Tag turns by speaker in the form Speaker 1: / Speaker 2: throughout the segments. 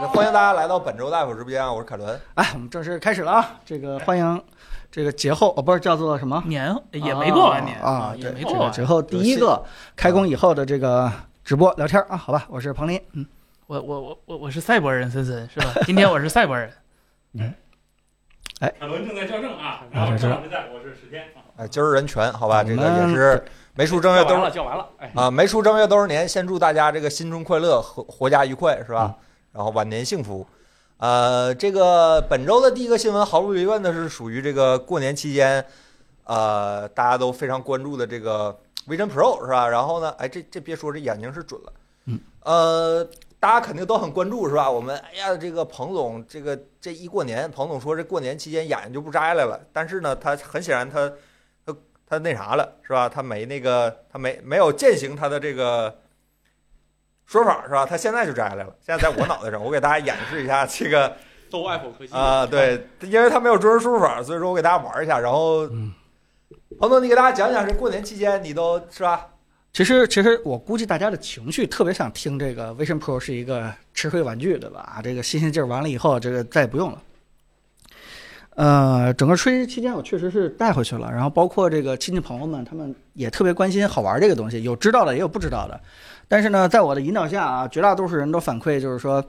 Speaker 1: 来到本周大夫直播间啊，我是凯伦。
Speaker 2: 哎，我们正式开始了啊！这
Speaker 3: 哎
Speaker 2: 个欢迎这个节后哦，不是叫做什么？
Speaker 3: 年也没过完年
Speaker 2: 哦啊，
Speaker 3: 也
Speaker 2: 对，
Speaker 3: 没
Speaker 2: 这
Speaker 3: 过
Speaker 2: 个
Speaker 3: 完
Speaker 2: 节。后第一个开工以后的这个直播聊天啊，好吧，我是彭林，嗯，
Speaker 3: 我我我我我是赛博人森森是吧？今天我是赛博人，
Speaker 4: 凯伦正在校正啊，
Speaker 2: 然后郑老
Speaker 4: 师在，我是史天。
Speaker 1: 哎，今儿人权，好吧，这个
Speaker 2: 我们
Speaker 1: 也是没出正月都是
Speaker 4: 叫完了，哎，
Speaker 1: 啊，没出正月都是年。先祝大家这个新春快乐，阖阖家愉快，是吧？然后晚年幸福。呃，这个本周的第一个新闻，毫无疑问的是属于这个过年期间，呃，大家都非常关注的这个 Vision Pro 是吧？然后呢，哎，这这别说，这眼睛是准了。
Speaker 2: 嗯。
Speaker 1: 呃，大家肯定都很关注是吧？我们哎呀，这个彭总，这个这一过年，彭总说这过年期间眼睛就不摘来了，但是呢，他很显然他他他那啥了是吧？他没那个他没没有践行他的这个。说法是吧？他现在就摘来了，现在在我脑袋上，我给大家演示一下这个
Speaker 4: 都爱否科技
Speaker 1: 啊、对，因为他没有中文输入法，所以说我给大家玩一下。然后，
Speaker 2: 嗯
Speaker 1: 彭总，你给大家讲讲，这过年期间你都是吧？
Speaker 2: 其实，其实我估计大家的情绪特别想听这个 Vision Pro 是一个吃亏玩具，对吧？啊，这个新鲜劲儿完了以后，这个再也不用了。呃，整个春节期间，我确实是带回去了，然后包括这个亲戚朋友们，他们也特别关心好玩这个东西，有知道的，也有不知道的。但是呢，在我的引导下啊，绝大多数人都反馈就是说，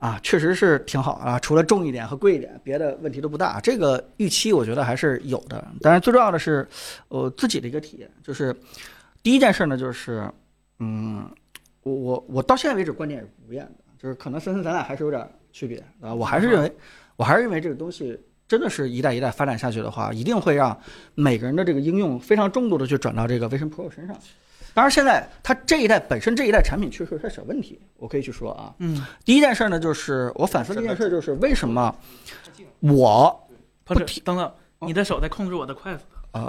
Speaker 2: 啊，确实是挺好啊，除了重一点和贵一点，别的问题都不大。啊这个预期我觉得还是有的。当然，最重要的是我自己的一个体验，就是第一件事呢，就是，嗯，我我我到现在为止观点也是不变的，就是可能森森咱俩还是有点区别啊。我还是认为，我还是认为这个东西真的是一代一代发展下去的话，一定会让每个人的这个应用非常重度的去转到这个 Vision Pro 身上。当然，现在它这一代本身这一代产品确实有点小问题，我可以去说啊。
Speaker 3: 嗯，
Speaker 2: 第一件事呢，就是我反思的一件事就是为什么我
Speaker 3: 彭
Speaker 2: 不
Speaker 3: 总，等等，你的手在控制我的筷子。
Speaker 2: 啊，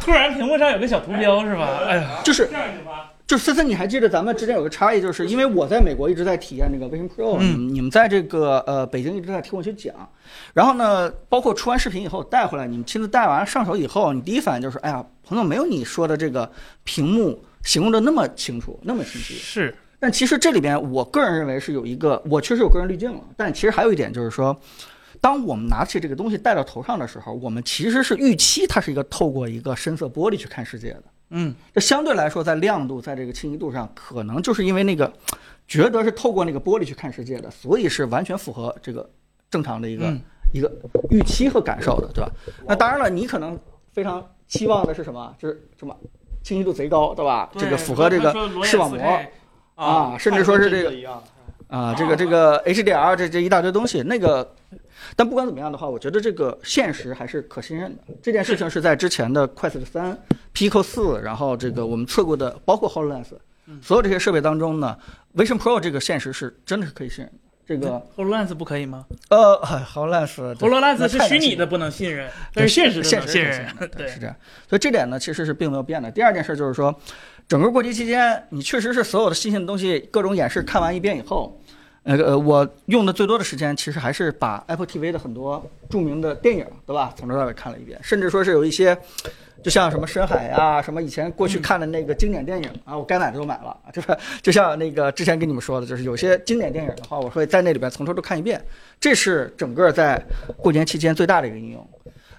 Speaker 3: 突然屏幕上有个小图标是吧？哎 呀，
Speaker 2: 就是
Speaker 4: 这样行吗？
Speaker 2: 就森森，你还记得咱们之间有个差异，就是因为我在美国一直在体验这个 Vision Pro，、
Speaker 3: 嗯
Speaker 2: 你们你们在这个呃北京一直在听我去讲，然后呢，包括出完视频以后带回来，你们亲自戴完上手以后，你第一反应就是，哎呀，彭总没有你说的这个屏幕形容的那么清楚，那么清晰。
Speaker 3: 是
Speaker 2: 但其实这里边，我个人认为是有一个，我确实有个人滤镜了。但其实还有一点就是说，当我们拿起这个东西戴到头上的时候，我们其实是预期它是一个透过一个深色玻璃去看世界的。
Speaker 3: 嗯，
Speaker 2: 这相对来说，在亮度，在这个清晰度上，可能就是因为那个觉得是透过那个玻璃去看世界的，所以是完全符合这个正常的一个、
Speaker 3: 嗯
Speaker 2: 一个预期和感受的，对吧？那当然了，你可能非常期望的是什么？就是什么清晰度贼高，对吧？这个符合这个视网膜啊甚至说是这个
Speaker 4: 个
Speaker 2: 啊，这个这个 HDR 这这一大堆东西，那个，但不管怎么样的话，我觉得这个现实还是可信任的。这件事情是在之前的 Quest 三、Pico 四，然后这个我们测过的，包括 HoloLens，
Speaker 3: 嗯
Speaker 2: 所有这些设备当中呢，Vision Pro 这个现实是真的是可以信任的。这个
Speaker 3: HoloLens 不可以吗
Speaker 2: 呃哎，HoloLens 这
Speaker 3: ？HoloLens 是
Speaker 2: 那太难
Speaker 3: 虚拟
Speaker 2: 信
Speaker 3: 的，不能信任，但是现实的
Speaker 2: 现
Speaker 3: 能
Speaker 2: 实
Speaker 3: 信
Speaker 2: 可
Speaker 3: 任。
Speaker 2: 的对，
Speaker 3: 对
Speaker 2: 是这样。所以这点呢，其实是并没有变的。第二件事就是说，整个过节期间，你确实是所有的新鲜的东西、各种演示看完一遍以后，呃呃，我用的最多的时间，其实还是把 Apple TV 的很多著名的电影，对吧，从头到尾看了一遍，甚至说是有一些。就像什么深海呀、什么以前过去看的那个经典电影啊，我该买的都买了，就是就像那个之前跟你们说的，就是有些经典电影的话，我会在那里边从头都看一遍，这是整个在过年期间最大的一个应用。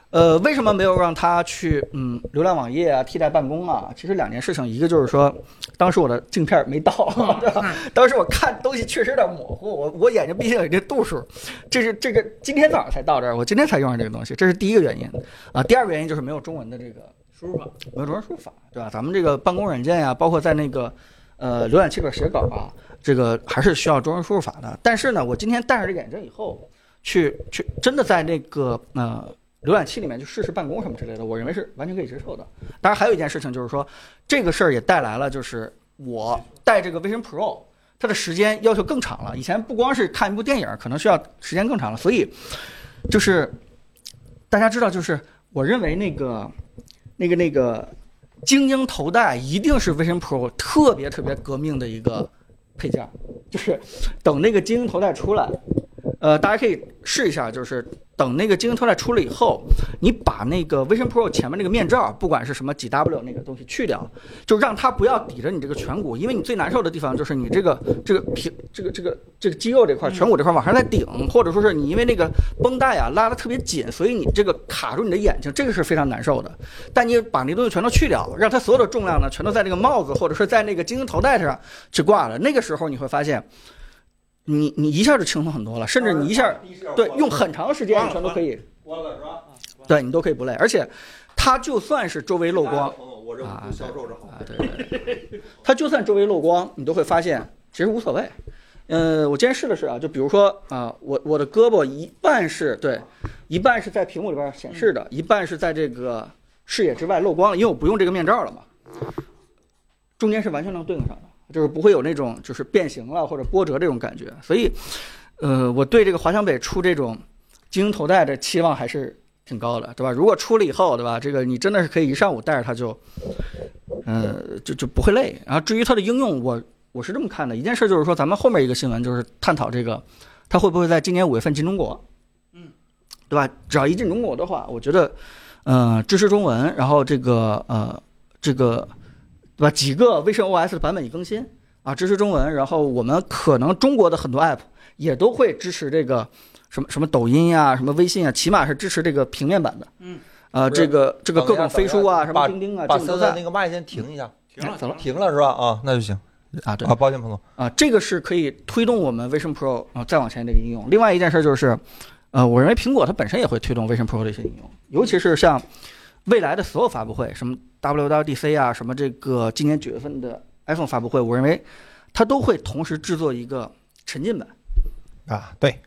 Speaker 2: 呃，为什么没有让它去嗯流量网页啊替代办公啊？其实两件事情，一个就是说，当时我的镜片没到， 对吧？当时我看东西确实有点模糊，我我眼睛毕竟有这度数，这是这个今天早上才到这儿，我今天才用上这个东西，这是第一个原因啊。第二个原因就是没有中文的这个
Speaker 3: 输入法
Speaker 2: 没有中文输入法，对吧？咱们这个办公软件呀、包括在那个呃浏览器里边写稿啊，这个还是需要中文输入法的。但是呢，我今天戴上这个眼镜以后，去去真的在那个呃浏览器里面去试试办公什么之类的，我认为是完全可以接受的。当然，还有一件事情就是说，这个事儿也带来了，就是我戴这个 Vision Pro。它的时间要求更长了，以前不光是看一部电影，可能需要时间更长了。所以，就是大家知道，就是我认为那个那个那个精英头戴一定是 Vision Pro 特别特别革命的一个配件儿，就是等那个精英头戴出来，呃，大家可以试一下，就是等那个精英头戴出了以后，你把那个 Vision Pro 前面那个面罩，不管是什么 GW 那个东西去掉，就让它不要抵着你这个颧骨，因为你最难受的地方就是你这个这个皮这个这个这个肌肉这块颧骨这块往上在顶，或者说是你因为那个绷带啊拉得特别紧，所以你这个卡住你的眼睛，这个是非常难受的。但你把那东西全都去掉，让它所有的重量呢全都在那个帽子或者是在那个精英头戴上去挂了，那个时候你会发现。你你一下就轻松很多了，甚至你一下对，用很长时间
Speaker 1: 关了
Speaker 2: 全都可以，
Speaker 1: 关了是吧？
Speaker 2: 对你都可以不累，而且它就算是周围漏光
Speaker 1: 朋友，我认
Speaker 2: 啊
Speaker 1: 为销售是好
Speaker 2: 啊，对对对，它就算周围漏光，你都会发现其实无所谓。呃，我今天试了试啊，就比如说啊、我我的胳膊一半是对，一半是在屏幕里边显示的，一半是在这个视野之外漏光了，因为我不用这个面罩了嘛，中间是完全能对应上的，就是不会有那种就是变形了或者波折这种感觉。所以，呃，我对这个华强北出这种精英头戴的期望还是挺高的，对吧？如果出了以后，对吧？这个你真的是可以一上午戴着它就，
Speaker 1: 嗯
Speaker 2: 呃，就就不会累。然后至于它的应用，我我是这么看的，一件事就是说，咱们后面一个新闻就是探讨这个，它会不会在今年五月份进中国？
Speaker 3: 嗯，
Speaker 2: 对吧？只要一进中国的话，我觉得，呃，支持中文，然后这个呃这个对吧？几个 Vision OS 的版本已更新啊，支持中文，然后我们可能中国的很多 App 也都会支持这个什么什么抖音呀、什么微信啊，起码是支持这个平面版的。
Speaker 3: 嗯。
Speaker 2: 呃，
Speaker 1: 不是
Speaker 2: 这个这个
Speaker 1: 等一
Speaker 2: 各
Speaker 1: 下
Speaker 2: 种飞书啊，
Speaker 1: 等
Speaker 2: 什
Speaker 1: 一下
Speaker 2: 么钉钉啊，
Speaker 1: 把
Speaker 2: 这种都
Speaker 1: 三
Speaker 2: 在
Speaker 1: 三那个麦先停一下，
Speaker 4: 停了，
Speaker 2: 哎走了
Speaker 1: 停了是吧？啊，那就行
Speaker 2: 啊，对
Speaker 1: 啊，抱歉，彭总，
Speaker 2: 啊，这个是可以推动我们 Vision Pro 啊、再往前的一个应用。另外一件事就是，呃，我认为苹果它本身也会推动 Vision Pro 的一些应用，尤其是像未来的所有发布会，什么 WWDC 啊，什么这个今年九月份的 iPhone 发布会，我认为它都会同时制作一个沉浸版。
Speaker 1: 啊，对，
Speaker 2: 嗯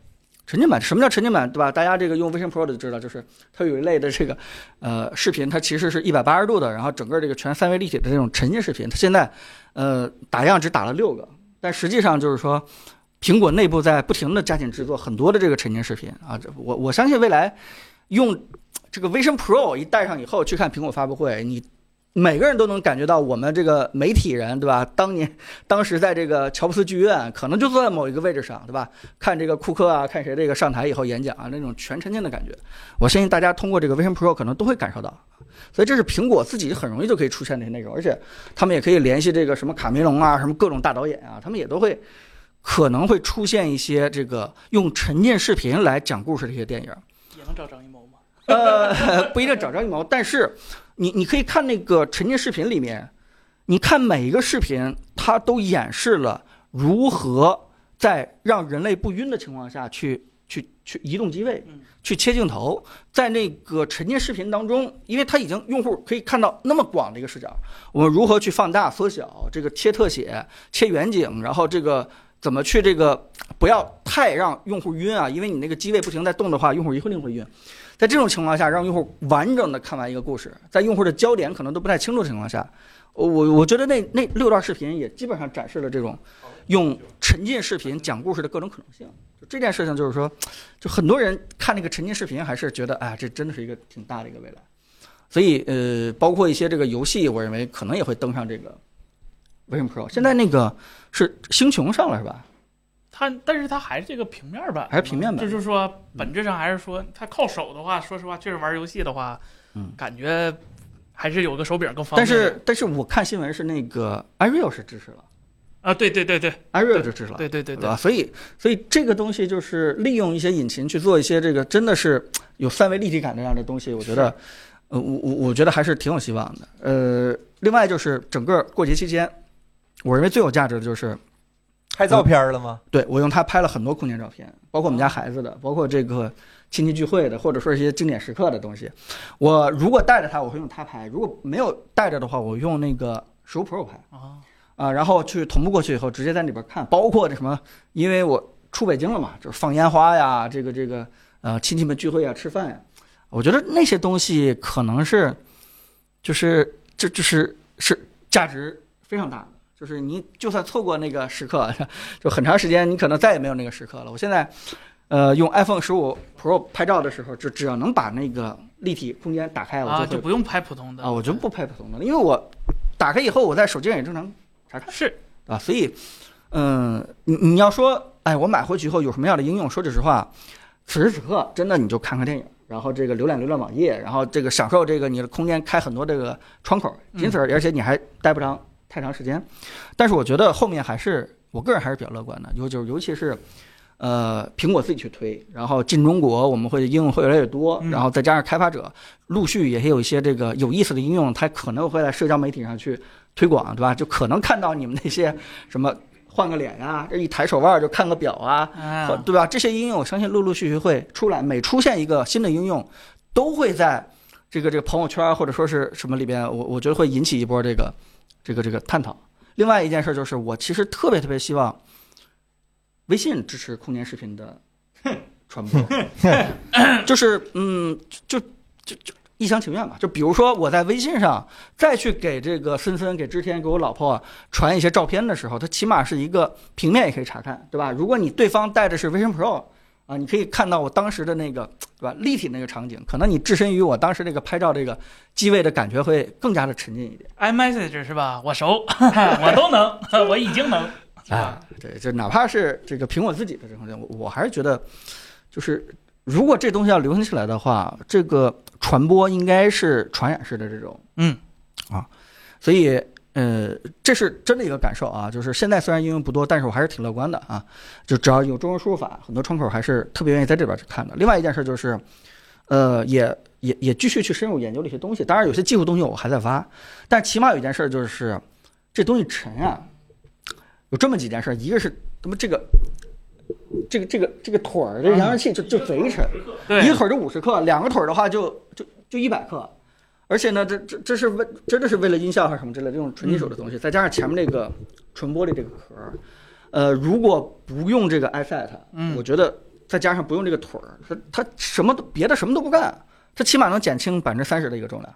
Speaker 2: 沉浸版，什么叫沉浸版，对吧？大家这个用 Vision Pro 的就知道，就是它有一类的这个，呃，视频，它其实是一百八十度的，然后整个这个全三维立体的这种沉浸视频。它现在，呃，打样只打了六个，但实际上就是说，苹果内部在不停的加紧制作很多的这个沉浸视频啊。这我我相信未来用这个 Vision Pro 一戴上以后去看苹果发布会，你。每个人都能感觉到，我们这个媒体人，对吧？当年、当时在这个乔布斯剧院，可能就坐在某一个位置上，对吧？看这个库克啊，看谁这个上台以后演讲啊，那种全沉浸的感觉，我相信大家通过这个 Vision Pro 可能都会感受到。所以这是苹果自己很容易就可以出现这些内容，而且他们也可以联系这个什么卡梅隆啊，什么各种大导演啊，他们也都会可能会出现一些这个用沉浸视频来讲故事的一些电影。
Speaker 3: 也能找张艺谋吗？
Speaker 2: 呃，不一定找着一毛，但是你你可以看那个沉浸视频里面，你看每一个视频，它都演示了如何在让人类不晕的情况下去去去移动机位
Speaker 3: 嗯，
Speaker 2: 去切镜头，在那个沉浸视频当中，因为它已经用户可以看到那么广的一个视角，我们如何去放大、缩小，这个切特写、切远景，然后这个。怎么去这个不要太让用户晕啊？因为你那个机位不停在动的话，用户一定会晕。在这种情况下，让用户完整的看完一个故事，在用户的焦点可能都不太清楚的情况下，我我觉得那那六段视频也基本上展示了这种用沉浸视频讲故事的各种可能性。就这件事情，就是说，就很多人看那个沉浸视频，还是觉得，哎，这真的是一个挺大的一个未来。所以，呃，包括一些这个游戏，我认为可能也会登上这个 Vision Pro。现在那个是星穹上了是吧？
Speaker 3: 它，但是它还是这个平面版，
Speaker 2: 还是平面版嗯
Speaker 3: 这就是说，本质上还是说，它靠手的话，说实话，确实玩游戏的话，
Speaker 2: 嗯
Speaker 3: 感觉还是有个手柄更方
Speaker 2: 但
Speaker 3: 便。
Speaker 2: 是，但是我看新闻是那个 Unreal 是支持了
Speaker 3: 啊，对对对对
Speaker 2: ，Unreal 是支持了。
Speaker 3: 对对对
Speaker 2: 对
Speaker 3: 对
Speaker 2: 吧？，所以，所以这个东西就是利用一些引擎去做一些这个真的是嘖有三维立体感的这样的东西，我觉得，呃，我我我觉得还是挺有希望的。呃，另外就是整个过节期间，我认为最有价值的就是
Speaker 1: 拍照片了吗？
Speaker 2: 对我用它拍了很多空间照片，包括我们家孩子的，包括这个亲戚聚会的，或者说一些经典时刻的东西。我如果带着它，我会用它拍；如果没有带着的话，我用那个十五 Pro 拍。
Speaker 3: 啊，
Speaker 2: 啊，然后去同步过去以后，直接在里边看，包括这什么，因为我出北京了嘛，就是放烟花呀，这个这个呃亲戚们聚会啊，吃饭呀，我觉得那些东西可能是，就是这就是是价值非常大的，就是你就算错过那个时刻， 就很长时间你可能再也没有那个时刻了。我现在，呃，用 iPhone 十五 Pro 拍照的时候，就只要能把那个立体空间打哎开，我
Speaker 3: 啊，
Speaker 2: 就
Speaker 3: 就
Speaker 2: 会
Speaker 3: 不用拍普通的
Speaker 2: 啊，我就不拍普通的了，因为我打 开以后，我在手机上也正常
Speaker 3: 是
Speaker 2: 啊，所以，嗯、你你要说哎，我买回去以后有什么样的应用？说句实话，此时此刻真的你就看看电影，然后这个浏览浏览网页，然后这个享受这个你的空间开很多这个窗口，仅此而已而且你还待不长太长时间。但是我觉得后面还是我个人还是比较乐观的，尤就是尤其是。呃，苹果自己去推，然后进中国我们会应用会越来越多，
Speaker 3: 嗯
Speaker 2: 然后再加上开发者陆续也有一些这个有意思的应用，它可能会在社交媒体上去推广，对吧？就可能看到你们那些什么换个脸啊，这一抬手腕儿就看个表啊，或
Speaker 3: 啊，
Speaker 2: 对吧？这些应用我相信陆陆续续会出来，每出现一个新的应用，都会在这个这个朋友圈儿或者说是什么里边，我我觉得会引起一波这个这个这个探讨。另外一件事就是，我其实特别特别希望微信支持空间视频的传播，就是嗯，就就就就一厢情愿吧。就比如说我在微信上再去给这个森森、给之天、给我老婆传一些照片的时候，它起码是一个平面也可以查看，对吧？如果你对方带的是 Vision Pro 啊，你可以看到我当时的那个，对吧？立体那个场景，可能你置身于我当时那个拍照这个机位的感觉会更加的沉浸一点。
Speaker 3: iMessage 是吧？我熟， 我都能，我已经能。
Speaker 2: 啊，对，就哪怕是这个苹果自己的这种任务，我还是觉得，就是如果这东西要流行起来的话，这个传播应该是传染式的这种，
Speaker 3: 嗯，
Speaker 2: 啊，所以呃，这是真的一个感受啊，就是现在虽然应用不多，但是我还是挺乐观的啊，就只要有中文输入法，很多窗口还是特别愿意在这边去看的。另外一件事就是，呃，也。也也继续去深入研究这些东西，当然有些技术东西我还在挖，但起码有一件事就是，这东西沉啊，有这么几件事儿，一个是他妈这个，这个这个这个腿儿，这扬声器就就贼沉，一个
Speaker 3: 对，
Speaker 2: 腿儿就五十克，两个腿儿的话就就就一百克，而且呢，这这这是为真的是为了音效还是什么之类的这种纯金属的东西，再加上前面这个纯玻璃这个壳儿，呃，如果不用这个 iSet，
Speaker 3: 嗯
Speaker 2: 我觉得再加上不用这个腿儿，它它什么都别的什么都不干，它起码能减轻百分之三十的一个重量，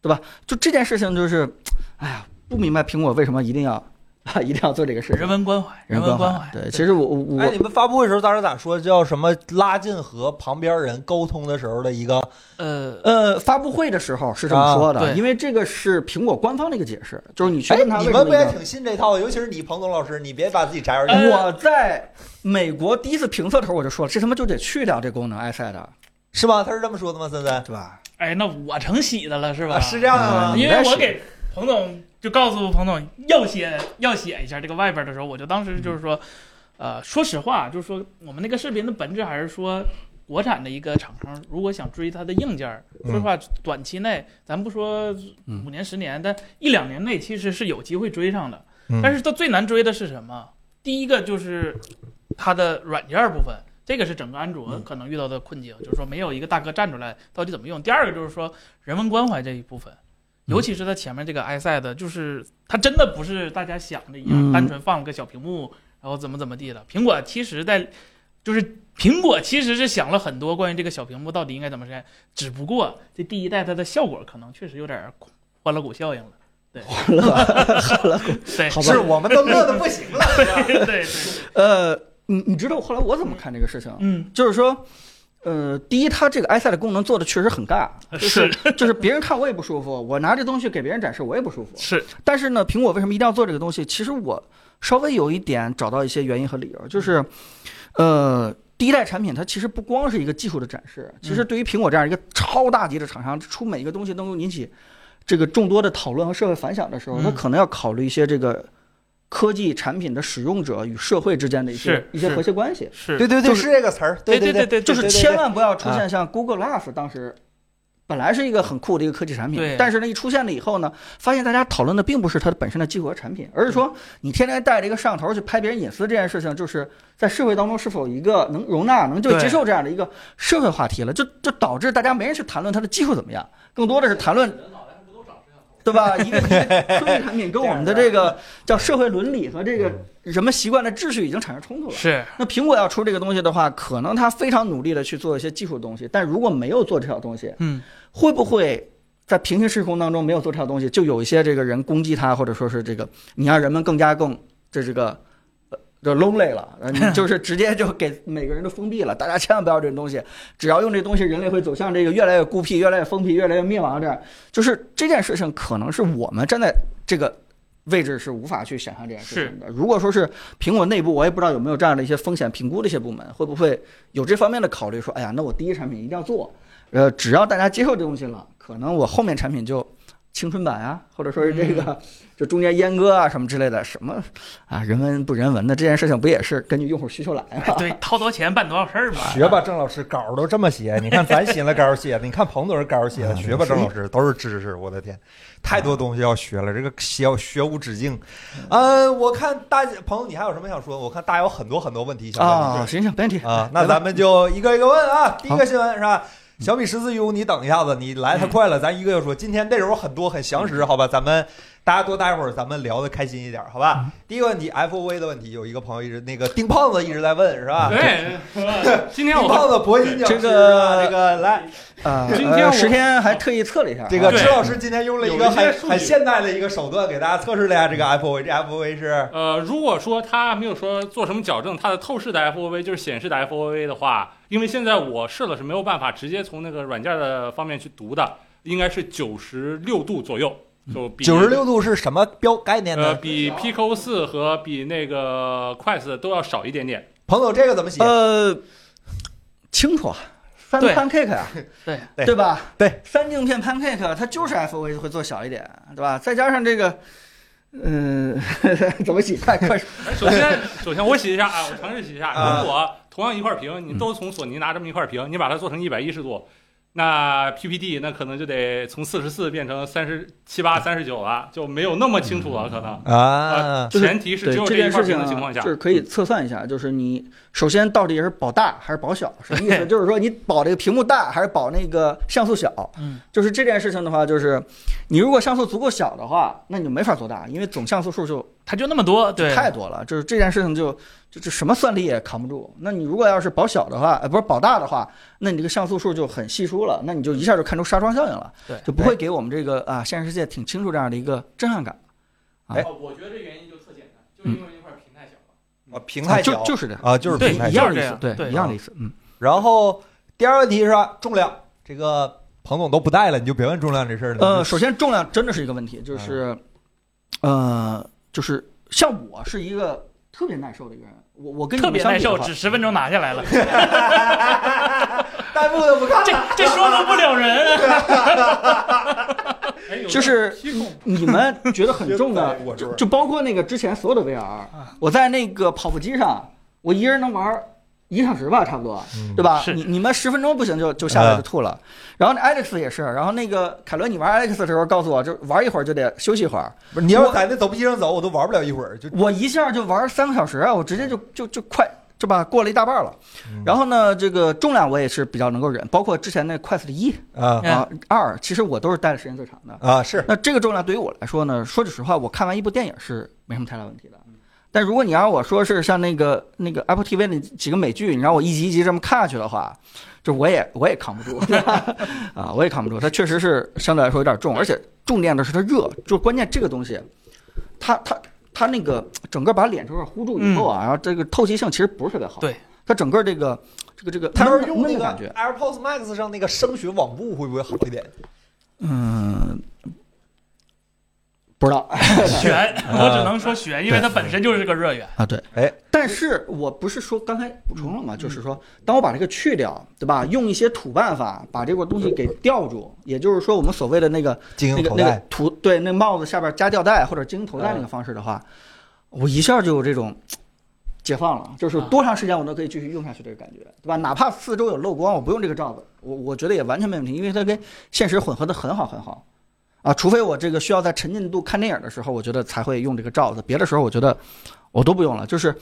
Speaker 2: 对吧？就这件事情就是，哎呀，不明白苹果为什么一定要 一定要做这个事情
Speaker 3: 人。文关怀，
Speaker 2: 人
Speaker 3: 文
Speaker 2: 关
Speaker 3: 关怀。
Speaker 2: 对，其实我我
Speaker 1: 哎，
Speaker 2: 我
Speaker 1: 你们发布会的时候当时咋说？叫什么？拉近和旁边人沟通的时候的一个
Speaker 3: 呃，
Speaker 2: 呃，发布会的时候是这么说的，
Speaker 3: 啊对
Speaker 2: 因为这个是苹果官方的一个解释，就是你去
Speaker 1: 哎
Speaker 2: 问他，为
Speaker 1: 你
Speaker 2: 什
Speaker 1: 们
Speaker 2: 么哎
Speaker 1: 不也哎
Speaker 2: 一定
Speaker 1: 挺信这套？尤其是你彭总老师，你别把自己摘
Speaker 2: 要
Speaker 1: 着。
Speaker 2: 我在美国第一次评测的时候我就说了，这他妈就得去掉这功能 iPad，
Speaker 1: 是吗？他是这么说的吗？森森
Speaker 2: 对吧？
Speaker 3: 哎，那我成喜的了是吧？嗯
Speaker 1: 啊，是这样的
Speaker 2: 啊
Speaker 1: 吗？
Speaker 3: 因为我给彭总就告诉彭总要写要写一下这个外边的时候，我就当时就是说，呃，说实话，就是说我们那个视频的本质还是说。国产的一个厂商，如果想追它的硬件儿，说实话，短期内咱不说
Speaker 2: 嗯
Speaker 3: 五年十年，但一两年内其实是有机会追上的。
Speaker 1: 嗯
Speaker 3: 但是它最难追的是什么？第一个就是它的软件部分，这个是整个安卓可能遇到的困境，就是说没有一个大哥站出来，到底怎么用。第二个就是说人文关怀这一部分，尤其是它前面这个 iPad，就是它真的不是大家想的一
Speaker 2: 嗯
Speaker 3: 样，单纯放了个小屏幕，然后怎么怎么地的。苹果其实在就是。苹果其实是想了很多关于这个小屏幕到底应该怎么实现，只不过这第一代它的效果可能确实有点儿欢乐谷效应了。对，
Speaker 2: 好吧
Speaker 1: 是我们都乐的不行了。
Speaker 3: 对对，
Speaker 2: 呃，你你知道后来我怎么看这个事情？
Speaker 3: 嗯，
Speaker 2: 就是说，呃，第一，它这个 iPad 的功能做的确实很尬，就是就是别人看我也不舒服，我拿这东西给别人展示我也不舒服。
Speaker 3: 是，
Speaker 2: 但是呢，苹果为什么一定要做这个东西？其实我稍微有一点找到一些原因和理由，就是，
Speaker 3: 嗯
Speaker 2: 呃，第一代产品它其实不光是一个技术的展示，其
Speaker 3: 嗯
Speaker 2: 实对于苹果这样一个超大级的厂商，出每一个东西都能够引起这个众多的讨论和社会反响的时候，
Speaker 3: 嗯
Speaker 2: 它可能要考虑一些这个科技产品的使用者与社会之间的一些
Speaker 3: 是
Speaker 2: 一些
Speaker 3: 是
Speaker 2: 和谐关系。
Speaker 3: 是，
Speaker 1: 对对对，是这个词儿。
Speaker 3: 对
Speaker 1: 对
Speaker 3: 对对，
Speaker 2: 就是
Speaker 1: 对对
Speaker 2: 千万不要出
Speaker 1: 啊
Speaker 2: 现像 Google Glass 当时。本来是一个很酷的一个科技产品
Speaker 3: 对，
Speaker 2: 但是呢，一出现了以后呢，发现大家讨论的并不是它的本身的技术和产品，而是说你天天带着一个摄像头去拍别人隐私这件事情，就是在社会当中是否一个能容纳、能就
Speaker 3: 对
Speaker 2: 接受这样的一个社会话题了，就就导致大家没人去谈论它的技术怎么样，更多的是谈论， 对吧？一个一个科技产品跟我们 的这
Speaker 3: 啊
Speaker 2: 个叫社会伦理和这
Speaker 3: 嗯
Speaker 2: 个人们习惯的秩序已经产生冲突了。
Speaker 3: 是
Speaker 2: 那苹果要出这个东西的话，可能它非常努力的去做一些技术的东西，但如果没有做这条东西，
Speaker 3: 嗯，
Speaker 2: 会不会在平行时空当中没有做这条东西，就有一些这个人攻击它，或者说是这个你让人们更加更这这个呃就 lonely 了， 呃你就是直接就给每个人都封闭了，大家千万不要这种东西，只要用这东西，人类会走向这个越来越孤僻、越来越封闭、越来越灭亡这样，就是这件事情可能是我们站在这个。位置是无法去想象这件事情的。如果说是苹果内部，我也不知道有没有这样的一些风险评估的一些部门，会不会有这方面的考虑？说，哎呀，那我第一产品一定要做，呃，只要大家接受这东西了，可能我后面产品就青春版啊，或者说是这个 就中间阉割啊什么之类的，什么啊人文不人文的这件事情，不也是根据用户需求来啊吗？
Speaker 3: 哎对，掏多钱办多少事儿嘛。
Speaker 1: 学吧，郑老师，稿儿都这么写。你看咱写了稿儿写的，你看彭总是稿儿写的，
Speaker 2: 嗯
Speaker 1: 学吧，郑老师都是知识。我的天，太多东西要学了，这个学学无止境。嗯，我看大家朋友，你还有什么想说？我看大家有很多很多问题想问
Speaker 2: 啊，行行，没问题
Speaker 1: 啊，那咱们就一个一个问啊。第一个新闻是吧？小米十四 U，你等一下子，你来太快了，咱一个一个说。今天内容很多，很详实，好吧？咱们大家多待会儿，咱们聊得开心一点，好吧？第一个问题，FOV 的问题，有一个朋友一直那个丁胖子一直在问，是吧？
Speaker 5: 对，
Speaker 3: 今
Speaker 1: 丁
Speaker 3: 天我
Speaker 1: 胖子铂金奖
Speaker 2: 这
Speaker 1: 是吧
Speaker 2: 个
Speaker 1: 这个来，
Speaker 2: 啊，
Speaker 3: 今天我
Speaker 2: 十天还特意测了一下啊，
Speaker 1: 这个
Speaker 5: 对
Speaker 1: 支老师今天用了一
Speaker 5: 有
Speaker 1: 个
Speaker 5: 一些
Speaker 1: 很
Speaker 5: 数据
Speaker 1: 很现代的一个手段给大家测试了一下这个 FOV，这 FOV 是
Speaker 5: 呃，如果说它没有说做什么矫正，它的透视的 FOV 就是显示的 FOV 的话，因为现在我试了是没有办法直接从那个软件的方面去读的，应该是九十六度左右，就比
Speaker 1: 九十六度是什么标概念
Speaker 5: 呃
Speaker 1: 呢？
Speaker 5: 比 Pico 四和比那个 Quest 都要少一点点。
Speaker 1: 彭总这个怎么写？
Speaker 2: 呃，清楚啊，翻
Speaker 3: 对
Speaker 2: pancake 啊，
Speaker 3: 对
Speaker 1: 对
Speaker 2: 对吧？
Speaker 1: 对，
Speaker 2: 三镜片 pancake 啊它就是 FOV 会做小一点，对吧？再加上这个，嗯、 怎么洗？快快说，
Speaker 5: 哎首先，首先我洗一下啊，我尝试洗一
Speaker 1: 啊
Speaker 5: 下。如果同样一块屏，
Speaker 2: 嗯
Speaker 5: 你都从索尼拿这么一块屏，你把它做成一百一十度，那 PPD 那可能就得从四十四变成三十七八、三十九了，就没有那么清楚了。可能
Speaker 1: 啊，
Speaker 2: 嗯就是
Speaker 5: 前提是
Speaker 2: 对
Speaker 5: 只有
Speaker 2: 这
Speaker 5: 一
Speaker 2: 件
Speaker 5: 块
Speaker 2: 事情啊
Speaker 5: 屏的情况下嗯
Speaker 2: 就，是可以测算一下，就是你首先到底是保大还是保小，什么意思？就是说你保这个屏幕大还是保那个像素小？
Speaker 3: 嗯，
Speaker 2: 就是这件事情的话，就是你如果像素足够小的话，那你就没法做大，因为总像素数就
Speaker 3: 他就那么多，对，
Speaker 2: 太多了，就是这件事情就就就什么算力也扛不住。那你如果要是保小的话，呃，不是保大的话，那你这个像素数就很稀疏了，那你就一下就看出纱窗效应了，
Speaker 3: 对
Speaker 2: 就不会给我们这个啊现实世界挺清楚这样的一个震撼感，哎
Speaker 5: 哦
Speaker 2: 嗯
Speaker 5: 我觉得这原因就特简单，就是
Speaker 2: 因
Speaker 5: 为那块屏太小了。
Speaker 1: 啊屏太
Speaker 2: 就
Speaker 1: 小
Speaker 2: 就是这样，
Speaker 1: 啊，就是
Speaker 3: 对
Speaker 1: 屏太
Speaker 2: 一
Speaker 1: 小。
Speaker 2: 样的
Speaker 3: 就是
Speaker 2: 意
Speaker 3: 这
Speaker 2: 思
Speaker 3: 样，对
Speaker 2: 一样的意思，嗯。
Speaker 1: 然后第二个问题是吧重量，这个彭总都不带了，你就别问重量这事儿了。
Speaker 2: 呃，首先重量真的是一个问题，
Speaker 1: 啊
Speaker 2: 就是，呃，就是像我是一个特别耐受的一个人，我我跟你
Speaker 3: 特
Speaker 2: 们
Speaker 3: 别
Speaker 2: 相
Speaker 3: 耐
Speaker 2: 比的
Speaker 3: 受，
Speaker 2: 话
Speaker 3: 只十分钟拿下来了，
Speaker 1: 弹幕都不看
Speaker 3: 这这说服不了人啊。
Speaker 5: 哎，有
Speaker 2: 就是
Speaker 5: 七控
Speaker 2: 你们觉得很重的，
Speaker 1: 我这
Speaker 2: 就包括那个之前所有的 VR，我
Speaker 3: 啊
Speaker 2: 在那个跑步机上，我一人能玩一小时吧，差不多，
Speaker 1: 嗯
Speaker 2: 对吧？
Speaker 3: 是
Speaker 2: 你你们十分钟不行就就下来就吐了。然后那 Alex 也是，然后那个凯伦，你玩 Alex 的时候告诉我，就玩一会儿就得休息一会儿，
Speaker 1: 不是你要在那走步机上走，我都玩不了一会儿，就
Speaker 2: 我一下就玩三个小时啊，我直接就就就快就把过了一大半了
Speaker 1: 嗯。
Speaker 2: 然后呢，这个重量我也是比较能够忍，包括之前那 Quest 一
Speaker 1: 啊
Speaker 2: 啊二，其实我都是待的时间最长的。
Speaker 1: 啊是
Speaker 2: 那这个重量对于我来说呢，说句实话，我看完一部电影是没什么太大问题
Speaker 1: 嗯
Speaker 2: 的。但如果你让我说是像那个那个 Apple TV 那几个美剧，你让我一集一集这么看下去的话，就我也我也 扛不住啊，我也扛不住。它确实是相对来说有点重，而且重点的是它热，就关键这个东西，它它它那个整个把脸这块糊住以后
Speaker 1: 嗯
Speaker 2: 啊，然后这个透气性其实不是特别好。
Speaker 3: 对，
Speaker 2: 它整个这个这个这个
Speaker 1: 他要是
Speaker 2: 闷
Speaker 1: 用
Speaker 2: 闷
Speaker 1: 那
Speaker 2: 的
Speaker 1: 个
Speaker 2: 感觉，
Speaker 1: AirPods Max 上那个声学网布会不会好一点？
Speaker 2: 嗯，不知道。
Speaker 3: 悬，我只能说悬，因为它本身就是个热源。
Speaker 2: 啊，对，
Speaker 1: 哎，
Speaker 2: 但是我不是说刚才补充了嘛，就是说，当我把这个去掉，对吧？用一些土办法把这个东西给吊住，也就是说，我们所谓的那个
Speaker 1: 精
Speaker 2: 那
Speaker 1: 英
Speaker 2: 个
Speaker 1: 头
Speaker 2: 那个
Speaker 1: 戴
Speaker 2: 土，对，那帽子下边加吊带或者精英头带
Speaker 1: 嗯
Speaker 2: 那个方式的话，我一下就有这种解放了，就是多长时间我都可以继续用下去这个感觉，对吧？哪怕四周有漏光，我不用这个罩子，我我觉得也完全没问题，因为它跟现实混合的很好很好。啊，除非我这个需要在沉浸度看电影的时候，我觉得才会用这个罩子，别的时候我觉得我都不用了。就是，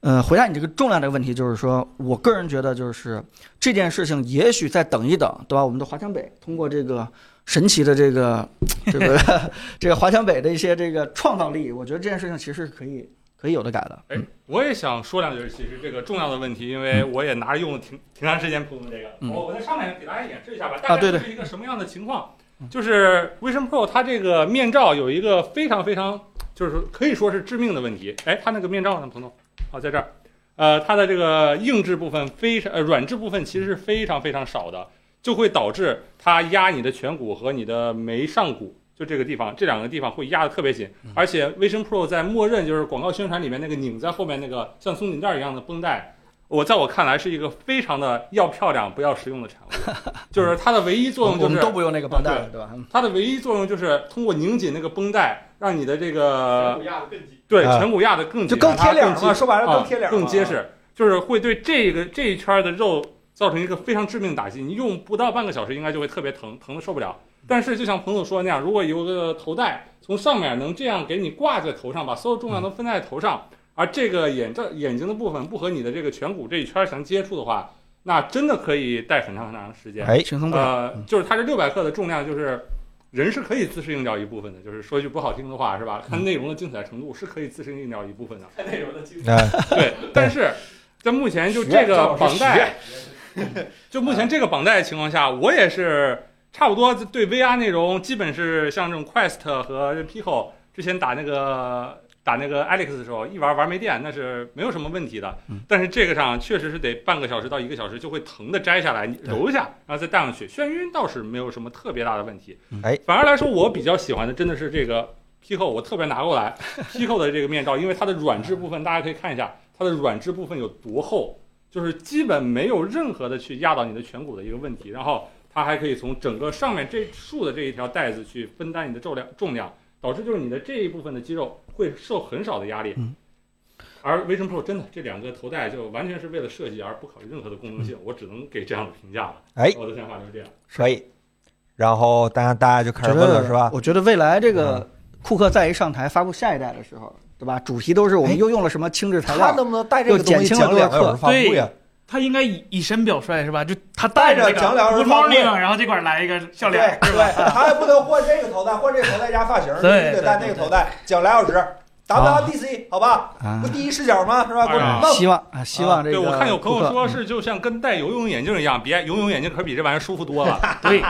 Speaker 2: 呃，回答你这个重量这个问题，就是说我个人觉得就是这件事情，也许再等一等，对吧？我们的华强北通过这个神奇的这个这个这个华强北的一些这个创造力，我觉得这件事情其实是可以可以有的改的。
Speaker 5: 哎，我也想说两句，其实这个重要的问题，因为我也拿着用了挺挺长时间碰的这个。哦
Speaker 2: 嗯
Speaker 5: 我我在上面给大家演示一下吧，
Speaker 2: 啊
Speaker 5: 大
Speaker 2: 对
Speaker 5: 概是一个什么样的情况？就是 Vision Pro 它这个面罩有一个非常非常，就是说可以说是致命的问题。哎，它那个面罩呢，彭总，好，在这儿，呃，它的这个硬质部分非常，呃，软质部分其实是非常非常少的，就会导致它压你的颧骨和你的眉上骨，就这个地方，这两个地方会压得特别紧，
Speaker 1: 嗯
Speaker 5: 而且 Vision Pro 在默认就是广告宣传里面那个拧在后面那个像松紧带一样的绷带，我在我看来是一个非常的要漂亮不要实用的产物， 就是它的唯一作
Speaker 2: 我
Speaker 5: 用就
Speaker 2: 们
Speaker 5: 是啊
Speaker 2: 都不用那个绷带了，对吧？嗯
Speaker 5: 它的唯一作用就是通过拧紧那个绷带，让你的这个
Speaker 6: 压的更紧。
Speaker 5: 对
Speaker 1: 啊
Speaker 5: 颧骨压得更紧，
Speaker 1: 就更贴脸
Speaker 5: 让它
Speaker 1: 嘛，
Speaker 5: 更紧
Speaker 1: 说白了
Speaker 5: 啊
Speaker 1: 更贴脸，
Speaker 5: 更结。实，就是会对这个这一圈的肉造成一个非常致命打击。你用不到半个小时，应该就会特别疼，疼的受不了。但是就像彭总说的那样，如果有个头带从上面能这样给你挂在头上，把所有重量都分在头上，而这个眼这眼睛的部分不和你的这个颧骨这一圈相接触的话，那真的可以戴很长很长时间。
Speaker 1: 哎
Speaker 2: 轻松不了。
Speaker 5: 呃
Speaker 2: 嗯，
Speaker 5: 就是它这六百克的重量，就是人是可以自适应掉一部分的。就是说句不好听的话，是吧？看内容的精彩程度是可以自适应掉一部分的。
Speaker 6: 看内容的精
Speaker 1: 哎，
Speaker 5: 对，但是在目前就这个绑带，就目前这个绑带的情况下，我也是差不多对 VR 内容，基本是像这种 Quest 和 Pico 之前打那个打那个 Alex 的时候，一玩玩没电，那是没有什么问题的
Speaker 2: 嗯。
Speaker 5: 但是这个上确实是得半个小时到一个小时就会疼的摘下来，你
Speaker 2: 对
Speaker 5: 揉一下，然后再戴上去。眩晕倒是没有什么特别大的问题
Speaker 2: 嗯。
Speaker 1: 哎，
Speaker 5: 反而来说，我比较喜欢的真的是这个 Pico，我特别拿过来 Pico 的这个面罩，因为它的软质部分，大家可以看一下它的软质部分有多厚，就是基本没有任何的去压到你的颧骨的一个问题。然后它还可以从整个上面这竖的这一条带子去分担你的重量重量，导致就是你的这一部分的肌肉会受很少的压力。
Speaker 2: 嗯
Speaker 5: 而 Vision Pro 真的这两个头戴就完全是为了设计而不考虑任何的功能性，我只能给这样的评价了。
Speaker 1: 哎
Speaker 5: 我的想法就是这样。
Speaker 1: 可以。然后大家大家就开
Speaker 2: 觉
Speaker 1: 始问
Speaker 2: 得
Speaker 1: 了，是吧？嗯
Speaker 2: 我觉得未来这个库克再一上台发布下一代的时候，对吧？主题都是我
Speaker 1: 哎
Speaker 2: 们又用了什么轻质
Speaker 1: 他
Speaker 2: 材料，
Speaker 1: 能不能带这个东西
Speaker 2: 又减轻
Speaker 1: 讲
Speaker 2: 了
Speaker 1: 两个小时
Speaker 2: 克
Speaker 1: 发布呀？
Speaker 3: 他应该以以身表率是吧？就他
Speaker 1: 带着
Speaker 3: 着
Speaker 1: 蒋老师
Speaker 3: Good
Speaker 1: 发布
Speaker 3: morning，然后这块儿来一个笑
Speaker 1: 对
Speaker 3: 脸，是
Speaker 1: 对，
Speaker 3: 吧？
Speaker 1: 他也不能换这个头带， 换这个头带加发型，必
Speaker 3: 对
Speaker 1: 须得戴那个头带，讲俩小时。WWDC 好吧，
Speaker 2: 啊
Speaker 1: 不，第一视角吗？是吧？给我
Speaker 5: 啊
Speaker 1: 们
Speaker 2: 希
Speaker 1: 弄。
Speaker 2: 望啊，希望这
Speaker 5: 对，
Speaker 2: 个
Speaker 5: 我看有朋
Speaker 2: 库
Speaker 5: 友
Speaker 2: 克
Speaker 5: 说是就像跟戴游泳眼镜一样，别游泳眼镜可比这玩意儿舒服多了。
Speaker 3: 对，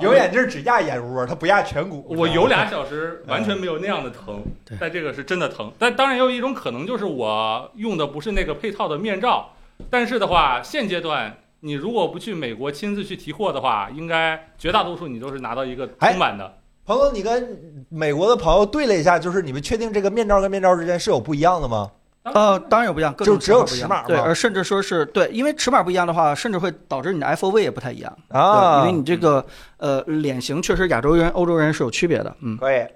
Speaker 1: 有眼镜只压眼窝，它不压颧骨。
Speaker 5: 我游俩小时完全没有那样的疼
Speaker 2: 嗯对，
Speaker 5: 但这个是真的疼。但当然也有一种可能就是我用的不是那个配套的面罩，但是的话，现阶段你如果不去美国亲自去提货的话，应该绝大多数你都是拿到一个
Speaker 1: 哎
Speaker 5: 铜版的。
Speaker 1: 彭总，你跟美国的朋友对了一下，就是你们确定这个面罩跟面罩之间是有不一样的吗？
Speaker 2: 呃，当然有不一样，各种
Speaker 1: 就只有
Speaker 2: 尺
Speaker 1: 尺码
Speaker 2: 码不一样对，
Speaker 1: 嘛
Speaker 2: 而甚至说是对，因为尺码不一样的话，甚至会导致你的 FOV 也不太一样
Speaker 1: 啊，
Speaker 2: 对因为你这个呃脸型确实亚洲人、欧洲人是有区别的，嗯，
Speaker 1: 可以。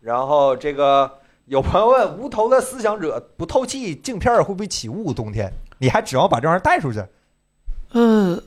Speaker 1: 然后这个有朋友问，无头的思想者不透气，镜片儿会不会起雾？冬天你还指望把这玩意儿带出去？
Speaker 2: 呃，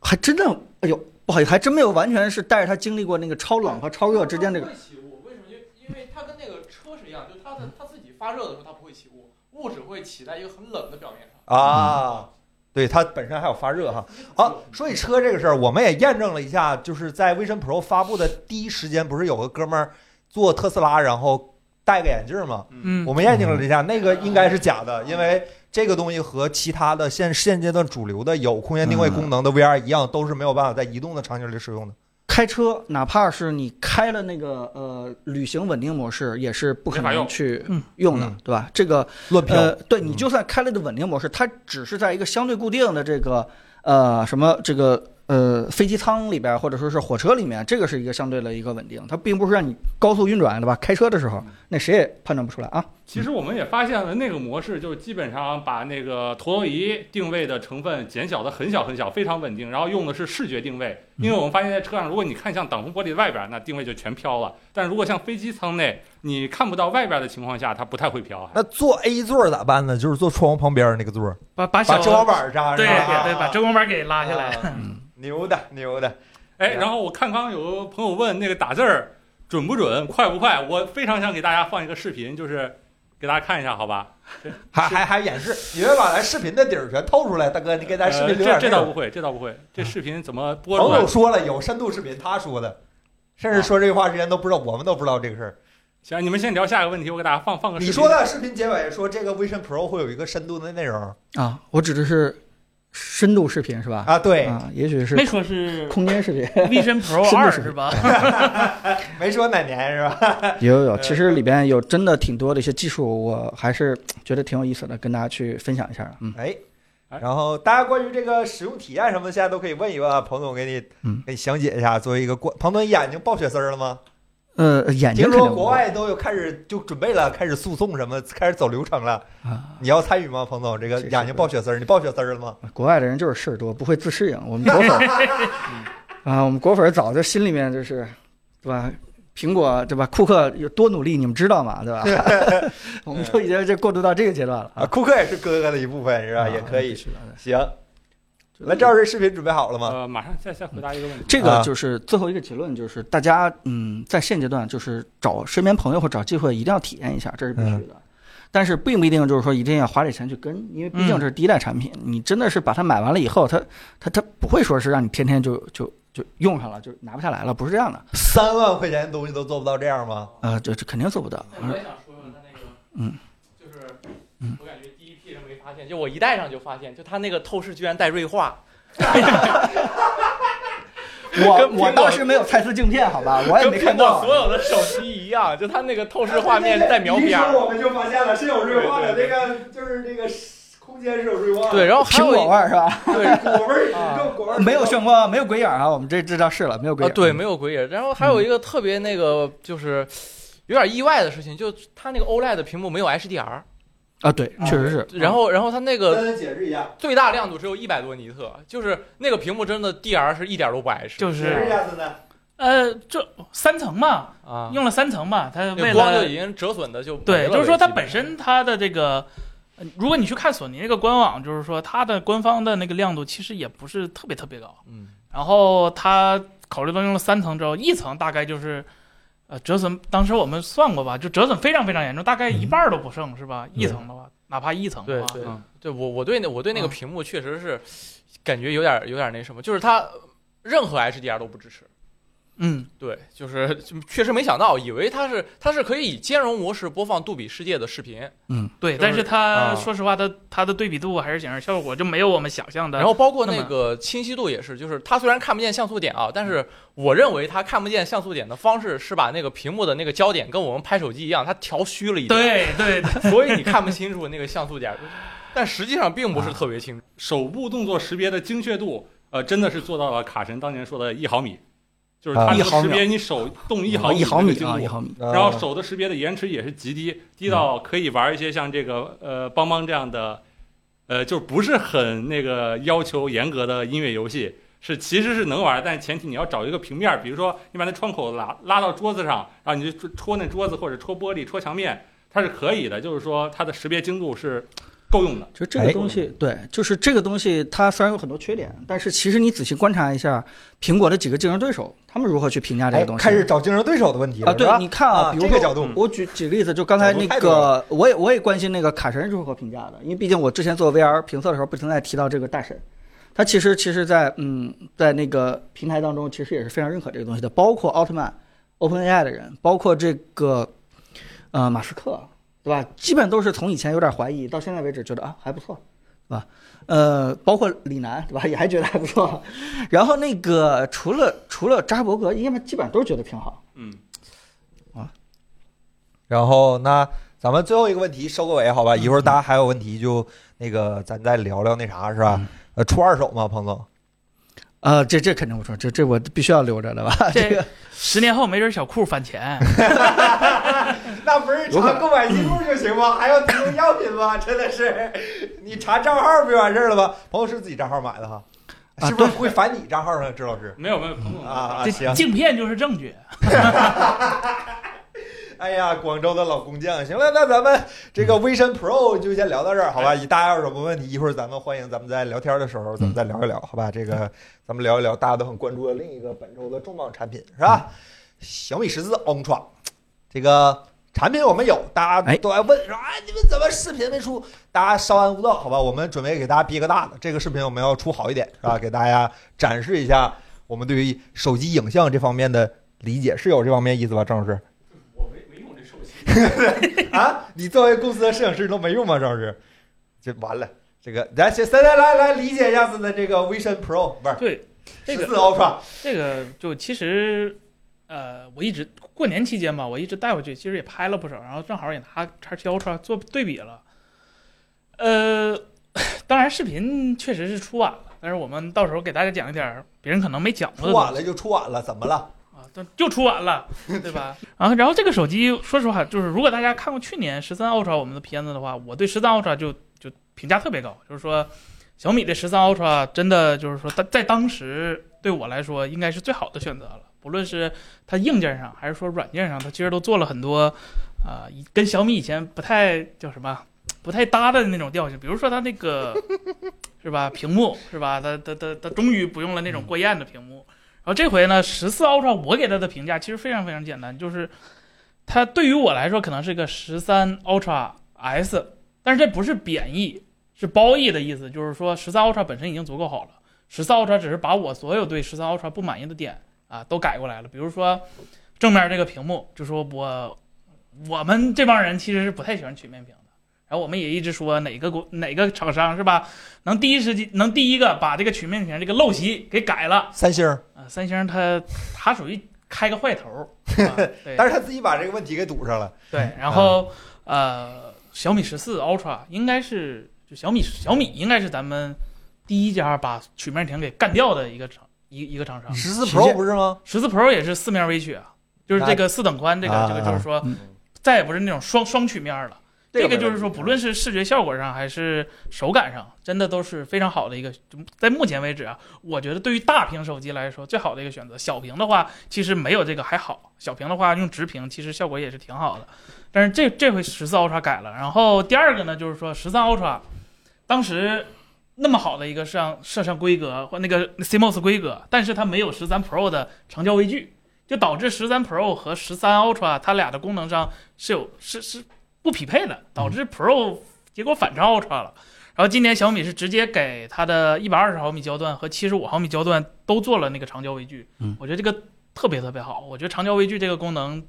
Speaker 2: 还真的，哎呦，不好意思，还真没有完全是带着他经历过那个超冷和超热之间这个，
Speaker 6: 它不会起雾，为什么？就因为它跟那个车是一样，就它的它自己发热的时候它不会起雾，雾只会起在一个很冷的表面上。
Speaker 3: 嗯
Speaker 1: 啊，对，它本身还有发热哈。啊，说起车这个事儿，我们也验证了一下，就是在 Vision Pro 发布的第一时间，不是有个哥们儿坐特斯拉，然后戴个眼镜吗？
Speaker 3: 嗯
Speaker 1: 我，们验证了一下，那个应该是假的，因为这个东西和其他的现现阶段主流的有空间定
Speaker 3: 嗯
Speaker 1: 位功能的 VR 一样，都是没有办法在移动的场景里使用的。
Speaker 2: 开车哪怕是你开了那个呃旅行稳定模式，也是不可
Speaker 5: 没法
Speaker 2: 能
Speaker 5: 用
Speaker 2: 去
Speaker 3: 嗯
Speaker 2: 用的，
Speaker 1: 嗯
Speaker 2: 对吧？这个
Speaker 1: 乱飘，
Speaker 2: 呃，对
Speaker 1: 嗯
Speaker 2: 你就算开了的稳定模式，它只是在一个相对固定的这个呃什么这个呃飞机舱里边儿，或者说是火车里面，这个是一个相对的一个稳定，它并不是让你高速运转，对吧？开车的时候，那谁也判断不出来啊。
Speaker 5: 其实我们也发现了那个模式，就基本上把那个陀螺仪定位的成分减小的很小很小，非常稳定。然后用的是视觉定位，因为我们发现在车上，如果你看向挡风玻璃的外边，那定位就全飘了；但如果像飞机舱内，你看不到外边的情况下，它不太会飘。还啊
Speaker 1: 那坐 A 座咋办呢？就是坐窗户旁边那个座儿，
Speaker 3: 把把
Speaker 1: 把
Speaker 3: 小
Speaker 1: 遮光板儿扎上。
Speaker 3: 对
Speaker 1: 啊
Speaker 3: 对对，把遮光板给拉下来。
Speaker 1: 啊牛的牛的，
Speaker 5: 哎，然后我看刚刚有个朋友问那个打字儿准不准，快不快？我非常想给大家放一个视频，就是给大家看一下，好吧？
Speaker 1: 还还还演示，你别把咱视频的底儿全透出来，大哥，你给咱视
Speaker 5: 呃
Speaker 1: 频留
Speaker 5: 这
Speaker 1: 点
Speaker 5: 这
Speaker 1: 内
Speaker 5: 倒
Speaker 1: 容
Speaker 5: 不会，这倒不会，这视频怎么播
Speaker 1: 彭
Speaker 5: 出来
Speaker 1: 总？说了，有深度视频，他说的，甚至说这句话之前都不知道，我们都不知道这个事儿。
Speaker 5: 行，你们先聊下一个问题，我给大家放呃放个视频。
Speaker 1: 你说的视频结尾说这个 Vision Pro 会有一个深度的内容
Speaker 2: 啊，我指的是深度视频是吧？
Speaker 1: 啊？对，
Speaker 2: 啊，也许是
Speaker 3: 没说是
Speaker 2: 空间视频，
Speaker 3: Vision
Speaker 2: 是
Speaker 3: Pro
Speaker 2: 不
Speaker 3: 二
Speaker 2: 是
Speaker 3: 是吧？
Speaker 1: 没说哪年是吧？
Speaker 2: 有有
Speaker 1: 呃
Speaker 2: 有，其实里边有真的挺多的一些技术，我还是觉得挺有意思的，跟大家去分享一下的。嗯，
Speaker 1: 哎
Speaker 5: 哎。
Speaker 1: 然后大家关于这个使用体验什么的，现在都可以问一问啊，彭总给你
Speaker 2: 嗯
Speaker 1: 给你详解一下。作为一个过，彭总你眼睛爆血丝儿了吗？
Speaker 2: 呃，眼
Speaker 1: 听
Speaker 2: 睛肯定
Speaker 1: 说
Speaker 2: 不
Speaker 1: 国
Speaker 2: 会
Speaker 1: 外都有开始就准备了，开始诉讼什么，开始走流程了。
Speaker 2: 啊，
Speaker 1: 你要参与吗，彭总？这个
Speaker 2: 这是
Speaker 1: 眼睛爆血丝儿，你爆血丝儿了吗？
Speaker 2: 国外的人就是事儿多，不会自适应。我们果粉儿 啊，我们果粉儿早就心里面就是，对吧？苹果对吧？库克有多努力，你们知道吗？对吧？ 我们都已经这过渡到这个阶段了
Speaker 1: 啊，
Speaker 2: 啊，
Speaker 1: 库克也是哥哥的一部分，是吧？
Speaker 2: 啊
Speaker 1: 也可以
Speaker 2: 必。须的
Speaker 1: 行，来，赵瑞视频准备好了吗？
Speaker 4: 呃，马上再再回答一个问题。
Speaker 2: 这个
Speaker 1: 啊
Speaker 2: 就是最后一个结论，就是大家嗯，在现阶段就是找身边朋友或找机会一定要体验一下，这是必须
Speaker 5: 嗯
Speaker 2: 的。但是并不一定就是说一定要花这钱去跟，因为毕竟
Speaker 3: 嗯
Speaker 2: 这是第一代产品，你真的是把它买完了以后，它它它不会说是让你天天就就就用上了，就拿不下来了，不是这样的。
Speaker 1: 三万块钱的东西都做不到这样吗？
Speaker 2: 呃，这这肯定做不到。
Speaker 5: 我也想说说他那个，
Speaker 2: 嗯，
Speaker 5: 就是
Speaker 2: 嗯
Speaker 5: 我感觉第一批人没发现，就我一戴上就发现，就他那个透视居然带锐化，
Speaker 2: 我
Speaker 5: 跟苹果
Speaker 2: 我当时没有蔡司镜片，好 吧，我也
Speaker 5: 跟
Speaker 2: 没
Speaker 5: 苹
Speaker 2: 哎看
Speaker 5: 果
Speaker 2: 到
Speaker 5: 所。有的手机一样，就他那个透视画面带描边儿。
Speaker 1: 我们就发现了是有
Speaker 5: 锐化的对
Speaker 1: 个就是那个空间是有锐化
Speaker 5: 对，，然后还
Speaker 2: 苹
Speaker 5: 有
Speaker 2: 果味啊
Speaker 5: 一
Speaker 2: 儿是吧？
Speaker 5: 对
Speaker 1: 果味儿
Speaker 5: 啊
Speaker 1: 果味
Speaker 2: 没有炫光，没有鬼眼儿啊，我们这这倒是了，没有鬼
Speaker 5: 啊，
Speaker 2: 眼儿。
Speaker 5: 对，没有鬼影。然后还有一个特别那个就是有点意外的事情，就它那个 OLED 的屏幕没有 HDR，
Speaker 2: 啊，对，确实是。
Speaker 5: 嗯然后然后它那个
Speaker 1: 丹解释一下，
Speaker 5: 最大亮度只有一百多尼特，就是那个屏幕真的 DR 是一点都不 H，
Speaker 3: 就
Speaker 1: 解释一
Speaker 3: 是
Speaker 1: 下，森森。
Speaker 3: 呃，这三层嘛，
Speaker 5: 啊，
Speaker 3: 用了三层嘛，它为
Speaker 5: 那光就
Speaker 3: 了
Speaker 5: 已经折损的就没
Speaker 3: 对，
Speaker 5: 了
Speaker 3: 就是说它
Speaker 5: 基
Speaker 3: 本
Speaker 5: 本上
Speaker 3: 身它的这个，呃如果你去看索尼那个官网，就是说它的官方的那个亮度其实也不是特别特别高，
Speaker 5: 嗯
Speaker 3: 然后它考虑到用了三层之后，一层大概就是。呃，折损当时我们算过吧，就折损非常非常严重，大概一半儿都不剩，是吧？一层的话，哪怕一层
Speaker 5: 嗯对
Speaker 3: 的话，
Speaker 5: 对
Speaker 4: 嗯
Speaker 5: 对，我我对那我对那个
Speaker 3: 嗯
Speaker 5: 屏幕确实是感觉有点有点那什么，就是它任何 HDR 都不支持。
Speaker 3: 嗯，
Speaker 5: 对，就是就确实没想到，以为它是它是可以以兼容模式播放杜比世界的视频，
Speaker 3: 对。
Speaker 5: 就是
Speaker 3: 但是它
Speaker 5: 啊
Speaker 3: 说实话，它它的对比度还是显示效果就没有我们想象的。
Speaker 5: 然后包括
Speaker 3: 那
Speaker 5: 那
Speaker 3: 么
Speaker 5: 个清晰度也是，就是它虽然看不见像素点啊，但是我认为它看不见像素点的方式是把那个屏幕的那个焦点跟我们拍手机一样，它调虚了一点，
Speaker 3: 对 对对，
Speaker 5: 所以你看不清楚那个像素点，但实际上并不是特别清楚。
Speaker 4: 啊手部动作识别的精确度，呃，真的是做到了卡神当年说的一毫米，就是
Speaker 1: 啊
Speaker 4: 它能
Speaker 2: 一毫秒
Speaker 4: 识别你手动一毫
Speaker 2: 一毫米
Speaker 4: 的精
Speaker 2: 啊，
Speaker 4: 度
Speaker 2: 一毫米。
Speaker 1: 然
Speaker 4: 然后手的识别的延迟也是极低，低到可以玩一些像这个呃邦邦这样的，呃，就不是很那个要求严格的音乐游戏，是其实是能玩，但前提你要找一个平面儿，比如说你把那窗口拉拉到桌子上，然后你就戳戳那桌子或者戳玻璃、戳墙面，它是可以的，就是说它的识别精度是够用的。
Speaker 2: 就这个
Speaker 1: 哎
Speaker 2: 东西，对，就是这个东西，它虽然有很多缺点，但是其实你仔细观察一下苹果的几个竞争对手，他们如何去评价这
Speaker 1: 哎
Speaker 2: 个东西。
Speaker 1: 开始找竞争对手的问题了
Speaker 2: 啊，对
Speaker 1: 是吧，
Speaker 2: 你看
Speaker 1: 啊，
Speaker 2: 比如
Speaker 1: 这个
Speaker 2: 说
Speaker 1: 角度，
Speaker 2: 我举举个例子，就刚才
Speaker 1: 角度啊
Speaker 2: 那
Speaker 1: 太多
Speaker 2: 个，我也我也关心那个卡神是如何评价的，因为毕竟我之前做 VR 评测的时候，不停在提到这个大神，他其实其实在嗯在那个平台当中，其实也是非常认可这个东西的，包括奥特曼、OpenAI 的人，包括这个呃马斯克，对吧？基本都是从以前有点怀疑，到现在为止觉得啊还不错，对吧？呃，包括李楠，对吧？也还觉得还不错。 然后那个除了除了扎克伯格，因为基本上都觉得挺好。
Speaker 4: 嗯，
Speaker 1: 然后那咱们最后一个问题收个尾，好吧？一会儿大家还有问题就那个咱再聊聊那啥是吧
Speaker 2: 嗯？
Speaker 1: 呃，出二手吗，彭总？
Speaker 2: 呃，这这肯定不说，这这我必须要留着的吧？
Speaker 3: 这
Speaker 2: 这个
Speaker 3: 十年后没准小库返钱，
Speaker 1: 那不是
Speaker 2: 有可
Speaker 1: 查
Speaker 2: 能
Speaker 1: 购买记录就行吗？还要提供样品吗？真的是，你查账号不就完事儿了吗？朋友是自己账号买的哈，
Speaker 2: 啊
Speaker 1: 是不是会返你账号呢？支老师
Speaker 4: 没有没有，彭总
Speaker 1: 啊啊
Speaker 3: 这
Speaker 1: 行。
Speaker 3: 镜片就是证据。
Speaker 1: 哎呀，广州的老工匠，行了，那咱们这个微神 Pro 就先聊到这儿，好吧？大家有什么问题，一会儿咱们欢迎咱们在聊天的时候，咱们再聊一聊，好吧？这个咱们聊一聊大家都很关注的另一个本周的重磅产品，是吧？小米十四 Ultra，这个产品我们有，大家
Speaker 2: 哎
Speaker 1: 都爱问说，哎，你们怎么视频没出？大家稍安勿躁，好吧？我们准备给大家憋个大的，这个视频我们要出好一点，是吧？给大家展示一下我们对于手机影像这方面的理解，是有这方面意思吧，郑老师？
Speaker 4: 我没没用这手机。
Speaker 1: 啊，你作为公司的摄影师都没用吗？赵老师，这完了，这个来，先三来来来理解一下子的这个 Vision Pro 不是
Speaker 3: 对，这
Speaker 1: 十
Speaker 3: 个
Speaker 1: 四 Ultra，
Speaker 3: 这个就其实，呃，我一直过年期间吧，我一直带回去，其实也拍了不少，然后正好也拿叉七 Ultra 做对比了。呃， 当然视频确实是出晚了，但是我们到时候给大家讲一点儿别人可能没讲过
Speaker 1: 出
Speaker 3: 的东
Speaker 1: 晚
Speaker 3: 西
Speaker 1: 了就出晚了，怎么了？
Speaker 3: 啊，但又出完了，对吧？ 啊，然后这个手机，说实话，就是如果大家看过去年十三 Ultra 我们的片子的话，我对十三 Ultra 就就评价特别高，就是说小米的十三 Ultra 真的就是说，它在当时对我来说应该是最好的选择了，不论是它硬件上还是说软件上，它其实都做了很多，啊、以跟小米以前不太叫什么。不太搭的那种调性，比如说它那个 是吧，屏幕是吧，它它它它终于不用了那种过艳的屏幕，然后这回呢，十四 Ultra 我给它的评价其实非常非常简单，就是它对于我来说可能是个十三 Ultra S，但是这不是贬义，是褒义的意思，就是说十三 Ultra 本身已经足够好了，十四 Ultra 只是把我所有对十三 Ultra 不满意的点啊都改过来了，比如说正面这个屏幕，就说我我们这帮人其实是不太喜欢曲面屏的，然后我们也一直说哪个国哪个厂商是吧，能第一时间能第一个把这个曲面屏这个陋习给改了。
Speaker 1: 三星儿，
Speaker 3: 啊，三星它它属于开个坏头儿，啊 对
Speaker 1: 但是他自己把这个问题给堵上了。
Speaker 3: 对，然后呃，小米十四 Ultra 应该是就小米小米应该是咱们第一家把曲面屏给干掉的一个厂一一个 厂商，
Speaker 1: 十四
Speaker 2: 实现
Speaker 1: Pro 不是吗？
Speaker 3: 十四 Pro 也是四面微曲啊，就是这个四等宽这个
Speaker 1: 啊
Speaker 3: 这个就是说
Speaker 2: 嗯
Speaker 3: 再也不是那种双双曲面了。这个就是说，不论
Speaker 1: 是
Speaker 3: 是视觉效果上还是手感上，真的都是非常好的一个。就在目前为止啊，我觉得对于大屏手机来说，最好的一个选择。小屏的话，其实没有这个还好。小屏的话，用直屏其实效果也是挺好的。但是这这回十四 Ultra 改了。然后第二个呢，就是说十三 Ultra，当时那么好的一个摄像摄像规格或那个 CMOS 规格，但是它没有十三 Pro 的长焦微距，就导致十三 Pro 和十三 Ultra 它俩的功能上是有是是不匹配
Speaker 2: 嗯
Speaker 3: 的，导致 Pro 结果反超 Ultra 了。然后今年小米是直接给它的一百二十毫米焦段和七十五毫米焦段都做了那个长焦微距，
Speaker 2: 嗯
Speaker 3: 我觉得这个特别特别好。我觉得长焦微距这个功能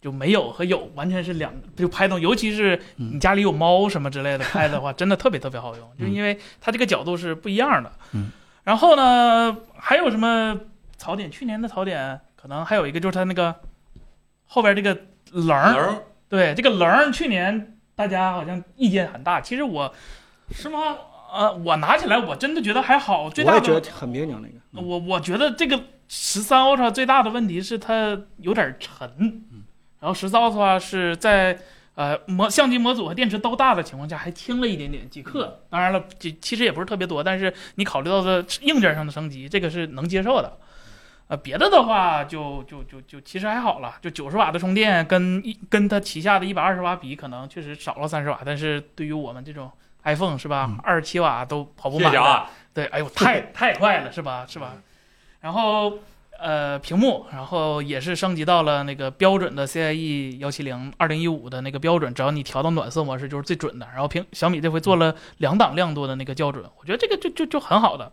Speaker 3: 就没有和有完全是两个，就拍动，尤其是
Speaker 2: 嗯
Speaker 3: 你家里有猫什么之类的拍的话，真的特别特别好用，就因为它这个角度是不一样的。
Speaker 2: 嗯，
Speaker 3: 然后呢，还有什么槽点？去年的槽点可能还有一个就是它那个后边这个棱儿，
Speaker 4: 儿
Speaker 3: 对这个棱儿，去年大家好像意见很大，其实我
Speaker 4: 是吗？
Speaker 3: 呃，我拿起来我真的觉得还好，最
Speaker 2: 我
Speaker 3: 大
Speaker 2: 也觉
Speaker 3: 的
Speaker 2: 得很别扭那个。嗯
Speaker 3: 我我觉得这个十三 Ultra 最大的问题是它有点沉，
Speaker 4: 嗯
Speaker 3: 然后十三 Ultra 是在呃模相机模组和电池都大的情况下还轻了一点点几
Speaker 4: 嗯
Speaker 3: 克，当然了，其其实也不是特别多，但是你考虑到的硬件上的升级，这个是能接受的。呃，别的的话就就就就其实还好了，就九十瓦的充电跟一跟它旗下的一百二十瓦比，可能确实少了三十瓦，但是对于我们这种 iPhone 是吧
Speaker 2: 嗯，
Speaker 3: 二十七瓦都跑不
Speaker 4: 谢
Speaker 3: 满
Speaker 4: 谢
Speaker 3: 的。
Speaker 4: 啊，
Speaker 3: 对，哎呦，太太快了，是吧？是吧？然后呃，屏幕，然后也是升级到了那个标准的 CIE 幺七零二零一五的那个标准，只要你调到暖色模式就是最准的。然后屏小米这回做了两档亮度的那个校准，我觉得这个就就就很好的。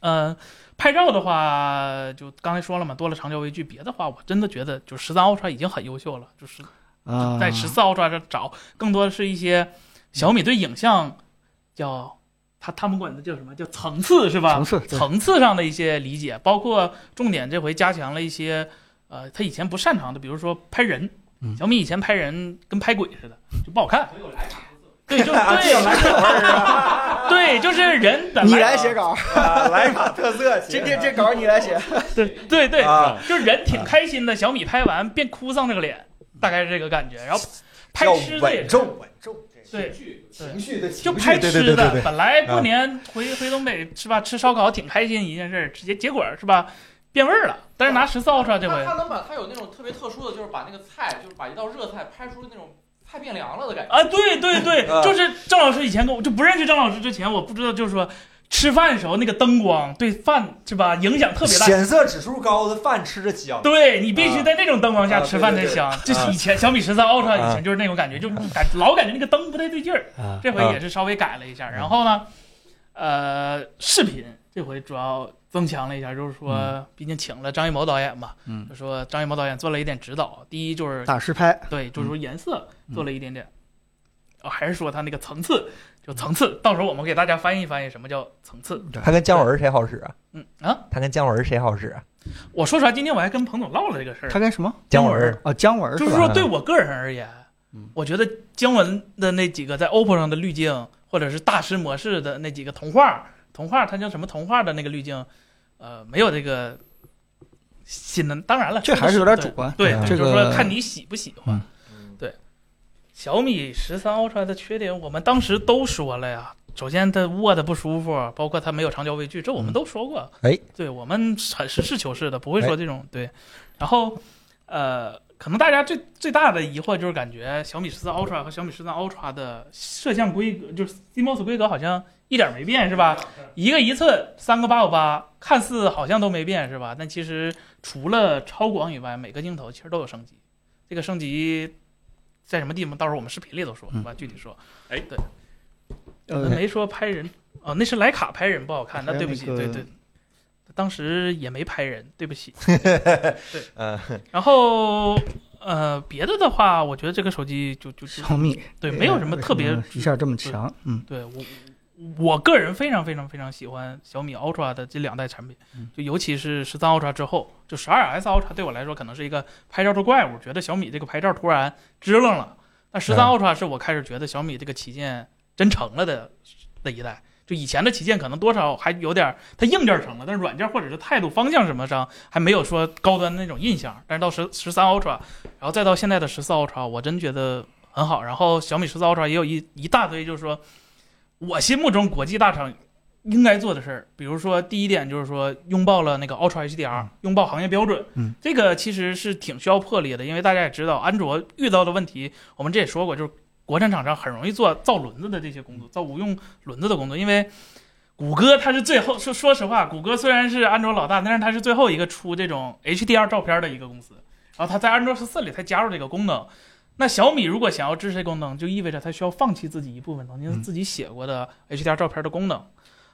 Speaker 3: 嗯、拍照的话，就刚才说了嘛，多了长焦微距。别的话，我真的觉得就十三 Ultra 已经很优秀了，就是
Speaker 2: 啊，
Speaker 3: 在十四 Ultra 上找，更多的是一些小米对影像叫他他们管它叫什么叫层次是吧
Speaker 2: 层？次对
Speaker 3: 层次上的一些理解，包括重点这回加强了一些呃他以前不擅长的，比如说拍人
Speaker 2: 嗯，
Speaker 3: 小米以前拍人跟拍鬼似的，就不 好看。对，就是
Speaker 1: 啊，这来
Speaker 3: 对
Speaker 1: 卡味儿啊
Speaker 3: 对，就是人本
Speaker 2: 你
Speaker 3: 来
Speaker 2: 来写稿，
Speaker 1: 啊，莱卡特色鞋，
Speaker 2: 今天这稿你来写。
Speaker 3: 对对对，
Speaker 1: 啊，
Speaker 3: 就是人挺开心的，小米拍完便哭丧着个脸，大概是这个感觉。然后拍
Speaker 1: 要
Speaker 3: 狮子
Speaker 1: 稳
Speaker 3: 也是
Speaker 1: 重稳重，
Speaker 3: 对对
Speaker 1: 情绪的情绪
Speaker 3: 就拍
Speaker 1: 对
Speaker 3: 吃
Speaker 1: 对
Speaker 3: 的，
Speaker 1: 对对对，啊
Speaker 3: 本来过年回、回东北是吧，吃烧烤挺开心一件事儿，直接结果是吧，变味儿了。但是拿十四 Ultra 这
Speaker 5: 啊他他
Speaker 3: 回
Speaker 5: 能把他有那种特别特殊的，就是把那个菜，就是把一道热菜拍出那种菜变凉了的感觉。
Speaker 3: 啊，对对对，
Speaker 1: 啊
Speaker 3: 就是郑老师以前跟我就不认识郑老师之前，我不知道就是说吃饭的时候那个灯光对饭是吧影响特别大。
Speaker 1: 显色指数高的饭吃着香，
Speaker 3: 对你必须在那种灯光下
Speaker 1: 啊
Speaker 3: 吃饭才
Speaker 1: 对对对
Speaker 3: 香，这是以前小米十三 Ultra 以前就是那种感觉，就是感老感觉那个灯不太对劲儿，
Speaker 2: 啊
Speaker 3: 这回也是稍微改了一
Speaker 1: 嗯
Speaker 3: 下。然后呢，呃，视频这回主要增强了一下，就是
Speaker 1: 嗯
Speaker 3: 说，毕竟请了张艺谋导演嘛，
Speaker 2: 嗯
Speaker 3: 就说张艺谋导演做了一点指导。第一就是
Speaker 2: 大师拍，
Speaker 3: 对，就是
Speaker 1: 嗯
Speaker 3: 说颜色做了一点点，哦，还是说他那个层次，就层次。到时候我们给大家翻译翻译什么叫层次。
Speaker 1: 他跟姜文谁好使啊？
Speaker 3: 嗯啊，
Speaker 1: 他跟姜文谁好使啊？
Speaker 3: 我说实话，今天我还跟彭总唠了这个事儿。
Speaker 2: 他跟什么？
Speaker 1: 姜
Speaker 3: 文
Speaker 1: 文
Speaker 2: 哦，姜文
Speaker 3: 就是
Speaker 2: 吧
Speaker 3: 说，对我个人而言
Speaker 2: 嗯，
Speaker 3: 我觉得姜文的那几个在 OPPO 上的滤镜，或者是大师模式的那几个童话，童话它叫什么童话的那个滤镜，呃，没有这个新的，当然了，
Speaker 2: 这还是有点主观。
Speaker 3: 对，
Speaker 2: 嗯
Speaker 3: 对
Speaker 2: 这
Speaker 3: 就是说看
Speaker 2: 个
Speaker 3: 你喜不喜欢。
Speaker 1: 嗯
Speaker 3: 小米十三 Ultra 的缺点，我们当时都说了呀。首先，它握的不舒服，包括它没有长焦微距，这我们都说过。
Speaker 2: 哎，
Speaker 3: 对我们很实事求是的，不会说这种对。然后，呃，可能大家最最大的疑惑就是感觉小米十四 Ultra 和小米十三 Ultra 的摄像规格，就是 CMOS 规格好像一点没变，是吧？一个一寸，三个八五八，看似好像都没变，是吧？但其实除了超广以外，每个镜头其实都有升级。这个升级在什么地方？到时候我们视频里头说，是吧？具体说，我
Speaker 2: 呃，
Speaker 3: 们没说拍人哦，那是徕卡拍人不好看，那
Speaker 2: 还有
Speaker 3: 对不起，
Speaker 2: 那个
Speaker 3: 对对，当时也没拍人，对不起。
Speaker 1: 呃，
Speaker 3: 然后呃，别的的话，我觉得这个手机就就 就
Speaker 2: 小米
Speaker 3: 对，没有什么特别呃
Speaker 2: 为什么一下这么强，嗯，
Speaker 3: 对我我个人非常非常非常喜欢小米 Ultra 的这两代产品
Speaker 2: 嗯，
Speaker 3: 就尤其是十三 Ultra 之后，就十二 S Ultra 对我来说可能是一个拍照的怪物，觉得小米这个拍照突然支棱了。那十三
Speaker 1: 嗯
Speaker 3: Ultra 是我开始觉得小米这个旗舰真成了的的一代。就以前的旗舰可能多少还有点儿，它硬件成了，但是软件或者是态度、方向什么上还没有说高端那种印象。但是到十十三 Ultra，然后再到现在的十四 Ultra，我真觉得很好。然后小米十四 Ultra 也有一一大堆，就是说我心目中国际大厂应该做的事儿，比如说第一点就是说拥抱了那个 Ultra HDR，拥抱行业标准，
Speaker 2: 嗯，
Speaker 3: 这个其实是挺需要魄力的，因为大家也知道，安卓遇到的问题，我们这也说过，就是国产厂商很容易做造轮子的这些工作，造无用轮子的工作，因为。谷歌它是最后说说实话，谷歌虽然是安卓老大，但是它是最后一个出这种 HDR 照片的一个公司。然后它在安卓十四里才加入这个功能。那小米如果想要支持这功能，就意味着它需要放弃自己一部分曾经自己写过的 HDR 照片的功能。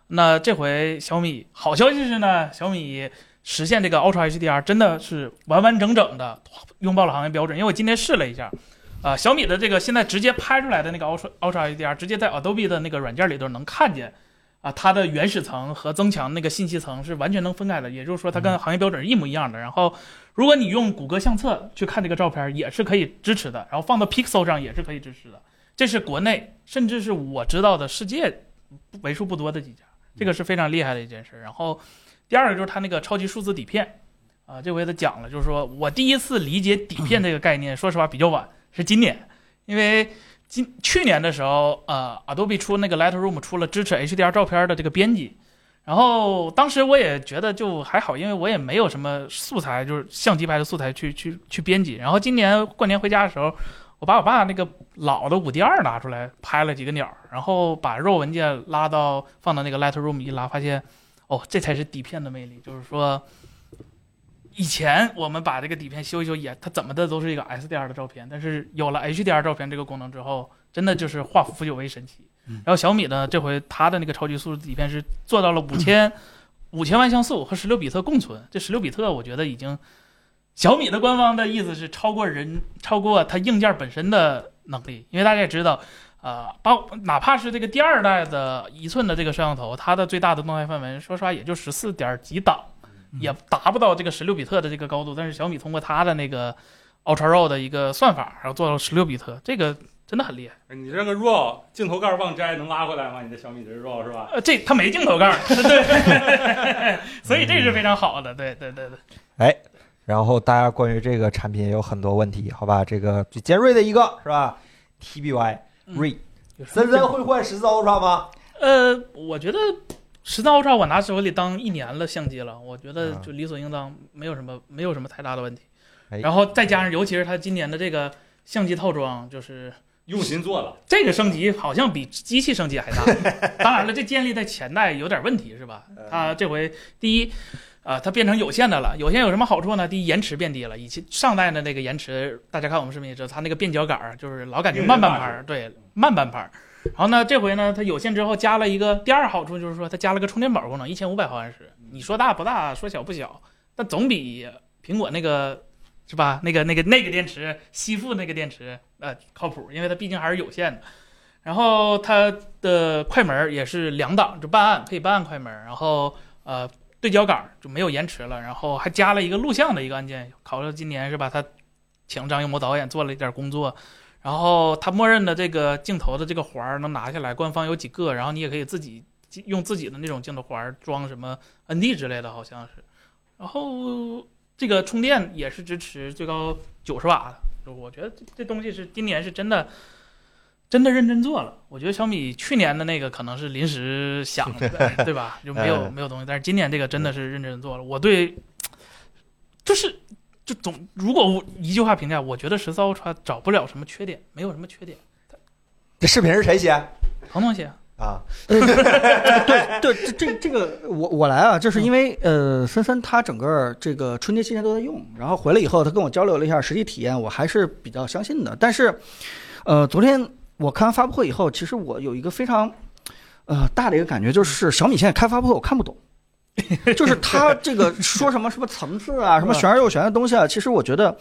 Speaker 3: 那这回小米好消息是呢，小米实现这个 Ultra HDR 真的是完完整整的拥抱了行业标准。因为我今天试了一下，啊、小米的这个现在直接拍出来的那个 Ultra Ultra HDR，直接在 Adobe 的那个软件里头能看见。啊，它的原始层和增强那个信息层是完全能分开的，也就是说它跟行业标准是一模一样的。然后如果你用谷歌相册去看这个照片，也是可以支持的，然后放到 Pixel 上也是可以支持的。这是国内，甚至是我知道的世界为数不多的几家，这个是非常厉害的一件事。然后第二个就是它那个超级数字底片，啊、这回他讲了，就是说我第一次理解底片这个概念，说实话比较晚，是今年，因为。今去年的时候，呃，Adobe 出那个 Lightroom 出了支持 HDR 照片的这个编辑，然后当时我也觉得就还好，因为我也没有什么素材，就是相机拍的素材去去去编辑。然后今年过年回家的时候，我把我爸那个老的五 D 二拿出来拍了几个鸟儿，然后把 RAW 文件拉到放到那个 Lightroom 一拉，发现哦，这才是底片的魅力，就是说。以前我们把这个底片修一修也，它怎么的都是一个 SDR 的照片，但是有了 HDR 照片这个功能之后，真的就是化腐朽为神奇。然后小米呢，这回它的那个超级素质底片是做到了五千五千万像素和十六比特共存。这十六比特，我觉得已经小米的官方的意思是超过人，超过它硬件本身的能力，因为大家也知道。呃，包哪怕是这个第二代的一寸的这个摄像头，它的最大的动态范围，说实话也就十四点几档，也达不到这个十六比特的这个高度。但是小米通过它的那个 Ultra RAW 的一个算法，然后做到十六比特，这个真的很厉害。
Speaker 4: 你这个 RAW 镜头盖儿忘摘，能拉回来吗？你的小米这 RAW 是吧？
Speaker 3: 呃，这它没镜头盖儿， 对，所以这是非常好的，对对对对，
Speaker 1: 然后大家关于这个产品也有很多问题，好吧？这个最尖锐的一个是吧？TBY
Speaker 3: 嗯
Speaker 1: Re，森森会换十四 Ultra 吗？
Speaker 3: 呃，我觉得十三 Ultra 我拿手里当一年了相机了，我觉得就理所应当，没有什么没有什么太大的问题。
Speaker 1: 哎
Speaker 3: 然后再加上，尤其是它今年的这个相机套装，就是
Speaker 4: 用心做了，
Speaker 3: 这个升级好像比机器升级还大。当然了，这建立在前代有点问题，是吧？它这回第一，啊、它变成有线的了。有线有什么好处呢？第一，延迟变低了。以前上代的那个延迟，大家看我们视频也知道，它那个变焦杆儿就是老感觉慢半拍儿，对，慢半拍儿。然后呢，这回呢，它有线之后加了一个第二好处，就是说它加了个充电宝功能，一千五百毫安时。你说大不大，说小不小，但总比苹果那个是吧？那个那个那个电池，吸附那个电池，呃，靠谱，因为它毕竟还是有线的。然后它的快门儿也是两档，就半按可以半按快门儿，然后呃对焦杆儿就没有延迟了，然后还加了一个录像的一个按键。考虑到今年是吧，它请张艺谋导演做了一点工作，然后它默认的这个镜头的这个环儿能拿下来，官方有几个，然后你也可以自己用自己的那种镜头环儿装什么 ND 之类的，好像是。然后这个充电也是支持最高九十瓦的，我觉得这这东西是今年是真的。真的认真做了，我觉得小米去年的那个可能是临时想的，对吧？就没有
Speaker 1: 嗯
Speaker 3: 没有东西，但是今年这个真的是认真做了。我对，就是就总如果我一句话评价，我觉得十三 Ultra 找不了什么缺点，没有什么缺点。
Speaker 1: 这视频是谁写
Speaker 3: 彭总写，
Speaker 1: 啊？
Speaker 2: 对，这这这个我我来啊，就是因为呃，森森他整个这个春节期间都在用，然后回来以后他跟我交流了一下实际体验，我还是比较相信的。但是，呃，昨天我看完发布会以后，其实我有一个非常呃大的一个感觉，就是小米现在开发布会我看不懂。就是他这个说什么什么层次啊，什么玄而又玄的东西啊，其实我觉得，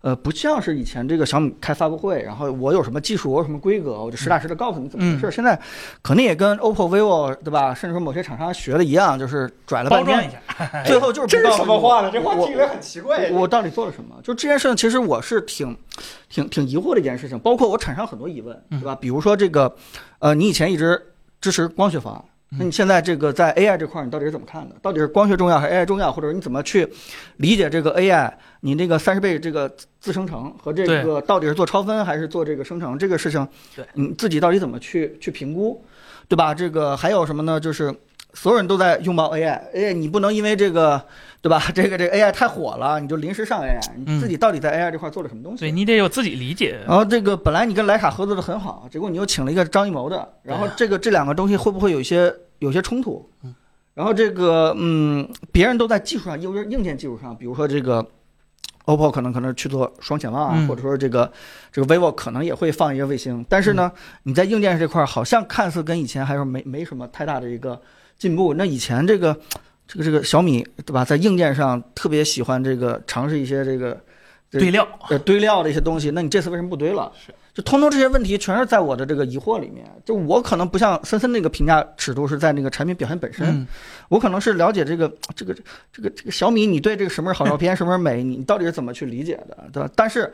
Speaker 2: 呃，不像是以前这个小米开发布会，然后我有什么技术，我有什么规格，我就实打实的告诉你怎么回事。现在可能也跟 OPPO、vivo 对吧，甚至说某些厂商学的一样，就是拽了
Speaker 3: 包
Speaker 2: 半
Speaker 3: 装
Speaker 2: 天
Speaker 3: 一，下，
Speaker 2: 最后就是不告诉你
Speaker 1: 呢？这
Speaker 2: 我
Speaker 1: 来很奇怪
Speaker 2: 我我到底做了什么？就这件事情，其实我是挺、挺、挺疑惑的一件事情，包括我产生很多疑问，
Speaker 3: 嗯
Speaker 2: 对吧？比如说这个，呃，你以前一直支持光学方案，那你现在这个在 AI 这块儿，你到底是怎么看的？到底是光学重要还是 AI 重要？或者你怎么去理解这个 AI？你那个三十倍这个自生成和这个到底是做超分还是做这个生成这个事情，
Speaker 3: 对
Speaker 2: 你自己到底怎么去去评估，对吧？这个还有什么呢？就是所有人都在拥抱 AI，AI 你不能因为这个，对吧？这个这个 AI 太火了，你就临时上 AI，你自己到底在 AI 这块做了什么东西？
Speaker 3: 对你得有自己理解。
Speaker 2: 然后这个本来你跟徕卡合作的很好，结果你又请了一个张艺谋的，然后这个这两个东西会不会有一些有些冲突？
Speaker 3: 啊嗯，
Speaker 2: 然后这个嗯，别人都在技术上，硬硬件技术上，比如说这个 OPPO 可能可能去做双潜望啊，
Speaker 3: 嗯
Speaker 2: 或者说这个这个 vivo 可能也会放一个卫星，但是
Speaker 3: 嗯
Speaker 2: 呢，你在硬件这块儿好像看似跟以前还是没没什么太大的一个进步。那以前这个这个这个小米对吧，在硬件上特别喜欢这个尝试一些这个。这
Speaker 3: 对料，
Speaker 2: 呃堆料的一些东西，那你这次为什么不堆了？
Speaker 3: 是，
Speaker 2: 就通通这些问题全是在我的这个疑惑里面。就我可能不像森森那个评价尺度是在那个产品表现本身，
Speaker 3: 嗯，
Speaker 2: 我可能是了解这个这个这个这个小米，你对这个什么是好照片，什么是美，你你到底是怎么去理解的，对吧？但是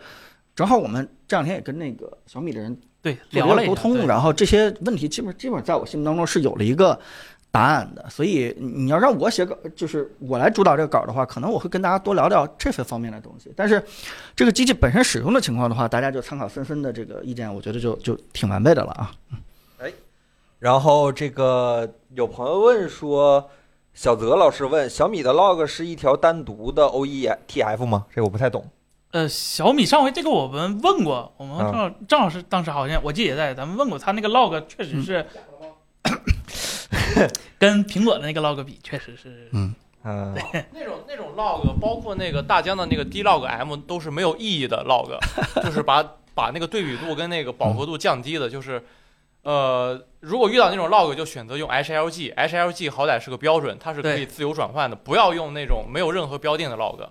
Speaker 2: 正好我们这两天也跟那个小米的人
Speaker 3: 对，
Speaker 2: 做
Speaker 3: 聊了一下
Speaker 2: 沟通，
Speaker 3: 对
Speaker 2: 然后这些问题基本基本在我心目当中是有了一个答案的。所以你要让我写稿，就是我来主导这个稿的话，可能我会跟大家多聊聊这些方面的东西。但是这个机器本身使用的情况的话，大家就参考森森的这个意见，我觉得就就挺完备的了啊。
Speaker 1: 然后这个有朋友问说，小泽老师问小米的 log 是一条单独的 OETF 吗？这我不太懂。
Speaker 3: 呃，小米上回这个我们问过，
Speaker 2: 嗯
Speaker 3: 我们正好正好是当时好像我记得也在，咱们问过他那个 log 确
Speaker 2: 嗯
Speaker 3: 实是、跟苹果的那个 log 比，确实是
Speaker 2: 嗯
Speaker 1: 嗯，
Speaker 5: 那种那种 log，包括那个大疆的那个 D log M 都是没有意义的 log，就是把把那个对比度跟那个饱和度降低的，就是。呃，如果遇到那种 log，就选择用 HLG，HLG 好歹是个标准，它是可以
Speaker 3: 对
Speaker 5: 自由转换的，不要用那种没有任何标定的 log，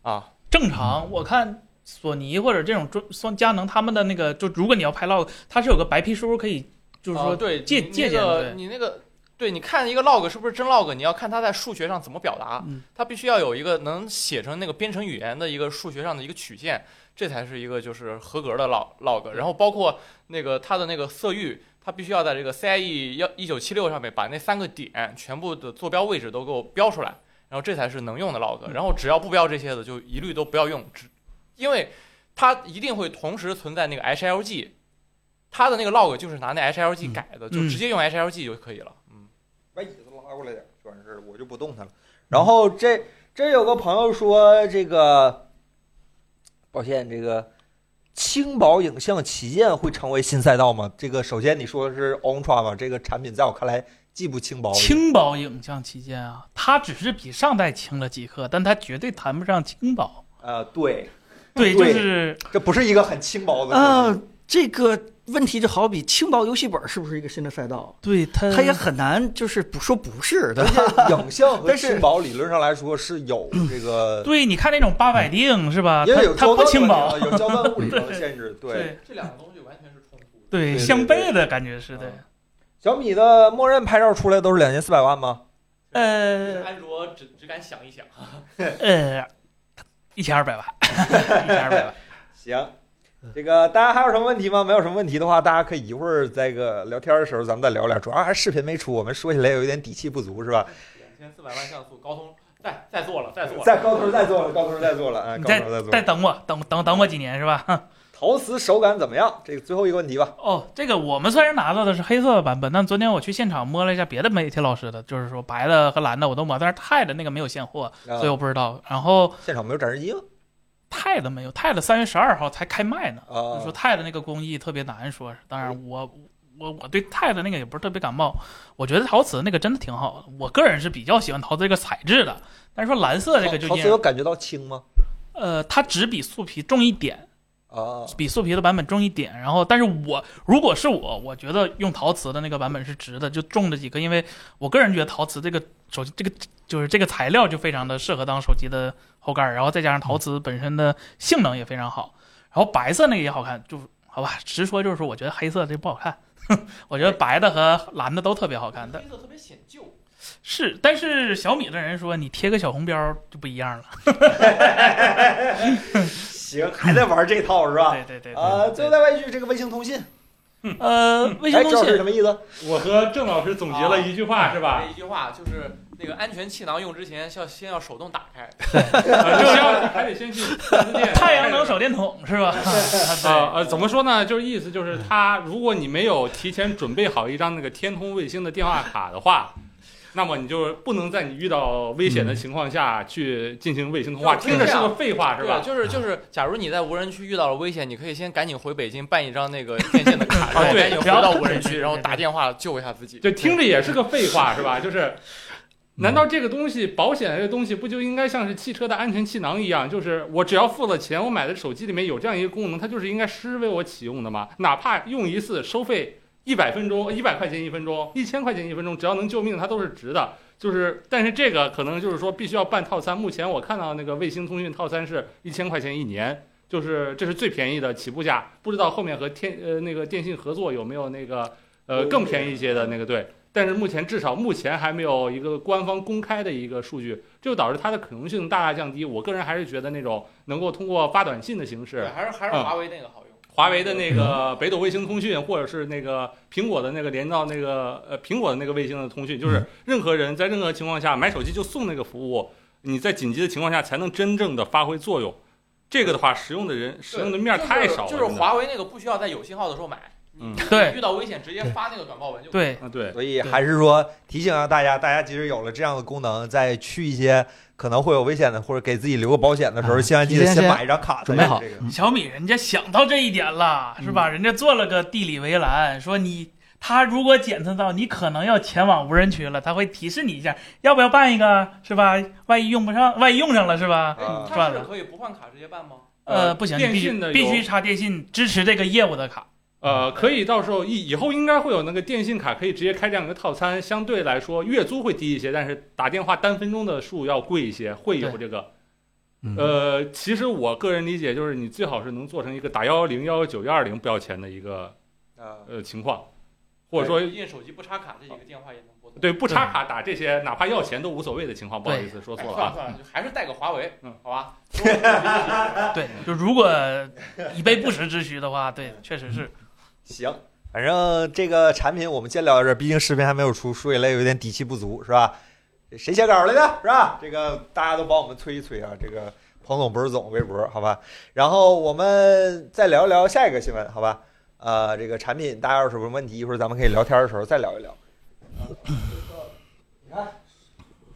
Speaker 5: 啊，
Speaker 3: 正
Speaker 2: 嗯
Speaker 3: 常。我看索尼或者这种专算佳能他们的那个，就如果你要拍 log，它是有个白皮书可以，就
Speaker 5: 就是
Speaker 1: 啊
Speaker 3: 说、
Speaker 5: 哦对
Speaker 3: 借
Speaker 5: 你
Speaker 3: 借
Speaker 5: 那
Speaker 3: 鉴
Speaker 5: 个
Speaker 3: 对
Speaker 5: 你那个，对，你看一个 log 是不是真 log，你要看它在数学上怎么表达，
Speaker 3: 嗯
Speaker 5: 它必须要有一个能写成那个编程语言的一个数学上的一个曲线，这才是一个就是合格的 log log。然后包括那个它的那个色域，它必须要在这个 CIE 幺一九七六上面把那三个点全部的坐标位置都给我标出来，然后这才是能用的
Speaker 3: 嗯
Speaker 5: log。然后只要不标这些的，就一律都不要用，只因为它一定会同时存在那个 HLG，它的那个 log 就是拿那 HLG
Speaker 3: 嗯
Speaker 5: 改的，就直接用 HLG 就可以了。嗯，
Speaker 1: 把椅子拉过来点，主要是我就不动它了。然后这这有个朋友说这个，抱歉，这个轻薄影像旗舰会成为新赛道吗？这个首先你说的是 Ultra 嘛，这个产品在我看来既不轻薄，
Speaker 3: 轻薄影像旗舰啊，它只是比上代轻了几克，但它绝对谈不上轻薄。
Speaker 1: 呃，对，
Speaker 3: 对，就
Speaker 1: 对
Speaker 3: 是啊
Speaker 1: 这不是一个很轻薄的手
Speaker 2: 呃
Speaker 1: 机。，
Speaker 2: 这个问题就好比轻薄游戏本是不是一个新的赛道，
Speaker 3: 对它
Speaker 2: 它也很难就是不说不是的
Speaker 1: 而。 且影像和
Speaker 2: 但是
Speaker 1: 轻薄理论上来说是有这个，
Speaker 3: 对，你看那种八
Speaker 2: 嗯
Speaker 3: 百定是吧？
Speaker 1: 因为
Speaker 3: 它
Speaker 1: 有
Speaker 3: 它
Speaker 1: 焦
Speaker 3: 不
Speaker 1: 段
Speaker 3: 轻
Speaker 1: 问题
Speaker 3: 薄
Speaker 1: 啊，有焦段物理 上的限制。对，
Speaker 5: 这两个东西完全是冲突的。
Speaker 3: 对
Speaker 1: 对
Speaker 3: 相
Speaker 1: 对
Speaker 3: 悖的感觉是对。
Speaker 1: 小米的默认拍照出来都是两千四百万吗？
Speaker 3: 呃
Speaker 5: 安卓只只敢想一想。
Speaker 3: 呃，一千二百万，一千二百万。
Speaker 1: 行，这个大家还有什么问题吗？没有什么问题的话，大家可以一会儿在个聊天的时候咱们再聊聊。主要还是视频没出，我们说起来有一点底气不足，是吧？
Speaker 5: 两千四百万像素高通
Speaker 7: 再再做了，再做了，
Speaker 1: 在高头再做了，高头再做了，哎，
Speaker 3: 你
Speaker 1: 高
Speaker 3: 再
Speaker 1: 头再做
Speaker 3: 再
Speaker 1: 了。
Speaker 3: 等我，等等等我几年是吧？
Speaker 1: 陶瓷手感怎么样？这个最后一个问题吧。
Speaker 3: 哦，这个我们虽然拿到的是黑色的版本，但昨天我去现场摸了一下别的媒体老师的，就是说白的和蓝的我都摸，但是钛的那个没有现货，
Speaker 1: 啊
Speaker 3: 所以我不知道。然后
Speaker 1: 现场没有展示机吗？
Speaker 3: 钛的没有，钛的三月十二号才开卖呢。
Speaker 1: 啊
Speaker 3: 你说钛的那个工艺特别难，说是，当
Speaker 1: 嗯
Speaker 3: 然我我我对钛的那个也不是特别感冒，我觉得陶瓷那个真的挺好的，我个人是比较喜欢陶瓷这个材质的。但是说蓝色这个就
Speaker 1: 陶
Speaker 3: 因
Speaker 1: 瓷有
Speaker 3: 为
Speaker 1: 感觉到轻吗？
Speaker 3: 呃，它只比素皮重一点，
Speaker 1: 啊，
Speaker 3: 比素皮的版本重一点，然后，但是我如果是我，我觉得用陶瓷的那个版本是值的，就重了几个，因为我个人觉得陶瓷这个手机这个就是这个材料就非常的适合当手机的后盖儿，然后再加上陶
Speaker 1: 嗯
Speaker 3: 瓷本身的性能也非常好，然后白色那个也好看，就好吧，直说就是我觉得黑色这不好看， 我觉得白的和蓝的都特别好看，但
Speaker 7: 黑色特别显旧，
Speaker 3: 是但是小米的人说你贴个小红标儿就不一样了，
Speaker 1: 行，还在玩这套是吧？
Speaker 3: 对对对对
Speaker 1: 啊，最后
Speaker 3: 对
Speaker 1: 再问一句，这个卫星通信，
Speaker 3: 呃，卫星
Speaker 1: 哎，
Speaker 3: 通
Speaker 1: 这
Speaker 3: 信
Speaker 1: 是什么意思？
Speaker 5: 我和郑老师总结了一句话是吧？
Speaker 7: 一句话就是那个安全气囊用之前要先要手动打 开，
Speaker 5: 呃郑要还得先去四 S 店
Speaker 3: 太阳能手电筒是 吧？
Speaker 5: 啊呃，怎么说呢？就是意思就是他，如果你没有提前准备好一张那个天通卫星的电话卡的话，那么你就不能在你遇到危险的情况下去进行卫星通话。
Speaker 7: 就是
Speaker 5: 听着是
Speaker 7: 这
Speaker 5: 个
Speaker 7: 样
Speaker 5: 废话是
Speaker 7: 对
Speaker 5: 吧？
Speaker 7: 就是就是，假如你在无人区遇到了危险，你可以先赶紧回北京办一张那个电信的 卡，然后
Speaker 5: 对
Speaker 7: 赶紧回啊到无人区，然后打电话救一下自己。
Speaker 5: 就听着也是个废话是吧？就是。难道这个东西，保险这个东西，不就应该像是汽车的安全气囊一样？就是我只要付了钱，我买的手机里面有这样一个功能，它就是应该实时为我启用的嘛。哪怕用一次收费一百分钟，一百块钱一分钟，一千块钱一分钟，只要能救命，它都是值的。就是，但是这个可能就是说必须要办套餐。目前我看到那个卫星通讯套餐是一千块钱一年，就是这是最便宜的起步价。不知道后面和天呃那个电信合作有没有那个呃更便宜一些
Speaker 7: 嗯
Speaker 5: 的那个对。但是目前至少目前还没有一个官方公开的一个数据，这就导致它的可能性大大降低。我个人还是觉得那种能够通过发短信的形式
Speaker 7: 对，，还是还是
Speaker 5: 嗯
Speaker 7: 华为那个好用。
Speaker 5: 华为的那个北斗卫星通讯，或者是那个苹果的那个连到那个呃苹果的那个卫星的通讯，就是任何人在任何情况下买手机就送那个服务，你在紧急的情况下才能真正的发挥作用。这个的话，使用的人使用的面儿太少了，
Speaker 7: 就是就是
Speaker 5: 真的
Speaker 7: 华为那个不需要在有信号的时候买，你
Speaker 3: 对
Speaker 7: 遇到危险直接发那个短报文就。，
Speaker 3: 对，
Speaker 5: 啊，对，
Speaker 1: 所以还是说提醒啊大家，大家即使有了这样的功能，在去一些可能会有危险的或者给自己留个保险的时候，
Speaker 2: 啊
Speaker 1: 千万记得
Speaker 2: 提前先
Speaker 1: 买一张卡，
Speaker 2: 准备好
Speaker 1: 这个
Speaker 3: 小米人家想到这一点了，是吧？人家做了个地理围栏，说你他如果检测到你可能要前往无人区了，他会提示你一下，要不要办一个，是吧？万一用不上，万一用上了，是吧？
Speaker 1: 啊
Speaker 7: 它是可以不换卡直接办吗？
Speaker 3: 呃，不行，你
Speaker 5: 电
Speaker 3: 必须
Speaker 5: 信的有
Speaker 3: 必须插电信支持这个业务的卡。
Speaker 5: 呃，可以到时候以以后应该会有那个电信卡，可以直接开这样一个套餐，相对来说月租会低一些，但是打电话单分钟的数要贵一些，会有
Speaker 3: 对
Speaker 5: 这个。
Speaker 2: 嗯
Speaker 5: 呃，其实我个人理解就是，你最好是能做成一个打幺幺零、幺幺九、幺二零不要钱的一个
Speaker 1: 啊，
Speaker 5: 呃情况，或者说
Speaker 7: 印手机不插卡这几个电话也能拨通。
Speaker 5: 对不插卡嗯打这些，哪怕要钱都无所谓的情况，不好
Speaker 3: 对
Speaker 5: 意思说
Speaker 7: 哎，
Speaker 5: 错
Speaker 7: 算了
Speaker 5: 了啊。
Speaker 7: 算了，就还是带个华为，
Speaker 5: 嗯
Speaker 7: 好吧？
Speaker 3: 对，就如果以备不时之需的话，对，确实是。
Speaker 1: 行。反正这个产品我们先聊到这儿，毕竟视频还没有出，数也类有点底气不足，是吧？谁写稿来的，是吧？这个大家都帮我们催一催啊！这个彭总不是总微博，好吧？然后我们再聊一聊下一个新闻，好吧？呃，这个产品大家有什么问题，一会儿咱们可以聊天的时候再聊一聊。你看，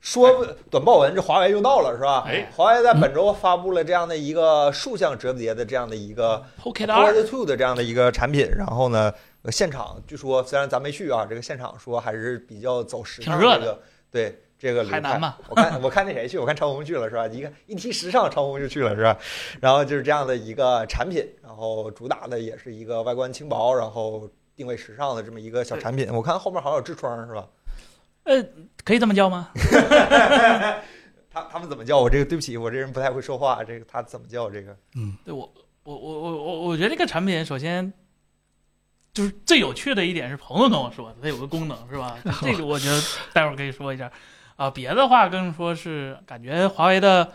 Speaker 1: 说短报文，这华为用到了是吧？
Speaker 5: 哎，
Speaker 1: 华为在本周发布了这样的一个竖向折叠的这样的一个
Speaker 3: Pocket 二
Speaker 1: Pocket Two 的这样的一个产品，然后呢，呃现场据说虽然咱没去啊，这个现场说还是比较走时尚
Speaker 3: 挺热
Speaker 1: 这个，对这个流
Speaker 3: 海南
Speaker 1: 派
Speaker 3: 嘛，
Speaker 1: 我看我看那谁去，我看超红去了是吧？一看一提时尚，超红就去了是吧？然后就是这样的一个产品，然后主打的也是一个外观轻薄，然后定位时尚的这么一个小产品。我看后面好像有痔疮是吧？
Speaker 3: 呃可以这么叫吗？
Speaker 1: 他他们怎么叫我？这个对不起，我这人不太会说话，这个他怎么叫这个？
Speaker 3: 对我，我我我我我觉得这个产品首先就是最有趣的一点是朋友跟我说的，它有个功能是吧？这个我觉得待会儿可以说一下啊、别的话更说是感觉华为的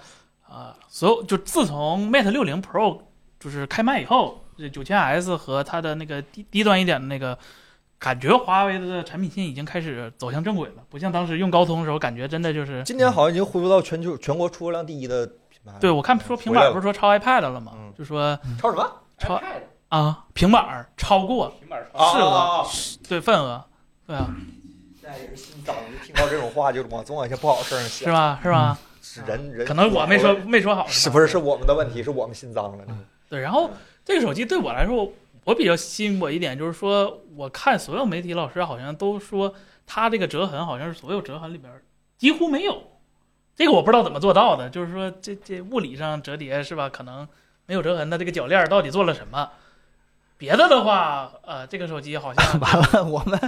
Speaker 3: 啊、所有就自从 Mate 六零 Pro 就是开卖以后，这九千 S 和它的那个低低端一点的那个感觉华为的产品线已经开始走向正轨了，不像当时用高通的时候，感觉真的就是
Speaker 1: 今年好像已经恢复到全球全国出货量第一的品嗯牌了。
Speaker 3: 对我看说平板儿不是说超 iPad 了吗？
Speaker 1: 嗯
Speaker 3: 就说
Speaker 1: 超什么？
Speaker 3: 超啊，平板儿超过
Speaker 4: 平板儿上
Speaker 1: 啊
Speaker 3: 是
Speaker 1: 啊啊啊
Speaker 3: 对份额，对啊，
Speaker 1: 现在人心脏，你听到这种话就往总往一些不好事儿上
Speaker 3: 是
Speaker 1: 想，
Speaker 3: 吧？是吧？
Speaker 1: 是人人
Speaker 3: 可能我没说，没说好，
Speaker 1: 是
Speaker 3: 吧
Speaker 1: 不是是我们的问题？是我们心脏了。
Speaker 2: 嗯
Speaker 3: 对，然后这个手机对我来说，我比较吸引我一点就是说，我看所有媒体老师好像都说它这个折痕好像是所有折痕里边儿几乎没有，这个我不知道怎么做到的，就是说这这物理上折叠是吧？可能没有折痕的这个铰链儿到底做了什么？别的的话，呃，这个手机好像
Speaker 2: 完了，我们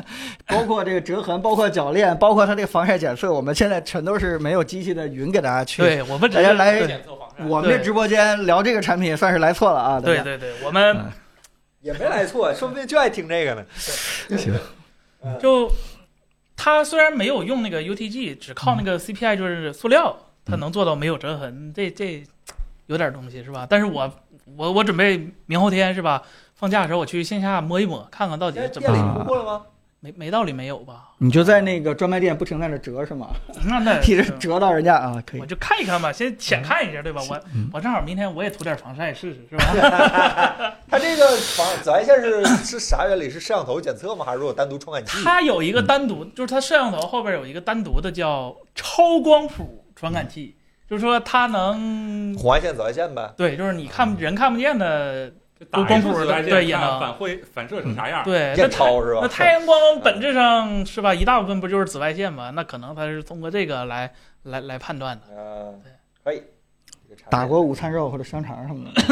Speaker 2: 包括这个折痕， 包括铰链，包括它这个防晒检测，我们现在全都是没有机器的云给大家去。，
Speaker 3: 对我们只
Speaker 2: 大家
Speaker 3: 是
Speaker 2: 来
Speaker 3: 对
Speaker 5: 检测防晒。
Speaker 2: 我们这直播间聊这个产品算是来错了啊。
Speaker 3: 对
Speaker 2: 吧
Speaker 3: 对对，我们
Speaker 1: 也没来错，说不定就爱听这个呢。
Speaker 3: 就它虽然没有用那个 UTG，只靠那个
Speaker 2: 嗯
Speaker 3: CPI 就是塑料，它能做到没有折痕，这这有点东西是吧？但是我我我准备明后天是吧？放假的时候我去线下摸一摸，看看到底
Speaker 1: 现在
Speaker 3: 怎
Speaker 1: 店
Speaker 3: 么
Speaker 1: 里
Speaker 3: 样。
Speaker 1: 出货了吗？
Speaker 3: 没没道理没有 吧？
Speaker 2: 你就在那个专卖店不停在那折是吗？
Speaker 3: 那那
Speaker 2: 一直折到人家啊，可以
Speaker 3: 我。就看一看吧，先浅看一下对吧？我
Speaker 2: 嗯
Speaker 3: 我正好明天我也涂点防晒试试是吧？
Speaker 1: 它这个防紫外线 是是啥原理？是摄像头检测吗？还是说有单独传感器？
Speaker 3: 它有一个单独，
Speaker 2: 嗯
Speaker 3: 就是它摄像头后边有一个单独的叫超光谱传感器，就是说它能
Speaker 1: 红外线、紫外线呗。
Speaker 3: 对，就是你看
Speaker 1: 嗯
Speaker 3: 人看不见的，
Speaker 5: 哎
Speaker 4: 打
Speaker 3: 光
Speaker 4: 光
Speaker 3: 谱
Speaker 4: 谱
Speaker 3: 的对也能
Speaker 4: 反会反射成啥样？
Speaker 3: 对，哎那
Speaker 1: 验超啊是吧？
Speaker 3: 那太阳光本质上是吧，一大部分不就是紫外线吗？那可能它是通过这个来来来判断的。
Speaker 1: 嗯，可以。这个产品
Speaker 2: 打过午餐肉或者香肠什么的，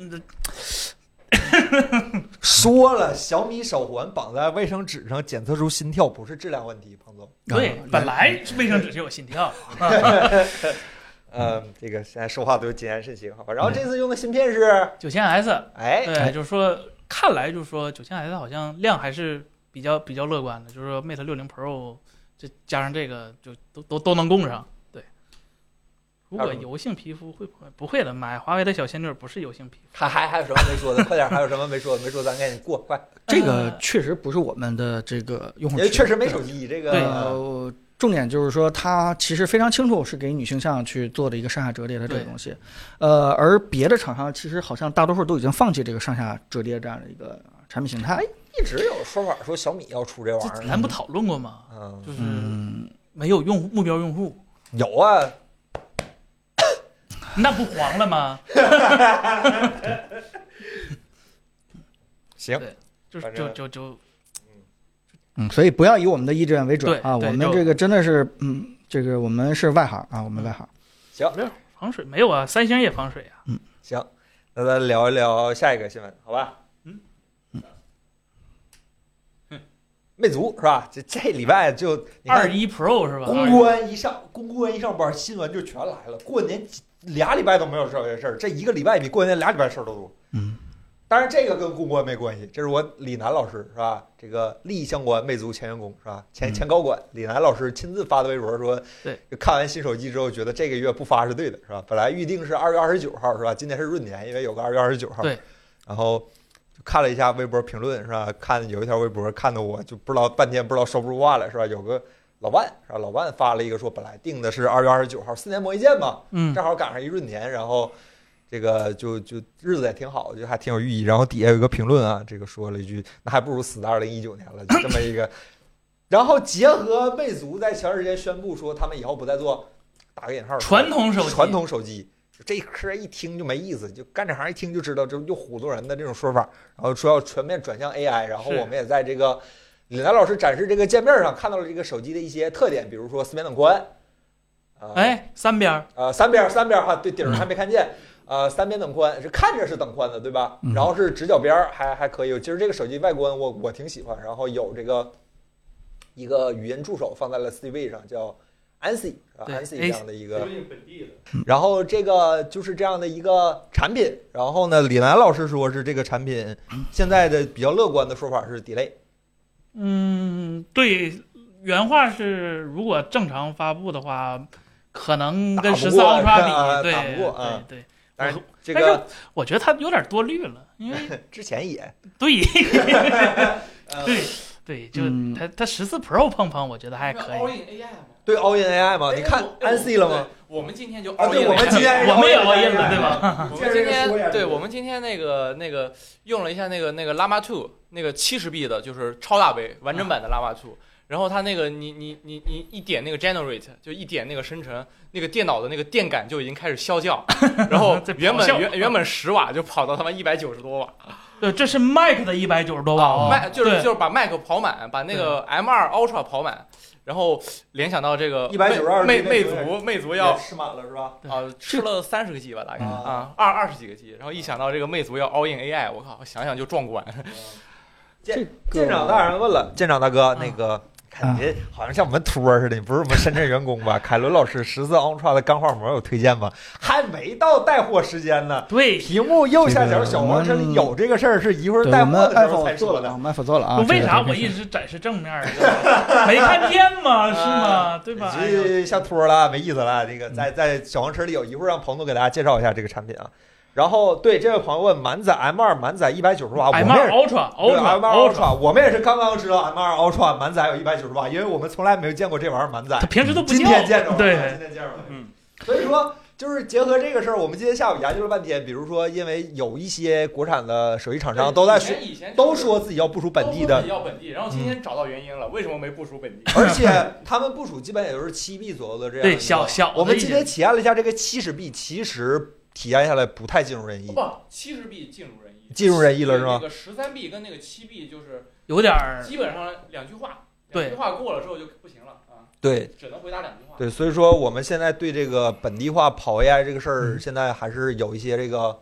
Speaker 3: 那那
Speaker 1: 说了，小米手环绑在卫生纸上，检测出心跳不是质量问题，彭总。
Speaker 3: 对
Speaker 2: 啊，
Speaker 3: 本来卫生纸就有心跳，
Speaker 1: 嗯，这个现在说话都谨言慎行，好吧？然后这次用的芯片是，
Speaker 3: 九千 S，
Speaker 1: 哎，
Speaker 3: 对，就是说看来就是说九千 S 好像量还是比较比较乐观的，就是说 Mate 六零 Pro 这加上这个就都都都能供上。对，如
Speaker 1: 还
Speaker 3: 果
Speaker 1: 有什么
Speaker 3: 油性皮肤会不会不会的？买华为的小仙女不是油性皮肤，
Speaker 1: 还还还有什么没说的？快 点，还有什么没说的？没说咱赶紧过，快，
Speaker 2: 这个确实不是我们的这个用户
Speaker 1: 因
Speaker 2: 群
Speaker 1: 为。确实没手机，这个
Speaker 3: 对
Speaker 2: 呃，重点就是说，它其实非常清楚是给女性向去做的一个上下折叠的这个
Speaker 3: 对
Speaker 2: 东西，呃，而别的厂商其实好像大多数都已经放弃这个上下折叠这样的一个产品形
Speaker 3: 哎
Speaker 2: 态。
Speaker 1: 一直有说法说小米要出这玩
Speaker 3: 这
Speaker 1: 意儿，
Speaker 3: 咱不讨论过吗？
Speaker 1: 嗯，
Speaker 3: 就是
Speaker 2: 嗯，
Speaker 3: 没有用户目标用户，
Speaker 1: 有啊，
Speaker 3: 那不黄了吗？
Speaker 1: 行
Speaker 3: 对就
Speaker 1: 反
Speaker 3: 就
Speaker 1: 正
Speaker 3: 就就
Speaker 2: 嗯，所以不要以我们的意志为准
Speaker 3: 对
Speaker 2: 啊，
Speaker 3: 对
Speaker 2: 我们
Speaker 3: 就
Speaker 2: 这个真的是，嗯，这个我们是外行啊，我们外行。
Speaker 3: 防水没有啊，三星也防水啊。
Speaker 1: 行，那咱聊一聊下一个新闻，好吧？
Speaker 3: 嗯
Speaker 1: 嗯，魅族是吧？这这礼拜就你看
Speaker 3: 二一 Pro 是吧？
Speaker 1: 公关一上，公关一上班，新闻就全来了。过年几俩礼拜都没有这件事儿，这一个礼拜比过年俩礼拜事儿都多。
Speaker 2: 嗯，
Speaker 1: 当然这个跟公关没关系，这是我李楠老师是吧？这个利益相关，魅族前员工是吧？前
Speaker 2: 嗯
Speaker 1: 前高管李楠老师亲自发的微博说，
Speaker 3: 对，
Speaker 1: 看完新手机之后觉得这个月不发是对的，是吧？本来预定是二月二十九号是吧？今年是闰年，因为有个二月二十九号。
Speaker 3: 对，
Speaker 1: 然后就看了一下微博评论是吧？看有一条微博看的我就不知道半天不知道说不出话来是吧？有个老万是吧？老万发了一个说本来定的是二月二十九号，四年磨一剑嘛，
Speaker 3: 嗯，
Speaker 1: 正好赶上一闰年，然后这个就就日子也挺好，就还挺有寓意。然后底下有一个评论啊，这个说了一句，那还不如死在二零一九年了，就这么一个。然后结合魅族在前段时间宣布说他们以后不再做打个引号
Speaker 3: 传统手机，
Speaker 1: 传统手机，就这嗑一听就没意思，就干这行一听就知道，就就唬弄人的这种说法。然后说要全面转向 AI，然后
Speaker 3: 是
Speaker 1: 我们也在这个李楠老师展示这个界面上看到了这个手机的一些特点，比如说四边等宽，呃，
Speaker 3: 哎，三边儿
Speaker 1: 呃，三边儿三边儿哈，对，顶上还没看见。呃，三边等宽是看着是等宽的，对吧？
Speaker 2: 嗯
Speaker 1: 然后是直角边儿，还还可以。其实这个手机外观我我挺喜欢，然后有这个一个语音助手放在了 CV 上，叫 Ansi 啊
Speaker 3: 对
Speaker 1: ，Ansi 这
Speaker 3: Ansi
Speaker 1: 样的一个
Speaker 4: 应本地的。
Speaker 1: 然后这个就是这样的一个产品。然后呢，李楠老师说是这个产品现在的比较乐观的说法是 delay，
Speaker 3: 嗯，对，原话是如果正常发布的话，可能跟
Speaker 1: 打不
Speaker 3: 十
Speaker 1: 过
Speaker 3: 三 Ultra
Speaker 1: 啊
Speaker 3: 比，对，
Speaker 1: 打不过啊
Speaker 3: 对对。
Speaker 1: 但是这
Speaker 3: 但是
Speaker 1: 个
Speaker 3: 我 觉得它有点多虑了，因为
Speaker 1: 之前也
Speaker 3: 对
Speaker 1: 呃
Speaker 3: 对，对，就
Speaker 2: 嗯
Speaker 3: 它它十四 Pro 碰碰，我觉得还可以。
Speaker 5: 以。AI 嘛
Speaker 1: 对 All in AI 嘛，
Speaker 5: 哎
Speaker 1: 你看
Speaker 5: 我哎我
Speaker 1: NC 了吗？
Speaker 5: 对我们今天就
Speaker 1: 啊对我
Speaker 5: all in
Speaker 1: 们
Speaker 5: AI
Speaker 1: 今天
Speaker 3: 我们也熬夜
Speaker 1: 了
Speaker 3: 了，对吧？
Speaker 5: 我
Speaker 1: 接
Speaker 5: 们
Speaker 1: 着
Speaker 5: 今
Speaker 1: 说呀
Speaker 5: 天对
Speaker 1: 这个
Speaker 5: 我们今天那个那个用了一下那个那个 Llama 2那个七十 B 的，就是超大杯完整版的 Llama 2、然后它那个你你你你一点那个 generate 就一点那个生成，那个电脑的那个电感就已经开始 消降，然后
Speaker 3: 这咆
Speaker 5: 原本
Speaker 3: 哮
Speaker 5: 原原本十瓦就跑到他妈一百九十多瓦，
Speaker 3: 对，呃这是 Mac 的一百九十多瓦
Speaker 1: 啊
Speaker 3: 哦，
Speaker 5: 麦就是
Speaker 3: 对
Speaker 5: 就是把 Mac 跑满，把那个 M 2 Ultra 跑满，然后联想到这个
Speaker 1: 192那
Speaker 5: 魅魅
Speaker 1: 那有
Speaker 5: 族魅族要
Speaker 1: 也吃满了是吧？
Speaker 3: 对
Speaker 5: 啊，吃了三十个 G 吧，大概
Speaker 1: 嗯
Speaker 5: 啊，二二十几个 G，然后一想到这个魅族要 all in AI，我靠，想想就 壮观。
Speaker 2: 这
Speaker 1: 舰长大人问了，舰嗯长大哥，那个看
Speaker 2: 啊
Speaker 1: 你这好像像我们托儿似的，你不是我们深圳员工吧？凯伦老师十四 Ultra 的钢化膜有推荐吗？还没到带货时间呢。
Speaker 3: 对，
Speaker 1: 题目右下角小黄车里有这个事儿，是一会儿
Speaker 2: 对
Speaker 1: 带
Speaker 2: 我
Speaker 1: 货
Speaker 2: 们
Speaker 1: 的时候
Speaker 2: Apple
Speaker 1: 才
Speaker 2: 做
Speaker 1: 说
Speaker 2: 了啊
Speaker 1: 的。
Speaker 2: 我们，Apple 做了啊。
Speaker 3: 为啥
Speaker 2: 这个
Speaker 3: 我一直展示正面儿呢？ 没看见吗？是吗？对吧？哎呦
Speaker 1: 啊
Speaker 3: 嗯
Speaker 1: 这下托了，没意思了。这个在在小黄车里有一会儿让彭总给大家介绍一下这个产品啊。然后对这位朋友问，满载 M 2满载一百九十瓦，啊我们
Speaker 3: M
Speaker 1: 也
Speaker 3: 2
Speaker 1: 是
Speaker 3: Ultra
Speaker 1: 对 M 2
Speaker 3: Ultra Ultra，
Speaker 1: Ultra，我们也是刚刚知道 M 2 Ultra 满载有一百九十瓦，因为我们从来没有见过这玩意儿满载
Speaker 3: 他。平时都不
Speaker 1: 哎今天
Speaker 3: 叫
Speaker 1: 见着了，今
Speaker 3: 对，
Speaker 1: 天见着了。
Speaker 4: 嗯，
Speaker 1: 所以说就是结合这个事儿，我们今天下午研究了半天。比如说，因为有一些国产的手机厂商都在说，
Speaker 5: 以前
Speaker 1: 都说自己要部署本地的，嗯
Speaker 5: 要本地，然后今天找到原因了，为什么没部署本地？
Speaker 1: 而且他们部署基本也就是七 B 左右的这样一个。
Speaker 3: 对小小的
Speaker 1: 我们
Speaker 3: 一
Speaker 1: 今
Speaker 3: 些
Speaker 1: 天体验了一下这个七十 B，其实体验下来不太尽如人
Speaker 2: 哦
Speaker 1: 意，
Speaker 5: 不，哦七十 B 尽如人意，
Speaker 1: 尽嗯如人意了是吗
Speaker 5: 那个十三 B 跟那个七 B 就是
Speaker 3: 有点儿
Speaker 5: 基本上两句话，
Speaker 3: 对
Speaker 5: 两句话过了之后就不行了啊，
Speaker 1: 对。
Speaker 5: 只能回答两句话。
Speaker 1: 对，所以说我们现在对这个本地化跑 AI 这个事儿，
Speaker 2: 嗯
Speaker 1: 现在还是有一些这个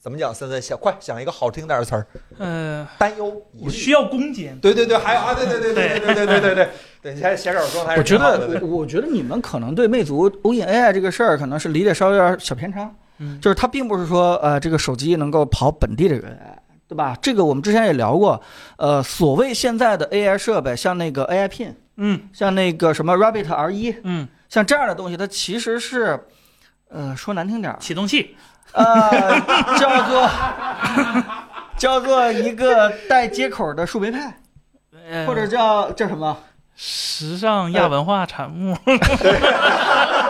Speaker 1: 怎么讲？现在想快想一个好听点儿的词儿，
Speaker 3: 呃，
Speaker 1: 担忧、疑
Speaker 3: 我
Speaker 1: 虑
Speaker 3: 需。要攻坚。
Speaker 1: 对对对，还有啊，对对对对对对对对对对，你现在写稿状态
Speaker 2: 我
Speaker 1: 是
Speaker 2: 觉
Speaker 1: 挺好的，
Speaker 2: 得，啊我我觉得你们可能对魅族 O E AI 这个事儿，可能是理解稍微有点小偏差。
Speaker 3: 嗯
Speaker 2: 就是它并不是说，呃，这个手机能够跑本地的人，对吧？这个我们之前也聊过，呃，所谓现在的 AI 设备，像那个 AI Pin，
Speaker 3: 嗯
Speaker 2: 像那个什么 Rabbit R 一，
Speaker 3: 嗯，
Speaker 2: 像这样的东西，它其实是，呃，说难听点儿，
Speaker 3: 启动器
Speaker 2: 呃，叫做 叫做一个带接口的树莓派，
Speaker 3: 呃
Speaker 2: 或者叫叫什么？
Speaker 3: 时尚亚文化 产物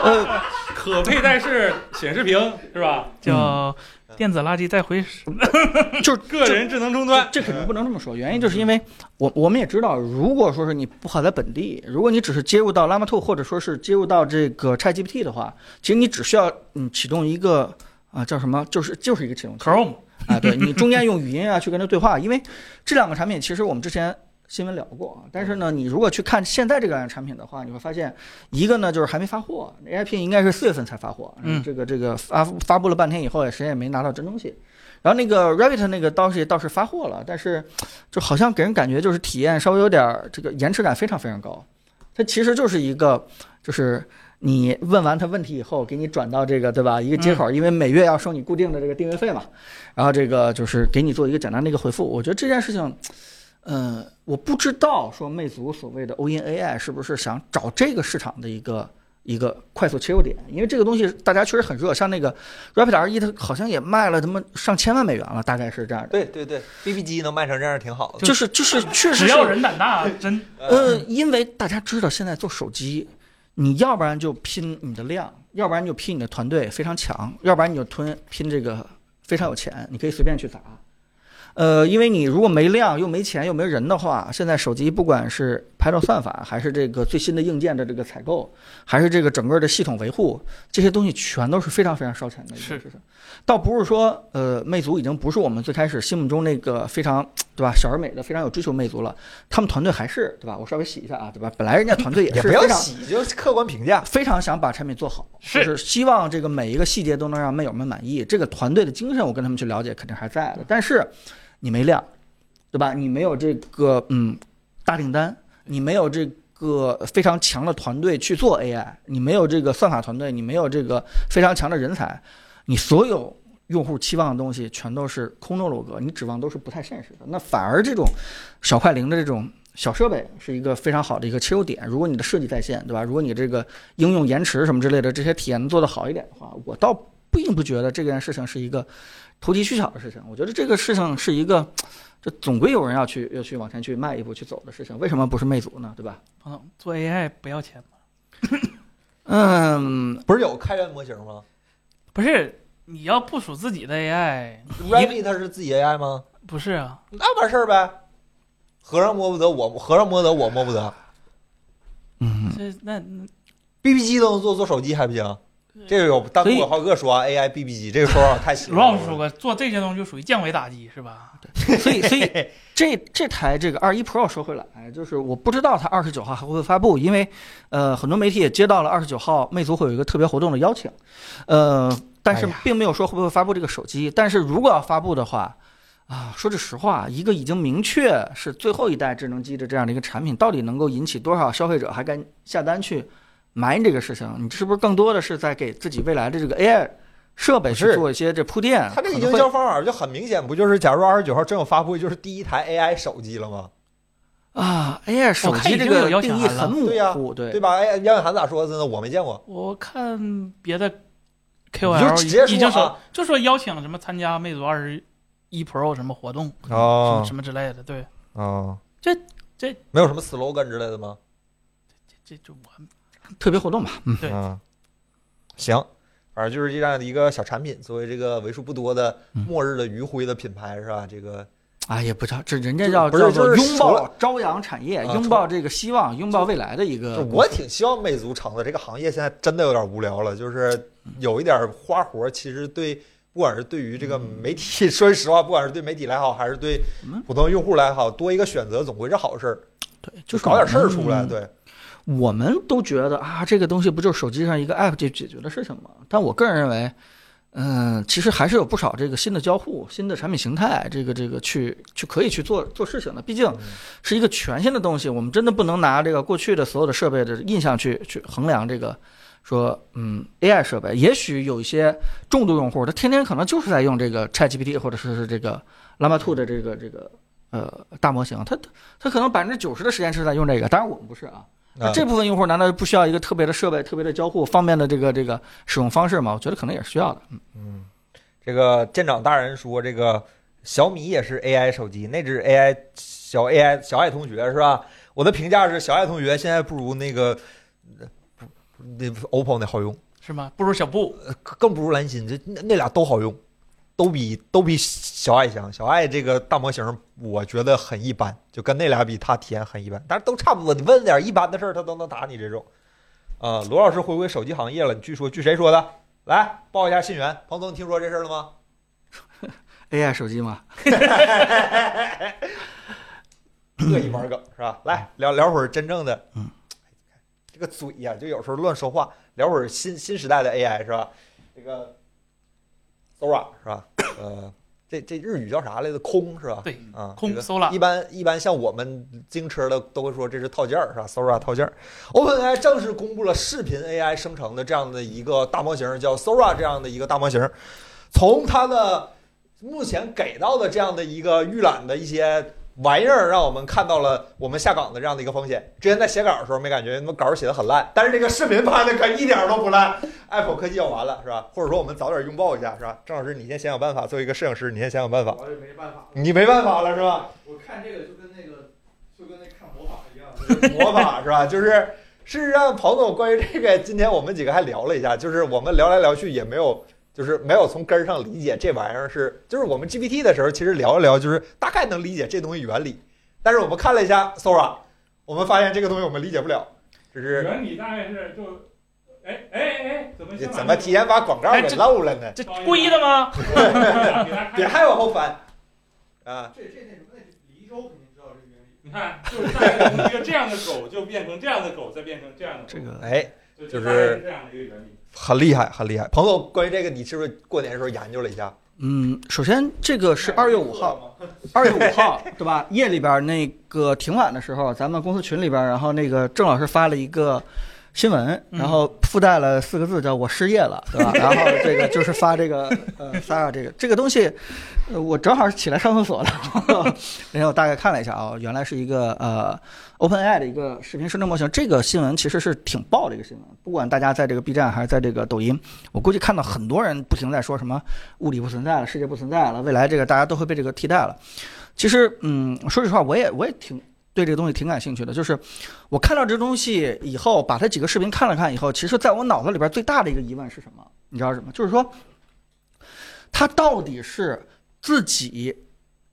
Speaker 2: 呃，
Speaker 4: 可佩戴式显示屏是吧？
Speaker 3: 叫
Speaker 1: 嗯
Speaker 3: 电子垃圾再回收。
Speaker 2: 就是
Speaker 4: 个人智能终端，
Speaker 2: 这肯定不能这么说，原因就是因为我我们也知道，如果说是你不好在本地，如果你只是接入到 Llama 2或者说是接入到这个 ChatGPT 的话，其实你只需要嗯启动一个啊、叫什么，就是就是一个启动器
Speaker 3: Chrome
Speaker 2: 啊，对你中间用语音啊去跟它对话，因为这两个产品其实我们之前新闻聊过，啊，但是呢，你如果去看现在这个产品的话，你会发现一个呢就是还没发货，AI P 应该是四月份才发货，
Speaker 3: 嗯
Speaker 2: 这个这个发发布了半天以后，谁也没拿到真东西。然后那个 Rabbit 那个倒是倒是发货了，但是就好像给人感觉就是体验稍微有点儿这个延迟感非常非常高，它其实就是一个就是。你问完他问题以后，给你转到这个对吧？一个接口，
Speaker 3: 嗯
Speaker 2: 因为每月要收你固定的这个订阅费嘛，然后这个就是给你做一个简单的一个回复。我觉得这件事情，呃，我不知道说魅族所谓的 O in AI 是不是想找这个市场的一个一个快速切入点，因为这个东西大家确实很热，像那个 Rapid R 一，它好像也卖了他妈上千万美元了，大概是这样的。
Speaker 1: 对对对，BB 机能卖成这样挺好的。
Speaker 2: 就是就是确实是
Speaker 3: 只要人胆大，真
Speaker 2: 呃，
Speaker 1: 嗯
Speaker 2: 因为大家知道现在做手机，你要不然就拼你的量，要不然你就拼你的团队非常强，要不然你就吞拼这个非常有钱，你可以随便去砸。呃，因为你如果没量又没钱又没人的话，现在手机不管是拍照算法，还是这个最新的硬件的这个采购，还是这个整个的系统维护，这些东西全都是非常非常烧钱的一件
Speaker 3: 是
Speaker 2: 事情。倒不是说，呃，魅族已经不是我们最开始心目中那个非常对吧小而美的、非常有追求魅族了，他们团队还是对吧？我稍微洗一下啊，对吧？本来人家团队也
Speaker 1: 也
Speaker 2: 是
Speaker 1: 不要
Speaker 2: 非常
Speaker 1: 洗，就是客观评价。
Speaker 2: 非常想把产品做好，
Speaker 3: 是
Speaker 2: 就是希望这个每一个细节都能让魅友们满意。这个团队的精神，我跟他们去了解，肯定还在的。但是你没量，对吧？你没有这个嗯大订单，你没有这个非常强的团队去做 AI，你没有这个算法团队，你没有这个非常强的人才，你所有。用户期望的东西全都是空中楼阁，你指望都是不太现实的。那反而这种小快灵的这种小设备是一个非常好的一个切入点。如果你的设计在线，对吧？如果你这个应用延迟什么之类的这些体验能做得好一点的话，我倒并不觉得这件事情是一个投机取巧的事情。我觉得这个事情是一个这总归有人要去要去往前去迈一步去走的事情，为什么不是魅族呢？对吧？
Speaker 3: 彭总做 AI 不要钱吗？
Speaker 2: 嗯，
Speaker 1: 不是有开源模型吗
Speaker 3: 不是，你要部署自己的 AI，
Speaker 1: ？Ready 它是自己 AI 吗？
Speaker 3: 不是啊？
Speaker 1: 那完事儿呗。和尚摸不得我，和尚摸得我摸不得。
Speaker 2: 嗯，
Speaker 3: 这那那
Speaker 1: BB 机都能做，做手机还不行？这个有弹幕
Speaker 2: 所以
Speaker 1: 有好几个说啊 AI BB 机，这个说法太邪
Speaker 3: 罗
Speaker 1: 了。
Speaker 3: 老师说过，做这些东西就属于降维打击，是吧？
Speaker 2: 所以所以这这台这个二一 Pro 说回来，哎就是我不知道它二十九号还会不会发布，因为呃很多媒体也接到了二十九号魅族会有一个特别活动的邀请，呃，但是
Speaker 1: 哎呀
Speaker 2: 并没有说会不会发布这个手机。但是如果要发布的话，啊，说句实话，一个已经明确是最后一代智能机的这样的一个产品，到底能够引起多少消费者还敢下单去买你这个事情？你是不是更多的是在给自己未来的这个 AI 设备
Speaker 1: 不
Speaker 2: 去
Speaker 1: 是
Speaker 2: 做一些这铺垫？
Speaker 1: 他这个
Speaker 2: 可
Speaker 1: 营
Speaker 2: 能会
Speaker 1: 销方法就很明显，不就是假如二十九号真有发布会，就是第一台 AI 手机了吗？
Speaker 2: 啊，AI 手
Speaker 3: 我哦看
Speaker 2: 机
Speaker 3: 已
Speaker 2: 这
Speaker 3: 经有
Speaker 2: 个
Speaker 3: 邀
Speaker 2: 定
Speaker 3: 请
Speaker 2: 义
Speaker 3: 函了
Speaker 2: 很模
Speaker 1: 对呀
Speaker 2: 糊，对
Speaker 1: 对吧？哎，杨雨涵咋说的呢？我没见过，
Speaker 3: 我看别的
Speaker 1: 你
Speaker 3: KOL
Speaker 1: 就直接说
Speaker 3: 已经说
Speaker 1: 啊
Speaker 3: 就说邀请什么参加魅族二十一 Pro 什么活动，什么
Speaker 1: 哦
Speaker 3: 什么之类的，对，
Speaker 1: 哦，
Speaker 3: 这这
Speaker 1: 没有什么 slogan 之类的吗？
Speaker 3: 这就我
Speaker 2: 特别活动吧，嗯，
Speaker 3: 对
Speaker 1: 嗯，行，反正就是这样的一个小产品，作为这个为数不多的
Speaker 2: 嗯
Speaker 1: 末日的余晖的品牌是吧？这个
Speaker 2: 哎也不知道，这人家
Speaker 1: 就是
Speaker 2: 叫
Speaker 1: 不是
Speaker 2: 叫做
Speaker 1: 就是
Speaker 2: 拥
Speaker 1: 除
Speaker 2: 抱
Speaker 1: 了
Speaker 2: 朝阳产业，
Speaker 1: 啊
Speaker 2: 拥抱这个希望，拥抱未来的一个
Speaker 1: 就
Speaker 2: 部分。
Speaker 1: 我挺希望魅族成的，这个行业现在真的有点无聊了，就是有一点花活，其实对不管是对于这个媒体， 说句实话，不管是对媒体来好，还是对
Speaker 2: 嗯
Speaker 1: 普通用户来好，多一个选择总归是好事儿，
Speaker 2: 对，就是嗯
Speaker 1: 搞点事儿出
Speaker 2: 我
Speaker 1: 来。
Speaker 2: 们
Speaker 1: 对，
Speaker 2: 我们都觉得啊，这个东西不就是手机上一个 app 就解决的事情吗？但我个人认为，嗯、其实还是有不少这个新的交互、新的产品形态，这个这个去去可以去做做事情的。毕竟
Speaker 1: 嗯
Speaker 2: 是一个全新的东西，我们真的不能拿这个过去的所有的设备的印象去去衡量这个。说，嗯，AI 设备，也许有一些重度用户，他天天可能就是在用这个 ChatGPT 或者是是这个 Llama 2的这个这个呃大模型，他他他可能百分之九十的时间是在用这个，当然我们不是啊，那
Speaker 1: 啊
Speaker 2: 这部分用户难道不需要一个特别的设备、特别的交互方便的这个这个使用方式吗？我觉得可能也是需要的。
Speaker 1: 嗯，这个舰长大人说，这个小米也是 AI 手机，那只 AI 小 AI 小爱同学是吧？我的评价是，小爱同学现在不如那个呃不那 OPPO 那好用，
Speaker 3: 是吗？不如小布，
Speaker 1: 呃更不如蓝芯，这那那俩都好用，都比都比小爱强。小爱这个大模型，我觉得很一般，就跟那俩比，它体验很一般，但是都差不多。你问点一般的事儿，它都能答你这种。啊、罗老师回归手机行业了，据说据谁说的？来报一下信源，彭总，你听说这事儿了吗？
Speaker 2: AI 手机嘛，
Speaker 1: 恶意玩梗是吧？来聊聊会儿真正的，
Speaker 2: 嗯，
Speaker 1: 这个嘴呀、就有时候乱说话。聊会儿新新时代的 AI 是吧？这个 Sora 是吧？呃，这这日语叫啥来着？空是吧？
Speaker 3: 对，
Speaker 1: 啊，
Speaker 3: 空
Speaker 1: 这个
Speaker 3: Sora
Speaker 1: 一般一般像我们精吃的都会说这是套件儿是吧？Sora 套件儿，OpenAI 正式公布了视频 AI 生成的这样的一个大模型，叫 Sora 这样的一个大模型。从它的目前给到的这样的一个预览的一些玩意儿，让我们看到了我们下岗的这样的一个风险。之前在写稿的时候没感觉，他妈稿儿写的很烂，但是这个视频拍的可一点儿都不烂。Apple 科技要完了是吧？或者说我们早点拥抱一下是吧？郑老师，你先想想办法，作为一个摄影师，你先想想办法。
Speaker 8: 我也没办法，
Speaker 1: 你没办法了是吧？
Speaker 8: 我看这个就跟那个就跟那看魔法一样，
Speaker 1: 魔法是吧？ 就是事实上，彭总关于这个，今天我们几个还聊了一下，就是我们聊来聊去也没有，就是没有从根儿上理解这玩意儿是，就是我们 GPT 的时候，其实聊一聊，就是大概能理解这东西原理，但是我们看了一下 Sora，我们发现这个东西我们理解不了，就是
Speaker 4: 原理大概是就，哎哎哎，怎么先把
Speaker 1: 怎么提前把广告给漏了呢？
Speaker 3: 这故意的吗？
Speaker 4: 那个？给大家看
Speaker 1: 别还往后翻啊！
Speaker 8: 这这那什么那是黎州肯定知道这个原理，
Speaker 4: 你看，就是再从一个这样的狗就变成这样的狗，再变成这样的狗，
Speaker 2: 这个
Speaker 1: 哎，
Speaker 4: 就
Speaker 1: 就是
Speaker 4: 大概是这样的一个原理。
Speaker 1: 很厉害，很厉害。彭总，关于这个，你是不是过年的时候研究了一下？
Speaker 2: 嗯，首先这个是二月五号，二月五号对吧？夜里边那个挺晚的时候，咱们公司群里边，然后那个郑老师发了一个新闻，
Speaker 3: 嗯
Speaker 2: 然后附带了四个字叫“我失业了”，对吧？然后这个就是发这个呃 s a r a 这个这个东西，呃我正好起来上厕所了， 然后然后大概看了一下啊、原来是一个呃 OpenAI 的一个视频生成模型。这个新闻其实是挺爆的一个新闻，不管大家在这个 B 站还是在这个抖音，我估计看到很多人不停地在说什么物理不存在了，世界不存在了，未来这个大家都会被这个替代了。其实，嗯，说实话，我也我也挺对这个东西挺感兴趣的。就是我看到这东西以后，把它几个视频看了看以后，其实在我脑子里边最大的一个疑问是什么？你知道是什么？就是说，它到底是自己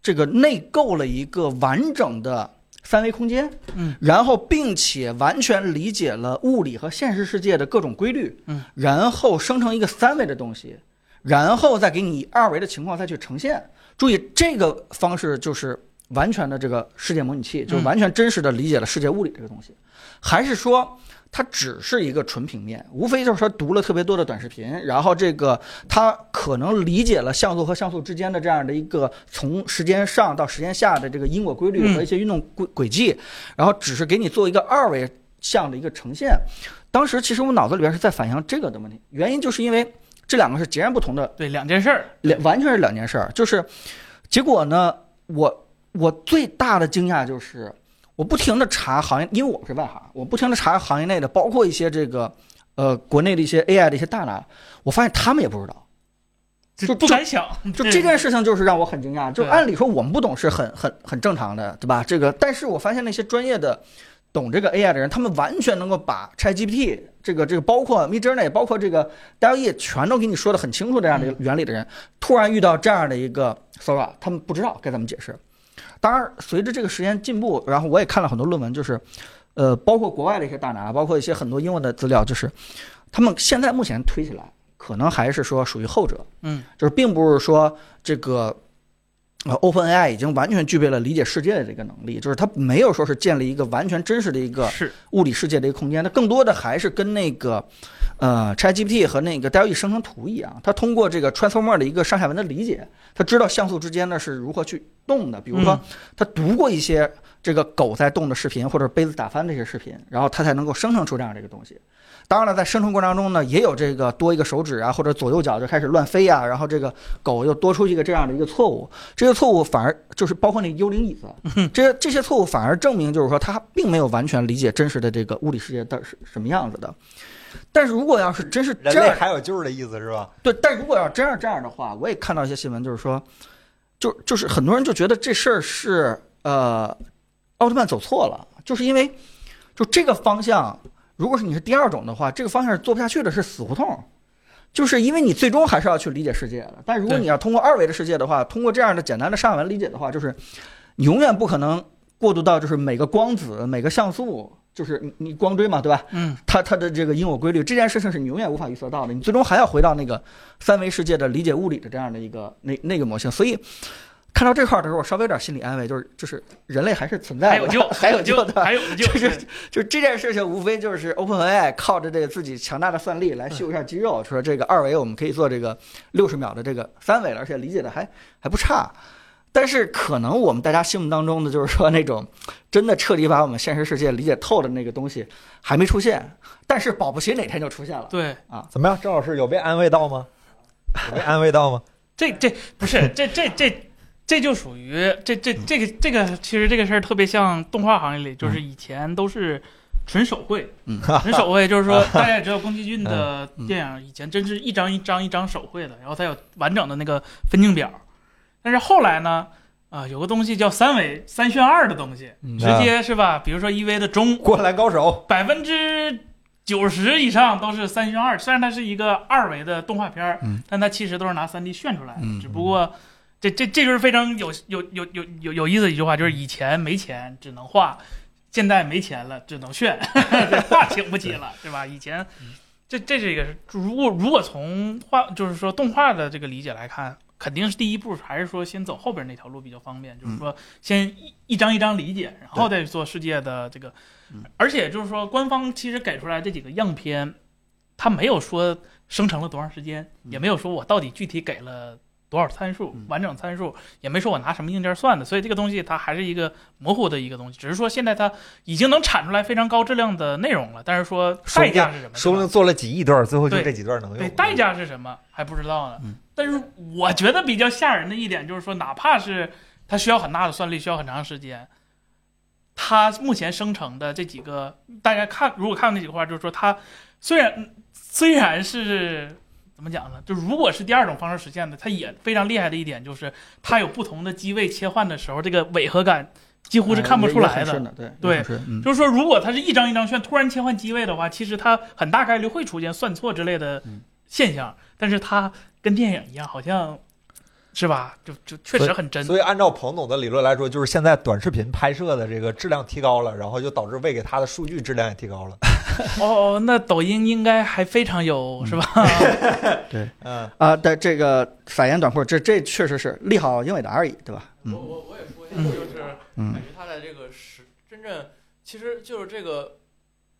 Speaker 2: 这个内构了一个完整的三维空间，
Speaker 3: 嗯，
Speaker 2: 然后并且完全理解了物理和现实世界的各种规律，
Speaker 3: 嗯，
Speaker 2: 然后生成一个三维的东西，然后再给你以二维的情况再去呈现。注意，这个方式就是完全的这个世界模拟器，
Speaker 3: 嗯
Speaker 2: 就是完全真实的理解了世界物理这个东西，还是说？它只是一个纯平面，无非就是说读了特别多的短视频，然后这个他可能理解了像素和像素之间的这样的一个从时间上到时间下的这个因果规律
Speaker 3: 嗯
Speaker 2: 和一些运动轨轨迹，然后只是给你做一个二维像的一个呈现。当时其实我脑子里边是在反映这个的问题，原因就是因为这两个是截然不同的
Speaker 3: 对两件事儿，
Speaker 2: 两完全是两件事儿。就是结果呢，我我最大的惊讶就是，我不停的查行业，因为我是外行，啊我不停的查行业内的，包括一些这个呃国内的一些 AI 的一些大拿，我发现他们也不知道。就
Speaker 3: 不敢想，
Speaker 2: 就这件事情就是让我很惊讶。就按理说我们不懂是很很很正常的，对吧？这个，但是我发现那些专业的懂这个 AI 的人，他们完全能够把 ChatGPT 这个这个包括 Midjourney，包括这个 DALL-E 全都给你说的很清楚这样的一个原理的人，突然遇到这样的一个 Sora，他们不知道该怎么解释。当然，随着这个时间进步，然后我也看了很多论文，就是，呃，包括国外的一些大拿，包括一些很多英文的资料，就是他们现在目前推起来，可能还是说属于后者，
Speaker 3: 嗯，
Speaker 2: 就是并不是说这个呃 OpenAI 已经完全具备了理解世界的这个能力，就是它没有说是建立一个完全真实的一个
Speaker 3: 是
Speaker 2: 物理世界的一个空间，它更多的还是跟那个呃 ChatGPT 和那个 DALL-E 生成图一样，它通过这个 Transformer 的一个上下文的理解，它知道像素之间呢是如何去动的，比如说
Speaker 3: 嗯
Speaker 2: 它读过一些这个狗在动的视频或者杯子打翻这些视频，然后它才能够生成出这样的一个东西。当然了，在生成过程中呢，也有这个多一个手指啊，或者左右脚就开始乱飞啊，然后这个狗又多出一个这样的一个错误，这些错误反而就是包括那个幽灵椅子，这些这些错误反而证明就是说它并没有完全理解真实的这个物理世界到底是什么样子的。但是如果要是真是这
Speaker 1: 人
Speaker 2: 样
Speaker 1: 类还有救的意思是吧？
Speaker 2: 对，但如果要真要这样的话，我也看到一些新闻，就是说，就就是很多人就觉得这事儿是呃，奥特曼走错了，就是因为就这个方向，如果是你是第二种的话，这个方向是做不下去的，是死胡同。就是因为你最终还是要去理解世界的，但如果
Speaker 3: 对
Speaker 2: 你要通过二维的世界的话，通过这样的简单的上下文理解的话，就是你永远不可能过渡到就是每个光子、每个像素，就是你你光追嘛，对吧？
Speaker 3: 嗯，
Speaker 2: 它它的这个因果规律，这件事情是你永远无法预测到的，你最终还要回到那个三维世界的理解物理的这样的一个那那个模型。所以看到这块儿的时候，我稍微有点心理安慰，就是就是人类还是存在
Speaker 3: 还
Speaker 2: 的，
Speaker 3: 有救，
Speaker 2: 还有
Speaker 3: 有
Speaker 2: 救
Speaker 3: 救，
Speaker 2: 的。
Speaker 3: 还有救，
Speaker 2: 就是就这件事情，无非就是 OpenAI 靠着这个自己强大的算力
Speaker 3: 嗯
Speaker 2: 来秀一下肌肉，说这个二维我们可以做这个六十秒的这个三维了，而且理解的还还不差。但是可能我们大家心目当中的就是说那种真的彻底把我们现实世界理解透的那个东西还没出现，但是保不齐哪天就出现了。
Speaker 3: 对，
Speaker 1: 怎么样，郑老师有被安慰到吗？有被安慰到吗？
Speaker 3: 这这不是这这这这就属于这这这个这个，其实这个事儿特别像动画行业里，就是以前都是纯手绘，
Speaker 2: 嗯
Speaker 3: 纯手绘就是说大家也知道宫崎骏的电影以前真是一张一张一张手绘的，然后它有完整的那个分镜表，但是后来呢，啊、有个东西叫三维三选二的东西，
Speaker 2: 嗯
Speaker 1: 啊
Speaker 3: 直接是吧？比如说 EV 的中，
Speaker 1: 灌篮高手，
Speaker 3: 百分之九十以上都是三选二，虽然它是一个二维的动画片儿，
Speaker 2: 嗯
Speaker 3: 但它其实都是拿三 D 炫出来的，
Speaker 2: 嗯
Speaker 3: 只不过。这这这就是非常有有有有有有意思的一句话，
Speaker 2: 嗯
Speaker 3: 就是以前没钱只能画，现在没钱了只 能炫，对画请不起了，对吧？以前
Speaker 2: 嗯
Speaker 3: 这这是一个是，如果如果从画就是说动画的这个理解来看，肯定是第一步还是说先走后边那条路比较方便，
Speaker 2: 嗯
Speaker 3: 就是说先一一张一张理解，然后再做世界的这个而且就是说，官方其实给出来这几个样片，它没有说生成了多长时间，
Speaker 2: 嗯
Speaker 3: 也没有说我到底具体给了多少参数
Speaker 2: 嗯，
Speaker 3: 完整参数，也没说我拿什么硬件算的，所以这个东西它还是一个模糊的一个东西。只是说现在它已经能产出来非常高质量的内容了，但是说
Speaker 1: 说
Speaker 3: 代
Speaker 1: 不定
Speaker 3: 价是什么？
Speaker 1: 说不
Speaker 3: 对
Speaker 1: 定
Speaker 3: 吧
Speaker 1: 做了几亿段，最后就
Speaker 3: 对
Speaker 1: 这几段能用。
Speaker 3: 对代价是什么还不知道呢
Speaker 2: 嗯。
Speaker 3: 但是我觉得比较吓人的一点就是说，哪怕是它需要很大的算力，需要很长时间，它目前生成的这几个，大家看如果看那几个画，就是说它虽然虽然是怎么讲呢？就如果是第二种方式实现的，它也非常厉害的一点就是，它有不同的机位切换的时候，这个违和感几
Speaker 2: 哎呃
Speaker 3: 乎是看不出来的。
Speaker 2: 的，对
Speaker 3: 对
Speaker 2: 也很顺嗯
Speaker 3: 就是说，如果它是一张一张券突然切换机位的话，其实它很大概率会出现算错之类的
Speaker 2: 嗯
Speaker 3: 现象，但是它跟电影一样，好像是吧？就就确实很真。
Speaker 1: 所以按照彭总的理论来说，就是现在短视频拍摄的这个质量提高了，然后就导致喂给他的数据质量也提高了。
Speaker 3: 哦，哦那抖音应该还非常有是吧？
Speaker 1: 嗯，
Speaker 2: 啊，对这个撒盐短裤，这这确实是利好英伟达而已，对吧？
Speaker 5: 我
Speaker 2: 嗯
Speaker 5: 我我也说一下，
Speaker 3: 嗯
Speaker 5: 就是感
Speaker 2: 嗯
Speaker 5: 觉它在这个实真正其实就是这个，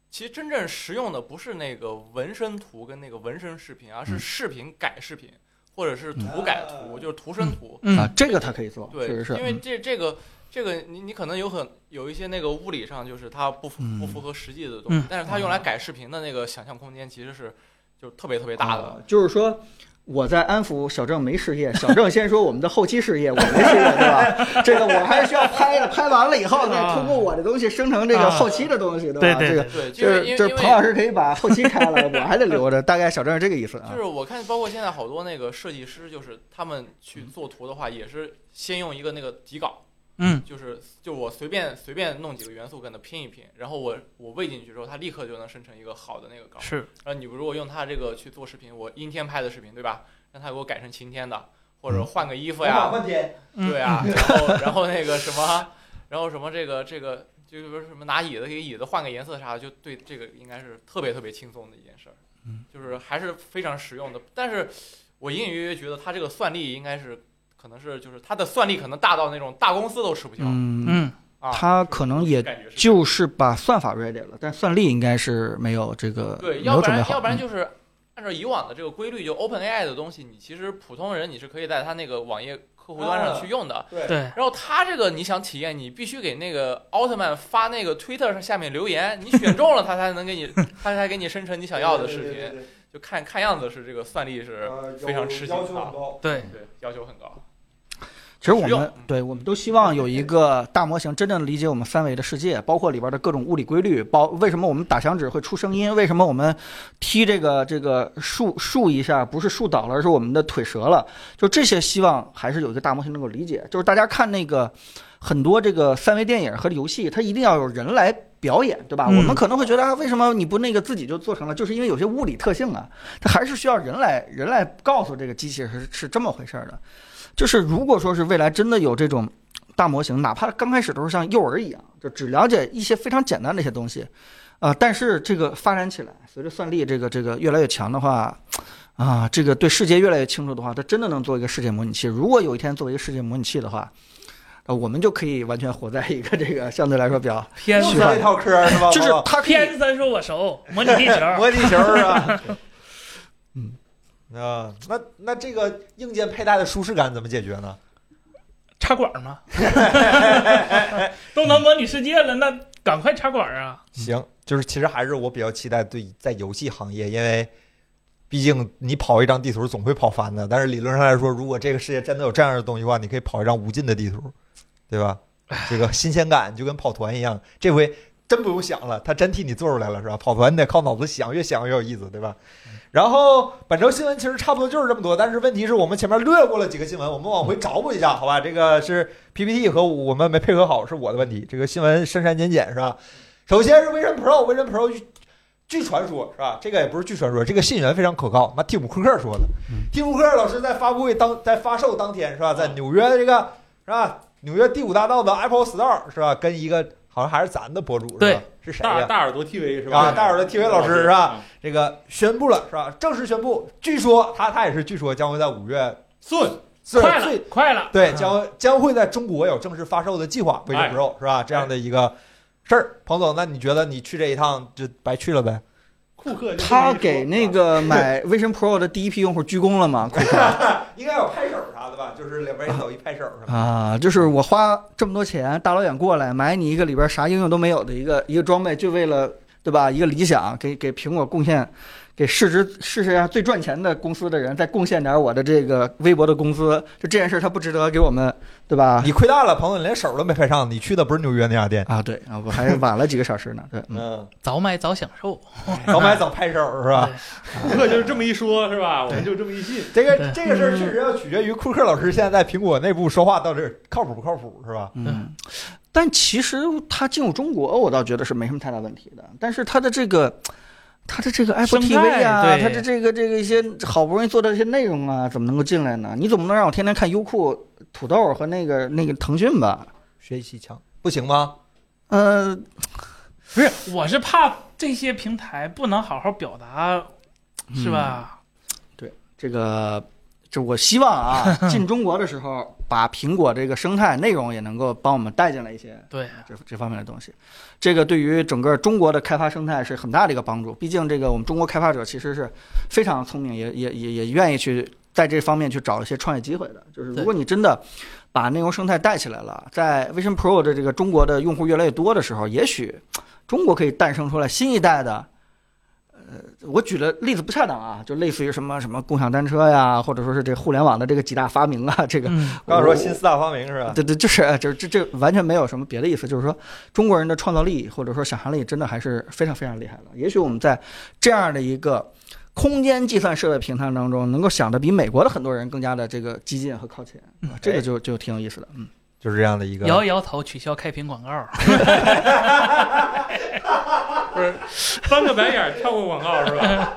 Speaker 5: 其实真正实用的不是那个纹身图跟那个纹身视频，而是
Speaker 2: 嗯
Speaker 5: 视频改视频，或者是图改图，
Speaker 8: 嗯
Speaker 5: 就是图生图。
Speaker 2: 啊
Speaker 3: 嗯，，
Speaker 2: 这个它可以做，确
Speaker 5: 对，
Speaker 2: 实是，
Speaker 5: 因为
Speaker 2: 嗯
Speaker 5: 这这个这个你你可能有很有一些那个物理上就是它不符不
Speaker 2: 嗯
Speaker 5: 符合实际的东西
Speaker 3: 嗯，
Speaker 5: 但是它用来改视频的那个想象空间其实是就是特别特别大的。
Speaker 2: 啊就是说。我在安抚小郑没失业，小郑先说我们的后期失业，我没失业，对吧？这个我还是需要拍的，拍完了以后再通过我的东西生成这个
Speaker 3: 啊
Speaker 2: 后期的东西，
Speaker 3: 对
Speaker 2: 吧？
Speaker 3: 对
Speaker 2: 这个
Speaker 5: 对，就
Speaker 2: 就是是
Speaker 5: 因为
Speaker 2: 就是
Speaker 5: 因
Speaker 2: 彭老
Speaker 5: 为
Speaker 2: 师可以把后期开了，我还得留着，大概小郑是这个意思啊
Speaker 5: 就。是我看，包括现在好多那个设计师，就是他们去做图的话，也是先用一个那个底稿，
Speaker 3: 嗯，
Speaker 5: 就是就我随便随便弄几个元素跟它拼一拼，然后我我喂进去之后，它立刻就能生成一个好的那个稿。
Speaker 3: 是
Speaker 5: 呃，你如果用它这个去做视频，我阴天拍的视频，对吧？让它给我改成晴天的，或者换个衣服呀，
Speaker 8: 天，
Speaker 3: 嗯
Speaker 5: 对啊，然后然后那个什么，然后什么这个这个就是说什么拿椅子给椅子换个颜色啥的，就对这个应该是特别特别轻松的一件事儿，
Speaker 2: 嗯
Speaker 5: 就是还是非常实用的。但是我隐隐约约觉得它这个算力应该是，可能是就是它的算力可能大到那种大公司都吃不消、
Speaker 2: 嗯，
Speaker 3: 嗯
Speaker 5: 啊。
Speaker 2: 他
Speaker 5: 就是
Speaker 2: 可能也
Speaker 5: 感觉是
Speaker 2: 就是把算法 ready 了，但算力应该是没有这个
Speaker 5: 对，
Speaker 2: 没
Speaker 5: 要
Speaker 2: 有
Speaker 5: 不
Speaker 2: 准备
Speaker 5: 然
Speaker 2: 好。
Speaker 5: 要不然
Speaker 2: 嗯
Speaker 5: 就是按照以往的这个规律，就 OpenAI 的东西，你其实普通人你是可以在它那个网页客户端上去用的，
Speaker 3: 嗯对，
Speaker 5: 然后他这个你想体验，你必须给那个奥特曼发那个推特上下面留言，你选中了他才能给你， 他才给你生成你想要的视
Speaker 8: 对对
Speaker 5: 频。
Speaker 8: 对对
Speaker 5: 就看看样子是这个算力
Speaker 1: 啊
Speaker 5: 是
Speaker 8: 呃有
Speaker 5: 非常吃惊
Speaker 8: 要求
Speaker 5: 啊
Speaker 8: 很高，
Speaker 3: 对，
Speaker 5: 对要求很高。
Speaker 2: 其实我
Speaker 5: 实用
Speaker 2: 们对我们都希望有一个大模型真正理解我们三维的世界，包括里边的各种物理规律，包为什么我们打响指会出声音，为什么我们踢这个这个竖竖一下不是竖倒了，而是我们的腿折了，就这些希望还是有一个大模型能够理解。就是大家看那个很多这个三维电影和游戏，它一定要有人来。表演对吧？
Speaker 3: 嗯
Speaker 2: 我们可能会觉得啊，为什么你不那个自己就做成了？就是因为有些物理特性啊，它还是需要人来人来告诉这个机器是是这么回事儿的。就是如果说是未来真的有这种大模型，哪怕刚开始都是像幼儿一样，就只了解一些非常简单的一些东西，啊、但是这个发展起来，随着算力这个这个越来越强的话，啊，这个对世界越来越清楚的话，它真的能做一个世界模拟器。如果有一天作为一个世界模拟器的话，呃，我们就可以完全活在一个这个相对来说比较，
Speaker 3: 片
Speaker 1: 又
Speaker 2: 是
Speaker 3: 子
Speaker 1: 是
Speaker 2: 吧
Speaker 1: 那套嗑儿是 吧？
Speaker 2: 就是
Speaker 1: 王
Speaker 2: 它可以
Speaker 3: 片子说我熟，模拟地
Speaker 1: 老
Speaker 3: 球，
Speaker 1: 模拟球是吧？
Speaker 2: 嗯
Speaker 1: 啊，那那这个硬件佩戴的舒适感怎么解决呢？
Speaker 3: 插管吗？ 都能模拟世界了，那赶快插管啊！
Speaker 1: 嗯行，就是其实还是我比较期待对在游戏行业，因为毕竟你跑一张地图总会跑翻的。但是理论上来说，如果这个世界真的有这样的东西的话，你可以跑一张无尽的地图，对吧？这个新鲜感就跟跑团一样，这回真不用想了，他真替你做出来了，是吧？跑团你得靠脑子想，越想越有意思，对吧？然后本周新闻其实差不多就是这么多，但是问题是我们前面略过了几个新闻，我们往回找补一下，好吧？这个是 PPT 和我们没配合好，是我的问题。这个新闻删删减减是吧？首先是 Vision Pro，Vision Pro 据据传说是吧？这个也不是据传说，这个信源非常可靠。妈，蒂姆·库克说的。蒂姆·库克老师在发布会当在发售当天是吧，在纽约这个是吧？纽约第五大道的 Apple Store 是吧？跟一个好像还是咱的博主是吧
Speaker 3: 对？
Speaker 1: 是谁
Speaker 4: 大
Speaker 1: 哎呀？
Speaker 4: 大耳朵 TV 是吧？
Speaker 1: 啊，大耳朵 TV 老师是吧？
Speaker 4: 嗯？
Speaker 1: 这个宣布了是吧？正式宣布，据说他他也是据说将会在五月
Speaker 4: 顺
Speaker 1: 最
Speaker 3: 快
Speaker 1: 最
Speaker 3: 了，嗯快了，
Speaker 1: 对，将将会在中国有正式发售的计划，Vision
Speaker 4: 哎
Speaker 1: Pro 是吧？这样的一个事儿，彭总，那你觉得你去这一趟就白去了呗？
Speaker 4: 库克就这么一说，
Speaker 2: 他给那个买 Vision Pro 的第一批用户鞠躬了嘛？库克
Speaker 1: 应该有拍手啥的吧？就是两边一走一拍手什么
Speaker 2: 啊，就是我花这么多钱，大老远过来买你一个里边啥应用都没有的一个一个装备，就为了对吧？一个理想，给给苹果贡献，给市值世界上最赚钱的公司的人再贡献点我的这个微薄的工资，就这件事儿它不值得给我们，对吧？
Speaker 1: 你亏大了，朋友，你连手都没拍上，你去的不是纽约那家 店，
Speaker 2: 啊，对啊，我还晚了几个小时呢，对， 嗯。
Speaker 1: 嗯，
Speaker 3: 早买早享受，
Speaker 1: 早买早拍手是吧？
Speaker 4: 库克就是这么一说，是吧？我们就这么一信。
Speaker 1: 这个
Speaker 3: 对
Speaker 1: 这个事儿确实要取决于库克老师现在在苹果内部说话到底靠谱不靠谱，是吧？
Speaker 2: 嗯，但其实它进入中国，我倒觉得是没什么太大问题的。但是它的这个，它的这个 Apple
Speaker 3: 生态
Speaker 2: TV 啊，
Speaker 3: 对
Speaker 2: 它的这个这个一些好不容易做的这些内容啊，怎么能够进来呢？你总不能让我天天看优酷、土豆和那个那个腾讯吧？
Speaker 1: 学习强不行吗？
Speaker 2: 呃，
Speaker 3: 我是怕这些平台不能好好表达，嗯是吧？
Speaker 2: 嗯这个，这我希望 啊，进中国的时候，把苹果这个生态内容也能够帮我们带进来一些。
Speaker 1: 嗯
Speaker 3: 对，
Speaker 2: 这这方面的东西，这个对于整个中国的开发生态是很大的一个帮助。毕竟这个我们中国开发者其实是非常聪明，也也也也愿意去在这方面去找一些创业机会的。就是如果你真的把内容生态带起来了，在 Vision Pro 的这个中国的用户越来越多的时候，也许中国可以诞生出来新一代的。呃，我举的例子不恰当啊，就类似于什么什么共享单车呀，或者说是这互联网的这个几大发明啊，这个
Speaker 3: 嗯，
Speaker 1: 刚才说新四大发明是吧？
Speaker 2: 对对，就是就是这这完全没有什么别的意思，就是说中国人的创造力或者说想象力真的还是非常非常厉害的。也许我们在这样的一个空间计算设备平台当中，能够想的比美国的很多人更加的这个激进和靠前，啊这个就就挺有意思的。嗯，
Speaker 1: 就是这样的一个。
Speaker 3: 摇一摇头，取消开屏广告。
Speaker 4: 不是翻个白眼儿跳过广告是吧？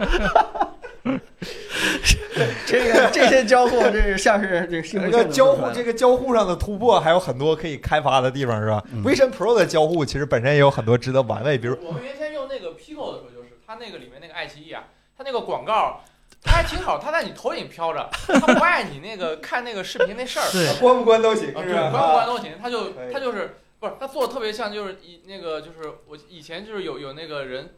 Speaker 2: 这个这些交互，这是像是这个幸福
Speaker 1: 这
Speaker 2: 线的
Speaker 1: 个呃交
Speaker 2: 部
Speaker 1: 互
Speaker 2: 分
Speaker 1: 这个交互上的突破还有很多可以开发的地方是吧
Speaker 2: 嗯
Speaker 1: ？Vision Pro 的交互其实本身也有很多值得玩味，比如
Speaker 5: 我们原先用那个 Pico 的时候，就是它那个里面那个爱奇艺啊，它那个广告。它还挺好，它在你头顶飘着，它不碍你那个看那个视频那事儿，
Speaker 3: 对
Speaker 1: 啊关不关都行
Speaker 5: 啊，
Speaker 1: 是
Speaker 5: 对，
Speaker 1: 吧？
Speaker 5: 关不关都行，他就
Speaker 1: 可以
Speaker 5: 他就是不是他做的特别像，就是以那个就是我以前就是有有那个人，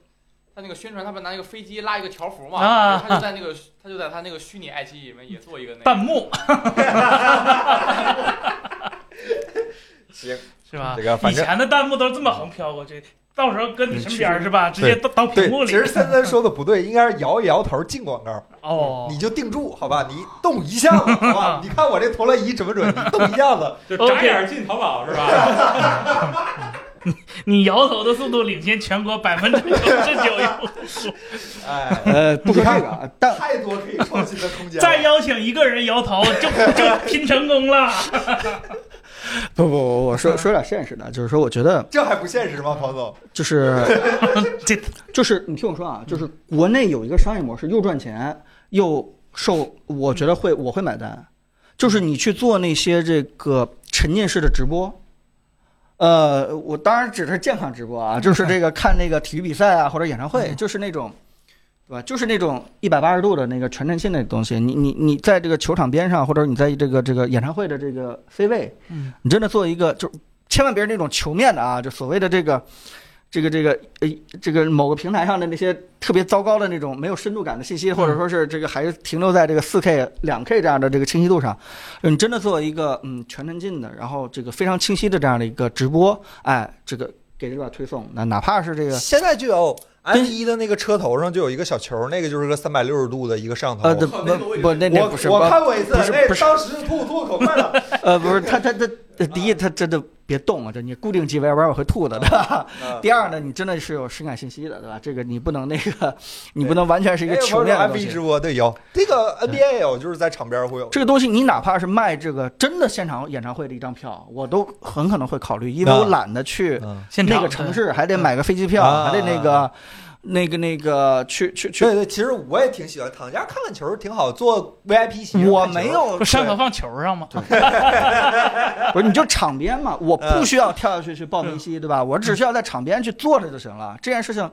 Speaker 5: 他那个宣传，他不拿一个飞机拉一个条幅嘛，
Speaker 3: 啊
Speaker 5: 然后他就在那个他就在他那个虚拟爱奇艺里面也做一个那
Speaker 3: 弹
Speaker 5: 个，
Speaker 3: 幕
Speaker 1: 行，
Speaker 3: 是吧
Speaker 1: 这？个
Speaker 3: 以
Speaker 1: 反正
Speaker 3: 前的弹幕都是这么横飘过去，到时候搁你身边儿是吧？直接到到
Speaker 1: 对
Speaker 3: 屏幕，里
Speaker 1: 其。实森森说的不对，应该是摇一摇头进广告，
Speaker 3: 哦，
Speaker 1: 你就定住好吧？你动一下子好 吧？你看我这投篮仪准不准？你动一下子，
Speaker 4: 就眨眼儿进淘宝是吧？
Speaker 3: 你摇头的速度领先全国百分之九十九用 户。
Speaker 1: 哎，
Speaker 2: 呃，不说这个啊，但
Speaker 1: 太多可以创新的空间了。
Speaker 3: 再邀请一个人摇头，就就拼成功 了。
Speaker 2: 不不不，我说说点现实的，就是说我觉得
Speaker 1: 这还不现实吗，彭总？
Speaker 2: 就是
Speaker 3: 这
Speaker 2: 就是你听我说啊，就是国内有一个商业模式，又赚钱又受，我觉得会我会买单，就是你去做那些这个沉浸式的直播。呃，我当然指的是健康直播啊，就是这个看那个体育比赛啊或者演唱会，就是那种，对吧？就是那种一百八十度的那个全身心的东西。你你你在这个球场边上，或者你在这个这个演唱会的这个 C 位，
Speaker 3: 嗯，
Speaker 2: 你真的做一个，就千万别是那种球面的啊，就所谓的这个这个这个呃这个某个平台上的那些特别糟糕的那种没有深度感的信息，或者说是这个还是停留在这个四 K、两 K 这样的这个清晰度上，呃你真的做一个嗯全沉浸的，然后这个非常清晰的这样的一个直播，哎，这个给这段推送，那哪怕是这个
Speaker 1: 现在就有 M
Speaker 2: 跟
Speaker 1: 一的那个车头上就有一个小球，那个就是个三百六十度的一个摄像头。
Speaker 2: 呃，不不不，那那不是
Speaker 1: 我
Speaker 2: 不
Speaker 1: 我看过一次，
Speaker 2: 不是
Speaker 1: 那
Speaker 2: 不是
Speaker 1: 当时吐我吐口快了。
Speaker 2: 呃不是他他他呃第一他真的别动啊，这你固定机位，要不然我会吐的，对吧？
Speaker 1: 嗯
Speaker 2: 第二呢，你真的是有深感信息的，对吧？这个你不能那个，你不能完全是一
Speaker 1: 哎
Speaker 2: 个球面的
Speaker 1: m
Speaker 2: 东
Speaker 1: v
Speaker 2: 西
Speaker 1: 直。播对有这个 NBA 也有，就是在场边会有。
Speaker 2: 这个东西你哪怕是卖这个真的现场演唱会的一张票，我都很可能会考虑，因为
Speaker 1: 啊
Speaker 2: 我懒得去
Speaker 1: 嗯，
Speaker 3: 现
Speaker 2: 那
Speaker 3: 场
Speaker 2: 个城，市，还得买个飞机票，
Speaker 1: 啊
Speaker 2: 还得那个那个那个去去去
Speaker 1: 对。对，其实我也挺喜欢躺家看看球，挺好。做 VIP 席
Speaker 2: 我没，有
Speaker 3: 不，上头放球上吗？
Speaker 2: 不是你就场边嘛，我不
Speaker 1: 嗯
Speaker 2: 需要跳下去去抱梅西，对吧？我只需要在场边去坐着就行了。这件事情，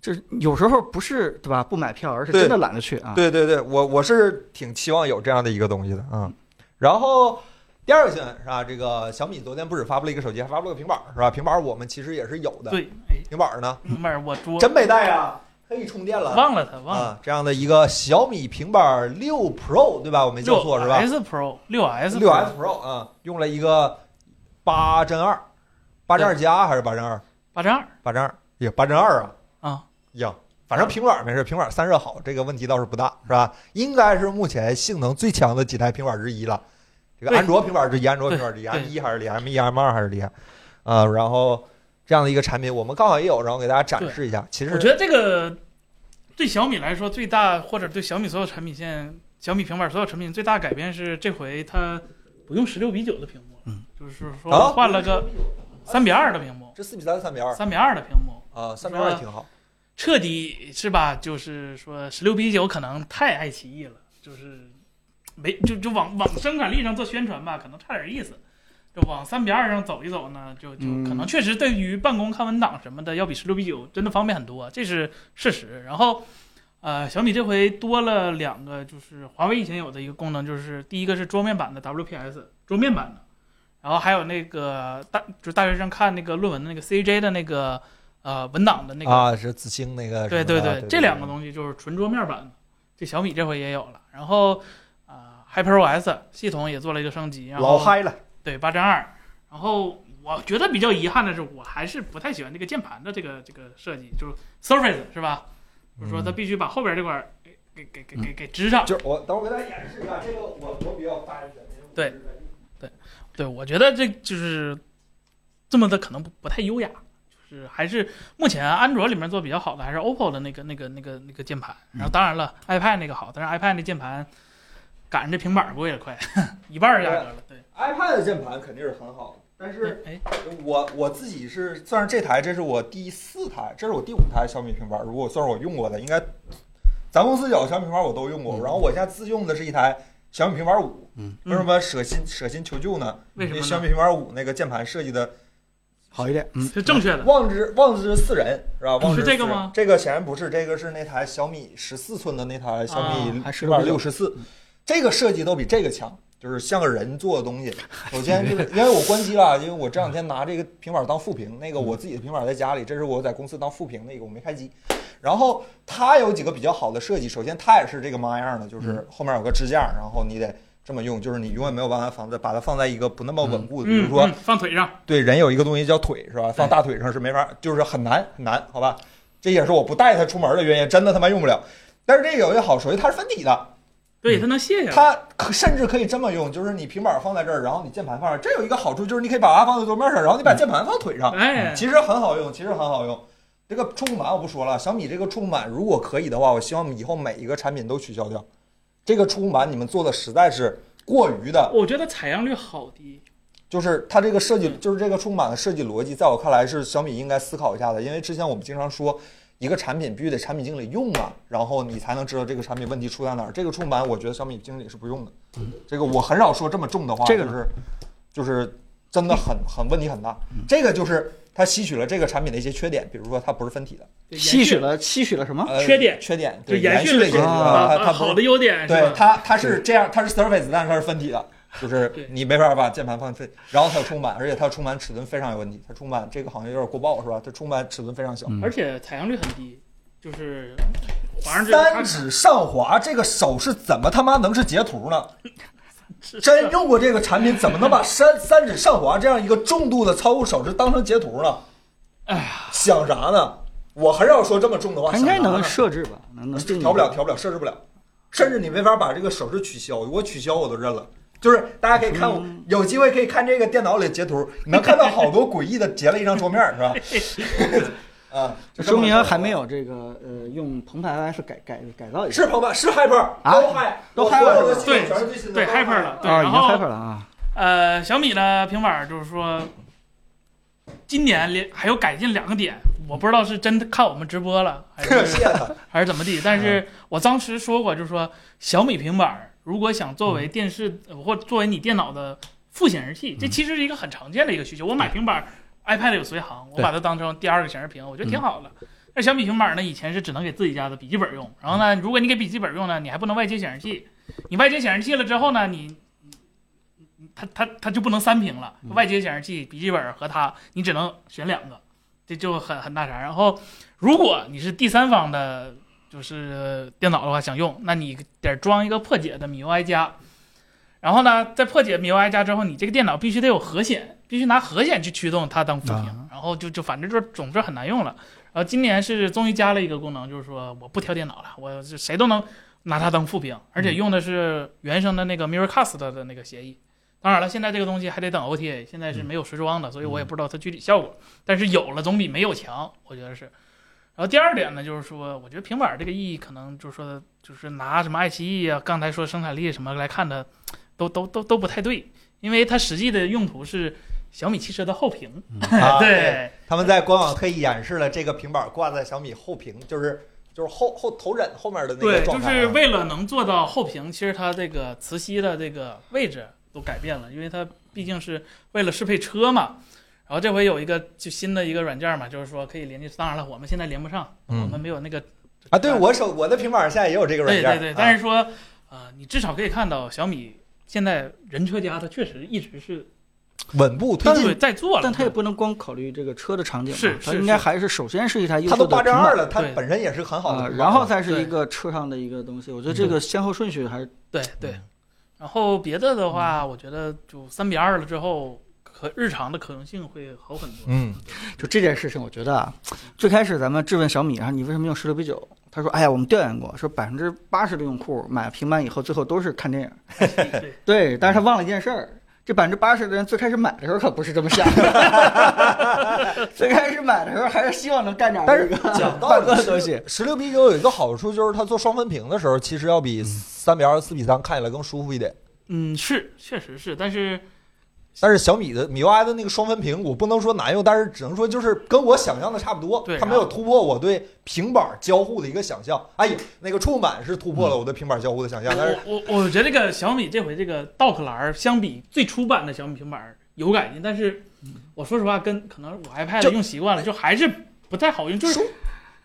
Speaker 2: 就是有时候不是对吧？不买票，而是
Speaker 1: 对
Speaker 2: 真的懒得去啊。
Speaker 1: 对对对，我我是挺期望有这样的一个东西的，嗯。然后第二个新闻是吧？这个小米昨天不止发布了一个手机，还发布了个平板儿，是吧？平板儿我们其实也是有的。
Speaker 3: 对，哎，
Speaker 1: 平板儿呢，
Speaker 3: 妹儿，我桌
Speaker 1: 真没带啊，可以充电了。
Speaker 3: 忘了他，忘了。
Speaker 1: 啊，这样的一个小米平板六 Pro 对吧？我没记
Speaker 3: 六
Speaker 1: 错是吧？
Speaker 3: S Pro，六 S，
Speaker 1: 六 S Pro 啊、用了一个八针二，八针二加还是八针二？
Speaker 3: 八张二，
Speaker 1: 八针二也八针二啊，
Speaker 3: 啊，
Speaker 1: 硬。反正平板没事，平板散热好，这个问题倒是不大，是吧？应该是目前性能最强的几台平板之一了。这个
Speaker 3: 对
Speaker 1: 安卓平板之一，安卓平板之一
Speaker 3: 对
Speaker 1: ，M 一还是厉害，M 一 M 二还是厉害，啊、然后这样的一个产品，我们刚好也有，然后给大家展示一下。其
Speaker 3: 我
Speaker 1: 实
Speaker 3: 觉得这个对小米来说最大，或者对小米所有产品线、小米平板所有产品最大改变是，这回它不用十六比九的屏幕了，
Speaker 2: 嗯
Speaker 3: 就是
Speaker 1: 啊
Speaker 3: 说换了个三比二的屏幕，
Speaker 1: 这四比三、三比二
Speaker 3: 三比二的屏幕，
Speaker 1: 啊，三比二也挺好。
Speaker 3: 彻底是吧？就是说十六比九可能太爱奇艺了，就是没就就往往生产力上做宣传吧，可能差点意思。就往三比二上走一走呢，就就
Speaker 2: 嗯
Speaker 3: 可能确实对于办公看文档什么的，要比十六比九真的方便很多，这是事实。然后，呃，小米这回多了两个，就是华为以前有的一个功能，就是第一个是桌面版的 WPS 桌面版的，然后还有那个大就是大学生看那个论文的那个 CJ 的那个呃文档的那个
Speaker 1: 啊，是紫星那个什么的，
Speaker 3: 对对
Speaker 1: 对
Speaker 3: 这两个东西就是纯桌面版的，这小米这回也有了。然后啊、h y p e r o s 系统也做了一个升级，然后
Speaker 1: 老嗨了，
Speaker 3: 对八针二。然后我觉得比较遗憾的是，我还是不太喜欢这个键盘的这个这个设计，就是 Surface 是吧？就
Speaker 1: 嗯
Speaker 3: 是说它必须把后边这块儿给给给给给支上。
Speaker 1: 就是我等会儿给大家演示一下，这个我我比较单纯。
Speaker 3: 对对，我觉得这就是这么的，可能不不太优雅。就是还是目前安卓里面做比较好的还是 OPPO 的那个那个那个那个键盘，
Speaker 1: 嗯
Speaker 3: 然后当然了 iPad 那个好，但是 iPad 那键盘赶上这平板儿贵了快 一半儿价格了。对，
Speaker 1: iPad 的键盘肯定是很好的，但是
Speaker 3: 哎，
Speaker 1: 我我自己是算是这台，这是我第四台，这是我第五台小米平板。如果算是我用过的，应该咱公司有小米平板我都用过。
Speaker 2: 嗯
Speaker 1: 然后我现在自用的是一台小米平板五。
Speaker 2: 嗯
Speaker 1: 为什么舍心舍心求救呢？
Speaker 3: 为什么
Speaker 1: 因
Speaker 3: 呢
Speaker 1: 小米平板五那个键盘设计的
Speaker 2: 好一点，嗯，
Speaker 3: 是正确的，
Speaker 1: 望之望之四人是吧？望之
Speaker 3: 是这
Speaker 1: 四
Speaker 3: 个
Speaker 1: 人
Speaker 3: 吗
Speaker 1: 这个显然不是，这个是那台小米十四寸的那台小米
Speaker 2: 啊还是
Speaker 1: 平板六十四，这个设计都比这个强，就是像个人做的东西。首先就是因为我关机了，因为我这两天拿这个平板当副屏，那个我自己的平板在家里，这是我在公司当副屏那个，我没开机。然后它有几个比较好的设计，首先它也是这个妈样的，就是后面有个支架，然后你得这么用，就是你永远没有办法防在把它放在一个不那么稳固的，比
Speaker 3: 嗯
Speaker 1: 如说
Speaker 3: 嗯放腿上，
Speaker 1: 对人有一个东西叫腿是吧？放大腿上是没法，就是很难很难，好吧？这也是我不带它出门的原因，真的他妈用不了。但是这个有一个好处，首先它是分体的，
Speaker 3: 对，它能卸下来。
Speaker 1: 嗯它可甚至可以这么用，就是你平板放在这儿，然后你键盘放这儿，这有一个好处就是你可以把它放在桌面上，然后你把键盘放腿上，
Speaker 3: 哎，
Speaker 1: 其实很好用，其实很好用。这个触控板我不说了，小米这个触控板如果可以的话，我希望以后每一个产品都取消掉。这个触控板你们做的实在是过于的
Speaker 3: 我觉得采样率好低。
Speaker 1: 就是它这个设计，就是这个触控板的设计逻辑，在我看来是小米应该思考一下的，因为之前我们经常说，一个产品必须得产品经理用啊，然后你才能知道这个产品问题出在哪儿。这个触控板，我觉得小米经理是不用的，
Speaker 3: 嗯
Speaker 1: 这个我很少说这么重的话，
Speaker 2: 这个
Speaker 1: 就是就是真的很很问题很大。这个就是它吸取了这个产品的一些缺点，比如说它不是分体的，
Speaker 3: 对
Speaker 2: 吸取
Speaker 3: 延续
Speaker 2: 了吸取了什么？
Speaker 1: 呃
Speaker 3: 啊缺点
Speaker 1: 缺点
Speaker 3: 就
Speaker 1: 对
Speaker 3: 延
Speaker 1: 续
Speaker 3: 了
Speaker 1: 一些
Speaker 2: 这个
Speaker 1: 呃它它不是
Speaker 3: 啊好的优点是
Speaker 1: 对
Speaker 3: 吧？
Speaker 1: 它，它是这样，它是 Surface，但是它是分体的，就是
Speaker 3: 对
Speaker 1: 你没法把键盘放分。然后它有充满，而且它充满尺寸非常有问题，它充满这个好像有点过曝是吧？它充满尺寸非常小，
Speaker 2: 嗯
Speaker 3: 而且采样率很低，就是皇上这个
Speaker 1: 三指上滑，这个手是怎么他妈能是截图呢？
Speaker 3: 是
Speaker 1: 真用过这个产品，怎么能把三三指上滑这样一个重度的操控手势当成截图呢？
Speaker 3: 哎
Speaker 1: 呀，想啥呢？我很少说这么重的话，
Speaker 2: 它应该
Speaker 1: 想啥呢
Speaker 2: 能设置吧？能能定义
Speaker 1: 调不了，调不了，设置不了，甚至你没法把这个手势取消。我取消我都认了。就是大家可以看我，有机会可以看这个电脑里的截图，你能看到好多诡异的截了一张桌面，是吧？ 啊，
Speaker 2: 这说明还没
Speaker 1: 有
Speaker 2: 有这个呃用澎湃 OS 改改改造一下。
Speaker 1: 是澎湃，是 Hyper，
Speaker 2: 啊
Speaker 1: 都 Hyper，
Speaker 2: 都
Speaker 1: 嗨
Speaker 2: Hyper
Speaker 1: 了，
Speaker 2: 了
Speaker 1: 对全是最新的
Speaker 3: 对
Speaker 1: 都
Speaker 3: Hyper 了对
Speaker 2: 啊，已
Speaker 3: 然
Speaker 2: 经
Speaker 3: 后
Speaker 2: hyper 了啊，
Speaker 3: 呃，小米的平板儿就是说，今年连还有改进两个点，我不知道是真看我们直播了，还
Speaker 1: 特谢
Speaker 3: 是
Speaker 1: 他，
Speaker 3: 还是怎么地。但是我当时说过，就是说小米平板儿如果想作为电视、呃或作为你电脑的副显示器，这其实是一个很常见的一个需求。我买平板儿，iPad 有随行，我
Speaker 2: 对
Speaker 3: 把它当成第二个显示屏，我觉得挺好的。那小米平板儿呢，以前是只能给自己家的笔记本用，然后呢，如果你给笔记本用呢，你还不能外接显示器，你外接显示器了之后呢，你它它它就不能三屏了，外接显示器、笔记本和它，你只能选两个，这就很很那啥。然后，如果你是第三方的，就是电脑的话想用，那你得装一个破解的 MIUI 加。然后呢，在破解 MIUI 加之后，你这个电脑必须得有核显，必须拿核显去驱动它当扶贫
Speaker 2: 啊，
Speaker 3: 然后就就反正就是总之很难用了。然后今年是终于加了一个功能，就是说我不挑电脑了，我是谁都能拿它当副屏，而且用的是原生的那个 Miracast 的那个协议。当然了，现在这个东西还得等 OTA，现在是没有实装的，所以我也不知道它具体效果。但是有了总比没有强，我觉得是。然后第二点呢，就是说，我觉得平板儿这个意义可能就是说，就是拿什么爱奇艺啊，刚才说生产力什么来看它，都都都都不太对，因为它实际的用途是小米汽车的后屏。
Speaker 1: 啊
Speaker 3: 对，
Speaker 1: 他们在官网特意演示了这个平板挂在小米后屏，就是就是后后头枕后面的那个
Speaker 3: 对，
Speaker 1: 状
Speaker 3: 就
Speaker 1: 态啊。
Speaker 3: 是为了能做到后屏，其实它这个磁吸的这个位置都改变了，因为它毕竟是为了适配车嘛。然后这回有一个就新的一个软件嘛，就是说可以连接。当然了，我们现在连不上，我们
Speaker 1: 嗯
Speaker 3: 没有那个
Speaker 1: 啊，对我手我的平板现在也有这个软
Speaker 3: 对
Speaker 1: 件，啊
Speaker 3: 对对，但
Speaker 1: 是
Speaker 3: 是说，呃，你至少可以看到小米现在人车家，它确实一直是
Speaker 1: 稳步推
Speaker 3: 但是
Speaker 1: 进，
Speaker 3: 在做了，
Speaker 2: 但它也不能光考虑这个车的场景嘛，
Speaker 3: 是
Speaker 2: 它
Speaker 3: 是
Speaker 2: 应该
Speaker 3: 是
Speaker 2: 还是首先是一台优
Speaker 1: 它
Speaker 2: 秀
Speaker 1: 都
Speaker 2: 的
Speaker 1: 八
Speaker 2: 平
Speaker 1: 针
Speaker 2: 板
Speaker 1: 二了，它
Speaker 3: 对
Speaker 1: 本身也是很好
Speaker 2: 啊
Speaker 1: 的，平板了。
Speaker 2: 然后再是
Speaker 3: 对
Speaker 2: 一个车上的一个东西。我觉得这
Speaker 1: 嗯
Speaker 2: 个先后顺序还是
Speaker 3: 对对。然后别的的话，我觉得就三比二了之后，可日常的可能性会好很多。
Speaker 1: 嗯，
Speaker 2: 就这件事情，我觉得啊，最开始咱们质问小米啊，你为什么用十六比九？他说：“哎呀，我们调研过，说百分之八十的用户买平板以后，最后都是看电影。
Speaker 3: 对，
Speaker 2: 对，但是他忘了一件事儿，这百分之八十的人最开始买的时候可不是这么想的， 最开始买的时候还是希望能干点
Speaker 1: 但
Speaker 2: 这
Speaker 1: 是
Speaker 2: 个
Speaker 1: 讲道
Speaker 2: 办
Speaker 1: 理
Speaker 2: 公的东西。
Speaker 1: 十六比九有一个好处就是它做双分屏的时候，其实要比三比二、四比三看起来更舒服一点。
Speaker 3: 嗯，是，确实是，但是
Speaker 1: 但是小米的米 UI 的那个双分屏，我不能说难用，但是只能说就是跟我想象的差不多。
Speaker 3: 对
Speaker 1: 它没有突破我对平板交互的一个想象。哎呀，那个触板是突破了我对平板交互的想象，但是
Speaker 3: 我我我觉得这个小米这回这个 Dock 栏儿相比最初版的小米平板儿有改进，但是我说实话，跟可能我 iPad
Speaker 1: 就
Speaker 3: 用习惯了，就还是不太好用，就是
Speaker 1: 说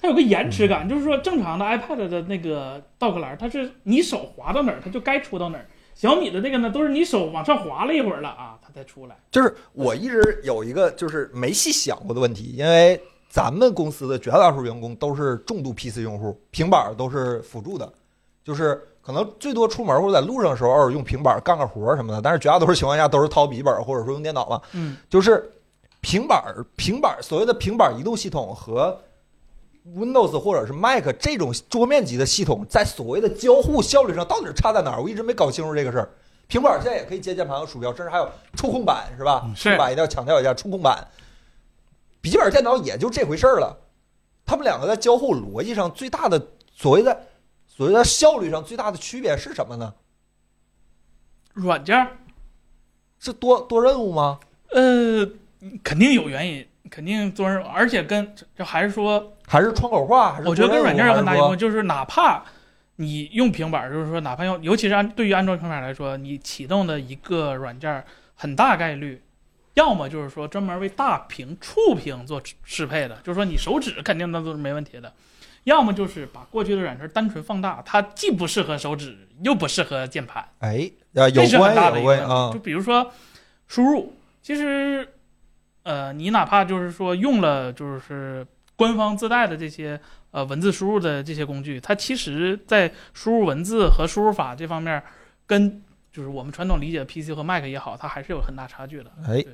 Speaker 3: 它有个延迟感，就是说正常的 iPad 的那个 Dock 栏儿，它是你手滑到哪儿，它就该出到哪儿。小米的这个呢，都是你手往上滑了一会儿了啊，它才出来。
Speaker 1: 就是我一直有一个就是没细想过的问题，因为咱们公司的绝大多数员工都是重度 PC 用户，平板都是辅助的，就是可能最多出门或者在路上的时候偶尔用平板干个活什么的，但是绝大多数情况下都是掏笔记本或者说用电脑嘛。
Speaker 3: 嗯，
Speaker 1: 就是平板儿平板儿所谓的平板儿移动系统和 Windows 或者是 Mac 这种桌面级的系统，在所谓的交互效率上到底是差在哪儿？我一直没搞清楚这个事儿。平板儿现在也可以接键盘和鼠标，甚至还有触控板，是吧？
Speaker 3: 是
Speaker 1: 触控板一定要强调一下，触控板。笔记本电脑也就这回事儿了。他们两个在交互逻辑上最大的所谓的所谓的效率上最大的区别是什么呢？
Speaker 3: 软件儿
Speaker 1: 是多多任务吗？
Speaker 3: 呃肯定有原因，肯定做人，而且跟这这还是说
Speaker 1: 还是窗口化？还是
Speaker 3: 我觉得
Speaker 1: 多任务
Speaker 3: 跟软件有很大
Speaker 1: 还
Speaker 3: 一
Speaker 1: 是
Speaker 3: 部
Speaker 1: 说
Speaker 3: 分，就是哪怕你用平板儿，就是说哪怕用，尤其是安对于安卓平板儿来说，你启动的一个软件儿很大概率，要么就是说专门为大屏触屏做适适配的，就是说你手指肯定那都是没问题的，要么就是把过去的软件儿单纯放大，它既不适合手指，又不适合键盘。
Speaker 1: 哎，啊，有
Speaker 3: 这是很
Speaker 1: 关
Speaker 3: 大的
Speaker 1: 有
Speaker 3: 一个问
Speaker 1: 关
Speaker 3: 题
Speaker 1: 啊
Speaker 3: 就，比如说输入，其实呃，你哪怕就是说用了就是官方自带的这些呃文字输入的这些工具，它其实在输入文字和输入法这方面儿，跟就是我们传统理解的 PC 和 Mac 也好，它还是有很大差距的。
Speaker 1: 哎
Speaker 3: 对。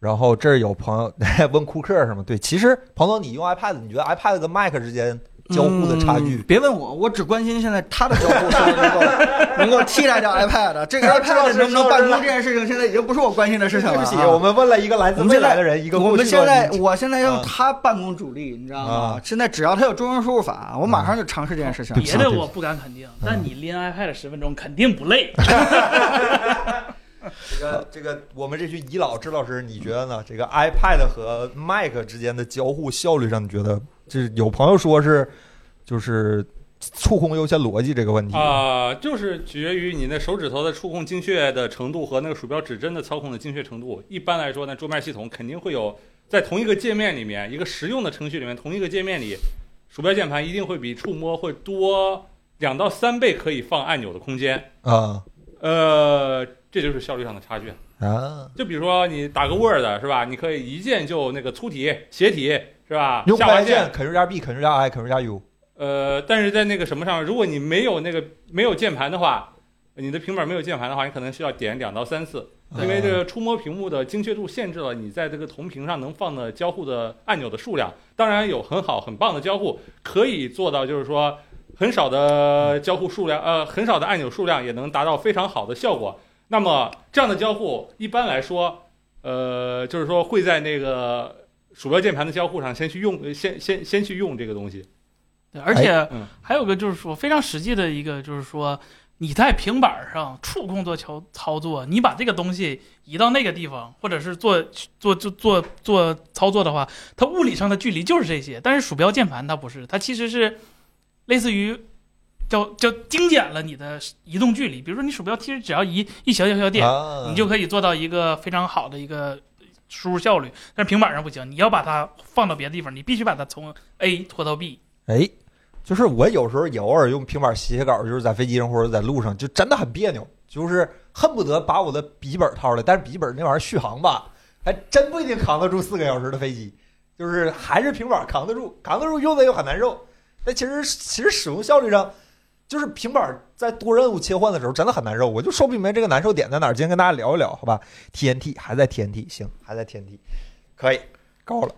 Speaker 1: 然后这儿有朋友 问库克是吗？对，其实彭总，你用 iPad，你觉得 iPad 跟 Mac 之间交互的差距
Speaker 2: 嗯？别问我，我只关心现在它的交互是不是能够
Speaker 3: 嗯
Speaker 2: 能够替代掉 iPad。这个 iPad 能不能办公这件事情，现在已经不是我关心的事情
Speaker 1: 对
Speaker 2: 了、
Speaker 1: 不
Speaker 2: 啊。
Speaker 1: 起，我们问了一个来自
Speaker 2: 我们现
Speaker 1: 未
Speaker 2: 在
Speaker 1: 来的人，一个
Speaker 2: 我
Speaker 1: 过
Speaker 2: 们
Speaker 1: 去的
Speaker 2: 现在，
Speaker 1: 你
Speaker 2: 我现在用
Speaker 1: 啊
Speaker 2: 它办公主力，你知道吗
Speaker 1: 啊？
Speaker 2: 现在只要它有中文输入法，我马上就尝试这件事情了。
Speaker 1: 对不嗯
Speaker 3: 别
Speaker 1: 起
Speaker 3: 的我不敢肯定，但你拎 iPad 十分钟肯定不累。
Speaker 1: 这个这个，我们这群遗老支老师，你觉得呢？这个 iPad 和 Mac 之间的交互效率上，你觉得？就是有朋友说是，就是触控优先逻辑这个问题
Speaker 4: 啊、就是取决于你那手指头的触控精确的程度和那个鼠标指针的操控的精确程度。一般来说呢，桌面系统肯定会有在同一个界面里面，一个实用的程序里面，同一个界面里，鼠标键盘一定会比触摸会多两到三倍可以放按钮的空间。
Speaker 1: 啊
Speaker 4: 呃，这就是效率上的差距。
Speaker 1: 啊！
Speaker 4: 就比如说你打个 Word 是吧？你可以一键就那个粗体、斜体是吧？
Speaker 1: 用
Speaker 4: 下
Speaker 1: 快
Speaker 4: 划
Speaker 1: 捷
Speaker 4: 线
Speaker 1: 键，Ctrl 加 B，Ctrl 加 I，Ctrl 加 U，
Speaker 4: 呃，但是在那个什么上，如果你没有那个没有键盘的话，
Speaker 5: 你的平板没有键盘的话，你可能需要点两到三次，
Speaker 1: 嗯
Speaker 5: 因为这
Speaker 1: 啊
Speaker 5: 个触摸屏幕的精确度限制了你在这个同屏上能放的交互的按钮的数量。当然有很好很棒的交互，可以做到就是说很少的交互数量，呃，很少的按钮数量也能达到非常好的效果。那么这样的交互一般来说，呃，就是说会在那个鼠标键盘的交互上先去用，先先先去用这个东西。
Speaker 3: 对，而且
Speaker 5: 嗯
Speaker 3: 还有个就是说非常实际的一个，就是说你在平板上触控做操操作，你把这个东西移到那个地方，或者是做做做做做操作的话，它物理上的距离就是这些，但是鼠标键盘它不是，它其实是类似于。叫叫精简了你的移动距离，比如说你鼠标其实只要移一小小小点，
Speaker 1: 啊
Speaker 3: 你就可以做到一个非常好的一个输入效率。但是平板上不行，你要把它放到别的地方，你必须把它从 A 拖到 B。
Speaker 1: 哎，就是我有时候也偶尔用平板写写稿，就是在飞机上或者在路上，就真的很别扭，就是恨不得把我的笔记本掏出来，但是笔记本那玩意儿续航吧，还真不一定扛得住四个小时的飞机，就是还是平板扛得住，扛得住用的又很难受。但其实其实使用效率上，就是平板在多任务切换的时候真的很难受，我就说不明白这个难受点在哪儿。今天跟大家聊一聊，好吧？TNT 还在 TNT，行，还在 TNT，可以，够了。